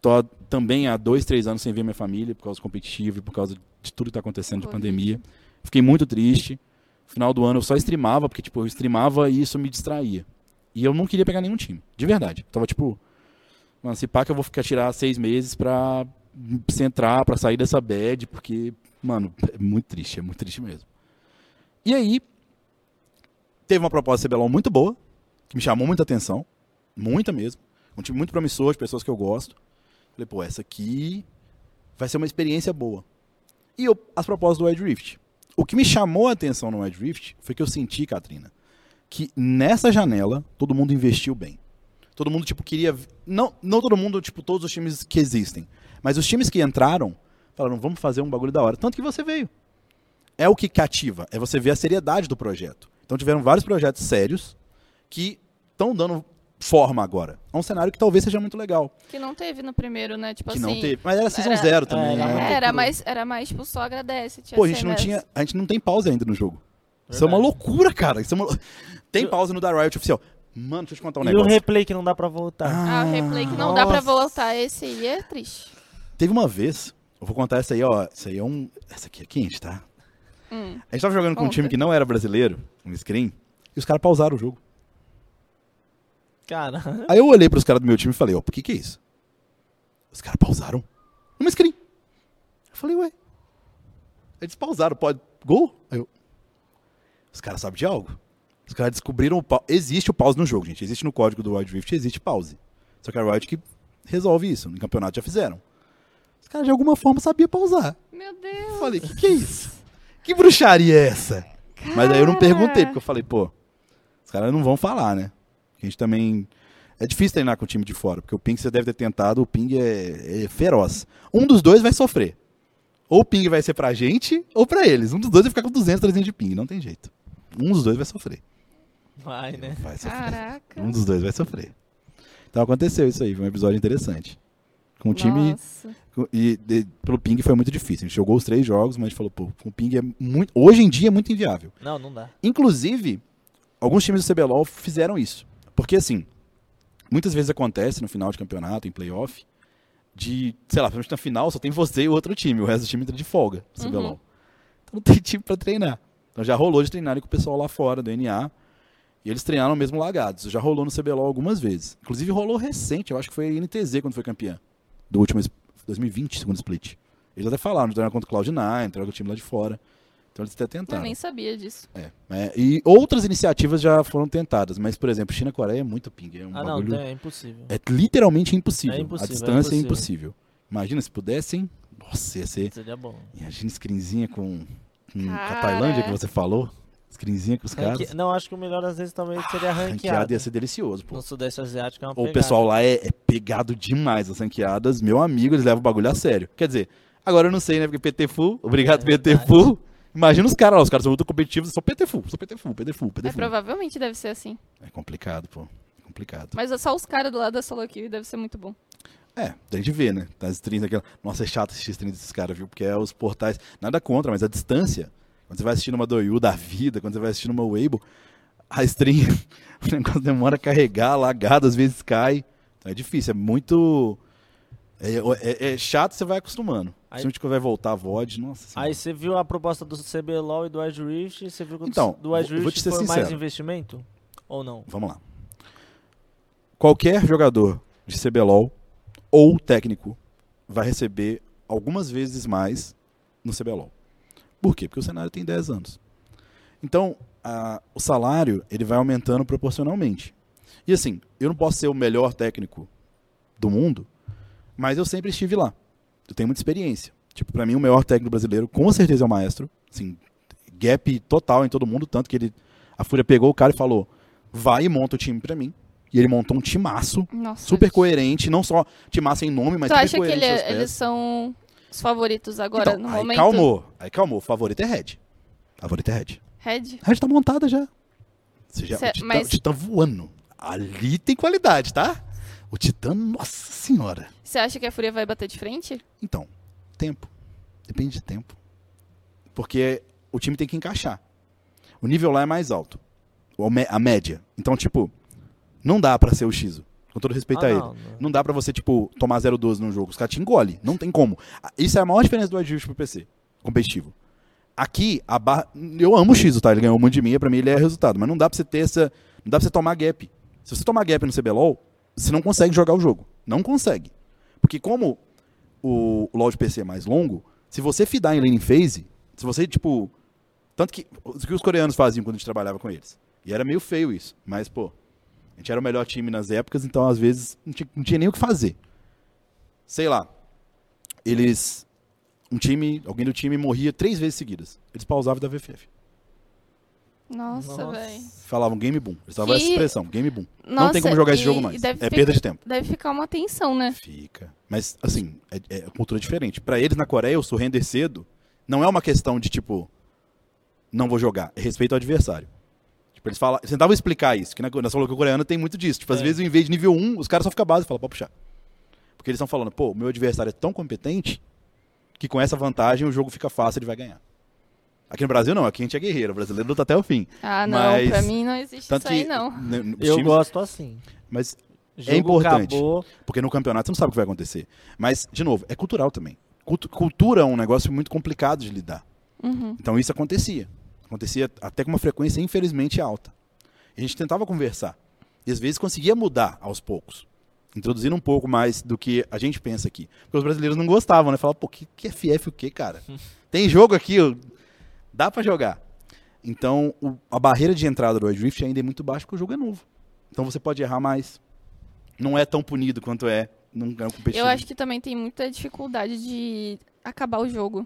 Tô também há dois, três anos sem ver minha família por causa do competitivo e por causa de tudo que tá acontecendo de Covid. pandemia. Fiquei muito triste. Final do ano eu só streamava, porque tipo, eu streamava e isso me distraía. E eu não queria pegar nenhum time, de verdade. Eu tava tipo, mano, se pá que eu vou ficar tirar seis meses pra centrar, pra sair dessa bad, porque, mano, é muito triste, é muito triste mesmo. E aí, teve uma proposta do CBLOL muito boa, que me chamou muita atenção, muita mesmo. Um time muito promissor, de pessoas que eu gosto. Falei, pô, essa aqui vai ser uma experiência boa. E eu- as propostas do Wild Rift. O que me chamou a atenção no Wild Rift foi que eu senti, Katrina, que nessa janela todo mundo investiu bem. Todo mundo, tipo, queria. Não, não todo mundo, tipo, todos os times que existem. Mas os times que entraram falaram, vamos fazer um bagulho da hora. Tanto que você veio. É o que cativa, é você ver a seriedade do projeto. Então tiveram vários projetos sérios que estão dando forma agora. É um cenário que talvez seja muito legal. Que não teve no primeiro, né? Tipo que assim. não teve. Mas era season era- zero também, era- né? Era, mais, era mais, tipo, só agradece. Tinha Pô, a gente não cenas- tinha. A gente não tem pause ainda no jogo. Isso é uma loucura, cara. Isso é uma lou- Tem pause no da Riot oficial. Mano, deixa eu te contar um E o negócio. replay que não dá pra voltar. Ah, o replay que não dá pra nossa. voltar esse aí é triste. Teve uma vez, eu vou contar essa aí, ó. Essa aí é um. Essa aqui é quente, tá? Hum. A gente tava jogando com um Conta. time que não era brasileiro, um screen, e os caras pausaram o jogo. Cara, Aí eu olhei pros caras do meu time e falei, ó, por que que é isso? Os caras pausaram numa screen. Eu falei, ué. Eles pausaram, pode. Gol? Aí eu. Os caras sabem de algo. Os caras descobriram o pau. Existe o pause no jogo, gente. Existe no código do Wild Rift, existe pause. Só que é a Riot que resolve isso. No campeonato já fizeram. Os caras de alguma forma sabiam pausar. Meu Deus. Eu falei, que que é isso? Que bruxaria é essa? Mas aí eu não perguntei, porque eu falei, pô, os caras não vão falar, né? A gente também. É difícil treinar com o time de fora, porque o ping você deve ter tentado, o ping é, é feroz. Um dos dois vai sofrer. Ou o ping vai ser pra gente, ou pra eles. Um dos dois vai ficar com 200, 300 de ping, não tem jeito. Um dos dois vai sofrer. vai, né? Vai sofrer. Caraca. Um dos dois vai sofrer. Então aconteceu isso aí, foi um episódio interessante. Com o Um time. Nossa. E de- pelo ping foi muito difícil. A gente jogou os três jogos, mas a gente falou, pô, com o ping é muito. Hoje em dia é muito inviável. Não, não dá. Inclusive, alguns times do CBLOL fizeram isso. Porque assim, muitas vezes acontece no final de campeonato, em playoff, de, sei lá, principalmente na final só tem você e o outro time, o resto do time entra de folga no CBLOL. Então não tem time pra treinar. Então já rolou de treinarem com o pessoal lá fora do NA. E eles treinaram mesmo lagados. Já rolou no CBLOL algumas vezes. Inclusive rolou recente, eu acho que foi a NTZ quando foi campeã. Do último es- 2020, segundo split. Eles até falaram, treinaram contra o Cloud9, treinaram com o time lá de fora. Então eles até Eu tentaram. nem sabia disso. É, é, e outras iniciativas já foram tentadas, mas, por exemplo, China-Coreia é muito ping, é um Ah, não, bagulho... não, é impossível. É literalmente impossível. É impossível, A distância é é impossível. impossível. Imagina se pudessem... Nossa, ia ser... Seria bom. Imagina screenzinha com, com a Cara. Tailândia, que você falou. Screenzinha com os caras. Ranque- Não, acho que o melhor às vezes também seria Ranqueada ranqueado. ia ser delicioso, pô. No Sudeste Asiático é uma O pegada. pessoal lá é, é pegado demais as ranqueadas. Meu amigo, eles levam o bagulho a sério. Quer dizer, agora eu não sei, né? Porque PT Full, obrigado É PT verdade. Full. Imagina os caras lá, os caras são muito competitivos, só PT Full, só PT Full, PT Full, PT É, Full. provavelmente deve ser assim. É complicado, pô. É complicado. Mas é só os caras do lado da solo kill deve ser muito bom. É, tem de ver, né? As streams daquela. Nossa, é chato assistir streams desses caras, viu? Porque é os portais. Nada contra, mas a distância. Quando você vai assistir uma Doyu da vida, quando você vai assistir uma Weibo, a stream. o negócio demora a carregar, lagado, às vezes cai. Então é difícil, é muito. É, é- é chato, você vai acostumando. Aí- Principalmente quando vai voltar a VOD, nossa senhora. Aí você viu a proposta do CBLOL e do Wild Rift, e você viu que o Então, do Wild vou- vou te Rift ser foi mais sincero. investimento? Ou não? Vamos lá. Qualquer jogador de CBLOL ou técnico vai receber algumas vezes mais no CBLOL. Por quê? Porque o cenário tem 10 anos. Então, a- o salário ele vai aumentando proporcionalmente. E assim, eu não posso ser o melhor técnico do mundo, mas eu sempre estive lá. Eu tenho muita experiência. Tipo, pra mim, o melhor técnico brasileiro, com certeza, é o Maestro. Assim, gap total em todo mundo, tanto que ele... A Fúria pegou o cara e falou, vai e monta o time pra mim. E ele montou um timaço, Nossa. super coerente, não só timaço em nome, mas Tu super acha que coerente. ele- é, aos pés. eles são os favoritos agora Então, no aí momento? calmou, aí calmou. O favorito é Red. Favorito é Red. Red? Red tá montada já. Você já Cê- o, titã, mas- o Titã voando. Ali tem qualidade, tá? O Titã, nossa senhora. Você acha que a Fúria vai bater de frente? Então, tempo. Depende de tempo. Porque o time tem que encaixar. O nível lá é mais alto. Ou a mé- a média. Então, tipo, não dá pra ser o Xizo. Com todo respeito Ah, a ele. não, não. Não dá pra você, tipo, tomar 0-12 no jogo. Os caras te engolem. Não tem como. Ah, Isso é a maior diferença do Adjust pro PC. Competitivo. Aqui, a barra. Eu amo o X, tá? Ele ganhou muito de mim, pra mim ele é resultado. Mas não dá pra você ter essa. Não dá pra você tomar gap. Se você tomar gap no CBLOL, você não consegue jogar o jogo. Não consegue. Porque como o o LoL de PC é mais longo, se você fidar em lane phase, se você, tipo. Tanto que. O que os coreanos faziam quando a gente trabalhava com eles. E era meio feio isso. Mas, pô, a gente era o melhor time nas épocas, então às vezes não tinha, não tinha nem o que fazer. Sei lá. Eles. Um time, alguém do time morria três vezes seguidas. Eles pausavam da VFF. Nossa, velho. Falavam Game Boom. Eles usavam essa Que- expressão, Game Boom. não tem como jogar esse jogo mais. É Deve, perda de tempo. deve ficar uma tensão, né? Fica. Mas, assim, é, é cultura diferente. Pra eles, na Coreia, o surrender cedo não é uma questão de, tipo, não vou jogar. É respeito ao adversário. Tipo, eles falam... Eles tentavam explicar isso, que na, na solo coreana tem muito disso. Tipo, às É. vezes, em vez de nível 1, os caras só ficam base e falam, pode puxar. Porque eles estão falando, pô, o meu adversário é tão competente que com essa vantagem o jogo fica fácil, ele vai ganhar. Aqui no Brasil, não. Aqui a gente é guerreiro. O brasileiro luta até o fim. Ah, não, Mas- pra mim não existe Tanto isso aí, que... não. n- n- os Eu times- gosto assim. Mas Jogo importante. Acabou, Porque no campeonato você não sabe o que vai acontecer. Mas, de novo, é cultural também. Cultu- Cultura é um negócio muito complicado de lidar. Uhum. Então isso acontecia. Acontecia até com uma frequência, infelizmente, alta. E a gente tentava conversar. E às vezes conseguia mudar aos poucos. Introduzindo um pouco mais do que a gente pensa aqui. Porque os brasileiros não gostavam, né? Falavam, pô, que, que FF o quê, cara? Tem jogo aqui, ó, dá pra jogar. Então, o- a barreira de entrada do Drift ainda é muito baixa porque o jogo é novo. Então você pode errar mais. Não é tão punido quanto é num campo competitivo. Eu acho que também tem muita dificuldade de acabar o jogo.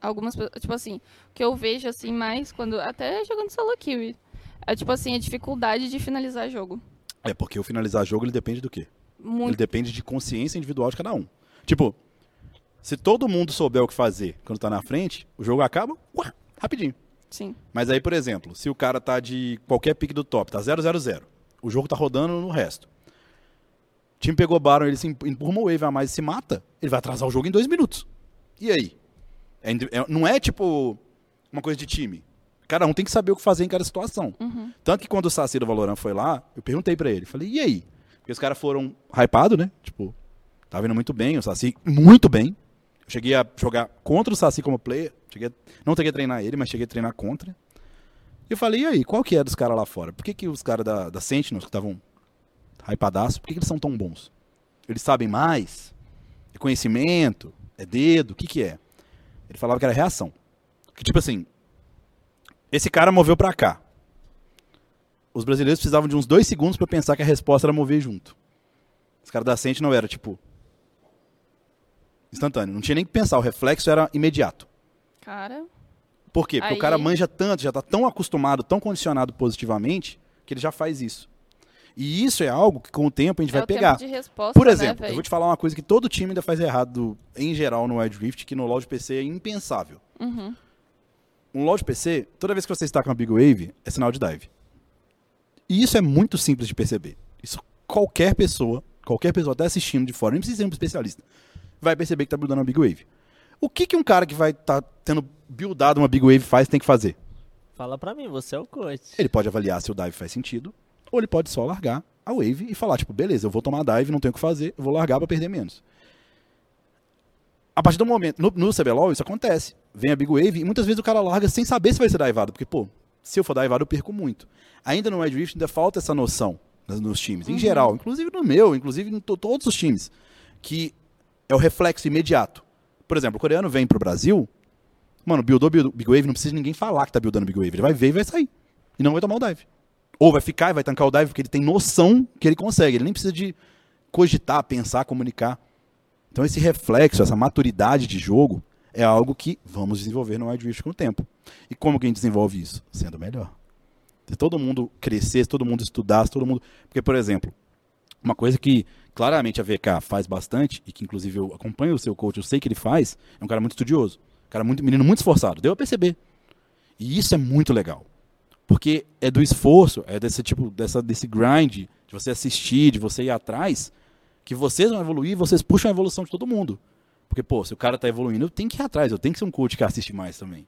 Algumas pessoas, tipo assim, o que eu vejo assim mais quando até jogando solo kill, é tipo assim, a dificuldade de finalizar jogo. É porque o finalizar jogo ele depende do quê? Ele Muito. depende de consciência individual de cada um. Tipo, se todo mundo souber o que fazer quando tá na frente, o jogo acaba uá, rapidinho. Sim. Mas aí, por exemplo, se o cara tá de qualquer pique do top, tá 0-0-0, o jogo tá rodando no resto. O time pegou Baron, ele se emp- empurra uma wave a mais e se mata, ele vai atrasar o jogo em dois minutos. E aí? É indi- é- não é tipo uma coisa de time. Cada um tem que saber o que fazer em cada situação. Uhum. Tanto que quando o Saci do Valorant foi lá, eu perguntei pra ele. Falei, e aí? Porque os caras foram hypados, né? Tipo, tava vindo muito bem, o Saci muito bem. Eu cheguei a jogar contra o Saci como player. Cheguei a- não cheguei a treinar ele, mas cheguei a treinar contra. E eu falei, e aí, qual que é dos caras lá fora? Por que, que os caras da, da Sentinels, que estavam hypadaço, por que, que eles são tão bons? Eles sabem mais? É conhecimento? É dedo? O que que é? Ele falava que era reação. Que tipo assim, esse cara moveu pra cá. Os brasileiros precisavam de uns dois segundos pra pensar que a resposta era mover junto. Os caras da Sentinel era tipo... Instantâneo. Não tinha nem que pensar, o reflexo era imediato. Cara, Por quê? Porque Aí- o cara manja tanto, já tá tão acostumado, tão condicionado positivamente, que ele já faz isso. E isso é algo que com o tempo a gente é vai o pegar. tempo de resposta, Por exemplo, né, eu véi? vou te falar uma coisa que todo time ainda faz errado, em geral, no Wild Rift, que no LoL de PC é impensável. Uhum. Um LoL de PC, toda vez que você está com uma Big Wave, é sinal de dive. E isso é muito simples de perceber. Isso qualquer pessoa, qualquer pessoa até assistindo de fora, nem precisa ser um especialista, vai perceber que tá buildando uma Big Wave. O que, que um cara que vai estar tendo buildado uma Big Wave faz, tem que fazer? fala pra mim, você é o coach. Ele pode avaliar se o dive faz sentido, ou ele pode só largar a wave e falar, tipo, beleza, eu vou tomar dive, não tenho o que fazer, eu vou largar pra perder menos. A partir do momento, no, no CBLOL isso acontece. Vem a big wave e muitas vezes o cara larga sem saber se vai ser divado, porque, pô, se eu for divado eu perco muito. Ainda no Red Rift ainda falta essa noção nas- nos times, em geral, inclusive no meu, inclusive em to- todos os times, que é o reflexo imediato. Por exemplo, o coreano vem pro Brasil, mano, buildou, buildou big wave, não precisa ninguém falar que tá buildando big wave, ele vai ver e vai sair e não vai tomar o dive. Ou vai ficar e vai tancar o dive, porque ele tem noção que ele consegue. Ele nem precisa de cogitar, pensar, comunicar. Então esse reflexo, essa maturidade de jogo é algo que vamos desenvolver no Wild Rift com o tempo. E como que a gente desenvolve isso? Sendo melhor. Se todo mundo crescer, se todo mundo estudar, se todo mundo... Porque, por exemplo, uma coisa que claramente a VK faz bastante, e que inclusive eu acompanho o seu coach, eu sei que ele faz, é um cara muito estudioso. Um cara muito, menino muito esforçado. Deu a perceber. E isso é muito legal. Porque é do esforço, é desse tipo, dessa, desse grind, de você assistir, de você ir atrás, que vocês vão evoluir, vocês puxam a evolução de todo mundo. Porque, pô, se o cara tá evoluindo, eu tenho que ir atrás, eu tenho que ser um coach que assiste mais também.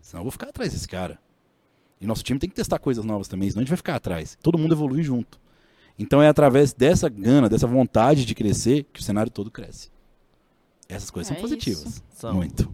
Senão eu vou ficar atrás desse cara. E nosso time tem que testar coisas novas também, senão a gente vai ficar atrás. Todo mundo evolui junto. Então é através dessa gana, dessa vontade de crescer, que o cenário todo cresce. Essas coisas É são positivas. São. Muito.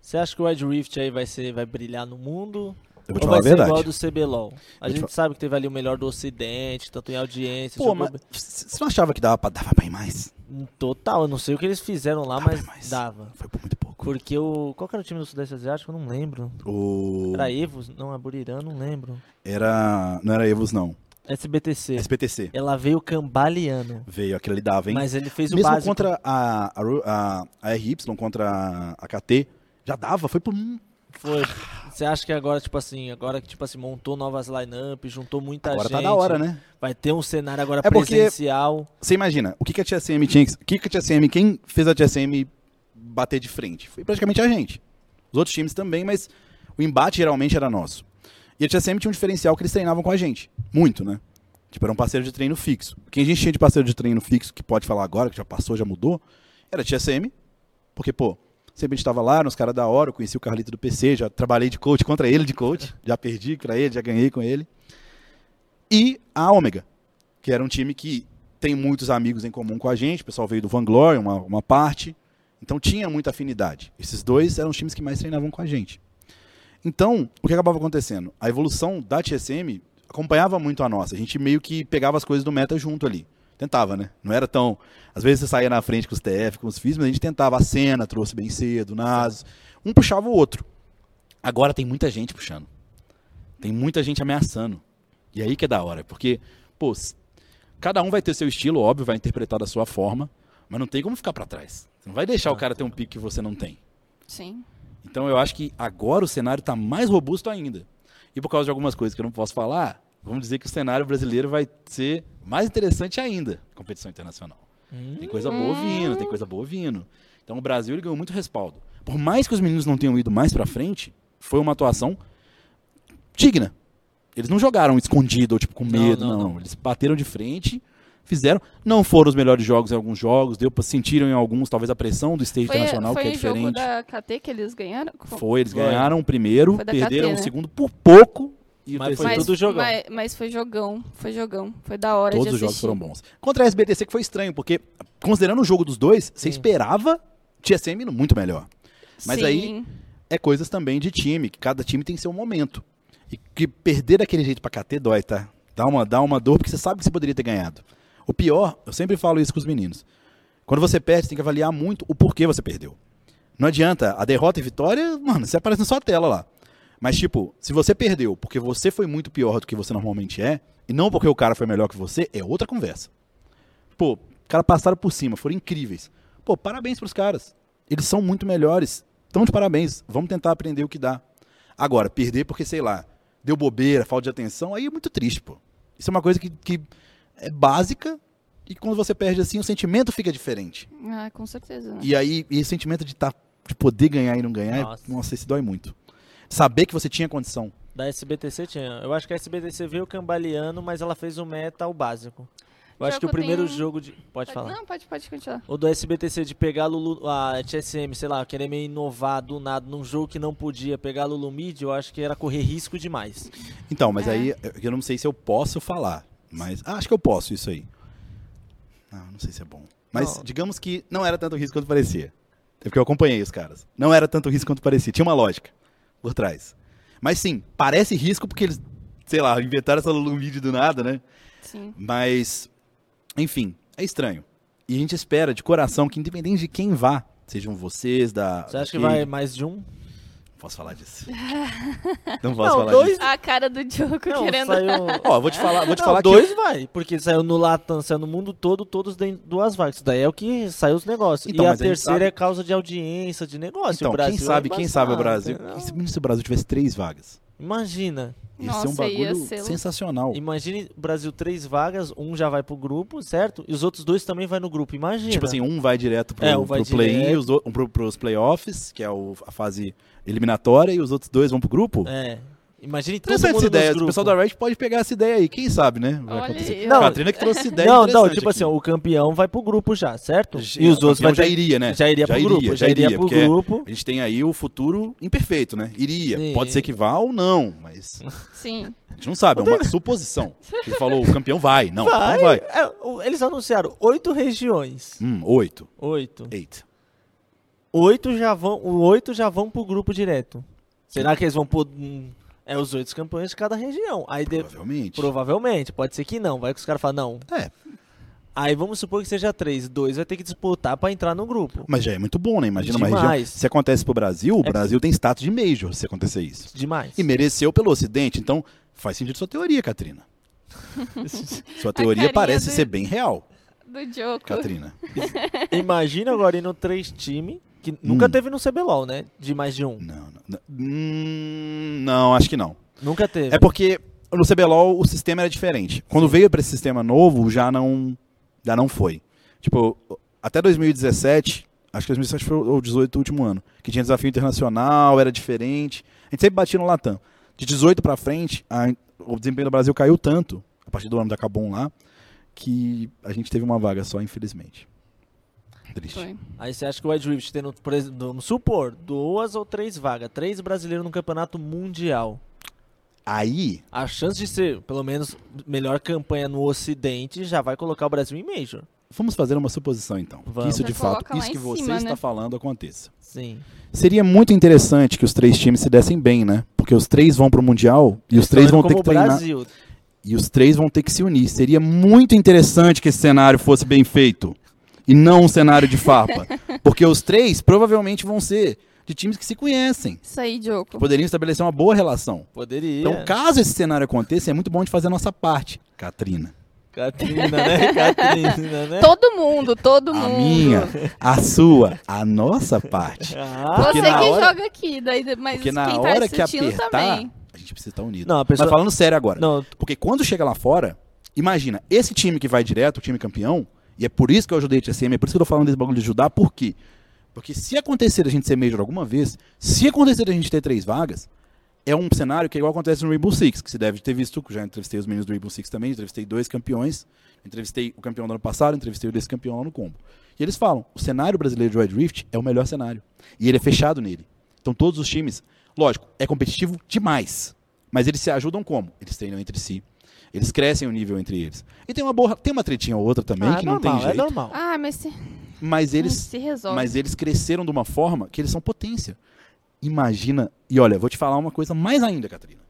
Você acha que o Wide Rift aí vai, ser, vai brilhar no mundo? Eu vou te falar ou vai a ser verdade. igual ao do CBLOL? A Vou te gente fa- sabe que teve ali o melhor do Ocidente, tanto em audiência. Pô, jogou mas c- você não achava que dava pra, dava pra ir mais? bem- Total, eu não sei o que eles fizeram lá, Dava mas demais. dava. Foi por muito pouco. Porque o. Qual que era o time do Sudeste Asiático? Eu não lembro. O... Era Evos? Não, é Burirã, não lembro. Era. Não era Evos, não. SBTC. SPTC. Ela veio cambaleando. Veio, aquele ali dava, hein? Mas ele fez o Mesmo básico. contra a, a, Ru- a, a RY, contra a, a KT, já dava, foi por um. Foi. Você acha que agora, tipo assim, agora que tipo assim, montou novas lineups, juntou muita Agora gente. tá da hora, né? Vai ter um cenário agora É porque- presencial. Você imagina, o que, que a TSM tinha. que- O que, que a TSM, quem fez a TSM bater de frente? Foi praticamente a gente. Os outros times também, mas o embate geralmente era nosso. E a TSM tinha um diferencial que eles treinavam com a gente. Muito, né? Tipo, era um parceiro de treino fixo. Quem a gente tinha de parceiro de treino fixo, que pode falar agora, que já passou, já mudou, era a TSM. Porque, pô, sempre a gente tava lá, nos caras da hora, eu conheci o Carlito do PC, já trabalhei de coach contra ele de coach. Já perdi pra ele, já ganhei com ele. E a Ômega, que era um time que tem muitos amigos em comum com a gente, o pessoal veio do Vanglória, uma, uma parte, então tinha muita afinidade. Esses dois eram os times que mais treinavam com a gente. Então, o que acabava acontecendo? A evolução da TSM acompanhava muito a nossa, a gente meio que pegava as coisas do meta junto ali. Tentava, né? Não era tão. Às vezes você saía na frente com os TF, com os FIS, mas a gente tentava. A cena trouxe bem cedo, o Naso. Um puxava o outro. Agora tem muita gente puxando. Tem muita gente ameaçando. E aí que é da hora, porque, pô, s- cada um vai ter seu estilo, óbvio, vai interpretar da sua forma, mas não tem como ficar pra trás. Você não vai deixar o cara ter um pique que você não tem. Sim. Então eu acho que agora o cenário tá mais robusto ainda. E por causa de algumas coisas que eu não posso falar, vamos dizer que o cenário brasileiro vai ser mais interessante ainda, competição internacional. Hum. Tem coisa boa vindo, tem coisa boa vindo. Então o Brasil ele ganhou muito respaldo. Por mais que os meninos não tenham ido mais pra frente, foi uma atuação digna. Eles não jogaram escondido ou tipo com Não, medo, não. não, Eles bateram de frente, fizeram. Não foram os melhores jogos em alguns jogos, deu para sentiram em alguns talvez a pressão do stage Foi, internacional foi que é o jogo diferente. da KT que eles ganharam? Com- Foi, eles Foi. ganharam o primeiro, Foi da perderam KT, o né? segundo por pouco e o Mas foi terceiro. tudo jogão. Mas, mas foi jogão, foi jogão. Foi da hora Todos de os jogos assistir. foram bons. Contra a SBTC que foi estranho, porque considerando o jogo dos dois, você Sim. esperava TSM muito melhor. Mas Sim. aí- é coisas também de time, que cada time tem seu momento. E que perder daquele jeito pra KT dói, tá? Dá uma, dá uma dor, porque você sabe que você poderia ter ganhado. O pior, eu sempre falo isso com os meninos. Quando você perde, você tem que avaliar muito o porquê você perdeu. Não adianta, a derrota e vitória, mano, você aparece na sua tela lá. Mas, tipo, se você perdeu porque você foi muito pior do que você normalmente é, e não porque o cara foi melhor que você, é outra conversa. Pô, os caras passaram por cima, foram incríveis. Pô, parabéns pros caras. Eles são muito melhores. Então, de parabéns. Vamos tentar aprender o que dá. Agora, perder porque, sei lá, deu bobeira, falta de atenção, aí é muito triste, pô. Isso é uma coisa que, que é básica e quando você perde assim, o sentimento fica diferente. Ah, com certeza. né? E aí, e o sentimento de, tá, de poder ganhar e não ganhar, Nossa. nossa. nossa, isso dói muito. Saber que você tinha condição. Da SBTC tinha. Eu acho que a SBTC veio cambaleando, mas ela fez o meta, o básico. Eu acho que o Jogo primeiro tem- jogo de. Pode falar. Não, pode, pode continuar. O do SBTC de pegar Lulu, a TSM, sei lá, querer meio inovar do nada num jogo que não podia pegar Lulu Mid, eu acho que era correr risco demais. Então, mas É. aí eu- eu não sei se eu posso falar, mas ah, acho que eu posso isso aí. Ah, não sei se é bom. Mas Não. digamos que não era tanto risco quanto parecia. É porque eu acompanhei os caras. Não era tanto risco quanto parecia. Tinha uma lógica por trás. Mas sim, parece risco porque eles, sei lá, inventaram essa Lumide do nada, né? Sim. Mas, enfim, é estranho. E a gente espera de coração que, independente de quem vá, sejam vocês da. Você acha que da Kate- vai mais de um? Não posso falar disso. Não posso falar disso. A cara do Diogo Não, querendo. saiu. Ó, vou te falar, Ah, vou te Não, falar que dois vai, porque saiu no Latam, saiu no mundo todo, todos têm duas vagas. Isso daí é o que saiu os negócios. Então, e a mas a gente terceira sabe- é causa de audiência, de negócio. Então, o Brasil quem sabe, é quem sabe o embaçado, Brasil. entendeu? E se- se o Brasil tivesse três vagas? Imagina. Ia Nossa, ser um ia bagulho ser louco. sensacional. Imagine Brasil três vagas, um já vai pro grupo, certo? E os outros dois também vai no grupo. Imagina. Tipo assim, um vai direto pro, É, um vai pro play-in, direto. os outros- um pro, pros playoffs, que é o- a fase eliminatória, e os outros dois vão pro grupo. É. Imagine todo Interessante mundo essa nos ideia. O grupos. pessoal da Riot pode pegar essa ideia aí. Quem sabe, né? Vai Olha acontecer. aí, ó. a Katrina que trouxe ideia Não, não, interessante tipo aqui. assim, ó, o campeão vai pro grupo já, certo? Já- E os o outros campeão vai já iria, né? Já iria pro grupo, já iria pro porque é- grupo. A gente tem aí o futuro imperfeito, né? Iria. Sim. Pode ser que vá ou não, mas Sim. a gente não sabe. É uma suposição. Ele falou, o campeão vai. Não, vai. não vai. É, o- eles anunciaram oito regiões. Hum, oito. Oito. Eight. Oito já vão, o oito já vão pro grupo direto. Será que eles vão pôr hum, é os oito campeões de cada região? Aí de- Provavelmente. provavelmente, pode ser que não, vai que os caras falam não. É, Aí vamos supor que seja três, dois vai ter que disputar pra entrar no grupo. mas já é muito bom, né? Imagina uma Demais. região. Se acontece pro Brasil, o É. Brasil tem status de major se acontecer isso. Demais. E mereceu pelo Ocidente, então faz sentido sua teoria, Katrina. Sua teoria carinha parece do- ser bem real, Tá Do Diogo. Katrina. Imagina agora indo três times Que nunca Hum. teve no CBLOL, né? De mais de um. Não, não. Não, Hum, não, acho que não. Nunca teve. É porque no CBLOL o sistema era diferente. Quando veio pra esse sistema novo, já não já não foi. Tipo, até 2017, acho que 2017 foi o 18 o último ano, que tinha desafio internacional, era diferente. A gente sempre batia no Latam. De 18 pra frente, a- o desempenho do Brasil caiu tanto, a partir do ano da Cabum lá, que a gente teve uma vaga só, infelizmente. Triste. Foi. Aí você acha que o Ed Rift tendo, por exemplo, vamos supor, duas ou três vagas, três brasileiros no campeonato mundial. Aí, A chance de ser, pelo menos, melhor campanha no Ocidente já vai colocar o Brasil em Major. vamos fazer uma suposição então. Que Vamos. isso de Já fato, coloca lá isso em que você cima, está né? falando aconteça. Sim. Seria muito interessante que os três times se dessem bem, né? Porque os três vão pro Mundial e os três vão ter como que o treinar. Brasil. E os três vão ter que se unir. Seria muito interessante que esse cenário fosse bem feito. E não um cenário de farpa. Porque os três provavelmente vão ser de times que se conhecem. Isso aí, que Diogo. Poderiam estabelecer uma boa relação. Poderia. Então, caso esse cenário aconteça, é muito bom de fazer a nossa parte. Catrina. Catrina, né? Catrina, né? Todo mundo, todo é. A mundo. minha, a sua, a nossa parte. Ah, Você Porque na que hora- joga aqui, daí, mas Porque quem na tá hora que assistindo apertar, também. a gente precisa estar unido. Não, a pessoa- Mas falando sério agora. não, Porque quando chega lá fora, imagina, esse time que vai direto, o time campeão, e é por isso que eu ajudei o TSM, é por isso que eu tô falando desse bagulho de ajudar, por quê? Porque se acontecer a gente ser Major alguma vez, se acontecer a gente ter três vagas, é um cenário que é igual acontece no Rainbow Six, que você deve ter visto, que eu já entrevistei os meninos do Rainbow Six também, entrevistei dois campeões, entrevistei o campeão do ano passado, entrevistei o desse campeão lá no combo. E eles falam, o cenário brasileiro de Wild Rift é o melhor cenário. E ele é fechado nele. Então todos os times, lógico, é competitivo demais. Mas eles se ajudam como? Eles treinam entre si. Eles crescem o nível entre eles. E tem uma boa, tem uma tretinha ou outra também ah, que é não normal, tem é jeito. normal. Ah, mas se, mas eles se resolve. mas eles cresceram de uma forma que eles são potência. Imagina, e olha, vou te falar uma coisa mais ainda, Catrina.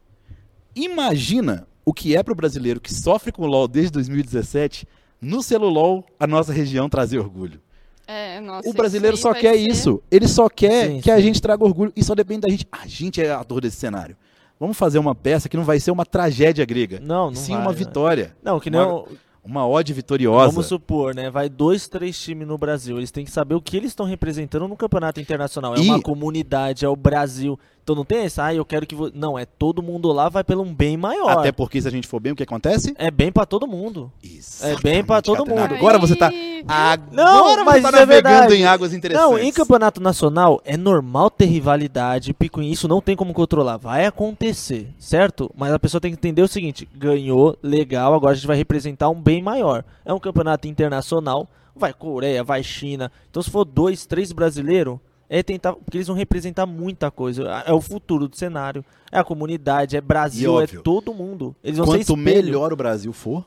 Imagina o que é pro brasileiro que sofre com o LoL desde 2017, no celulol, a nossa região trazer orgulho. É, nossa, o brasileiro isso só aí vai quer ser- isso. Ele só quer Sim, que a sim. gente traga orgulho. E só depende da gente. A gente é ator desse cenário. Vamos fazer uma peça que não vai ser uma tragédia grega. Não, não sim, vai, uma né? vitória. Não, que nem Uma- o- Uma ode vitoriosa. Vamos supor, né? Vai dois, três times no Brasil. Eles têm que saber o que eles estão representando no campeonato internacional. É E- uma comunidade, é o Brasil. Então não tem essa, ah, eu quero que. vo-" Não, é todo mundo lá, vai pelo um bem maior. Até porque se a gente for bem, o que acontece? É bem pra todo mundo. Isso. É bem pra todo mundo. Agora você tá. Aí- Agora mas você tá isso é navegando verdade. em águas interessantes. Não, em campeonato nacional é normal ter rivalidade, pico em isso não tem como controlar, vai acontecer, certo? Mas a pessoa tem que entender o seguinte: ganhou, legal, agora a gente vai representar um bem maior. É um campeonato internacional, vai Coreia, vai China. Então se for dois, três brasileiros, é tentar, porque eles vão representar muita coisa. É o futuro do cenário, é a comunidade, é Brasil, E é óbvio, todo mundo. Eles vão ser Quanto é espelho. melhor o Brasil for,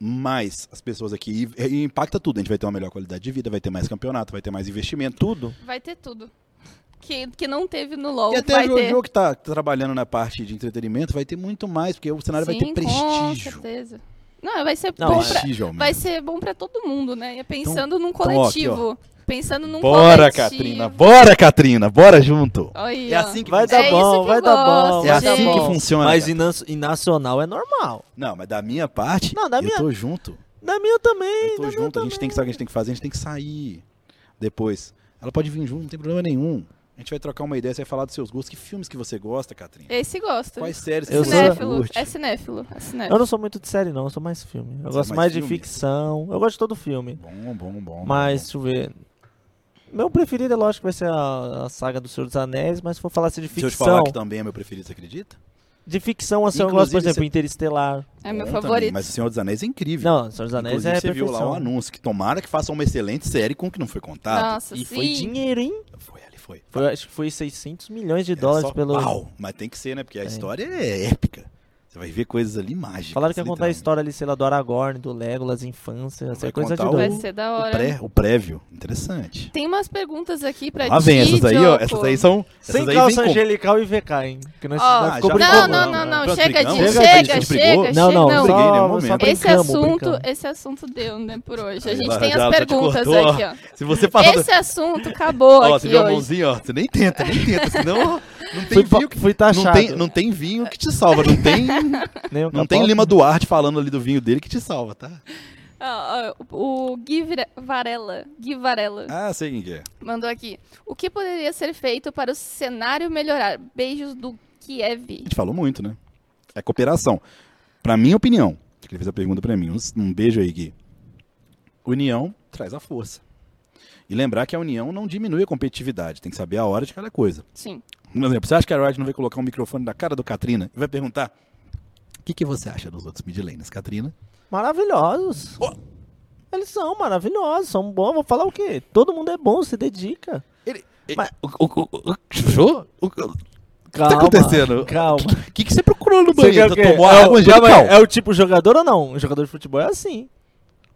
mais as pessoas aqui. E, e impacta tudo. A gente vai ter uma melhor qualidade de vida, vai ter mais campeonato, vai ter mais investimento. tudo. Vai ter tudo. Que, que não teve no LoL, E até vai o Jojo ter. que tá trabalhando na parte de entretenimento vai ter muito mais, porque o cenário vai ter Sim, prestígio. Com certeza. Não, vai ser Não, bom é- pra, Prestígio, ao vai menos. ser bom pra todo mundo, né? E pensando num Então, ó, aqui, coletivo. pensando num Bora, um coletivo. Catrina. Bora, Catrina. Bora junto. Aí, É ó. assim que Vai funciona. dar É isso bom, que vai eu dar bom. gosto, É vai dar assim bom. que funciona. Mas cara. em nas- em nacional é normal. Não, mas da minha parte, Não, da eu minha- tô junto. Na minha também. Eu tô na minha junto, a gente também. tem que saber o que a gente tem que fazer, a gente tem que sair depois. Ela pode vir junto, não tem problema nenhum. A gente vai trocar uma ideia, você vai falar dos seus gostos. Que filmes que você gosta, Catrina? Esse gosta. Quais séries que Eu sou- você cinéfilo. curte? É cinéfilo. É Eu cinéfilo. não sou muito de série, não. Eu sou mais filme. Eu Você gosto é mais mais, de filme? ficção. Eu gosto de todo filme. Bom, bom, bom. Mas, deixa eu ver. Meu preferido é lógico que vai ser a, a saga do Senhor dos Anéis, mas se for falar assim de bom. Se eu te ficção. falar que também é meu preferido, você acredita? De ficção, assim, eu gosto, por Inclusive, exemplo, Interestelar. É meu Bom também, favorito. mas O Senhor dos Anéis é incrível. Não, Senhor dos Anéis Inclusive, é você viu perfeição. lá um anúncio que tomara que façam uma excelente série com o que não foi contado. Nossa, E sim. foi dinheiro, hein? Foi ali, foi. Foi, acho que foi 600 milhões de Era dólares É só pelo. pau, mas tem que ser, né? Porque a É. história é épica. Você vai ver coisas ali mágicas. Falaram que ia contar a literalmente. história ali, sei lá, do Aragorn, do Legolas, infância, essa Vai coisa de contar doido. Vai tá o- ser da O, hora. pré, o prévio, interessante. Tem umas perguntas aqui pra Lá ti, vem essas aí, ó. Diogo. Essas aí são. Sem essas aí calça vem com- angelical e VK, hein? Que nós, Ó, nós Ah, ficou já Não, brincando. não, brigamos, não, né? não. Nós Chega de. brigamos, a Chega, gente brigou. chega, Não, chega. não, não. só, Briguei em nenhum só momento. Esse brincamos, assunto, é brincamos. esse assunto deu, né, por hoje. A Aí, gente ela tem já- as ela já te perguntas cortou, aqui, ó. Se você falar. do- Esse assunto acabou Ó, você aqui viu a hoje. mãozinha, ó. Você nem tenta, nem tenta. Senão não tem Fui, vinho pa- que. fui Não taxado. tem, não tem vinho que te salva. Não tem, Nem o não tem Capaldi. Lima Duarte falando ali do vinho dele que te salva, tá? Ó, ó, o Gui Vira- Varela, Gui Varela Ah, sei quem que é. mandou aqui. O que poderia ser feito para o cenário melhorar? Beijos do A Kiev. gente falou muito, né? É cooperação. Pra minha opinião, que ele fez a pergunta pra mim, uns- um, beijo aí, Gui. União traz a força. E lembrar que a união não diminui a competitividade, tem que saber a hora de cada coisa. Sim. Por exemplo, você acha que a Riot não vai colocar um microfone da cara do Katrina e vai perguntar o que, que você acha dos outros midlaners, Katrina? Maravilhosos. Eles são maravilhosos, são bons. Vou falar o quê? Todo mundo é bom, se dedica. Mas- O, o- o- o- show? O- o- Calma. acontecendo? Calma. O que, que você procurou no tá Você quer banheiro? o quê? Tomou é, água o, calma aí, angelical? é o tipo jogador ou não? Jogador de futebol é assim.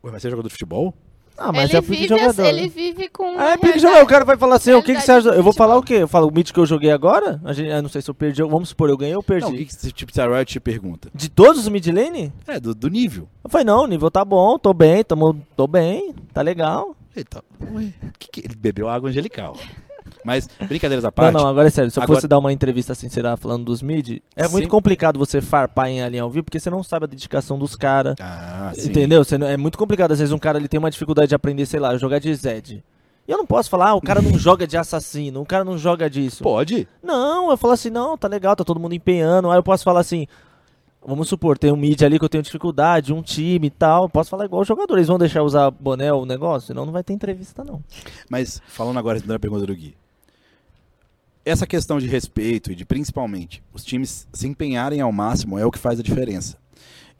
Ué, vai ser jogador de futebol? Ah, mas ele, é pique vive, jogador. as- né? ele vive com. Ah, é pique realidade. jogador. O cara vai falar assim, o que, que você Realidade acha? do Eu vou falar o futebol. quê? Eu falo, o mítico que eu joguei agora? A gente, eu não sei se eu perdi. ou- Vamos supor, eu ganhei ou perdi. Não, o que, que tipo, se a Riot te pergunta? De todos os mid lane? É, do, do nível. Eu falei, não, o nível tá bom, tô bem, tamo, tô bem, tá legal. Eita, ué, que que- ele bebeu água angelical. Mas, brincadeiras à parte, Não, não, agora é sério. Se eu Agora- fosse dar uma entrevista assim, será falando dos mid, é Sim. muito complicado você farpar em ali ao vivo, porque você não sabe a dedicação dos caras. Ah, sim. Entendeu? Você não- é muito complicado. Às vezes um cara ele tem uma dificuldade de aprender, sei lá, jogar de Zed. E eu não posso falar, ah, o cara não joga de assassino, o cara não joga disso. Pode. Não, eu falo assim, não, tá legal, tá todo mundo empenhando. Aí eu posso falar assim, vamos supor, tem um mid ali que eu tenho dificuldade, um time e tal. Eu posso falar igual o jogador, eles vão deixar eu usar boné o negócio? Senão não vai ter entrevista, não. Mas, falando agora, respondendo a pergunta do Gui. Essa questão de respeito e de, principalmente, os times se empenharem ao máximo é o que faz a diferença.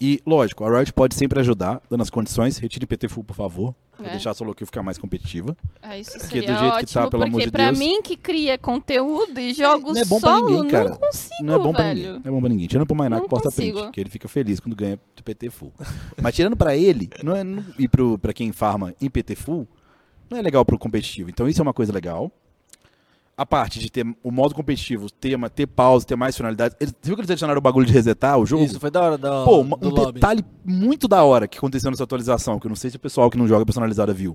E, lógico, a Riot pode sempre ajudar, dando as condições. Retire PT Full, por favor, pra É. deixar a solo kill ficar mais competitiva. Ah, isso Porque seria do jeito que ótimo, tá, pelo amor porque de pra Deus. mim que cria conteúdo e jogos Não é bom pra solo, ninguém, cara. não consigo, Não é bom pra ninguém. velho. Não é bom pra ninguém. Tirando pro Mainá, Não que posta consigo. print, que ele fica feliz quando ganha do PT Full. Mas tirando pra ele, não é, não- e pro, pra quem farma em PT Full, não é legal pro competitivo. Então isso é uma coisa legal. A parte de ter o modo competitivo, ter, ma- ter pausa, ter mais finalidades. Eles, você viu que eles adicionaram o bagulho de resetar o jogo? Isso, foi da hora da, Pô, uma- do um lobby. detalhe muito da hora que aconteceu nessa atualização, que eu não sei se o pessoal que não joga personalizada viu.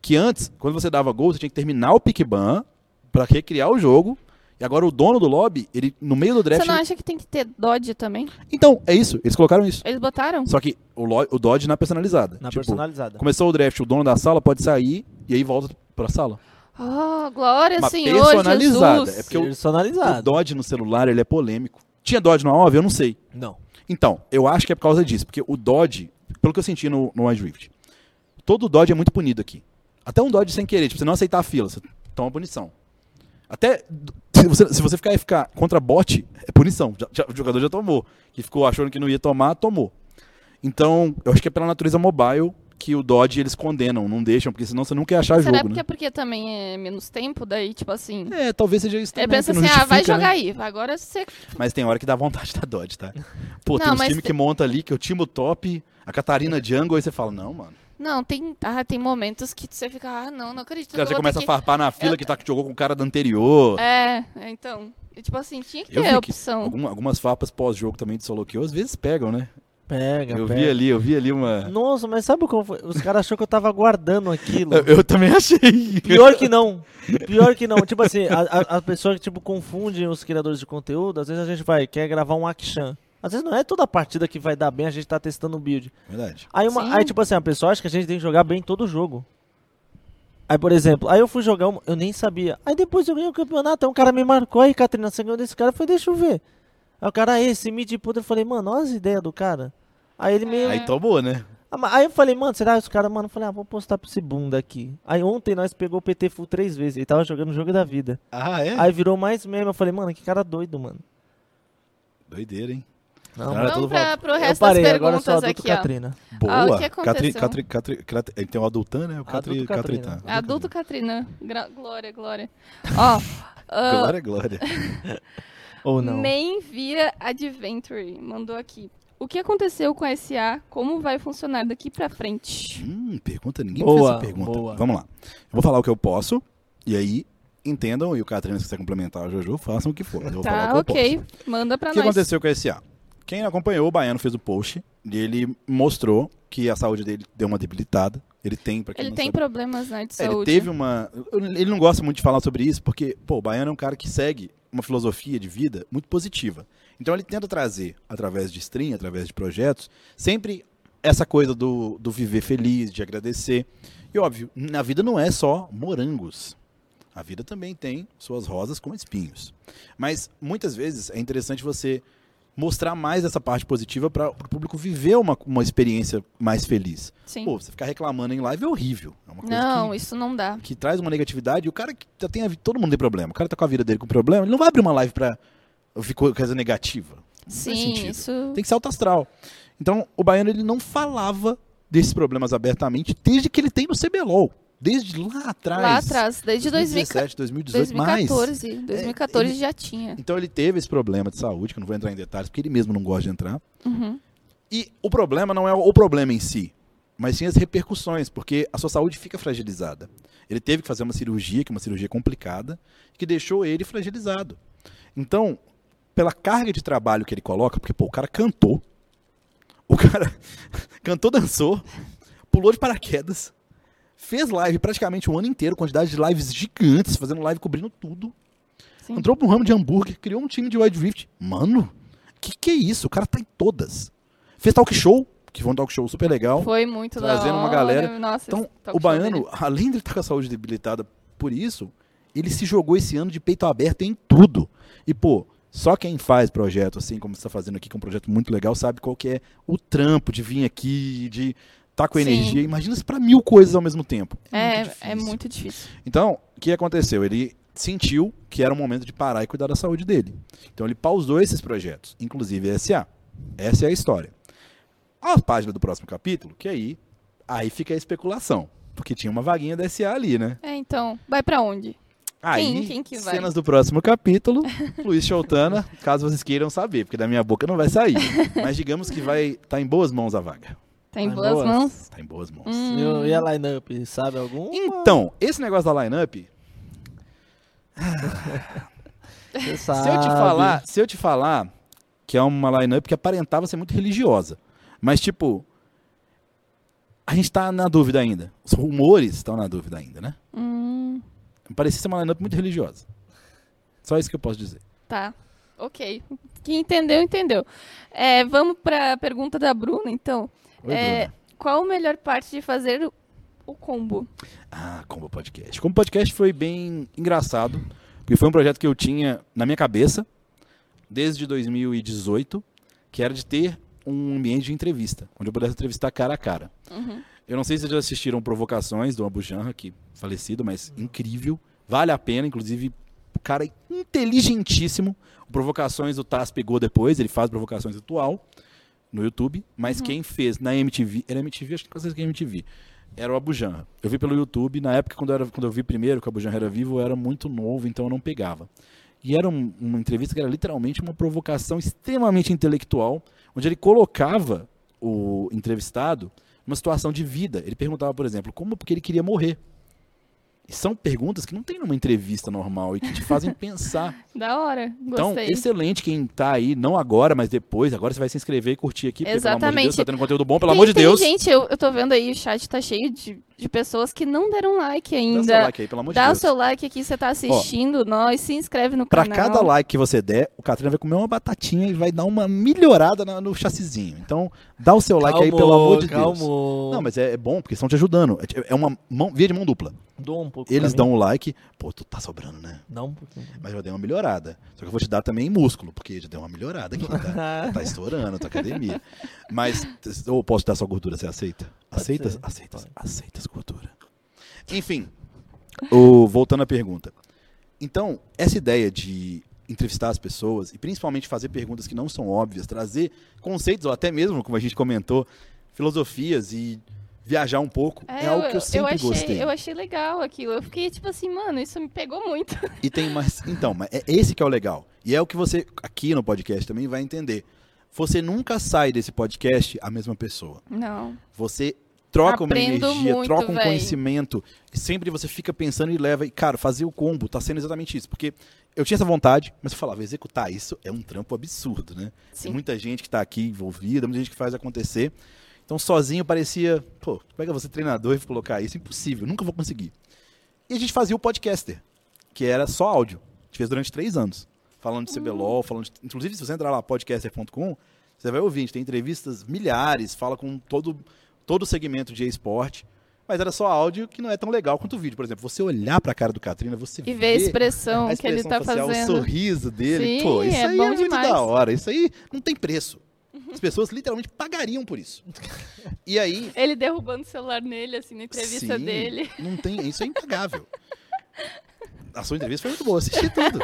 Que antes, quando você dava gol, você tinha que terminar o pick ban pra recriar o jogo. E agora o dono do lobby, ele no meio do draft. Você não ele- acha que tem que ter Dodge também? Então, é isso. Eles colocaram isso. Eles botaram? Só que o, lo- o Dodge na personalizada. Na Tipo, personalizada. Começou o draft, o dono da sala pode sair e aí volta pra sala. Oh, glória, Mas Senhor personalizada, Jesus. é porque eu- O Personalizado. Dodge no celular, ele é polêmico. Tinha Dodge no AOV? Eu não sei. Não. Então, eu acho que é por causa disso, porque o Dodge, pelo que eu senti no, no Wild Rift, todo Dodge é muito punido aqui. Até um Dodge sem querer, tipo, você não aceitar a fila, você toma punição. Até se você, se você ficar FK contra bot, é punição. Já- já- o jogador já tomou. Que ficou achando que não ia tomar, tomou. Então, eu acho que é pela natureza mobile que o Dodge eles condenam, não deixam, porque senão você não quer achar Será jogo, porque, né? é porque também é menos tempo? Daí, tipo assim. É, talvez seja isso também. ele pensa que não assim, ah, vai justifica, né? jogar aí. Agora você. Mas tem hora que dá vontade da Dodge, tá? Pô, Não, tem uns mas times te- que monta ali, que eu time o top, a Catarina Jungle, aí você fala, não, mano. Não, tem. Ah, tem momentos que você fica, ah, não, não acredito. O cara que já eu vou começa a ter farpar na fila que tá que jogou com o cara da anterior. que... É, é, então. E, tipo assim, tinha que Eu ter vi a que opção. Alguma- algumas farpas pós-jogo também de solo kill, às vezes pegam, né? Pega, Eu pega. vi ali, eu vi ali uma. Nossa, mas sabe como foi? Os caras achou que eu tava guardando aquilo. Eu, eu também achei. Pior que não. Pior que não. Tipo assim, a, a, a pessoa que tipo, confunde os criadores de conteúdo, às vezes a gente vai, quer gravar um action. Às vezes não é toda partida que vai dar bem, a gente tá testando o build. Verdade. Aí, uma, Sim. aí tipo assim, a pessoa acha que a gente tem que jogar bem todo jogo. Aí, por exemplo, aí eu fui jogar, uma, eu nem sabia. Aí depois eu ganhei o campeonato, aí um cara me marcou, aí, Catrina, você ganhou desse cara, foi, deixa eu ver. Aí o cara, "Ah, esse mid puta, eu falei, mano, olha as ideias do cara. Aí ele É. meio. Aí tomou, né? Ah, mas Aí eu falei, mano, será que os caras, mano, eu falei, ah, vou postar pra esse bunda aqui. Aí ontem nós pegou o PT Full três vezes, ele tava jogando o jogo da vida. Ah, é? Aí virou mais meme, eu falei, mano, que cara doido, mano. Doideira, hein? Não, Cara, mano, Vamos tudo pra, volta. pro Eu resto parei, das agora eu sou perguntas adulto aqui, ó. Catrina. Ah, Boa. o que Catri- aconteceu? Catri- Catri- Catri- Ele tem o adultan, né? O Catri, Adulto Catrina. Catritan. Adulto Katrina. Gra- Glória, glória. Ó. ah, Glória, glória. Ou não. Nem via Adventure mandou aqui. O que aconteceu com a SA? Como vai funcionar daqui pra frente? Hum, pergunta, ninguém fez Boa, essa pergunta. boa. Vamos lá. Eu vou falar o que eu posso, e aí entendam, e o Catarina, se quiser complementar o Jojo, façam o que for. mas eu vou falar Tá, o que eu posso. ok. Manda pra O que nós. aconteceu com a SA? Quem acompanhou, o Baiano fez o post, e ele mostrou que a saúde dele deu uma debilitada. Ele tem, pra quem Ele não tem sabe- problemas, né, de É, Ele saúde. teve uma... Ele não gosta muito de falar sobre isso, porque, pô, o Baiano é um cara que segue uma filosofia de vida muito positiva. Então ele tenta trazer, através de stream, através de projetos, sempre essa coisa do, do viver feliz, de agradecer. E óbvio, na vida não é só morangos. A vida também tem suas rosas com espinhos. Mas muitas vezes é interessante você mostrar mais essa parte positiva para o público viver uma, uma experiência mais feliz. Sim. Pô, você ficar reclamando em live é horrível. É uma coisa não, que, isso não dá. que traz uma negatividade. E o cara que já tem a, vi- todo mundo tem problema. O cara tá com a vida dele com problema, ele não vai abrir uma live pra ficou coisa negativa. Não faz Sim, sentido. isso. Tem que ser alto astral. Então, o baiano ele não falava desses problemas abertamente desde que ele tem no CBLOL. Desde lá atrás. Lá atrás, desde 2014, 2017, 2018, mais. 2014, 2014 já tinha. Então ele teve esse problema de saúde, que eu não vou entrar em detalhes, porque ele mesmo não gosta de entrar. Uhum. E o problema não é o problema em si, mas sim as repercussões, porque a sua saúde fica fragilizada. Ele teve que fazer uma cirurgia, que é uma cirurgia complicada, que deixou ele fragilizado. Então, pela carga de trabalho que ele coloca, porque pô, o cara cantou, o cara cantou, dançou, pulou de paraquedas, fez live praticamente o ano inteiro, quantidade de lives gigantes, fazendo live cobrindo tudo. Sim. Entrou pro ramo de hambúrguer, criou um time de wide rift. Mano, que que é isso? O cara tá em todas. Fez talk show, que foi um talk show super legal. Foi muito da trazendo uma hora, galera. Nossa, Então, esse talk show o baiano, dele. além de ele estar com a saúde debilitada por isso, ele se jogou esse ano de peito aberto em tudo. E, pô, só quem faz projeto, assim como você está fazendo aqui, que é um projeto muito legal, sabe qual que é o trampo de vir aqui, de estar com Sim. energia. Imagina isso para mil coisas ao mesmo tempo. É, é difícil. muito difícil. Então, o que aconteceu? Ele sentiu que era o momento de parar e cuidar da saúde dele. Então, ele pausou esses projetos, inclusive a SA. Essa é a história. A página do próximo capítulo, que aí, aí fica a especulação. Porque tinha uma vaguinha da SA ali, né? É, então, vai pra onde? Aí, quem que vai? cenas do próximo capítulo, Luiz Choltana, caso vocês queiram saber, porque da minha boca não vai sair. Mas digamos que vai tá em boas mãos a vaga. Tem Ai, boas boas. mãos? Tá em boas mãos. Hum, Eu, e a lineup, sabe algum? Então, esse negócio da lineup, Você Se eu te sabe. falar, se eu te falar que é uma lineup que aparentava ser muito religiosa, mas tipo a gente tá na dúvida ainda. Os rumores estão na dúvida ainda, né? hum, Parecia ser uma lineup muito religiosa. Só isso que eu posso dizer. tá. Ok. Quem entendeu, entendeu. É, vamos pra pergunta da Bruna, então. Oi, É, Bruna. qual a melhor parte de fazer o- o combo? Ah, Combo Podcast. Como podcast foi bem engraçado, porque foi um projeto que eu tinha na minha cabeça desde 2018, que era de ter um ambiente de entrevista, onde eu pudesse entrevistar cara a cara. Uhum. Eu não sei se vocês já assistiram Provocações do Abu Janra, que falecido, mas incrível. Vale a pena, inclusive, o cara é inteligentíssimo. O Provocações o Taz pegou depois, ele faz Provocações atual no YouTube, mas quem fez na MTV, era MTV, acho que não sei se é MTV, era o Abu Janra. Eu vi pelo YouTube, na época quando eu, era, quando eu vi primeiro que o Abu Janra era vivo, eu era muito novo, então eu não pegava. E era um- uma entrevista que era literalmente uma provocação extremamente intelectual, onde ele colocava o entrevistado numa situação de vida. Ele perguntava, por exemplo, como porque ele queria morrer. E são perguntas que não tem numa entrevista normal e que te fazem pensar. Da hora. Então, Gostei. excelente quem tá aí, não agora, mas depois. Agora você vai se inscrever e curtir aqui, porque, pelo amor de Exatamente. Deus, tá tendo conteúdo bom, pelo Tem- amor de tem Deus. Gente, eu, eu tô vendo aí, o chat tá cheio de, de pessoas que não deram like Dá ainda. o seu like aí, pelo amor de Dá o Deus. seu like aqui, você tá assistindo nós, se inscreve no Pra canal. cada like que você der, o Catrina vai comer uma batatinha e vai dar uma melhorada na- no chassizinho. Então, dá o seu like aí, pelo amor de Deus. Calmo. Não, mas é, é bom, porque estão te ajudando. É- É uma mão- via de mão dupla. Dou um pouco Eles pra mim. dão o like, pô, tu tá sobrando, né? Dá um pouquinho. Mas já dei uma melhorada. Só que eu vou te dar também em músculo, porque já deu uma melhorada aqui, tá? Já tá estourando a tua academia. Mas eu posso dar só gordura, você aceita? Pode Aceitas? ser, Aceitas. pode. Aceitas gordura. Enfim, o- voltando à pergunta. Então, essa ideia de entrevistar as pessoas e principalmente fazer perguntas que não são óbvias, trazer conceitos ou até mesmo, como a gente comentou, filosofias e viajar um pouco, é, algo que eu sempre achei, gostei. Eu achei legal aquilo. Eu fiquei tipo assim, mano, isso me pegou muito. E tem mais. Então, mas é esse que é o legal. E é o que você, aqui no podcast, também vai entender. Você nunca sai desse podcast a mesma pessoa. Não. Você troca Aprendo uma energia, muito, troca um véi. conhecimento. E sempre você fica pensando e leva. E, cara, fazer o combo tá sendo exatamente isso. Porque eu tinha essa vontade, mas eu falava, executar isso é um trampo absurdo, né? Tem Sim. muita gente que tá aqui envolvida, muita gente que faz acontecer. Então, sozinho parecia, pô, é pega você treinador e colocar isso, impossível, nunca vou conseguir. E a gente fazia o podcaster, que era só Hum. áudio. A gente fez durante três anos, falando de CBLOL, falando de, inclusive se você entrar lá, podcaster.com, Você vai ouvir, a gente tem entrevistas milhares, fala com todo todo o segmento de esporte, mas era só áudio que não é tão legal quanto o vídeo. Por exemplo, você olhar pra cara do Katrina, você E ver a vê expressão, a que ele expressão tá facial, fazendo. o sorriso dele, Sim, pô, isso é aí bom é muito demais. Uhum. da hora. Isso aí não tem preço. As pessoas literalmente pagariam por isso. E aí, Ele derrubando o celular nele, assim, na entrevista Sim, dele. Não tem, isso é impagável. A sua entrevista foi muito boa, assisti tudo.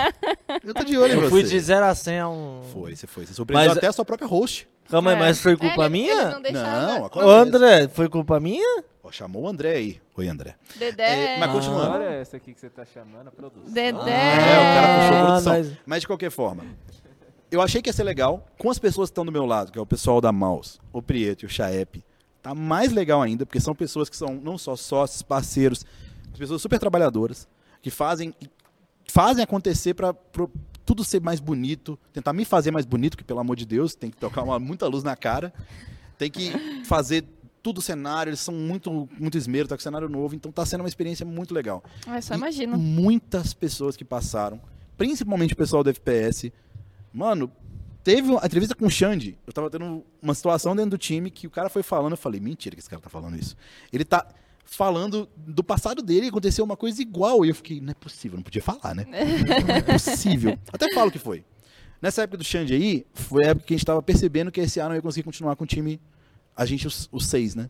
Eu tô de olho em Eu você. fui de 0 a 100 a um. Foi, você foi. Você surpreendeu Mas- até a sua própria host. Calma aí, É. mas foi culpa Ele- Ele minha? não, deixava- Não, a Ô, André, foi culpa minha? Ó, chamou o André aí. Oi, André. Dedé. É, mas continuando. Olha essa aqui que você tá chamando, a produção. Dedé. É, o cara puxou Ah, produção. mas- Mas de qualquer forma, eu achei que ia ser legal com as pessoas que estão do meu lado, que é o pessoal da Maus, o Prieto e o Chaep. Tá mais legal ainda, porque são pessoas que são não só sócios, parceiros, pessoas super trabalhadoras, que fazem, que fazem acontecer para tudo ser mais bonito, tentar me fazer mais bonito, que pelo amor de Deus, tem que tocar uma, muita luz na cara, tem que fazer tudo o cenário, eles são muito, muito esmero, tá com cenário novo, então tá sendo uma experiência muito legal Ah, eu só E imagino. muitas pessoas que passaram, principalmente o pessoal do FPS. Mano, teve uma a entrevista com o Xande. Eu tava tendo uma situação dentro do time que o cara foi falando. Eu falei, mentira que esse cara tá falando isso. Ele tá falando do passado dele e aconteceu uma coisa igual. E eu fiquei, não é possível, não podia falar, né? Não é possível. Até falo que foi. Nessa época do Xande aí, foi a época que a gente tava percebendo que esse ano não ia conseguir continuar com o time, a gente, os, os seis, né?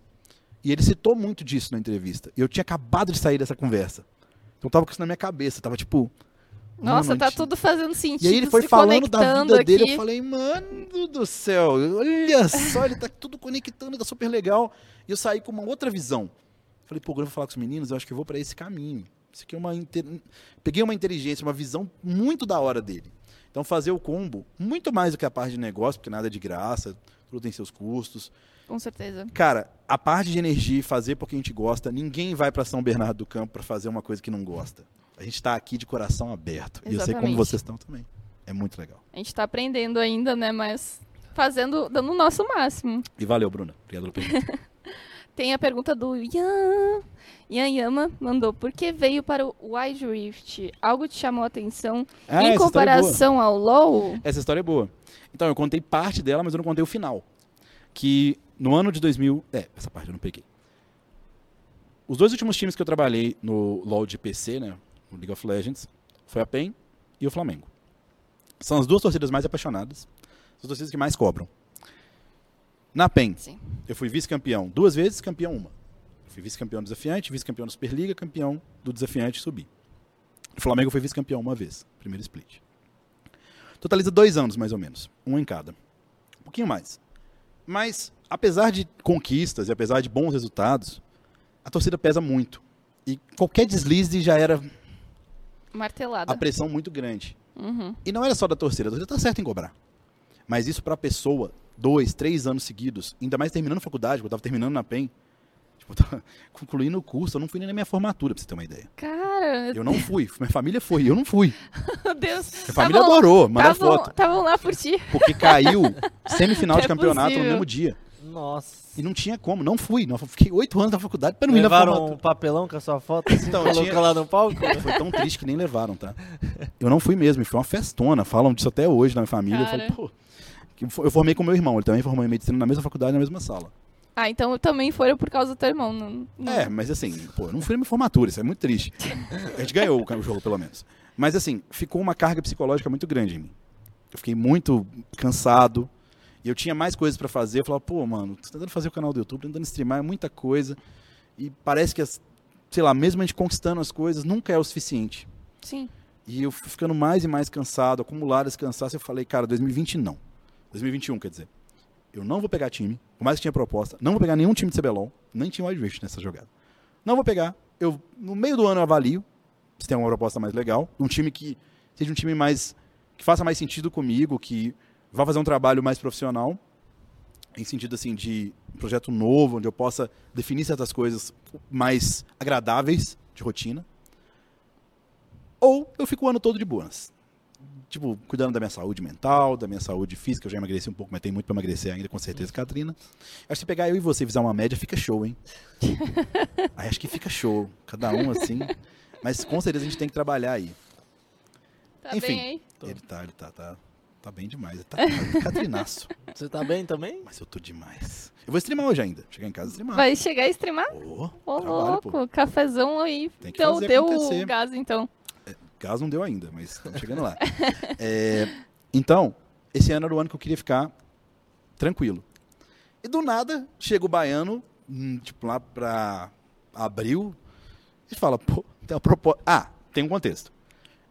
E ele citou muito disso na entrevista. E eu tinha acabado de sair dessa conversa. Então tava com isso na minha cabeça, tava tipo. Nossa, mano, tá a gente- tudo fazendo sentido. E aí ele foi se falando da conectando vida dele, aqui. eu falei, mano do céu, olha só, ele tá tudo conectando, tá super legal. E eu saí com uma outra visão. Falei, pô, quando eu vou falar com os meninos, eu acho que eu vou pra esse caminho. Isso aqui é uma. inte- Peguei uma inteligência, uma visão muito da hora dele. Então fazer o combo, muito mais do que a parte de negócio, porque nada é de graça, tudo tem seus custos. Com certeza. Cara, a parte de energia e fazer porque a gente gosta, ninguém vai pra São Bernardo do Campo pra fazer uma coisa que não gosta. A gente tá aqui de coração aberto. E eu sei como Exatamente. vocês estão também. É muito legal. A gente tá aprendendo ainda, né? Mas fazendo, dando o nosso máximo. E valeu, Bruna. Obrigado pelo pergunta. Tem a pergunta do Ian. Ian Yama mandou: Por que veio para o Wild Rift? Algo te chamou a atenção É, Ah, em comparação ao LoL? Essa história é boa. Então, eu contei parte dela, mas eu não contei o final. Que no ano de 2000... É, essa parte eu não peguei. Os dois últimos times que eu trabalhei no LoL de PC, né? No League of Legends, foi a PEN e o Flamengo. São as duas torcidas mais apaixonadas. As torcidas que mais cobram. Na PEN, Sim. eu fui vice-campeão duas vezes, campeão uma. Eu fui vice-campeão do desafiante, vice-campeão da Superliga, campeão do desafiante e subi. O Flamengo foi vice-campeão uma vez, primeiro split. Totaliza dois anos, mais ou menos. Um em cada. Um pouquinho mais. Mas, apesar de conquistas e apesar de bons resultados, a torcida pesa muito. E qualquer deslize já era Martelada. a pressão muito grande. Uhum. E não era só da torcida, a torcida tá certa em cobrar. Mas isso pra pessoa, dois, três anos seguidos, ainda mais terminando faculdade, porque eu tava terminando na PEN, tipo, eu tava concluindo o curso, eu não fui nem na minha formatura, pra você ter uma ideia. Cara, Eu não fui, minha família foi, eu não fui. meu Deus. Minha família adorou, mandaram Tá foto. Estavam lá por ti. Porque caiu semifinal Não de é campeonato no possível. mesmo dia. Nossa. E não tinha como, não fui. Não, fiquei oito anos na faculdade pra não ir na Levaram um formatura. papelão com a sua foto assim, Então, colocou tinha- lá no palco? Foi tão triste que nem levaram, tá? Eu não fui mesmo, e foi uma festona. Falam disso até hoje na minha família. Eu falei, Cara. pô. que Eu formei com meu irmão, ele também formou em medicina na mesma faculdade, na mesma sala. Ah, então também foram por causa do teu irmão. Não, não. É, mas assim, pô, eu não fui na minha formatura, isso é muito triste. A gente ganhou o ca- o jogo, pelo menos. Mas assim, ficou uma carga psicológica muito grande em mim. Eu fiquei muito cansado. E eu tinha mais coisas pra fazer. Eu falava, pô, mano, tô tentando fazer o canal do YouTube, tentando streamar, é muita coisa. E parece que, as- sei lá, mesmo a gente conquistando as coisas, nunca é o suficiente. Sim. E eu fui ficando mais e mais cansado, acumular esse cansaço. Eu falei, cara, 2020 não. 2021, quer dizer. Eu não vou pegar time, por mais que tinha proposta, não vou pegar nenhum time de CBLOL, nem tinha Wild Rift nessa jogada. Não vou pegar. Eu, no meio do ano eu avalio se tem uma proposta mais legal. Um time que seja um time mais. que faça mais sentido comigo, que vá fazer um trabalho mais profissional. Em sentido assim de projeto novo, onde eu possa definir certas coisas mais agradáveis de rotina ou eu fico o ano todo de boas. Tipo, cuidando da minha saúde mental, da minha saúde física. Eu já emagreci um pouco, mas tem muito pra emagrecer ainda, com certeza, Catrina. Acho que se pegar eu e você e fizer uma média, fica show, hein? aí acho que fica show. Cada um assim. Mas com certeza a gente tem que trabalhar aí. Tá Enfim. bem aí. Ele tá, ele tá, tá. Tá bem demais. Tá, tá catrinaço. Você tá bem também? Mas eu tô demais. Eu vou streamar hoje ainda. Chegar em casa e streamar. Vai chegar a streamar? Ô, Ô, trabalho, pô. louco, cafezão aí. Tem que Então, fazer deu acontecer. o gás, então. Gás não deu ainda, mas estamos chegando lá. É, então, esse ano era o ano que eu queria ficar tranquilo. E do nada, chega o baiano, hum, tipo, lá pra abril, e fala, pô, tem uma proposta. Ah, tem um contexto.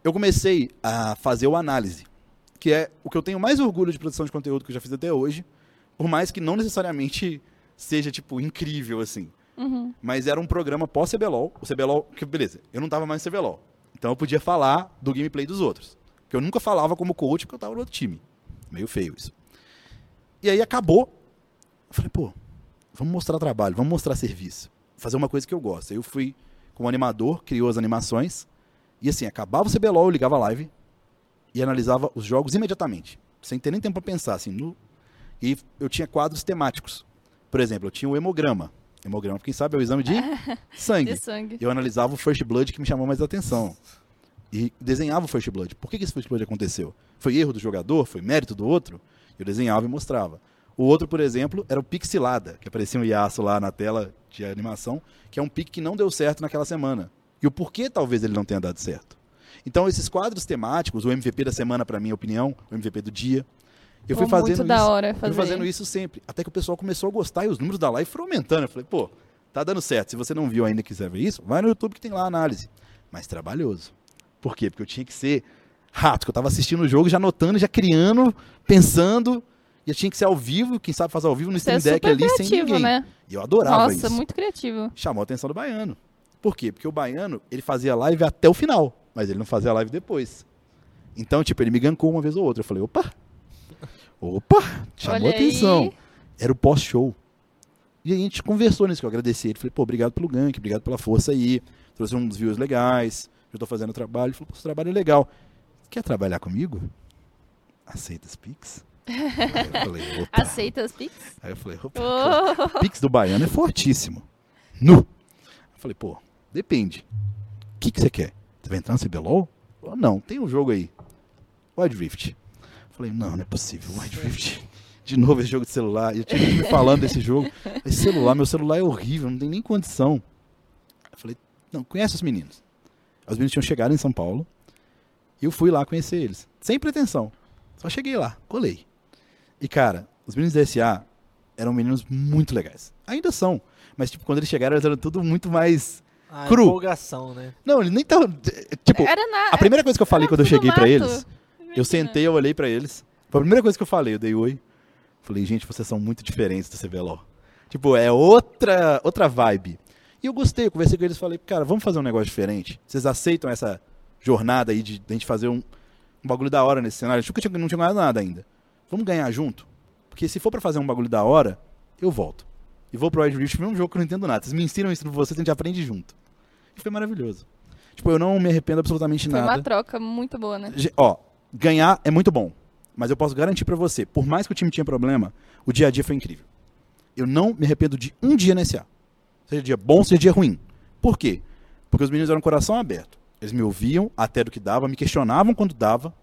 Eu comecei a fazer o análise, que é o que eu tenho mais orgulho de produção de conteúdo que eu já fiz até hoje, por mais que não necessariamente seja, tipo, incrível, assim. Uhum. Mas era um programa pós-CBLOL. O CBLOL, que beleza, eu não tava mais no CBLOL. Então eu podia falar do gameplay dos outros. Porque eu nunca falava como coach porque eu tava no outro time. Meio feio isso. E aí acabou. Eu falei, pô, vamos mostrar trabalho, vamos mostrar serviço. Fazer uma coisa que eu gosto. Aí eu fui com o animador, criou as animações. E assim, acabava o CBLOL, eu ligava a live e analisava os jogos imediatamente. Sem ter nem tempo pra pensar, assim. no- E eu tinha quadros temáticos. Por exemplo, eu tinha o hemograma. Hemograma, pra quem sabe, é o exame de sangue. De sangue. Eu analisava o First Blood que me chamou mais atenção. E desenhava o First Blood. Por que, que esse First Blood aconteceu? Foi erro do jogador? Foi mérito do outro? Eu desenhava e mostrava. O outro, por exemplo, era o Pixelada, que aparecia um Yasuo lá na tela de animação, que é um pique que não deu certo naquela semana. E o porquê talvez ele não tenha dado certo. Então, esses quadros temáticos, o MVP da semana, pra minha opinião, o MVP do dia, eu fui Pô, fazendo muito isso. da hora Eu fazer. fui fazendo isso sempre. Até que o pessoal começou a gostar e os números da live foram aumentando. Eu falei, pô, tá dando certo. Se você não viu ainda e quiser ver isso, vai no YouTube que tem lá a análise. Mas trabalhoso. Por quê? Porque eu tinha que ser rápido, que eu tava assistindo o jogo, já anotando, já criando, pensando. E eu tinha que ser ao vivo, quem sabe fazer ao vivo no Você é Steam Deck super ali sem criativo, ninguém. né? E eu adorava Nossa, isso. muito criativo. Chamou a atenção do baiano. Por quê? Porque o baiano, ele fazia live até o final, mas ele não fazia live depois. Então, tipo, ele me gancou uma vez ou outra. Eu falei, opa! Opa! Chamou Olha atenção aí. era o pós-show. E aí a gente conversou nisso, que eu agradeci ele. Falei, pô, obrigado pelo gank, obrigado pela força aí. Trouxe uns views legais, eu tô fazendo trabalho. Ele falou, pô, esse trabalho é legal. Quer trabalhar comigo? Aceita as Pix? aí eu falei, opa. Aceita as pics? Aí eu falei, opa. Oh, Pix do baiano é fortíssimo. Nu. Eu falei, pô, depende. O que, que você quer? Você vai entrar no CBLOL? Falou, não, tem um jogo aí. Wild Rift. Eu falei, não, não é possível. Wild Rift. De novo esse jogo de celular. E Eu tinha gente me falando desse jogo. Esse celular, meu celular é horrível, não tem nem condição. Eu falei, não, conhece os meninos. Os meninos tinham chegado em São Paulo. E eu fui lá conhecer eles. Sem pretensão. Só cheguei lá, colei. E, cara, os meninos da SA eram meninos muito legais. Ainda são. Mas, tipo, quando eles chegaram, eles eram tudo muito mais. Ah, Cru. empolgação, né? Não, eles nem estavam. Tipo, era na... a primeira coisa que eu falei era quando eu tudo cheguei pra mato. eles, eu Imagina. sentei, eu olhei pra eles. Foi a primeira coisa que eu falei, eu dei oi. Falei, gente, vocês são muito diferentes do CBLOL. Tipo, é outra, outra vibe. E eu gostei, eu conversei com eles falei, cara, vamos fazer um negócio diferente. Vocês aceitam essa jornada aí de, de a gente fazer um, um bagulho da hora nesse cenário? A gente nunca tinha, não tinha ganhado nada ainda. Vamos ganhar junto? Porque se for pra fazer um bagulho da hora, eu volto. E vou pro Wild Rift, mesmo jogo que eu não entendo nada. Vocês me ensinam isso pra vocês, a gente aprende junto. E foi maravilhoso. Tipo, eu não me arrependo absolutamente Foi nada. uma troca muito boa, né? Ge- Ó, ganhar é muito bom. Mas eu posso garantir pra você, por mais que o time tinha problema, o dia a dia foi incrível. Eu não me arrependo de um dia na SA. Seja dia bom, seja dia ruim. Por quê? Porque os meninos eram coração aberto. Eles me ouviam até do que dava, me questionavam quando dava.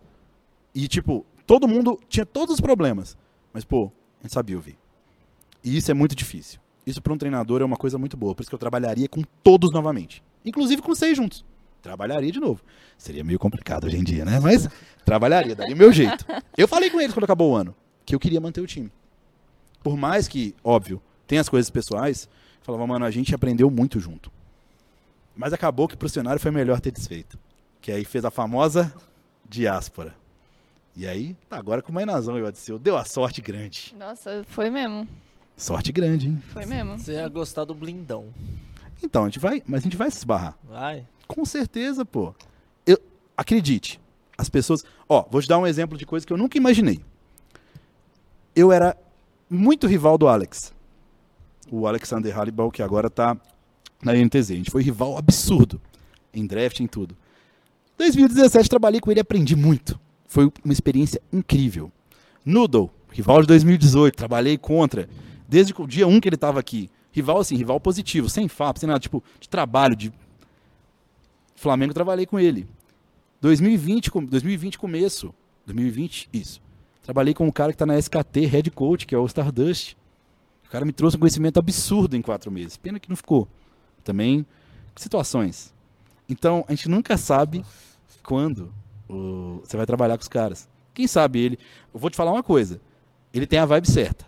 E, tipo, todo mundo tinha todos os problemas. Mas, pô, a gente sabia ouvir. E isso é muito difícil. Isso pra um treinador é uma coisa muito boa. Por isso que eu trabalharia com todos novamente. Inclusive com seis juntos. Trabalharia de novo. Seria meio complicado hoje em dia, né? Mas trabalharia, daria o meu jeito. Eu falei com eles quando acabou o ano que eu queria manter o time. Por mais que, óbvio, tem as coisas pessoais, eu falava, mano, a gente aprendeu muito junto. Mas acabou que pro cenário foi melhor ter desfeito. Que aí fez a famosa diáspora. E aí, tá agora com o Mainazão e o Adiceu. Deu a sorte grande. Nossa, foi mesmo. Sorte grande, hein? Foi mesmo. Você ia gostar do blindão. Então, a gente vai, mas a gente vai se esbarrar. Vai. Com certeza, pô. Eu, acredite, as pessoas. Ó, vou te dar um exemplo de coisa que eu nunca imaginei. Eu era muito rival do Alex. O Alexander Hallibal, que agora tá na NTZ. A gente foi rival absurdo. Em draft, em tudo. 2017, trabalhei com ele e aprendi muito. Foi uma experiência incrível. Noodle, rival de 2018, trabalhei contra. Desde o dia 1 que ele tava aqui. Rival, assim, rival positivo, sem FAP, sem nada, tipo, de trabalho, de Flamengo trabalhei com ele. 2020, com- 2020 começo. 2020, isso. Trabalhei com um cara que tá na SKT, Head Coach, que é o Stardust. O cara me trouxe um conhecimento absurdo em quatro meses. Pena que não ficou. Também, situações. Então, a gente nunca sabe quando o- você vai trabalhar com os caras. Quem sabe ele... Eu vou te falar uma coisa. Ele tem a vibe certa.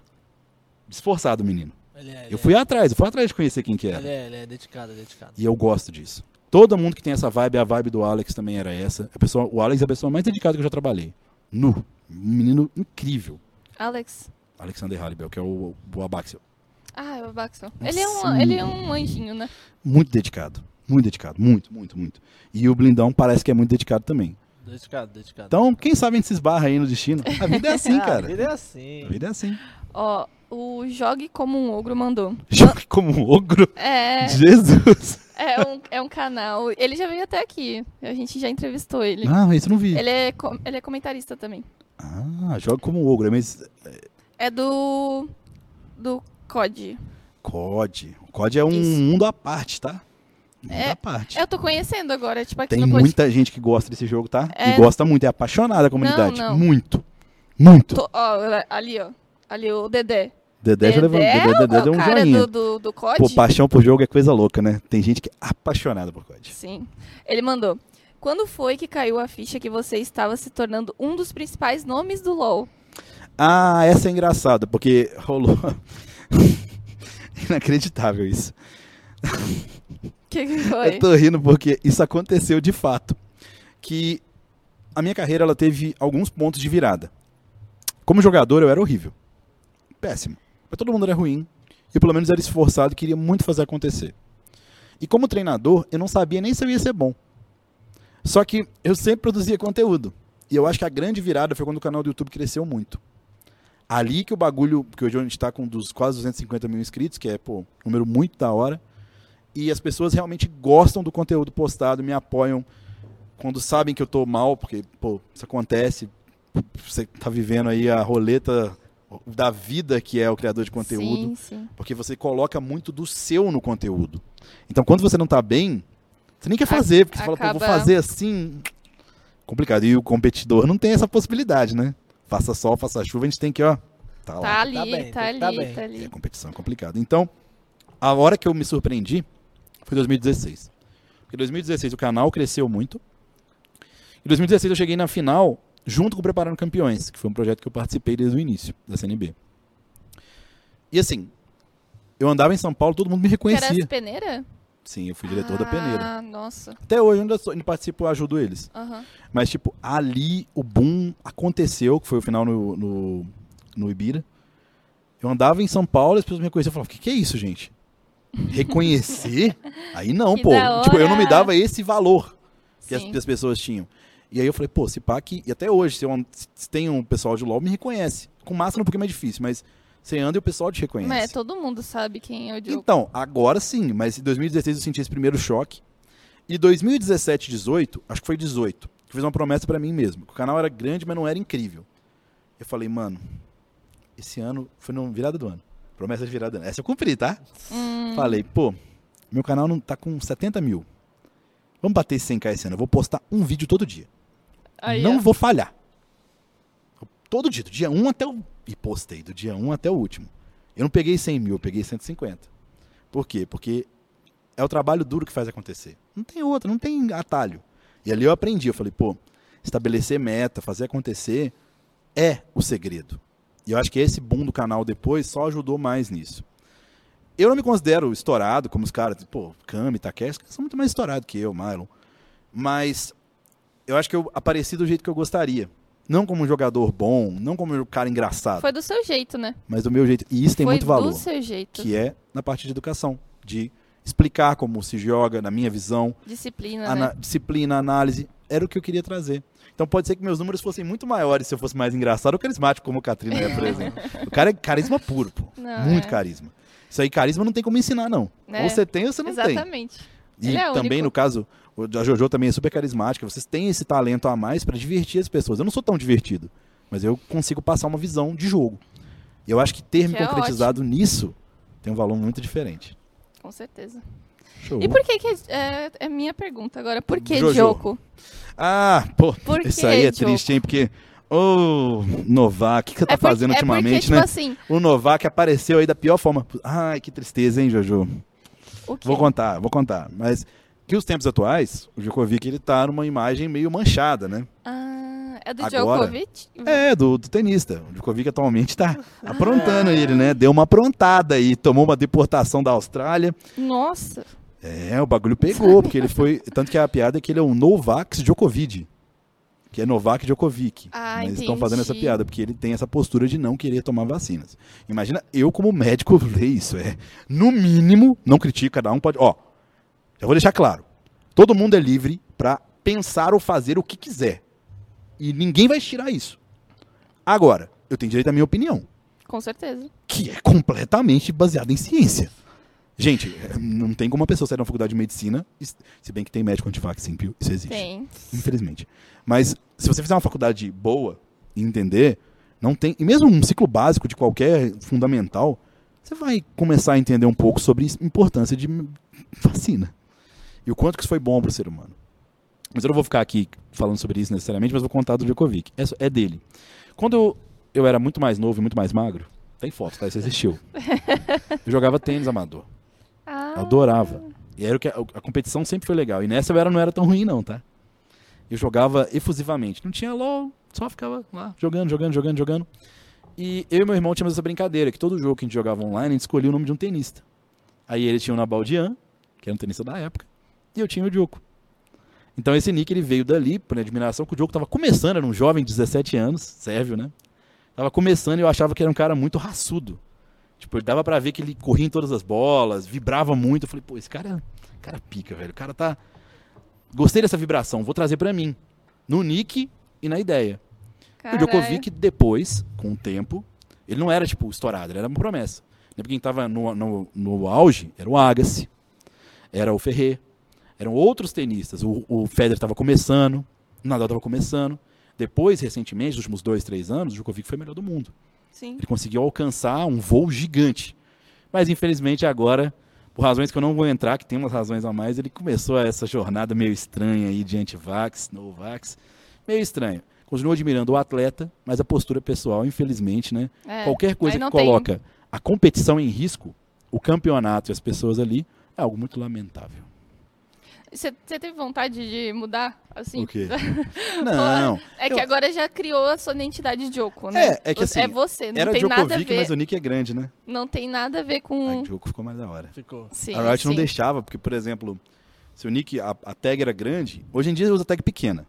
Esforçado, menino. Ele é, ele Eu fui atrás, eu fui atrás de conhecer quem que é, era. ele é, ele é dedicado, dedicado. E eu gosto disso. Todo mundo que tem essa vibe, a vibe do Alex também era essa. A pessoa, o Alex é a pessoa mais dedicada que eu já trabalhei. Nu. Um menino incrível. Alex. Alexander Hallibel, que é o, o Abaxel. Ah, é o Baxon. Ele é, um, Nossa, ele é um anjinho, né? Muito dedicado. Muito dedicado. Muito, muito, muito. E o Blindão parece que é muito dedicado também. Dedicado, dedicado. Então, quem sabe a gente se esbarra aí no destino. A vida é assim, Ah, cara. Ele é assim. A vida é assim. Ó, o Jogue Como um Ogro mandou. Joga como um ogro. É, Jesus. é, um, é um canal. Ele já veio até aqui. A gente já entrevistou ele. Ah, isso eu não vi. Ele é, co- ele é comentarista também. Ah, joga como um ogro. Mas É do. do COD. COD. O COD é um Isso. mundo à parte, tá? Mundo É- à parte. Eu tô conhecendo agora, tipo, aqui Tem no podcast. muita gente que gosta desse jogo, tá? É. E gosta muito, é apaixonada a comunidade. Não, não. Muito. Muito. Tô- ó, ali, ó. Ali o Dedé. Dedé já levantou. Dedé, Dedé é deu o um cara joinha. do, do, do COD? Pô, paixão por jogo é coisa louca, né? Tem gente que é apaixonada por COD. Sim. Ele mandou. Quando foi que caiu a ficha que você estava se tornando um dos principais nomes do LoL? Ah, essa é engraçada, porque rolou. Inacreditável isso. Que que foi? Eu tô rindo porque isso aconteceu de fato. Que a minha carreira ela teve alguns pontos de virada. Como jogador, eu era horrível. Péssimo. Mas todo mundo era ruim. Eu, pelo menos, era esforçado e queria muito fazer acontecer. E como treinador, eu não sabia nem se eu ia ser bom. Só que eu sempre produzia conteúdo. E eu acho que a grande virada foi quando o canal do YouTube cresceu muito. Ali que o bagulho, que hoje a gente tá com dos quase 250 mil inscritos, que é, pô, um número muito da hora e as pessoas realmente gostam do conteúdo postado, me apoiam quando sabem que eu tô mal, porque, pô, isso acontece, você tá vivendo aí a roleta da vida que é o criador de Sim, conteúdo sim. porque você coloca muito do seu no conteúdo. Então, quando você não tá bem, você nem quer fazer, porque você fala, pô, vou acaba- fazer assim. Complicado. E o competidor não tem essa possibilidade, né? Faça sol, faça chuva, a gente tem que, ó, tá lá. Tá ali, tá, Tá bem, ali, tá tá, bem. E ali. a competição é complicada. Então, a hora que eu me surpreendi foi 2016. Porque em 2016 o canal cresceu muito. Em 2016 eu cheguei na final junto com o Preparando Campeões, que foi um projeto que eu participei desde o início da CNB. E assim, eu andava em São Paulo, todo mundo me Que era reconhecia. as peneira? Sim, eu fui diretor da peneira. Ah, nossa. Até hoje eu ainda, sou, ainda participo, eu ajudo eles. Aham. Mas, tipo, ali o boom aconteceu, que foi o final no, no, no Ibira. Eu andava em São Paulo e as pessoas me reconheciam e falavam, o que, que é isso, gente? Reconhecer? aí não, Que pô. da Tipo, eu não me hora. dava esse valor que as, Sim. que as pessoas tinham. E aí eu falei, pô, se pá que... E até hoje, se, eu an- se- se tem um pessoal de LOL, me reconhece. Com massa é um pouquinho mais difícil, mas você anda e o pessoal te reconhece. Mas é todo mundo sabe quem é o Diogo. Então, agora sim, mas em 2016 eu senti esse primeiro choque. E 2017, 18, acho que foi 18, que eu fiz uma promessa pra mim mesmo. que O canal era grande, mas não era incrível. Eu falei, mano, esse ano foi na virada do ano. Promessa de virada do ano. Essa eu cumpri, tá? Hum, Falei, pô, meu canal não tá com 70 mil. Vamos bater esse 100k esse ano. Eu vou postar um vídeo todo dia. aí, não ó. vou falhar. Eu- Todo dia, do dia 1 até o. E postei, do dia 1 até o último. Eu não peguei 100 mil, eu peguei 150. Por quê? Porque é o trabalho duro que faz acontecer. Não tem outra, não tem atalho. E ali eu aprendi, eu falei, pô, estabelecer meta, fazer acontecer é o segredo. E eu acho que esse boom do canal depois só ajudou mais nisso. Eu não me considero estourado, como os caras, pô, Cami, Takeshi, são muito mais estourados que eu, Mylon. Mas eu acho que eu apareci do jeito que eu gostaria. Não como um jogador bom, não como um cara engraçado, Foi do seu jeito, né? mas do meu jeito. E isso tem Foi muito valor, do seu jeito. que é na parte de educação, de explicar como se joga, na minha visão, Disciplina, ana- né? disciplina, análise, era o que eu queria trazer. Então pode ser que meus números fossem muito maiores se eu fosse mais engraçado ou carismático, como o Katrina é, por exemplo. O cara é carisma puro, pô. Não, muito é. carisma. Isso aí, carisma não tem como ensinar, não. É. Ou você tem ou você não tem. Exatamente. E Ele é também, único. no caso, o- a Jojo também é super carismática. Vocês têm esse talento a mais pra divertir as pessoas. Eu não sou tão divertido, mas eu consigo passar uma visão de jogo. E eu acho que ter me Que é concretizado nisso tem um valor muito diferente. Com certeza. Show. E por que que... É, é minha pergunta agora. Por que Jojo. Diogo? Ah, pô, Por isso que, aí é Diogo? triste, hein? Porque Ô, Novak, o que você tá por- fazendo é porque, ultimamente, tipo né? assim, O Novak apareceu aí da pior forma. Ai, que tristeza, hein, Jojo? o quê? Vou contar, vou contar. Mas que os tempos atuais, o Djokovic, ele tá numa imagem meio manchada, né? Ah, é do Agora? Djokovic? É, do, do tenista. O Djokovic atualmente tá Ah. aprontando ele, né? Deu uma aprontada aí, tomou uma deportação da Austrália. Nossa. É, o bagulho pegou, porque ele foi... Tanto que a piada é que ele é um Novak Djokovic. Que é Novak Djokovic. Ah, Mas estão fazendo essa entendi. piada, porque ele tem essa postura de não querer tomar vacinas. Imagina eu, como médico, ler isso. É, no mínimo, não critico, cada um pode. Ó, já vou deixar claro. Todo mundo é livre para pensar ou fazer o que quiser. E ninguém vai tirar isso. Agora, eu tenho direito à minha opinião, Com certeza. que é completamente baseada em ciência. Gente, é, não tem como uma pessoa sair da faculdade de medicina, es- se bem que tem médico antivax, sim, viu? isso existe Tem. infelizmente. Mas se você fizer uma faculdade boa e entender, não tem, e mesmo um ciclo básico de qualquer fundamental, você vai começar a entender um pouco sobre a importância de vacina. E o quanto que isso foi bom para o ser humano. Mas eu não vou ficar aqui falando sobre isso necessariamente, mas vou contar do Djokovic. É, só- é dele. Quando eu, eu era muito mais novo e muito mais magro, tem foto, tá? Isso existiu. Eu jogava tênis amador. Ah, Eu adorava. E era o que a, a competição sempre foi legal. E nessa eu era, não era tão ruim, não, tá? Eu jogava efusivamente. Não tinha LOL, só ficava lá jogando, jogando, jogando, jogando. E eu e meu irmão tínhamos essa brincadeira, que todo jogo que a gente jogava online, a gente escolhia o nome de um tenista. Aí ele tinha o Nabaldian, que era um tenista da época, e eu tinha o Diogo. Então esse nick ele veio dali, por admiração, que o Diogo tava começando, era um jovem de 17 anos, sérvio, né? Tava começando e eu achava que era um cara muito raçudo. Tipo, dava pra ver que ele corria em todas as bolas, vibrava muito. Eu falei, pô, esse cara, é, cara pica, velho. O cara tá. Gostei dessa vibração, vou trazer pra mim. No nick e na ideia. caralho. O Djokovic depois, com o tempo, ele não era tipo estourado, ele era uma promessa. Lembra quem tava no, no, no auge? Era o Agassi, era o Ferrer, eram outros tenistas. O, o Federer estava começando, o Nadal estava começando. Depois, recentemente, nos últimos dois, três anos, o Djokovic foi o melhor do mundo. Sim. Ele conseguiu alcançar um voo gigante. Mas infelizmente agora, por razões que eu não vou entrar, que tem umas razões a mais, ele começou essa jornada meio estranha aí de anti-vax, no-vax. Meio estranho. Continua admirando o atleta, mas a postura pessoal, infelizmente, né? É. Qualquer coisa Aí que não tem- coloca a competição em risco, o campeonato e as pessoas ali, é algo muito lamentável. Você você teve vontade de mudar? Assim? Não. É que Eu- agora já criou a sua identidade de Joko, né? É, é que Você- assim, É você, não Era tem nada a Djokovic, ver. Hum. mas o Nick é grande, né? Não tem nada a ver Aí o com. Djokovic ficou mais da hora. Ficou. Sim, a Riot não sim. deixava, porque, por exemplo, se o nick, a, a tag era grande, hoje em dia usa tag pequena.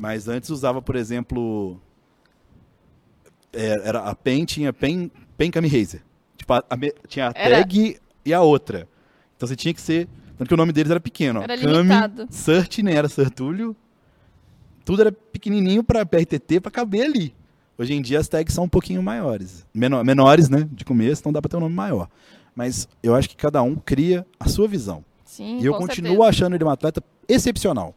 Mas antes usava, por exemplo, é, era a PEN tinha PEN, PEN Kami Razer. Tipo, a- a me- tinha a Era- tag e a outra. Então você tinha que ser... Tanto que o nome deles era pequeno. ó. Era Kami, limitado. Search, nem era Sertúlio. Tudo era pequenininho pra PRTT, pra caber ali. Hoje em dia as tags são um pouquinho maiores. Menor- menores, né? De começo, então dá pra ter um nome maior. Mas eu acho que cada um cria a sua visão. Sim, e eu Hum, com continuo certeza. achando ele um atleta excepcional.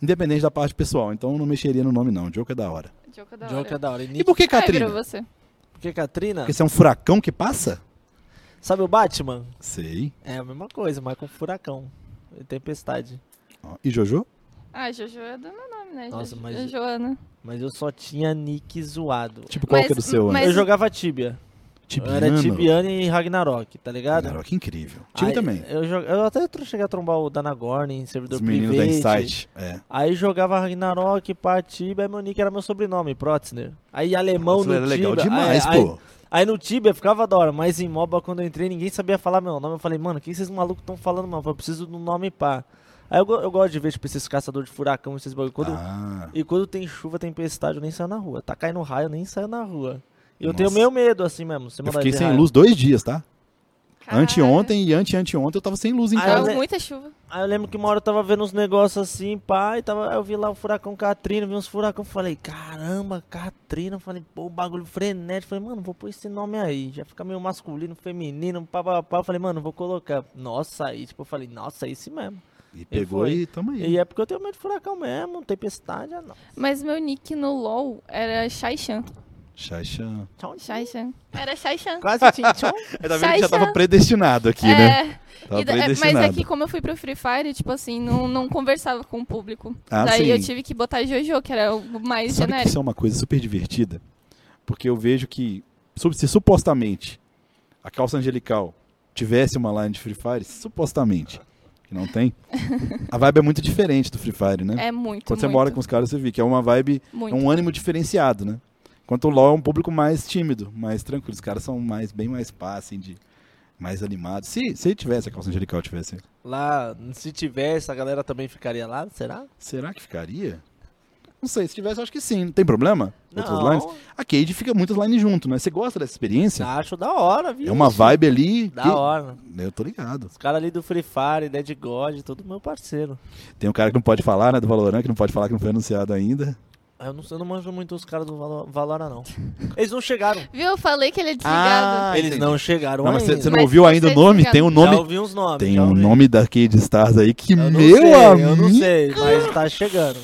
Independente da parte pessoal. Então eu não mexeria no nome, não. Diogo é da hora. Joko é da hora. Jogo é da hora. E E Nick, por que Ai, virou Katrina? você. porque Katrina, Porque você é um furacão que passa? sabe o Batman? Sei. É a mesma coisa, mas com furacão. E tempestade. Ó, E Jojo? Ah, Jojo é do meu nome, né? Nossa, Jo- mas- Joana. Mas eu só tinha Nick zoado. Tipo, qual Mas- que é do seu? mas- Ana? Eu jogava Tibia. Eu Era Tibiane e Ragnarok, tá ligado? Cara, que incrível. Tive Aí, também. Eu, jo- eu até tro- cheguei a trombar o Danagorn em servidor Os meninos da private. Insight. É. Aí jogava Ragnarok, Partiba, aí meu nick era meu sobrenome, Protzner. Aí alemão Nossa, no era é legal Tibia, demais, aí, pô. Aí, aí no Tibia ficava da hora, mas em MOBA quando eu entrei ninguém sabia falar meu nome. Eu falei, mano, o que vocês malucos estão falando, mano? Eu preciso de um nome pá. Aí eu, go- eu gosto de ver, tipo, esses caçadores de furacão, esses bagulho. Quando- Ah, E quando tem chuva, tempestade, eu nem saio na rua. Tá caindo raio, eu nem saio na rua. E Eu Nossa. tenho meio medo, assim mesmo. Você eu mandar fiquei ver sem raio. luz dois dias, tá? Caralho. Anteontem e ante-anteontem eu tava sem luz em Ah, casa. Tava mas é- muita chuva. Aí eu lembro que uma hora eu tava vendo uns negócios assim, pá, e tava, aí eu vi lá o furacão Katrina, vi uns furacão, falei, caramba, Katrina, falei, pô, bagulho frenético, falei, mano, vou pôr esse nome aí, já fica meio masculino, feminino, pá, pá, pá, falei, mano, vou colocar, nossa, aí, tipo, eu falei, nossa, é esse mesmo. E E pegou foi. e tamo aí. E é porque eu tenho medo de furacão mesmo, tempestade, ah, não. Mas meu nick no LOL era Shaishan. Xaixã. Xaixan. Era Xaixan. Quase tchim-tchum. É, tá vendo que já Xaixã. tava predestinado aqui, né? É, Tava e da- é, mas predestinado. é que como eu fui pro Free Fire, tipo assim, não, não conversava com o público. Ah, Daí sim. eu tive que botar Jojo, que era o mais Sabe que genérico. isso é uma coisa super divertida? Porque eu vejo que, su- se supostamente a calça angelical tivesse uma line de Free Fire, supostamente, que não tem, a vibe é muito diferente do Free Fire, né? É muito, Quando muito, você mora com os caras, você vê que é uma vibe, é muito. um ânimo diferenciado, né? Enquanto o LoL é um público mais tímido, mais tranquilo. Os caras são mais, bem mais pá, assim, de, mais animados. Se, se tivesse a calça angelical, tivesse. Lá, se tivesse, a galera também ficaria lá, será? Será que ficaria? Não sei, se tivesse, eu acho que sim. Não tem problema? Outras Não. lines? A Cade fica muitas lines junto, né? Você gosta dessa experiência? Acho Tá, da hora, viu? Tá. É uma vibe ali. Ah, Da que- hora. Eu tô ligado. Os caras ali do Free Fire, Dead God, todo meu parceiro. Tem um cara que não pode falar, né? Do Valorant, que não pode falar que não foi anunciado ainda. Ah, Eu não, eu não manjo muito os caras do Valo- Valora, não. Eles não chegaram. Viu? Eu falei que ele é desligado. Ah, Eles entendi. não chegaram Não, mas ainda. você não Mas ouviu ainda o vocês nome? ficaram- Tem o Já nome. ouvi uns nomes. Tem já o ouvi. nome da Cade Stars aí que, Eu meu não sei, Eu não amigo. sei, mas tá chegando.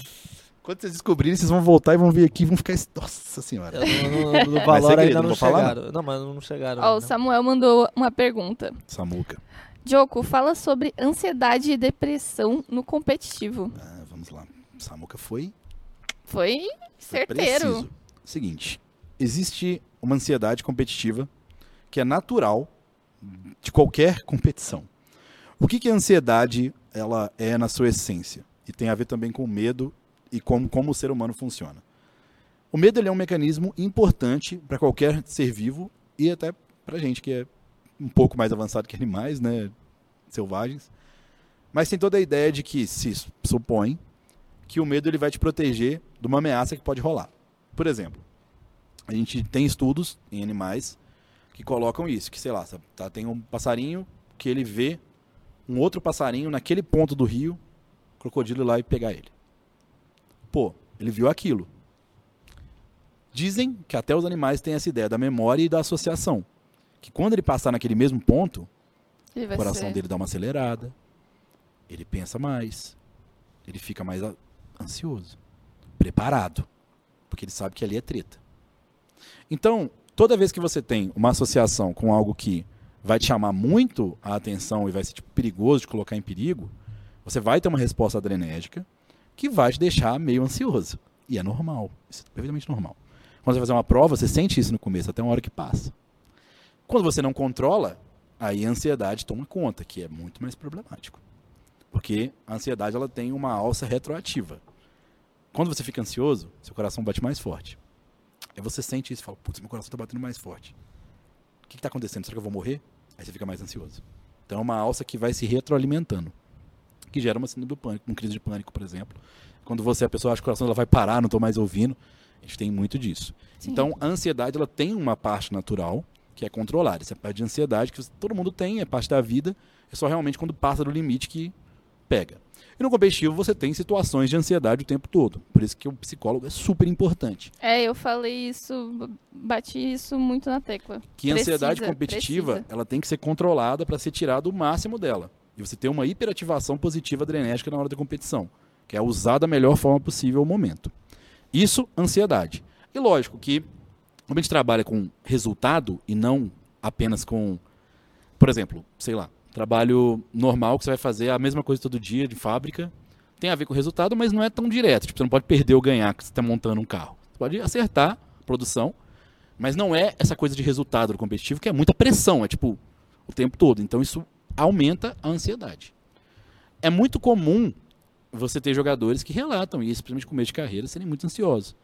Quando vocês descobrirem, vocês vão voltar e vão vir aqui e vão ficar. es- Nossa É. senhora. Eu não- não- Do Valora é segredo, ainda não não vou falar, chegaram. Não, mas não chegaram. Ó, o ainda. Samuel mandou uma pergunta. Samuca. Joko, fala sobre ansiedade e depressão no competitivo. Ah, vamos lá. Samuca foi Foi certeiro. Preciso. Seguinte, existe uma ansiedade competitiva que é natural de qualquer competição. O que, que a ansiedade ela é na sua essência? E tem a ver também com o medo e com, como o ser humano funciona. O medo ele é um mecanismo importante para qualquer ser vivo e até para gente que é um pouco mais avançado que animais, né, selvagens. Mas tem toda a ideia de que se supõe que o medo ele vai te proteger de uma ameaça que pode rolar. Por exemplo, a gente tem estudos em animais que colocam isso, que sei lá, sabe, tá, tem um passarinho que ele vê um outro passarinho naquele ponto do rio, o crocodilo ir lá e pegar ele. Pô, ele viu aquilo. Dizem que até os animais têm essa ideia da memória e da associação, que quando ele passar naquele mesmo ponto, Ele o vai coração ser- dele dá uma acelerada, ele pensa mais, ele fica mais a- ansioso, preparado, porque ele sabe que ali é treta. Então, toda vez que você tem uma associação com algo que vai te chamar muito a atenção e vai ser tipo, perigoso de colocar em perigo, você vai ter uma resposta adrenérgica que vai te deixar meio ansioso. E é normal, isso é perfeitamente normal. Quando você vai fazer uma prova, você sente isso no começo, até uma hora que passa. Quando você não controla, aí a ansiedade toma conta, que é muito mais problemático. Porque a ansiedade ela tem uma alça retroativa. Quando você fica ansioso, seu coração bate mais forte. Aí você sente isso e fala, putz, meu coração tá batendo mais forte. O que, que tá acontecendo? Será que eu vou morrer? Aí você fica mais ansioso. Então é uma alça que vai se retroalimentando. Que gera uma síndrome do pânico, uma crise de pânico, por exemplo. Quando você, a pessoa acha que o coração ela vai parar, não tô mais ouvindo. A gente tem muito disso. Sim. Então a ansiedade ela tem uma parte natural que é controlada. Essa parte de ansiedade que você- todo mundo tem, é parte da vida. É só realmente quando passa do limite que pega. E no competitivo você tem situações de ansiedade o tempo todo. Por isso que o psicólogo é super importante. É, eu falei isso, b- bati isso muito na tecla. Que a ansiedade Precisa, competitiva precisa. ela tem que ser controlada para ser tirado o máximo dela. E você ter uma hiperativação positiva adrenérgica na hora da competição, que é usar da melhor forma possível o momento. Isso, ansiedade. E lógico que, como a gente trabalha com resultado e não apenas com, por exemplo, sei lá, trabalho normal que você vai fazer a mesma coisa todo dia de fábrica, tem a ver com resultado, mas não é tão direto. Tipo, você não pode perder ou ganhar que você está montando um carro. Você pode acertar a produção, mas não é essa coisa de resultado do competitivo, que é muita pressão, é tipo, o tempo todo. Então isso aumenta a ansiedade. É muito comum você ter jogadores que relatam isso, principalmente com começo de carreira, serem muito ansiosos.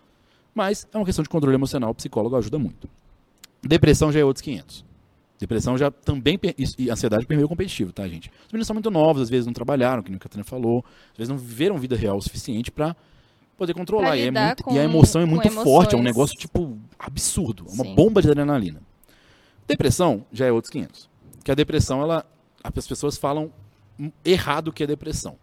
Mas é uma questão de controle emocional, o psicólogo ajuda muito. Depressão já é outros 500. Depressão já também. per- isso- E ansiedade permeia o competitivo, tá, gente? Os meninos são muito novos, às vezes não trabalharam, que nem o Catarina falou, às vezes não viveram vida real o suficiente para poder controlar. Pra e, é lidar muito- com- e a emoção é com muito forte, é um emoções. negócio, tipo, absurdo. É uma Sim. bomba de adrenalina. Depressão já é outros 500. Que a depressão, ela. As pessoas falam errado o que é depressão.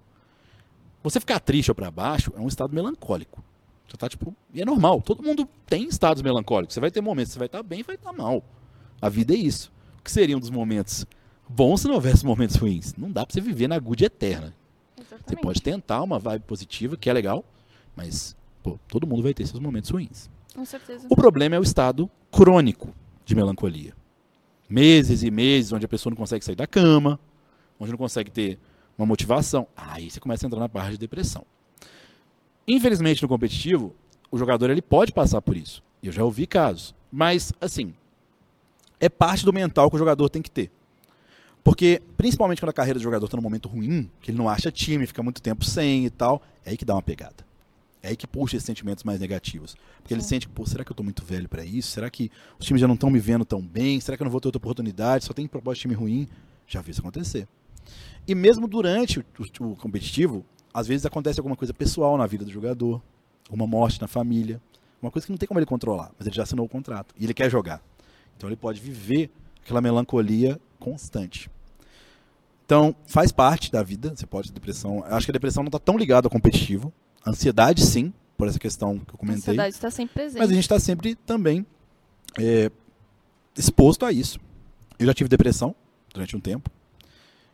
Você ficar triste ou pra baixo é um estado melancólico. Você tá tipo, e é normal, todo mundo tem estados melancólicos. Você vai ter momentos, que você vai estar bem e vai estar mal. A vida é isso. O que seria um dos momentos bons se não houvesse momentos ruins? Não dá pra você viver na good eterna. Você Exatamente. pode tentar uma vibe positiva, que é legal, mas pô, todo mundo vai ter seus momentos ruins. Com certeza. O problema é o estado crônico de melancolia. Meses e meses onde a pessoa não consegue sair da cama, onde não consegue ter uma motivação. Aí você começa a entrar na parte de depressão. Infelizmente, no competitivo, o jogador ele pode passar por isso. Eu já ouvi casos. Mas, assim, é parte do mental que o jogador tem que ter. Porque, principalmente quando a carreira do jogador está num momento ruim, que ele não acha time, fica muito tempo sem e tal, é aí que dá uma pegada. É aí que puxa esses sentimentos mais negativos. Porque ele sente, pô, será que eu tô muito velho para isso? Será que os times já não estão me vendo tão bem? Será que eu não vou ter outra oportunidade? Só tem proposta de time ruim? Já vi isso acontecer. E mesmo durante o, o- o competitivo, às vezes acontece alguma coisa pessoal na vida do jogador, uma morte na família, uma coisa que não tem como ele controlar, mas ele já assinou o contrato e ele quer jogar. Então ele pode viver aquela melancolia constante. Então, faz parte da vida, você pode ter depressão. Eu acho que a depressão não está tão ligada ao competitivo. A ansiedade, sim, por essa questão que eu A comentei. ansiedade está sempre presente. Mas a gente está sempre também é, exposto a isso. Eu já tive depressão durante um tempo.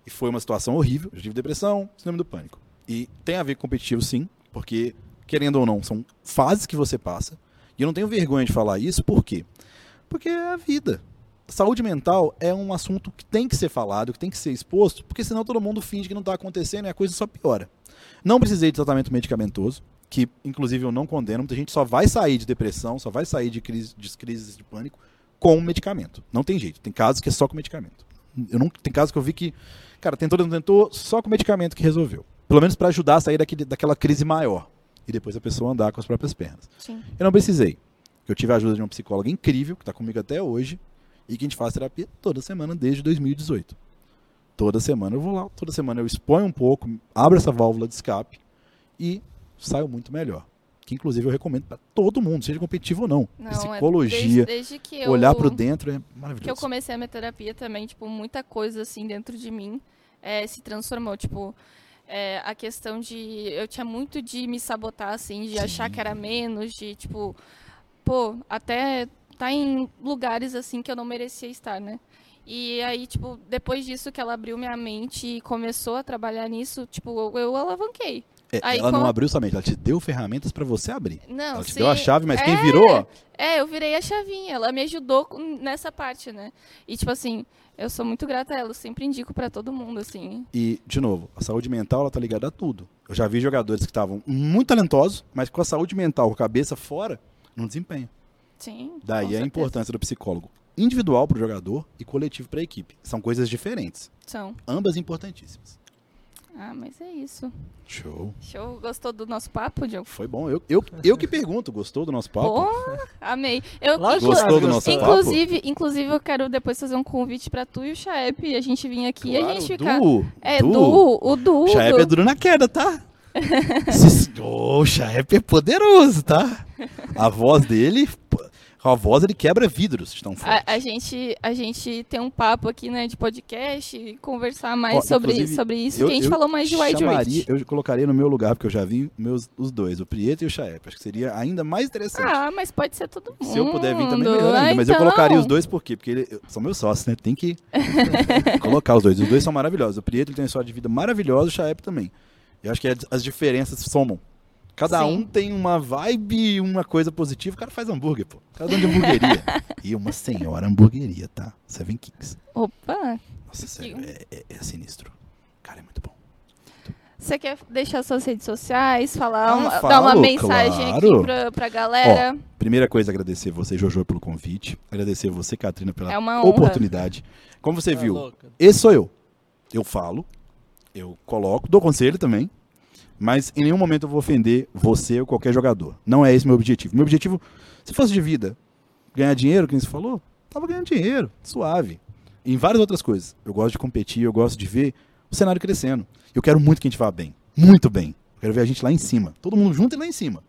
E foi uma situação horrível. Eu já tive depressão, síndrome do pânico. E tem a ver com competitivo, sim, porque, querendo ou não, são fases que você passa. E eu não tenho vergonha de falar isso, por quê? Porque é a vida. Saúde mental é um assunto que tem que ser falado, que tem que ser exposto, porque senão todo mundo finge que não está acontecendo e a coisa só piora. Não precisei de tratamento medicamentoso que inclusive eu não condeno, muita gente só vai sair de depressão, só vai sair de, crise, de crises de pânico com medicamento. Não tem jeito. Tem casos que é só com medicamento. Eu não, tem casos que eu vi que, cara, tentou, não tentou, só com medicamento que resolveu. Pelo menos para ajudar a sair daquele, daquela crise maior. E depois a pessoa andar com as próprias pernas. Sim. Eu não precisei. Eu tive a ajuda de uma psicóloga incrível, que está comigo até hoje, e que a gente faz terapia toda semana desde 2018. Toda semana eu vou lá, toda semana eu exponho um pouco, abro essa válvula de escape e saio muito melhor. Que inclusive eu recomendo para todo mundo, seja competitivo ou não. Não, é desde, Psicologia, desde que eu, olhar para dentro é maravilhoso. que eu comecei a minha terapia também, tipo, muita coisa assim dentro de mim eh, se transformou, tipo, eh, a questão de eu tinha muito de me sabotar assim, de achar que era menos, de tipo, pô, até tá em lugares assim que eu não merecia estar, né? E aí, tipo, depois disso que ela abriu minha mente e começou a trabalhar nisso, tipo, eu, eu alavanquei. É, aí ela não quando- abriu somente, ela te deu ferramentas para você abrir. Não, ela te sim, deu a chave, mas quem é, virou, ó, É, eu virei a chavinha. Ela me ajudou com- nessa parte, né? E, tipo assim, eu sou muito grata a ela. Eu sempre indico pra todo mundo, assim. E, de novo, a saúde mental ela tá ligada a tudo. Eu já vi jogadores que estavam muito talentosos, mas com a saúde mental, com a cabeça fora, não desempenha. Sim. com Daí é a certeza. importância do psicólogo individual para o jogador e coletivo para a equipe. São coisas diferentes, São. ambas importantíssimas. Ah, mas é isso. Show. Show. Gostou do nosso papo, Diogo? Foi bom. Eu, eu, eu que pergunto, gostou do nosso papo? Porra, amei. Eu, Lógico, inclu- gostou do nosso papo? inclusive, inclusive, eu quero depois fazer um convite pra tu e o Chaep. E a gente vir aqui e a gente ficar... Du, É, Du, o Du. Chaep é duro na queda, tá? Esses- Ô, O Chaep é poderoso, tá? A voz dele, pô, com a voz ele quebra vidros de tão forte. A, a gente, a gente tem um papo aqui, né, de podcast, e conversar mais Ó, sobre, inclusive, sobre isso, eu- que a gente eu falou mais de Wide chamaria, Reach. Eu colocaria no meu lugar, porque eu já vi meus, os dois, o Prieto e o Chaep. Acho que seria ainda mais interessante. Ah, mas pode ser todo mundo. Se eu puder vir também, melhor ainda. Mas eu então. colocaria os dois por quê? Porque ele, eu- são meus sócios, né? Tem que colocar os dois. Os dois são maravilhosos. O Prieto ele tem uma história de vida maravilhosa, o Chaep também. Eu acho que as- as diferenças somam. Cada Sim. um tem uma vibe, uma coisa positiva. O cara faz hambúrguer, pô. O cara é dono de hamburgueria. e uma senhora hamburgueria, tá? Seven Kings. Opa! Nossa, sério, é, é- é sinistro. Cara, é muito bom. Você quer deixar suas redes sociais, falar, Ah, um- dar falo, uma mensagem claro. aqui pra, pra galera? Primeira coisa, agradecer você, Jojo, pelo convite. Agradecer você, Katrina, pela é uma honra. oportunidade. Como você Tá viu, louca. esse sou eu. Eu falo, eu coloco, dou conselho também, mas em nenhum momento eu vou ofender você ou qualquer jogador. Não é esse meu objetivo. Meu objetivo, se fosse de vida, ganhar dinheiro, quem você falou, tava ganhando dinheiro, suave. Em várias outras coisas. Eu gosto de competir, eu gosto de ver o cenário crescendo. Eu quero muito que a gente vá bem, muito bem. Eu quero ver a gente lá em cima, todo mundo junto e lá em cima.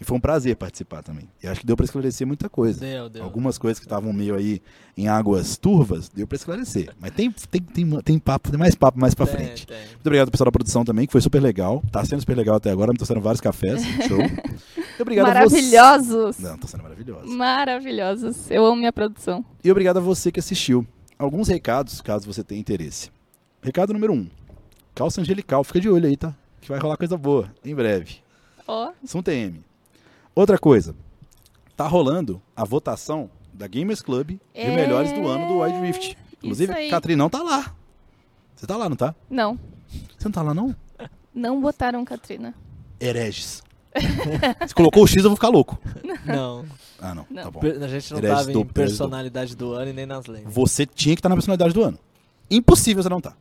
E foi um prazer participar também. E acho que deu para esclarecer muita coisa. Deu, deu. Algumas coisas que estavam meio aí em águas turvas, deu pra esclarecer. Mas tem, tem, tem, tem papo, tem mais papo mais pra Tem, frente. tem. Muito obrigado ao pessoal da produção também, que foi super legal. Tá sendo super legal até agora, me trouxeram vários cafés. Show. Muito obrigado a Maravilhosos! você. Não, tá sendo maravilhosa. Maravilhosos. Eu amo minha produção. E obrigado a você que assistiu. Alguns recados, caso você tenha interesse. Recado número um. Calça angelical, fica de olho aí, tá? Que vai rolar coisa boa em breve. Ó, São TM. Outra coisa. tá rolando a votação da Gamers Club de É. melhores do ano do Wild Rift. Isso Inclusive, aí. Catrinão tá lá. Você tá lá, não tá? Não, Você não tá lá, não? não botaram Katrina. Hereges. Se colocou o X, eu vou ficar louco. Não. Ah, não. Não. Tá bom. Per- A gente não Heréis tava em duplo, heréis personalidade do ano e nem nas lendas. Você tinha que estar na personalidade do ano. Impossível você não tá.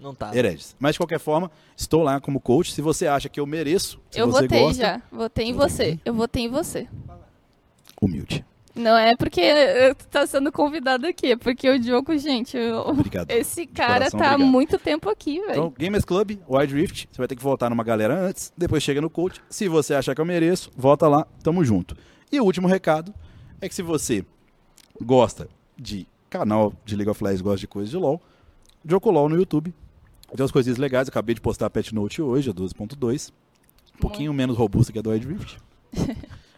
Não tava. Hereges. Mas, de qualquer forma, estou lá como coach. Se você acha que eu mereço, se eu você votei gosta, Uhum. já. Votei em você. Eu votei em você. humilde. Não é porque eu tá sendo convidado aqui, é porque o Diogo, gente, eu- Obrigado. esse cara coração, tá há obrigado. muito tempo aqui, velho. Então, Gamers Club, Wild Rift, você vai ter que votar numa galera antes, depois chega no coach. Se você achar que eu mereço, vota lá, tamo junto. E o último recado é que se você gosta de canal de League of Legends, gosta de coisa de LoL, Joco LoL no YouTube. Tem umas coisinhas legais, eu acabei de postar a Pet Note hoje, a 12.2. Um pouquinho menos robusta que a do Wild Rift.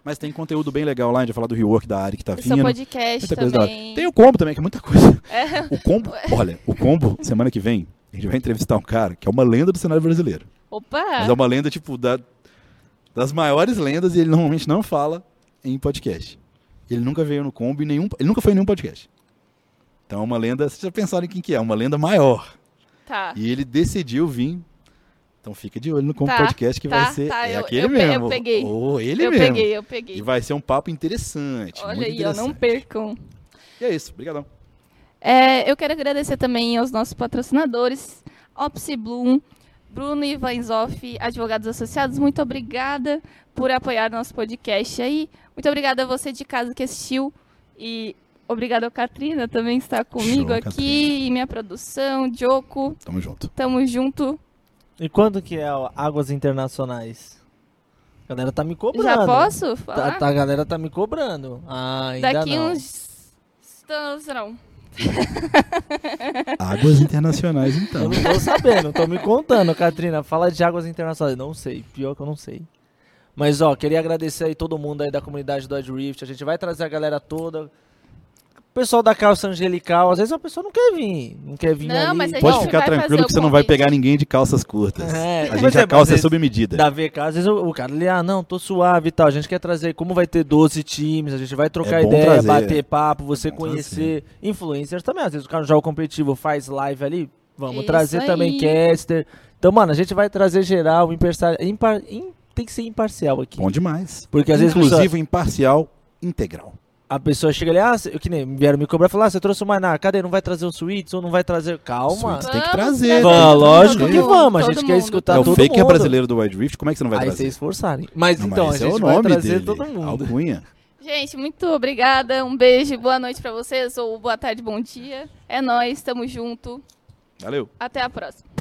Mas tem conteúdo bem legal lá, a gente vai falar do rework da área que tá é O seu vindo. podcast Muita coisa da hora. também. Tem o combo também, que é muita coisa. É. O combo, olha, o combo, semana que vem, a gente vai entrevistar um cara que é uma lenda do cenário brasileiro. Opa! Mas é uma lenda, tipo, da- das maiores lendas e ele normalmente não fala em podcast. Ele nunca veio no combo e nenhum. Ele nunca foi em nenhum podcast. Então é uma lenda. Vocês já pensaram em quem que é? Uma lenda maior. Tá. E ele decidiu vir. Então fica de olho no combo Tá, podcast que vai tá, ser. tá, é eu- aquele eu pe- eu mesmo. peguei. Ô, ele eu mesmo. peguei, eu E peguei. vai ser um papo interessante. Olha muito aí, ó, não interessante. percam. E é isso, obrigadão. É, eu quero agradecer também aos nossos patrocinadores, Opsi Bloom, Bruno e Vanzoff, advogados associados, muito obrigada por apoiar nosso podcast aí. Muito obrigada a você de casa que assistiu e obrigada ao Katrina também que está comigo Show, aqui, Katrina. e minha produção, Dioco, Tamo junto. tamo junto. E quanto que é ó, Águas Internacionais? A galera tá me cobrando. Já posso falar? Tá, tá- a galera tá me cobrando. Ah, ainda Daqui não. uns... Estamos, não. Águas internacionais, Eu então. não tô sabendo, tô me contando, Katrina. Fala de águas internacionais. Não sei, pior que eu não sei. Mas, ó, queria agradecer aí todo mundo aí da comunidade do Wild Rift. A gente vai trazer a galera toda. O pessoal da calça angelical, às vezes a pessoa não quer vir. Não quer vir Não, ali. mas é aí- Pode Não, ficar vai tranquilo fazer que o você não vai convite. pegar ninguém de calças curtas. É, a por gente, a exemplo, calça é às vezes- sob medida. Da VK, às vezes o, o cara ali, ah, não, tô suave e tal. A gente quer trazer, como vai ter 12 times, a gente vai trocar É bom ideia, trazer. bater papo, você bom conhecer influencers também. Às vezes o cara joga competitivo, faz live ali, vamos Isso trazer também aí. caster. Então, mano, a gente vai trazer geral, imparcial, impar, im- tem que ser imparcial aqui. Bom demais. Porque às vezes a Inclusive, pessoa- imparcial, integral. a pessoa chega ali, ah, cê- que nem vieram me cobrar, falar, ah, você trouxe o Mainá, cadê? Não vai trazer o Suítes ou não vai trazer? Calma. Suítes. tem que Vamos, trazer, né, tem que todo trazer. Lógico mundo, que vamos, a todo gente quer mundo. escutar é o Tá todo fake é mundo. brasileiro do Wild Rift, como é que você não vai Aí trazer? vocês forçarem. Mas Não, mas então, esse a é gente o vai nome trazer dele. todo mundo. Alcunha. Gente, muito obrigada. Um beijo, boa noite pra vocês, ou boa tarde, bom dia. É nóis, tamo junto. Valeu. Até a próxima.